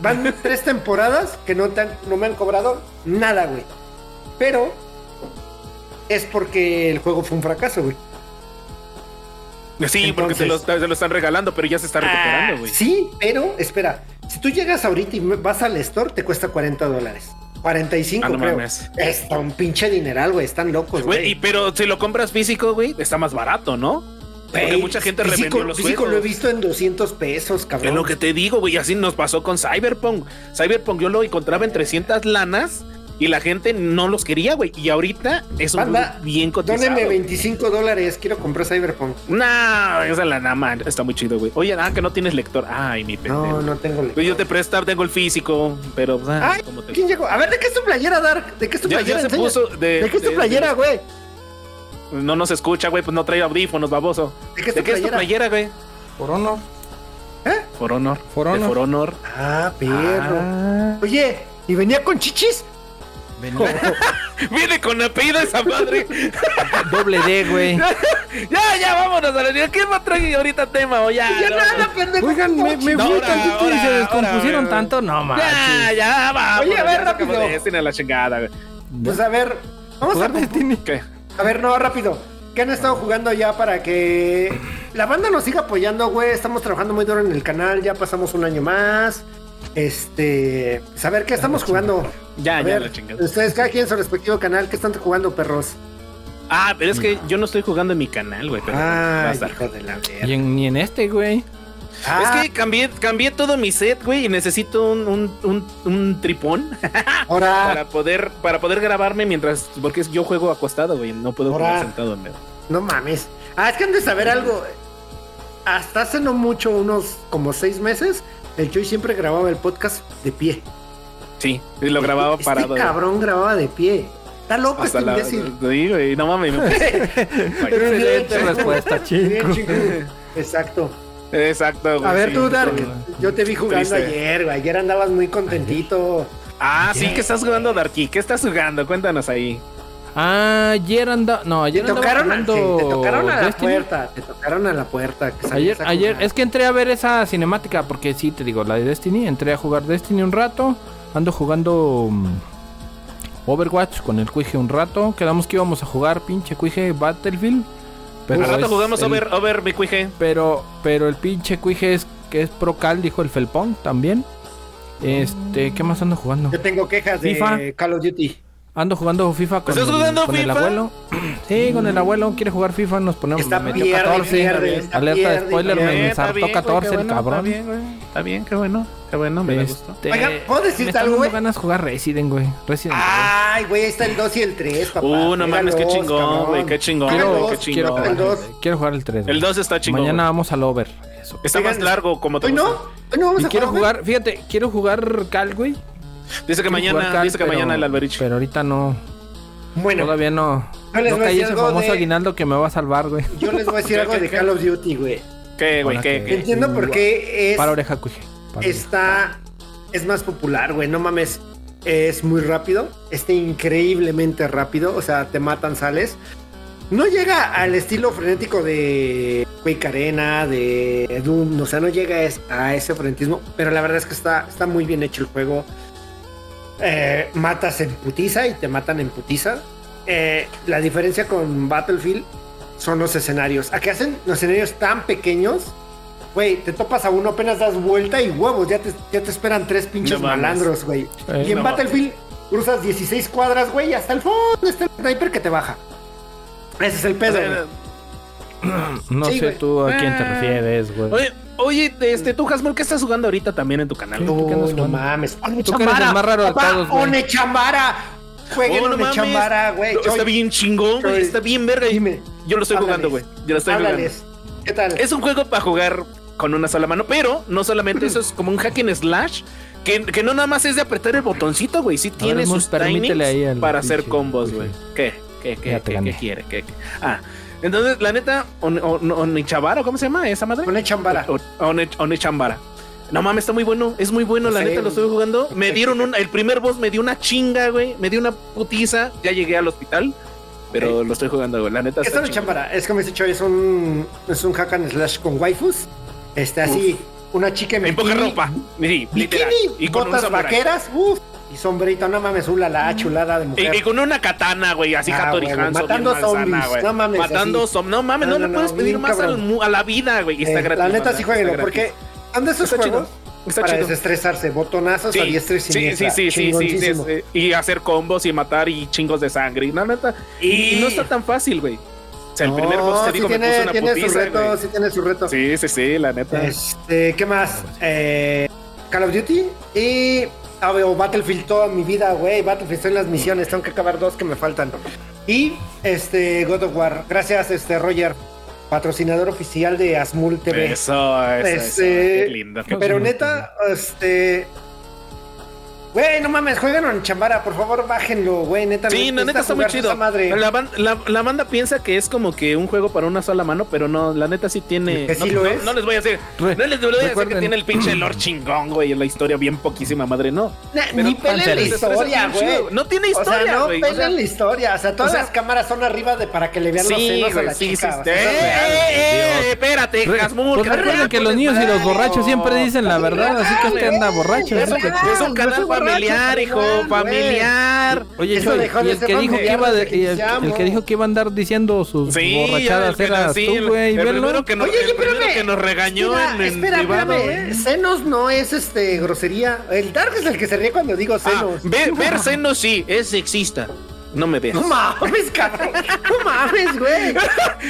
Speaker 2: van tres temporadas que no, te han- no me han cobrado nada, güey. Pero es porque el juego fue un fracaso, güey.
Speaker 3: Sí, porque se lo,
Speaker 2: entonces-
Speaker 3: se lo están regalando, pero ya se está recuperando, güey.
Speaker 2: Sí, pero espera, si tú llegas ahorita y vas al store, te cuesta 40 dólares. 45,
Speaker 3: Ah, no
Speaker 2: creo.
Speaker 3: mames.
Speaker 2: Está un pinche dineral, güey. Están locos,
Speaker 3: Güey,
Speaker 2: güey.
Speaker 3: y- pero si lo compras físico, güey, está más barato, ¿no? Porque
Speaker 2: Güey,
Speaker 3: mucha gente
Speaker 2: físico,
Speaker 3: revendió los
Speaker 2: físico lo he
Speaker 3: juegos.
Speaker 2: visto en 200 pesos, cabrón.
Speaker 3: Es lo que te digo, güey, así nos pasó con Cyberpunk. Cyberpunk yo lo encontraba en 300 lanas y la gente no los quería, güey. Y ahorita es un
Speaker 2: Banda,
Speaker 3: juego bien cotizado.
Speaker 2: Dóneme 25 dólares, quiero comprar Cyberpunk.
Speaker 3: No, esa lana, man, está muy chido, güey. Oye, ah, que no tienes lector. Ay, mi pendejo.
Speaker 2: No, no tengo
Speaker 3: Güey, Yo te presto, tengo el físico, pero... pues, ah,
Speaker 2: Ay,
Speaker 3: ¿cómo te-
Speaker 2: ¿quién llegó? A ver, ¿de qué es tu playera, Dark? ¿De qué es tu
Speaker 3: Ya,
Speaker 2: playera?
Speaker 3: ya se
Speaker 2: Enseña.
Speaker 3: puso este, de...
Speaker 2: ¿De qué es tu
Speaker 3: de-
Speaker 2: playera, güey?
Speaker 3: No nos escucha, güey, pues no trae audífonos, baboso.
Speaker 2: ¿De qué es tu
Speaker 3: ¿De qué es tu
Speaker 2: playera?
Speaker 3: playera, güey?
Speaker 1: Por honor.
Speaker 3: For Honor.
Speaker 1: For
Speaker 3: De
Speaker 1: Honor.
Speaker 3: For Honor.
Speaker 2: Ah, perro.
Speaker 3: Ah.
Speaker 2: Oye, ¿y venía con chichis?
Speaker 3: Viene con apellido esa madre.
Speaker 1: Doble D, güey.
Speaker 3: ya, ya, vámonos a la ¿Qué más trae ahorita tema o ya?
Speaker 2: Ya
Speaker 3: no,
Speaker 2: nada, pendejo.
Speaker 1: Oigan, me, me
Speaker 3: No,
Speaker 1: fui
Speaker 3: ahora,
Speaker 1: tantito y
Speaker 3: ahora,
Speaker 1: se
Speaker 3: ahora,
Speaker 1: descompusieron
Speaker 3: güey.
Speaker 1: tanto. No,
Speaker 3: Ya,
Speaker 1: mames.
Speaker 3: ya, vámonos.
Speaker 2: Ah, Oye, a ver,
Speaker 3: ya sacamos
Speaker 2: rápido.
Speaker 3: Destiny a la chingada, güey.
Speaker 2: Pues a ver, vamos a...
Speaker 1: Jugar Destiny.
Speaker 3: ¿Qué?
Speaker 2: A ver, no, rápido. ¿Qué han estado jugando ya para que la banda nos siga apoyando, güey? Estamos trabajando muy duro en el canal, ya pasamos un año más. Este, pues a ver, ¿qué estamos jugando?
Speaker 3: Ya,
Speaker 2: A
Speaker 3: Ah, ya,
Speaker 2: ver,
Speaker 3: la chingada.
Speaker 2: ustedes, cada quien en su respectivo canal, ¿qué están jugando, perros?
Speaker 3: Ah, pero es que yo no estoy jugando en mi canal, güey. pero va a
Speaker 2: Ah,
Speaker 3: estar.
Speaker 2: hijo de la
Speaker 1: Y
Speaker 2: verga.
Speaker 1: en- ni en este, güey.
Speaker 2: Ah,
Speaker 3: Es que cambié, cambié todo mi set, güey, y necesito un, un, un, un tripón
Speaker 2: Ah. ahora...
Speaker 3: para poder para poder grabarme mientras porque yo juego acostado, güey, no puedo
Speaker 2: Ahora.
Speaker 3: jugar sentado, güey.
Speaker 2: No mames. Ah, es que han de saber algo. Hasta hace no mucho, unos como seis meses, el Chuy siempre grababa el podcast de pie.
Speaker 3: Sí, y lo grababa
Speaker 2: Este
Speaker 3: parado. güey.
Speaker 2: cabrón grababa de pie. Está loco
Speaker 3: Hasta
Speaker 2: este
Speaker 3: la.
Speaker 2: imbécil.
Speaker 3: Sí, güey, no mames. me puse-
Speaker 1: Excelente respuesta,
Speaker 2: Bien,
Speaker 1: chico.
Speaker 2: chico. Exacto.
Speaker 3: Exacto, güey.
Speaker 2: A ver
Speaker 3: Pues
Speaker 2: tú,
Speaker 3: sí,
Speaker 2: Dark,
Speaker 3: no, no.
Speaker 2: yo te vi jugando
Speaker 3: Triste.
Speaker 2: ayer, güey. Ayer andabas muy contentito.
Speaker 3: Ah, sí, que estás jugando, Darky. ¿Qué estás jugando? Cuéntanos ahí.
Speaker 1: Ah, Ayer andaba. No,
Speaker 2: Te
Speaker 1: ayer andaba
Speaker 2: tocaron, al-
Speaker 1: jugando
Speaker 2: te tocaron a la
Speaker 1: Destiny.
Speaker 2: puerta, te tocaron a la puerta. que
Speaker 1: Ayer,
Speaker 2: salías a
Speaker 1: ayer,
Speaker 2: jugar.
Speaker 1: es que entré a ver esa cinemática, porque sí, te digo, la de Destiny, entré a jugar Destiny un rato, ando jugando mm, Overwatch con el Cuije un rato, quedamos que íbamos a jugar pinche Cuije Battlefield, pero,
Speaker 3: Al rato
Speaker 1: Pues es
Speaker 3: jugamos
Speaker 1: el,
Speaker 3: over, over, mi cuije.
Speaker 1: pero, pero el pinche Cuije es que es procal, dijo el Felpón también. Este, ¿qué más ando jugando?
Speaker 2: Yo tengo quejas de
Speaker 1: FIFA.
Speaker 2: Call of Duty.
Speaker 1: Ando jugando FIFA con,
Speaker 3: ¿Estás
Speaker 1: el-
Speaker 3: jugando
Speaker 1: con el
Speaker 3: FIFA?
Speaker 1: abuelo. Sí, con el abuelo, quiere jugar FIFA, nos ponemos
Speaker 2: Está
Speaker 1: me metió
Speaker 2: pierde,
Speaker 1: 14,
Speaker 2: pierde, está
Speaker 1: alerta de
Speaker 2: pierde y
Speaker 1: spoiler,
Speaker 2: pierde.
Speaker 1: me
Speaker 3: Eh, está
Speaker 1: ensartó
Speaker 3: bien, güey,
Speaker 1: 14
Speaker 3: qué
Speaker 1: el
Speaker 3: bueno,
Speaker 1: cabrón.
Speaker 3: Está bien, güey. Está bien, qué bueno. Qué bueno, me da gusto.
Speaker 1: Este,
Speaker 2: Oigan, ¿puedo
Speaker 1: me
Speaker 2: decirte
Speaker 1: están
Speaker 2: algo, eh? Ah,
Speaker 1: dando
Speaker 2: güey?
Speaker 1: ganas de jugar Resident, güey. Resident.
Speaker 2: Ay, güey, ahí está el 2 y el 3, papá.
Speaker 3: Uh, no mames, qué
Speaker 2: Míralos,
Speaker 3: chingón,
Speaker 2: cabrón.
Speaker 3: güey. Qué chingón,
Speaker 2: Quiero-
Speaker 3: güey. Qué
Speaker 1: quiero
Speaker 3: chingón.
Speaker 1: jugar
Speaker 2: el dos.
Speaker 1: Quiero jugar el 3.
Speaker 3: El 2 está chingón.
Speaker 1: Mañana
Speaker 3: güey.
Speaker 1: vamos al over. Eso.
Speaker 3: Está más
Speaker 2: Oigan,
Speaker 3: largo, como te
Speaker 2: Hoy no,
Speaker 3: gusta.
Speaker 2: hoy no vamos
Speaker 1: Y
Speaker 2: a
Speaker 1: quiero
Speaker 2: güey.
Speaker 1: jugar, fíjate, quiero jugar Cal, güey.
Speaker 3: Dice que
Speaker 1: Quiero jugar
Speaker 3: mañana,
Speaker 1: Cal,
Speaker 3: dice que
Speaker 1: pero-
Speaker 3: mañana el alberich.
Speaker 1: Pero ahorita no,
Speaker 2: Bueno,
Speaker 1: todavía no.
Speaker 2: yo les
Speaker 1: No
Speaker 2: voy a
Speaker 1: caí
Speaker 2: decir
Speaker 1: ese
Speaker 2: algo
Speaker 1: famoso
Speaker 2: de-
Speaker 1: aguinaldo que me va a salvar, güey.
Speaker 2: yo les voy a decir algo de Call of Duty, güey.
Speaker 3: ¿Qué, güey?
Speaker 1: Ahora
Speaker 3: ¿Qué?
Speaker 1: que-
Speaker 3: qué?
Speaker 2: Entiendo por qué es
Speaker 1: Para oreja, cuije. Para oreja.
Speaker 2: está es más popular, güey, no mames. Es muy rápido, está increíblemente rápido, o sea, te matan, sales. No llega al estilo frenético de Quake Arena, de Doom, o sea, no llega es- a ese frenetismo, pero la verdad es que está, está muy bien hecho el juego. Eh, matas en putiza y te matan en putiza. Eh, la diferencia con Battlefield son los escenarios. Aquí hacen los escenarios tan pequeños Güey, te topas a uno, apenas das vuelta y huevos, ya te, ya te esperan tres pinches
Speaker 3: No mames.
Speaker 2: malandros, güey.
Speaker 1: Eh,
Speaker 2: y en
Speaker 3: no
Speaker 2: Battlefield cruzas 16 cuadras, güey, y hasta el fondo está el sniper que te baja. Ese es el pedo. güey.
Speaker 1: No
Speaker 2: Sí,
Speaker 1: sé
Speaker 2: güey.
Speaker 1: tú a quién te
Speaker 3: Ah.
Speaker 1: refieres, güey.
Speaker 3: Oye, oye, este, tú, Hasmur, ¿qué estás jugando ahorita también en tu canal?
Speaker 1: ¿tú qué
Speaker 2: Uy,
Speaker 1: andas
Speaker 2: no
Speaker 1: jugando?
Speaker 2: mames. One
Speaker 1: Tú que eres el más raro de todos, güey.
Speaker 2: One Chambara. Jueguen
Speaker 3: Oh, no
Speaker 2: One
Speaker 3: mames.
Speaker 2: Chambara, güey.
Speaker 3: No, Está
Speaker 2: Oye,
Speaker 3: bien chingón, güey.
Speaker 2: Oye,
Speaker 3: Está bien verga.
Speaker 2: dime,
Speaker 3: Yo lo estoy jugando, güey.
Speaker 2: háblales.
Speaker 3: Yo lo estoy jugando.
Speaker 2: háblales. ¿Qué tal?
Speaker 3: Es un juego para jugar con una sola mano, pero no solamente eso, es como un hack and slash. Que, que no nada más es de apretar el botoncito, güey. Sí tiene
Speaker 1: Mons,
Speaker 3: sus
Speaker 1: permítele ahí
Speaker 3: timings
Speaker 1: al
Speaker 3: para hacer
Speaker 1: pinche
Speaker 3: combos,
Speaker 1: Wi-Fi.
Speaker 3: güey. ¿Qué? ¿Qué? ¿Qué?
Speaker 1: Ya
Speaker 3: ¿Qué,
Speaker 1: te
Speaker 3: qué
Speaker 1: gané.
Speaker 3: quiere? ¿Qué, qué? Ah, entonces, la neta, on, on- Onichabara, ¿cómo se llama esa madre?
Speaker 2: One Chambara.
Speaker 3: O- One- Onechambara. No mames, está muy bueno. Es muy bueno, la
Speaker 2: Sí,
Speaker 3: neta, lo
Speaker 2: güey.
Speaker 3: estuve jugando. Me dieron un. El primer boss me dio una chinga, güey. Me dio una putiza. Ya llegué al hospital. Pero lo estoy jugando, güey. La neta.
Speaker 2: Esta
Speaker 3: está
Speaker 2: no es
Speaker 3: chingón.
Speaker 2: chambara, es como he dicho, es un, es un hack and slash con waifus. Este, así, una chica en
Speaker 3: En poca
Speaker 2: bikini,
Speaker 3: ropa. Sí, literal.
Speaker 2: Bikini,
Speaker 3: Y con un
Speaker 2: botas
Speaker 3: samurái.
Speaker 2: vaqueras, uff, y sombrerito, no mames, una la chulada de
Speaker 3: Y,
Speaker 2: mujer.
Speaker 3: y con una katana, güey, así
Speaker 2: Ah,
Speaker 3: Hattori
Speaker 2: güey,
Speaker 3: Hanzo,
Speaker 2: matando
Speaker 3: bien malsana,
Speaker 2: zombies,
Speaker 3: güey.
Speaker 2: no mames,
Speaker 3: Matando
Speaker 2: así.
Speaker 3: zombies. No mames, no,
Speaker 2: No, no,
Speaker 3: le puedes
Speaker 2: no,
Speaker 3: pedir
Speaker 2: bien
Speaker 3: más al
Speaker 2: cabrón.
Speaker 3: mu- a la vida, güey. y
Speaker 2: Eh,
Speaker 3: Está gratis.
Speaker 2: la neta sí
Speaker 3: banda,
Speaker 2: jueguenlo,
Speaker 3: está
Speaker 2: porque
Speaker 3: gratis.
Speaker 2: han de esos
Speaker 3: Está chido,
Speaker 2: juegos
Speaker 3: está
Speaker 2: para
Speaker 3: chido.
Speaker 2: desestresarse, botonazos a diestra y
Speaker 3: Sí,
Speaker 2: siniestra.
Speaker 3: sí, sí, sí, sí, sí,
Speaker 2: chingoncísimo.
Speaker 3: sí. Y hacer combos y matar y chingos de sangre. Y la neta. Y,
Speaker 2: Y-
Speaker 3: no está tan fácil, güey. O sea, el
Speaker 2: No,
Speaker 3: primer boss te
Speaker 2: sí
Speaker 3: digo me puso
Speaker 2: tiene,
Speaker 3: una
Speaker 2: tiene
Speaker 3: putiza,
Speaker 2: su reto,
Speaker 3: güey.
Speaker 2: sí tiene su reto.
Speaker 3: Sí, sí, sí, la neta.
Speaker 2: Este, ¿qué más?
Speaker 3: pues.
Speaker 2: Eh, Call of Duty y ah, veo Battlefield toda mi vida, güey. Battlefield estoy en las misiones, tengo que acabar dos que me faltan. Y este God of War. Gracias, este Roger, patrocinador oficial de Asmul TV.
Speaker 3: Eso, eso, eso.
Speaker 2: Este,
Speaker 3: Qué lindo. qué
Speaker 2: Pero
Speaker 1: Asmul
Speaker 2: neta, este Güey, no mames, juegan en Chambara, por favor, bájenlo, güey, neta.
Speaker 3: Sí,
Speaker 2: necesita
Speaker 3: la neta está muy
Speaker 2: jugar
Speaker 3: chido.
Speaker 2: esa madre.
Speaker 3: La, ban- la- la banda piensa que es como que un juego para una sola mano, pero no, la neta sí tiene.
Speaker 2: Que
Speaker 3: no,
Speaker 2: sí lo
Speaker 3: no-
Speaker 2: es.
Speaker 3: no les voy a decir.
Speaker 1: Re-
Speaker 3: no les voy a decir que
Speaker 1: recuerden.
Speaker 3: tiene el pinche lore chingón, güey, en la historia bien poquísima madre, no.
Speaker 2: Na- ni
Speaker 1: fan
Speaker 2: peleen la
Speaker 1: service.
Speaker 2: historia,
Speaker 3: Está chido.
Speaker 2: güey.
Speaker 3: No tiene historia,
Speaker 2: O sea, no
Speaker 3: güey.
Speaker 2: peleen
Speaker 3: O sea,
Speaker 2: la historia. O sea, todas
Speaker 3: o sea-
Speaker 2: las cámaras son arriba de para que le vean los
Speaker 3: Sí,
Speaker 2: senos a
Speaker 3: güey,
Speaker 2: la
Speaker 3: sí, sí,
Speaker 2: chica. o
Speaker 3: sí.
Speaker 2: sea,
Speaker 3: ¡Eh,
Speaker 2: es real.
Speaker 3: eh, eh! Espérate,
Speaker 1: Re-
Speaker 3: Casmur.
Speaker 1: pues
Speaker 3: que
Speaker 1: recuerden que los
Speaker 3: recuerdes,
Speaker 1: niños y los
Speaker 3: madre,
Speaker 1: borrachos siempre dicen la verdad, así que usted anda borracho.
Speaker 2: Es
Speaker 1: así que-
Speaker 2: real.
Speaker 3: Es un canal
Speaker 2: No soy borracho,
Speaker 3: familiar, hijo,
Speaker 2: carnal, güey.
Speaker 3: familiar.
Speaker 1: Oye,
Speaker 2: Eso
Speaker 1: Choy,
Speaker 2: dejó
Speaker 1: y
Speaker 2: de
Speaker 1: el
Speaker 2: ser
Speaker 1: que dijo que
Speaker 2: familiar
Speaker 1: iba de-
Speaker 2: desde que
Speaker 1: y el,
Speaker 2: iniciamos.
Speaker 1: el que dijo que iba a andar diciendo sus
Speaker 3: Sí,
Speaker 1: borrachadas
Speaker 3: el que-
Speaker 1: eras
Speaker 3: sí,
Speaker 1: tú,
Speaker 3: el-
Speaker 1: güey,
Speaker 3: El
Speaker 1: velo.
Speaker 3: primero que nos,
Speaker 2: Oye,
Speaker 3: el
Speaker 2: espérame,
Speaker 3: primero que nos regañó
Speaker 2: espera,
Speaker 3: en, en
Speaker 2: espera,
Speaker 3: privado.
Speaker 2: espérame,
Speaker 3: güey.
Speaker 2: eh, Senos no es este grosería. El Dark es el que se ríe cuando digo
Speaker 3: Ah,
Speaker 2: senos.
Speaker 3: ve- ver senos sí, es sexista. No me veas.
Speaker 2: no mames, cabrón. No mames, güey.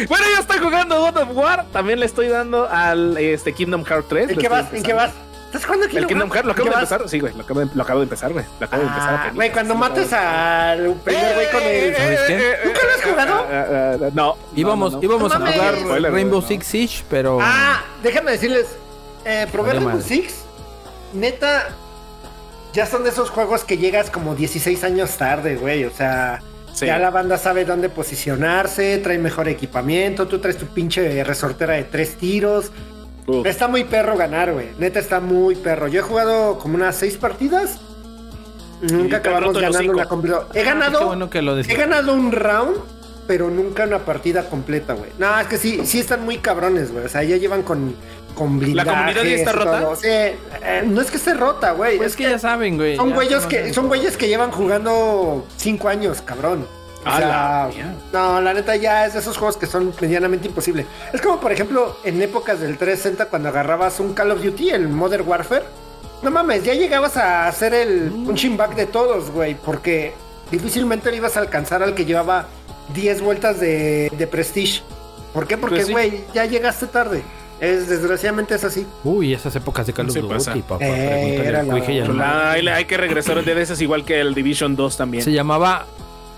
Speaker 3: Bueno, ya está jugando God of War. También le estoy dando al este, Kingdom Hearts 3.
Speaker 2: ¿En
Speaker 3: Lo
Speaker 2: qué
Speaker 3: estoy
Speaker 2: vas? ¿En qué
Speaker 3: empezando.
Speaker 2: vas? ¿Estás jugando
Speaker 3: El Kingdom Hearts lo acabo
Speaker 2: ¿En
Speaker 3: de
Speaker 2: qué vas?
Speaker 3: empezar. Sí, güey, lo acabo de, lo acabo de empezar, güey. Lo acabo de empezar.
Speaker 2: Ah,
Speaker 3: apenas.
Speaker 2: Güey, cuando Eh, matas al primer güey con
Speaker 3: Eh,
Speaker 2: el.
Speaker 1: ¿Sabes qué?
Speaker 2: ¿Nunca lo has jugado?
Speaker 3: Ah, ah, ah, no.
Speaker 1: Íbamos,
Speaker 3: no, no, no.
Speaker 1: íbamos
Speaker 2: No
Speaker 1: a
Speaker 2: mames.
Speaker 1: jugar
Speaker 3: Spoiler,
Speaker 1: Rainbow
Speaker 3: güey,
Speaker 1: Six Siege, pero
Speaker 2: Ah, déjame decirles, eh, probé
Speaker 1: Vale,
Speaker 2: Rainbow
Speaker 1: madre.
Speaker 2: Six. Neta, ya son de esos juegos que llegas como 16 años tarde, güey. O sea,
Speaker 3: Sí.
Speaker 2: Ya la banda sabe dónde posicionarse, trae mejor equipamiento, tú traes tu pinche resortera de tres tiros.
Speaker 3: Uf.
Speaker 2: Está muy perro ganar, güey. Neta está muy perro. Yo he jugado como unas seis partidas. Nunca
Speaker 3: te han
Speaker 2: acabamos
Speaker 3: roto el
Speaker 2: ganando
Speaker 3: hocico.
Speaker 2: una completa. He ganado.
Speaker 1: Ah, Qué bueno que lo
Speaker 2: He
Speaker 1: decís.
Speaker 2: ganado un round, pero nunca una partida completa, güey. No, es que sí, sí están muy cabrones, güey. O sea, ya llevan con, con
Speaker 3: ¿La
Speaker 2: blindajes.
Speaker 3: comunidad ya está
Speaker 2: y
Speaker 3: rota?
Speaker 2: todo. Sí, eh, no es que esté rota, güey.
Speaker 1: Pues es que ya saben, güey.
Speaker 2: son
Speaker 1: ya
Speaker 2: güeyes
Speaker 1: se
Speaker 2: que
Speaker 1: van-
Speaker 2: son güeyes que llevan jugando cinco años, cabrón. O
Speaker 3: A la
Speaker 2: sea,
Speaker 3: mierda.
Speaker 2: no, la neta ya es de esos juegos que son medianamente imposibles. Es como, por ejemplo, en épocas del 360 cuando agarrabas un Call of Duty, el Modern Warfare. No mames, ya llegabas a hacer el punching back de todos, güey, porque difícilmente le ibas a alcanzar al que llevaba 10 vueltas de, de Prestige. ¿Por qué? Porque,
Speaker 3: Pues sí.
Speaker 2: güey, ya llegaste tarde. Es, desgraciadamente es así.
Speaker 1: Uy, esas épocas de Call of
Speaker 3: Sí
Speaker 1: Duty,
Speaker 3: pasa.
Speaker 1: papá.
Speaker 2: Eh,
Speaker 1: pregúntale
Speaker 2: era
Speaker 1: al
Speaker 2: la
Speaker 1: Cuije y al
Speaker 2: verdad.
Speaker 1: Mario.
Speaker 3: Ah, hay, hay que regresar de esas igual que el Division 2 también.
Speaker 1: Se llamaba.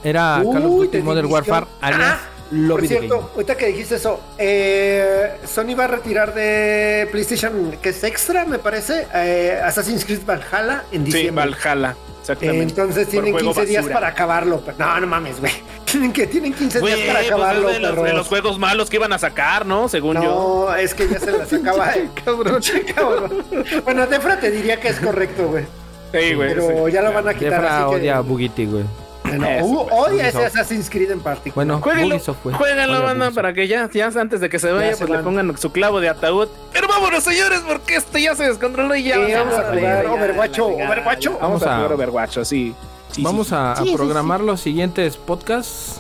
Speaker 1: Era
Speaker 2: Uy,
Speaker 1: Ah, Call of Duty
Speaker 2: The
Speaker 1: Modern
Speaker 2: Division.
Speaker 1: Warfare alias
Speaker 2: Ah,
Speaker 1: Lobby
Speaker 2: Por
Speaker 1: de
Speaker 2: cierto, ahorita que dijiste eso, eh, Sony va a retirar de PlayStation, que es extra, me parece, eh, Assassin's Creed Valhalla en
Speaker 3: sí,
Speaker 2: diciembre. Eh,
Speaker 3: Valhalla. Exactamente.
Speaker 2: Entonces
Speaker 3: Por
Speaker 2: tienen 15
Speaker 3: juego
Speaker 2: días
Speaker 3: basura.
Speaker 2: para acabarlo. pero- No, no mames, güey. Tienen, que, tienen 15
Speaker 3: Güey,
Speaker 2: días para
Speaker 3: pues,
Speaker 2: acabarlo,
Speaker 3: es de, los, de
Speaker 2: perros.
Speaker 3: los juegos malos que iban a sacar, ¿no? Según yo.
Speaker 2: No, es que ya se las acaba. eh.
Speaker 1: cabrón.
Speaker 2: Cabrón. Bueno, Defra te diría que es correcto, güey.
Speaker 3: Sí, güey,
Speaker 2: Pero
Speaker 3: sí.
Speaker 2: ya lo van a quitar.
Speaker 1: Defra
Speaker 2: así que-
Speaker 1: odia a Bugity, güey.
Speaker 2: Bueno,
Speaker 3: Eso,
Speaker 2: uh,
Speaker 3: güey.
Speaker 2: odia ese Assassin's Creed en particular.
Speaker 1: Bueno,
Speaker 3: Jueguenlo,
Speaker 1: Ubisoft, güey.
Speaker 3: Pues, jueguenlo,
Speaker 1: Odia
Speaker 3: banda,
Speaker 1: Ubisoft.
Speaker 3: para que ya, ya antes de que se vaya,
Speaker 2: Ya se
Speaker 3: pues le
Speaker 2: van.
Speaker 3: pongan su clavo de ataúd. Pero vámonos, señores, porque esto ya se descontroló y ya.
Speaker 2: Sí, vamos a jugar
Speaker 3: ya,
Speaker 2: Overwatcho,
Speaker 3: ya, ya.
Speaker 2: Overwatcho.
Speaker 3: Vamos a
Speaker 1: Vamos a-
Speaker 3: jugar Overwatch, sí. Sí,
Speaker 1: Vamos
Speaker 3: sí,
Speaker 1: a, a
Speaker 2: Sí, sí,
Speaker 1: programar los siguientes podcasts.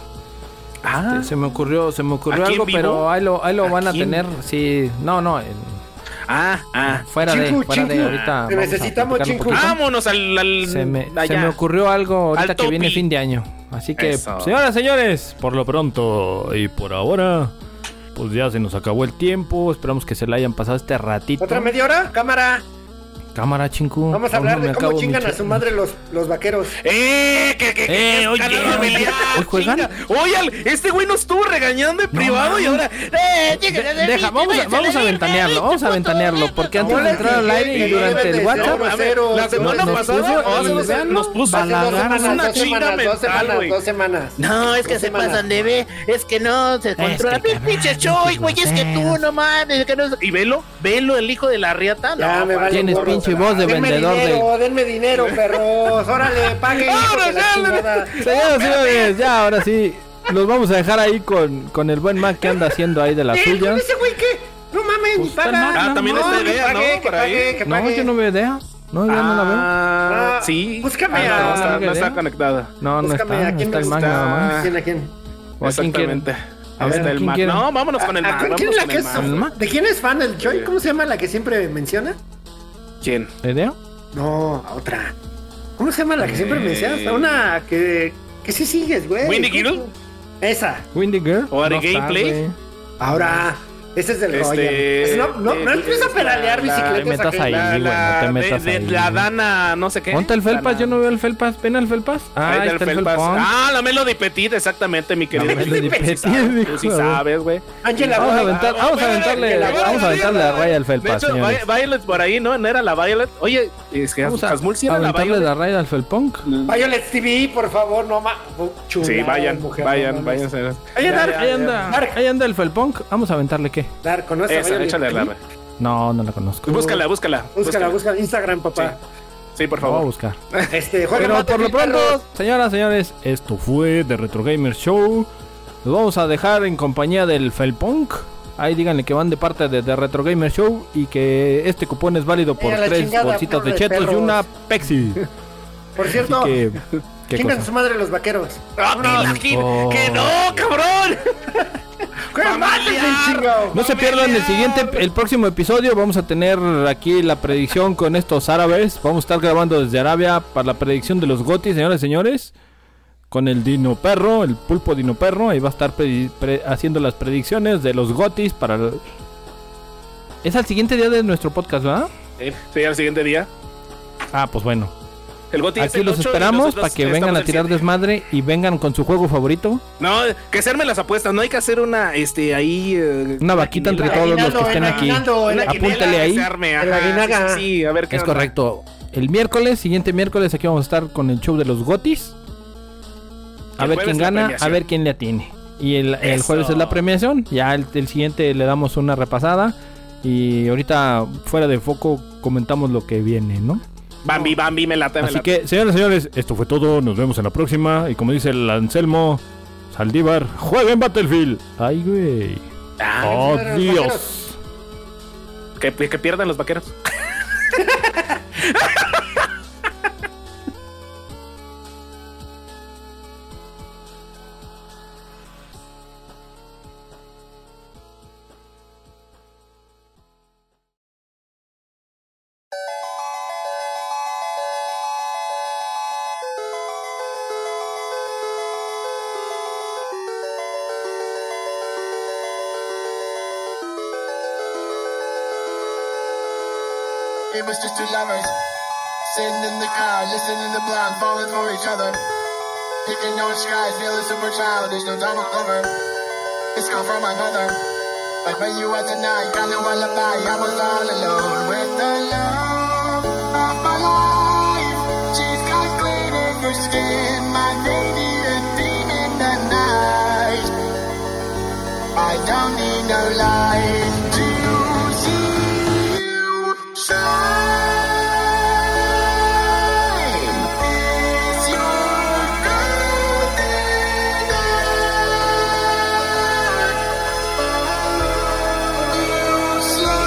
Speaker 3: sí. Ah,
Speaker 1: Este, Se me ocurrió, se me ocurrió
Speaker 3: ¿Aquí en
Speaker 1: algo,
Speaker 3: vivo?
Speaker 1: pero ahí lo, ahí lo van a
Speaker 3: ¿Aquí en-
Speaker 1: tener. Sí, no, no, en-
Speaker 3: ah, ah.
Speaker 1: fuera
Speaker 2: Chingu,
Speaker 1: de, fuera de
Speaker 2: chingu.
Speaker 1: ahorita. vamos a
Speaker 2: necesitamos,
Speaker 1: platicarlo
Speaker 2: chingu.
Speaker 1: un poquito.
Speaker 3: Vámonos al. al-
Speaker 1: Se me, se
Speaker 3: allá.
Speaker 1: me ocurrió algo ahorita
Speaker 3: Al
Speaker 1: que viene
Speaker 3: topi.
Speaker 1: fin de año. Así que,
Speaker 3: Eso.
Speaker 4: Señoras, señores, por lo pronto y por ahora, pues ya se nos acabó el tiempo. Esperamos que se la hayan pasado este ratito.
Speaker 2: ¿Otra media hora? Cámara.
Speaker 1: Cámara, chingú.
Speaker 2: Vamos a
Speaker 1: Aún no
Speaker 2: hablar
Speaker 1: me
Speaker 2: de cómo
Speaker 1: acabo mi
Speaker 2: chingan a
Speaker 1: chela.
Speaker 2: su madre los, los vaqueros.
Speaker 3: ¡Eh! ¡Que, que, que
Speaker 1: Eh, oye,
Speaker 3: escalada
Speaker 1: oye,
Speaker 3: familiar,
Speaker 1: ¿hoy juegan?
Speaker 3: chinga! Oye, al- este güey nos estuvo regañando en privado y ahora. ¡Eh!
Speaker 1: De-
Speaker 3: chinga, ya, ya,
Speaker 1: deja,
Speaker 3: ya,
Speaker 1: vamos
Speaker 3: ya,
Speaker 1: a,
Speaker 3: ya,
Speaker 1: vamos
Speaker 3: ya,
Speaker 1: a
Speaker 3: ya,
Speaker 1: ventanearlo, vamos a ventanearlo, porque antes de
Speaker 2: Hola,
Speaker 1: entrar al
Speaker 2: DJ,
Speaker 1: aire y
Speaker 2: que no
Speaker 1: durante
Speaker 2: deben
Speaker 1: el
Speaker 2: de
Speaker 1: WhatsApp,
Speaker 2: ser
Speaker 3: A ver,
Speaker 2: groseros.
Speaker 3: La semana
Speaker 1: Nos
Speaker 3: pasada
Speaker 1: puso
Speaker 3: o hace dos-
Speaker 1: el
Speaker 3: nos puso
Speaker 2: Hace dos
Speaker 1: Balagaras,
Speaker 2: semanas,
Speaker 3: una
Speaker 2: dos
Speaker 3: chinga
Speaker 2: semanas, dos
Speaker 3: mental,
Speaker 2: semanas,
Speaker 3: güey.
Speaker 2: dos semanas.
Speaker 6: No, es que
Speaker 2: Dos
Speaker 6: se
Speaker 2: semanas.
Speaker 6: pasan de ve, es que no se controla.
Speaker 1: que
Speaker 6: Pinche pinches choy, güey, es que tú no mames, que no.
Speaker 3: Y velo, velo, el hijo de la riata. No,
Speaker 6: Ah,
Speaker 2: Ya me vale
Speaker 1: tienes
Speaker 2: gorro,
Speaker 1: pinche
Speaker 2: pero-
Speaker 1: voz de
Speaker 2: denme
Speaker 1: vendedor de.
Speaker 2: dinero, Denme dinero, perros. Órale, paguen. hijos de la chingada.
Speaker 1: Señoras y señores, ya ahora sí, los vamos a dejar ahí con, con el buen Mac que anda haciendo ahí de las
Speaker 2: Eh, con
Speaker 1: suyas.
Speaker 2: ese güey qué? No mames, ni
Speaker 1: Pues, tan
Speaker 2: paga.
Speaker 1: mal, Ah,
Speaker 3: también
Speaker 2: no,
Speaker 3: está
Speaker 2: que
Speaker 3: idea, ¿no?
Speaker 2: pague, Que
Speaker 3: Por ahí.
Speaker 2: pague, que
Speaker 1: No,
Speaker 2: pague.
Speaker 1: yo no veo idea. No, yo no la veo.
Speaker 3: Ah,
Speaker 2: Ah,
Speaker 3: sí.
Speaker 2: búscame
Speaker 3: Ah, no,
Speaker 2: a-
Speaker 3: está- no está
Speaker 1: ¿eh?
Speaker 3: conectada.
Speaker 1: No, no
Speaker 2: Búscame,
Speaker 1: está.
Speaker 2: ¿a
Speaker 1: no
Speaker 2: quién
Speaker 1: está
Speaker 2: me
Speaker 1: el Mac
Speaker 2: gusta?
Speaker 1: nada más.
Speaker 2: ¿A ¿Quién, a quién?
Speaker 1: ¿O a quién quieren?
Speaker 3: Exactamente.
Speaker 1: A
Speaker 3: Ahí
Speaker 1: ver,
Speaker 3: está el
Speaker 1: ¿quién
Speaker 3: Mac.
Speaker 1: quieren?
Speaker 3: No, vámonos con el
Speaker 2: ¿A- a
Speaker 3: Mac.
Speaker 2: cuál- quién
Speaker 3: vámonos
Speaker 2: la
Speaker 3: con
Speaker 2: que
Speaker 3: el
Speaker 2: es-
Speaker 3: Mac.
Speaker 1: Mac.
Speaker 2: ¿De quién es fan el Joy? ¿Cómo se llama la que siempre menciona?
Speaker 3: ¿Quién?
Speaker 1: ¿Idea?
Speaker 2: No, a otra. ¿Cómo se llama la que siempre
Speaker 3: Eh.
Speaker 2: mencionas? A Una que, que sí sigues, güey.
Speaker 3: ¿Winnie Gill?
Speaker 2: Esa.
Speaker 1: Windy Girl.
Speaker 3: ¿O Are
Speaker 1: No está,
Speaker 3: Gameplay?
Speaker 1: güey.
Speaker 2: Ahora, ese es del
Speaker 3: Este,
Speaker 2: Roger. Es- No, no,
Speaker 3: de-
Speaker 2: no empiezas a pedalear
Speaker 3: la- la-
Speaker 1: Te
Speaker 2: bicicletas.
Speaker 1: metas
Speaker 2: acá.
Speaker 1: ahí,
Speaker 3: La,
Speaker 1: güey, no
Speaker 3: la,
Speaker 1: te metas
Speaker 3: de, de
Speaker 1: ahí.
Speaker 3: la Dana, no sé qué.
Speaker 1: Ponte el Felpas,
Speaker 3: Dana-
Speaker 1: yo no veo el Felpas. ¿Ven al Felpas? Ah,
Speaker 3: Ahí
Speaker 1: está,
Speaker 3: del
Speaker 1: el
Speaker 3: Felpas.
Speaker 1: Felpas.
Speaker 3: Ah, la Melody Petit, exactamente, mi querido.
Speaker 1: La Melody
Speaker 3: Tú sí
Speaker 1: Petit,
Speaker 3: sabes,
Speaker 1: dijo,
Speaker 3: Tú sí
Speaker 1: a ver.
Speaker 3: sabes, güey.
Speaker 2: Ángela,
Speaker 1: Vamos a
Speaker 2: Boy.
Speaker 1: aventar, vamos a aventarle, vamos a aventarle la raya al Felpas,
Speaker 3: De hecho,
Speaker 1: señores.
Speaker 3: Vi- Violet por ahí, ¿no? ¿No era la Violet? Oye, este, es que
Speaker 1: Vamos a
Speaker 3: Hasmul sí era la
Speaker 1: aventarle
Speaker 3: Violet.
Speaker 1: la raya al Felpunk.
Speaker 2: Violet TV, por favor, no ma. oh,
Speaker 3: Sí,
Speaker 2: Chulada
Speaker 3: vayan,
Speaker 2: de mujer, no
Speaker 3: vayan,
Speaker 2: mames.
Speaker 3: vayan.
Speaker 2: Ahí
Speaker 3: Ya,
Speaker 2: andar,
Speaker 3: ya,
Speaker 1: Ahí
Speaker 3: ya.
Speaker 1: anda,
Speaker 2: Dark.
Speaker 1: ahí anda el Felpunk. Vamos a aventarle qué.
Speaker 2: Dar, conoce a
Speaker 3: Esa,
Speaker 2: Violet
Speaker 3: échale
Speaker 2: TV.
Speaker 3: la raya.
Speaker 1: No, no la conozco.
Speaker 3: Búscala, búscala.
Speaker 2: Búscala, búscala. Instagram, papá.
Speaker 3: Sí, por
Speaker 1: La voy a
Speaker 3: favor.
Speaker 1: buscar.
Speaker 2: Este, juega
Speaker 1: Pero
Speaker 2: mate,
Speaker 1: por lo
Speaker 2: mis perros.
Speaker 1: pronto, señoras, señores, esto fue The Retro Gamer Show. Los vamos a dejar en compañía del Felpunk. Ahí díganle que van de parte de The Retro Gamer Show y que este cupón es válido por
Speaker 2: Eh, a la
Speaker 1: tres
Speaker 2: chingada,
Speaker 1: bolsitas de
Speaker 2: pobres
Speaker 1: chetos y
Speaker 2: perros.
Speaker 1: una Pepsi.
Speaker 2: Por cierto,
Speaker 1: Que, ¿qué
Speaker 2: chingan a
Speaker 1: cosa?
Speaker 2: su madre los vaqueros.
Speaker 3: ¡Ah, no, que-
Speaker 1: Oh.
Speaker 3: ¡Que no, cabrón!
Speaker 2: ¡Juega mate, el chingado!
Speaker 1: No se pierdan el siguiente, el próximo episodio. Vamos a tener aquí la predicción con estos árabes. Vamos a estar grabando desde Arabia para la predicción de los gotis, señores y señores. Con el Dino Perro, el pulpo Dino Perro. Ahí va a estar predi- pre- haciendo las predicciones de los gotis para... el- Es al siguiente día de nuestro podcast, ¿verdad?
Speaker 3: eh, Sí, al siguiente día.
Speaker 1: Ah, pues bueno.
Speaker 3: El Goti es
Speaker 1: Aquí
Speaker 3: el
Speaker 1: los
Speaker 3: 8 y
Speaker 1: esperamos
Speaker 3: nosotros
Speaker 1: para que
Speaker 3: estamos
Speaker 1: vengan a
Speaker 3: el
Speaker 1: tirar
Speaker 3: 7.
Speaker 1: desmadre y vengan con su juego favorito.
Speaker 3: No, que hacerme las apuestas. No hay que hacer una, este, ahí. eh,
Speaker 1: Una vaquita entre
Speaker 3: quiniela.
Speaker 1: todos los que estén aquí.
Speaker 3: Una quiniela
Speaker 1: Apúntale
Speaker 3: que
Speaker 1: ahí.
Speaker 3: se arme,
Speaker 2: En la
Speaker 3: ajá,
Speaker 2: guinaga.
Speaker 3: sí, sí, sí, a ver qué
Speaker 1: Es
Speaker 3: onda.
Speaker 1: correcto. El miércoles, siguiente miércoles, aquí vamos a estar con el show de los gotis. a
Speaker 3: El
Speaker 1: ver
Speaker 3: jueves
Speaker 1: quién
Speaker 3: la
Speaker 1: gana, a
Speaker 3: premiación.
Speaker 1: ver quién le atiene. Y el, el
Speaker 3: Eso.
Speaker 1: jueves es la premiación, ya el, el siguiente le damos una repasada y ahorita fuera de foco comentamos lo que viene, ¿no?
Speaker 3: Bambi, Bambi, me lata, me
Speaker 4: Así
Speaker 3: lata.
Speaker 4: que, señores, señores, esto fue todo. Nos vemos en la próxima. Y como dice el Anselmo Saldívar, jueguen Battlefield. Ay, güey.
Speaker 3: Ah,
Speaker 4: Oh,
Speaker 2: señores,
Speaker 4: Dios.
Speaker 2: vaqueros.
Speaker 3: que, que pierdan los vaqueros.
Speaker 7: It was just two lovers sitting in the car, listening to blonde, falling for each other. Picking on skies, feeling super childish, no Donald Glover. It's called from my mother. Like where you at tonight, got no lullaby. I was all alone with the love of my life. She's got clean in her skin, my lady, a theme in the night. I don't need no light to see you shine. Is your golden hour? You slow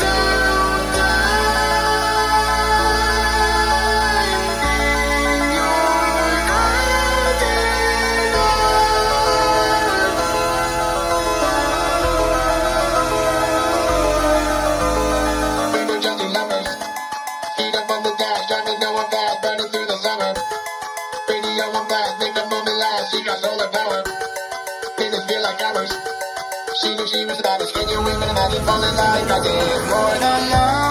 Speaker 7: down time in your golden hour. We were just in lovers. Heat up on the dash, driving no one fast, burning through the summer. Radio on blast, make the moment last. She got solar power. Minutes feel like hours. She knew she was about to schedule with an falling like I did for the love.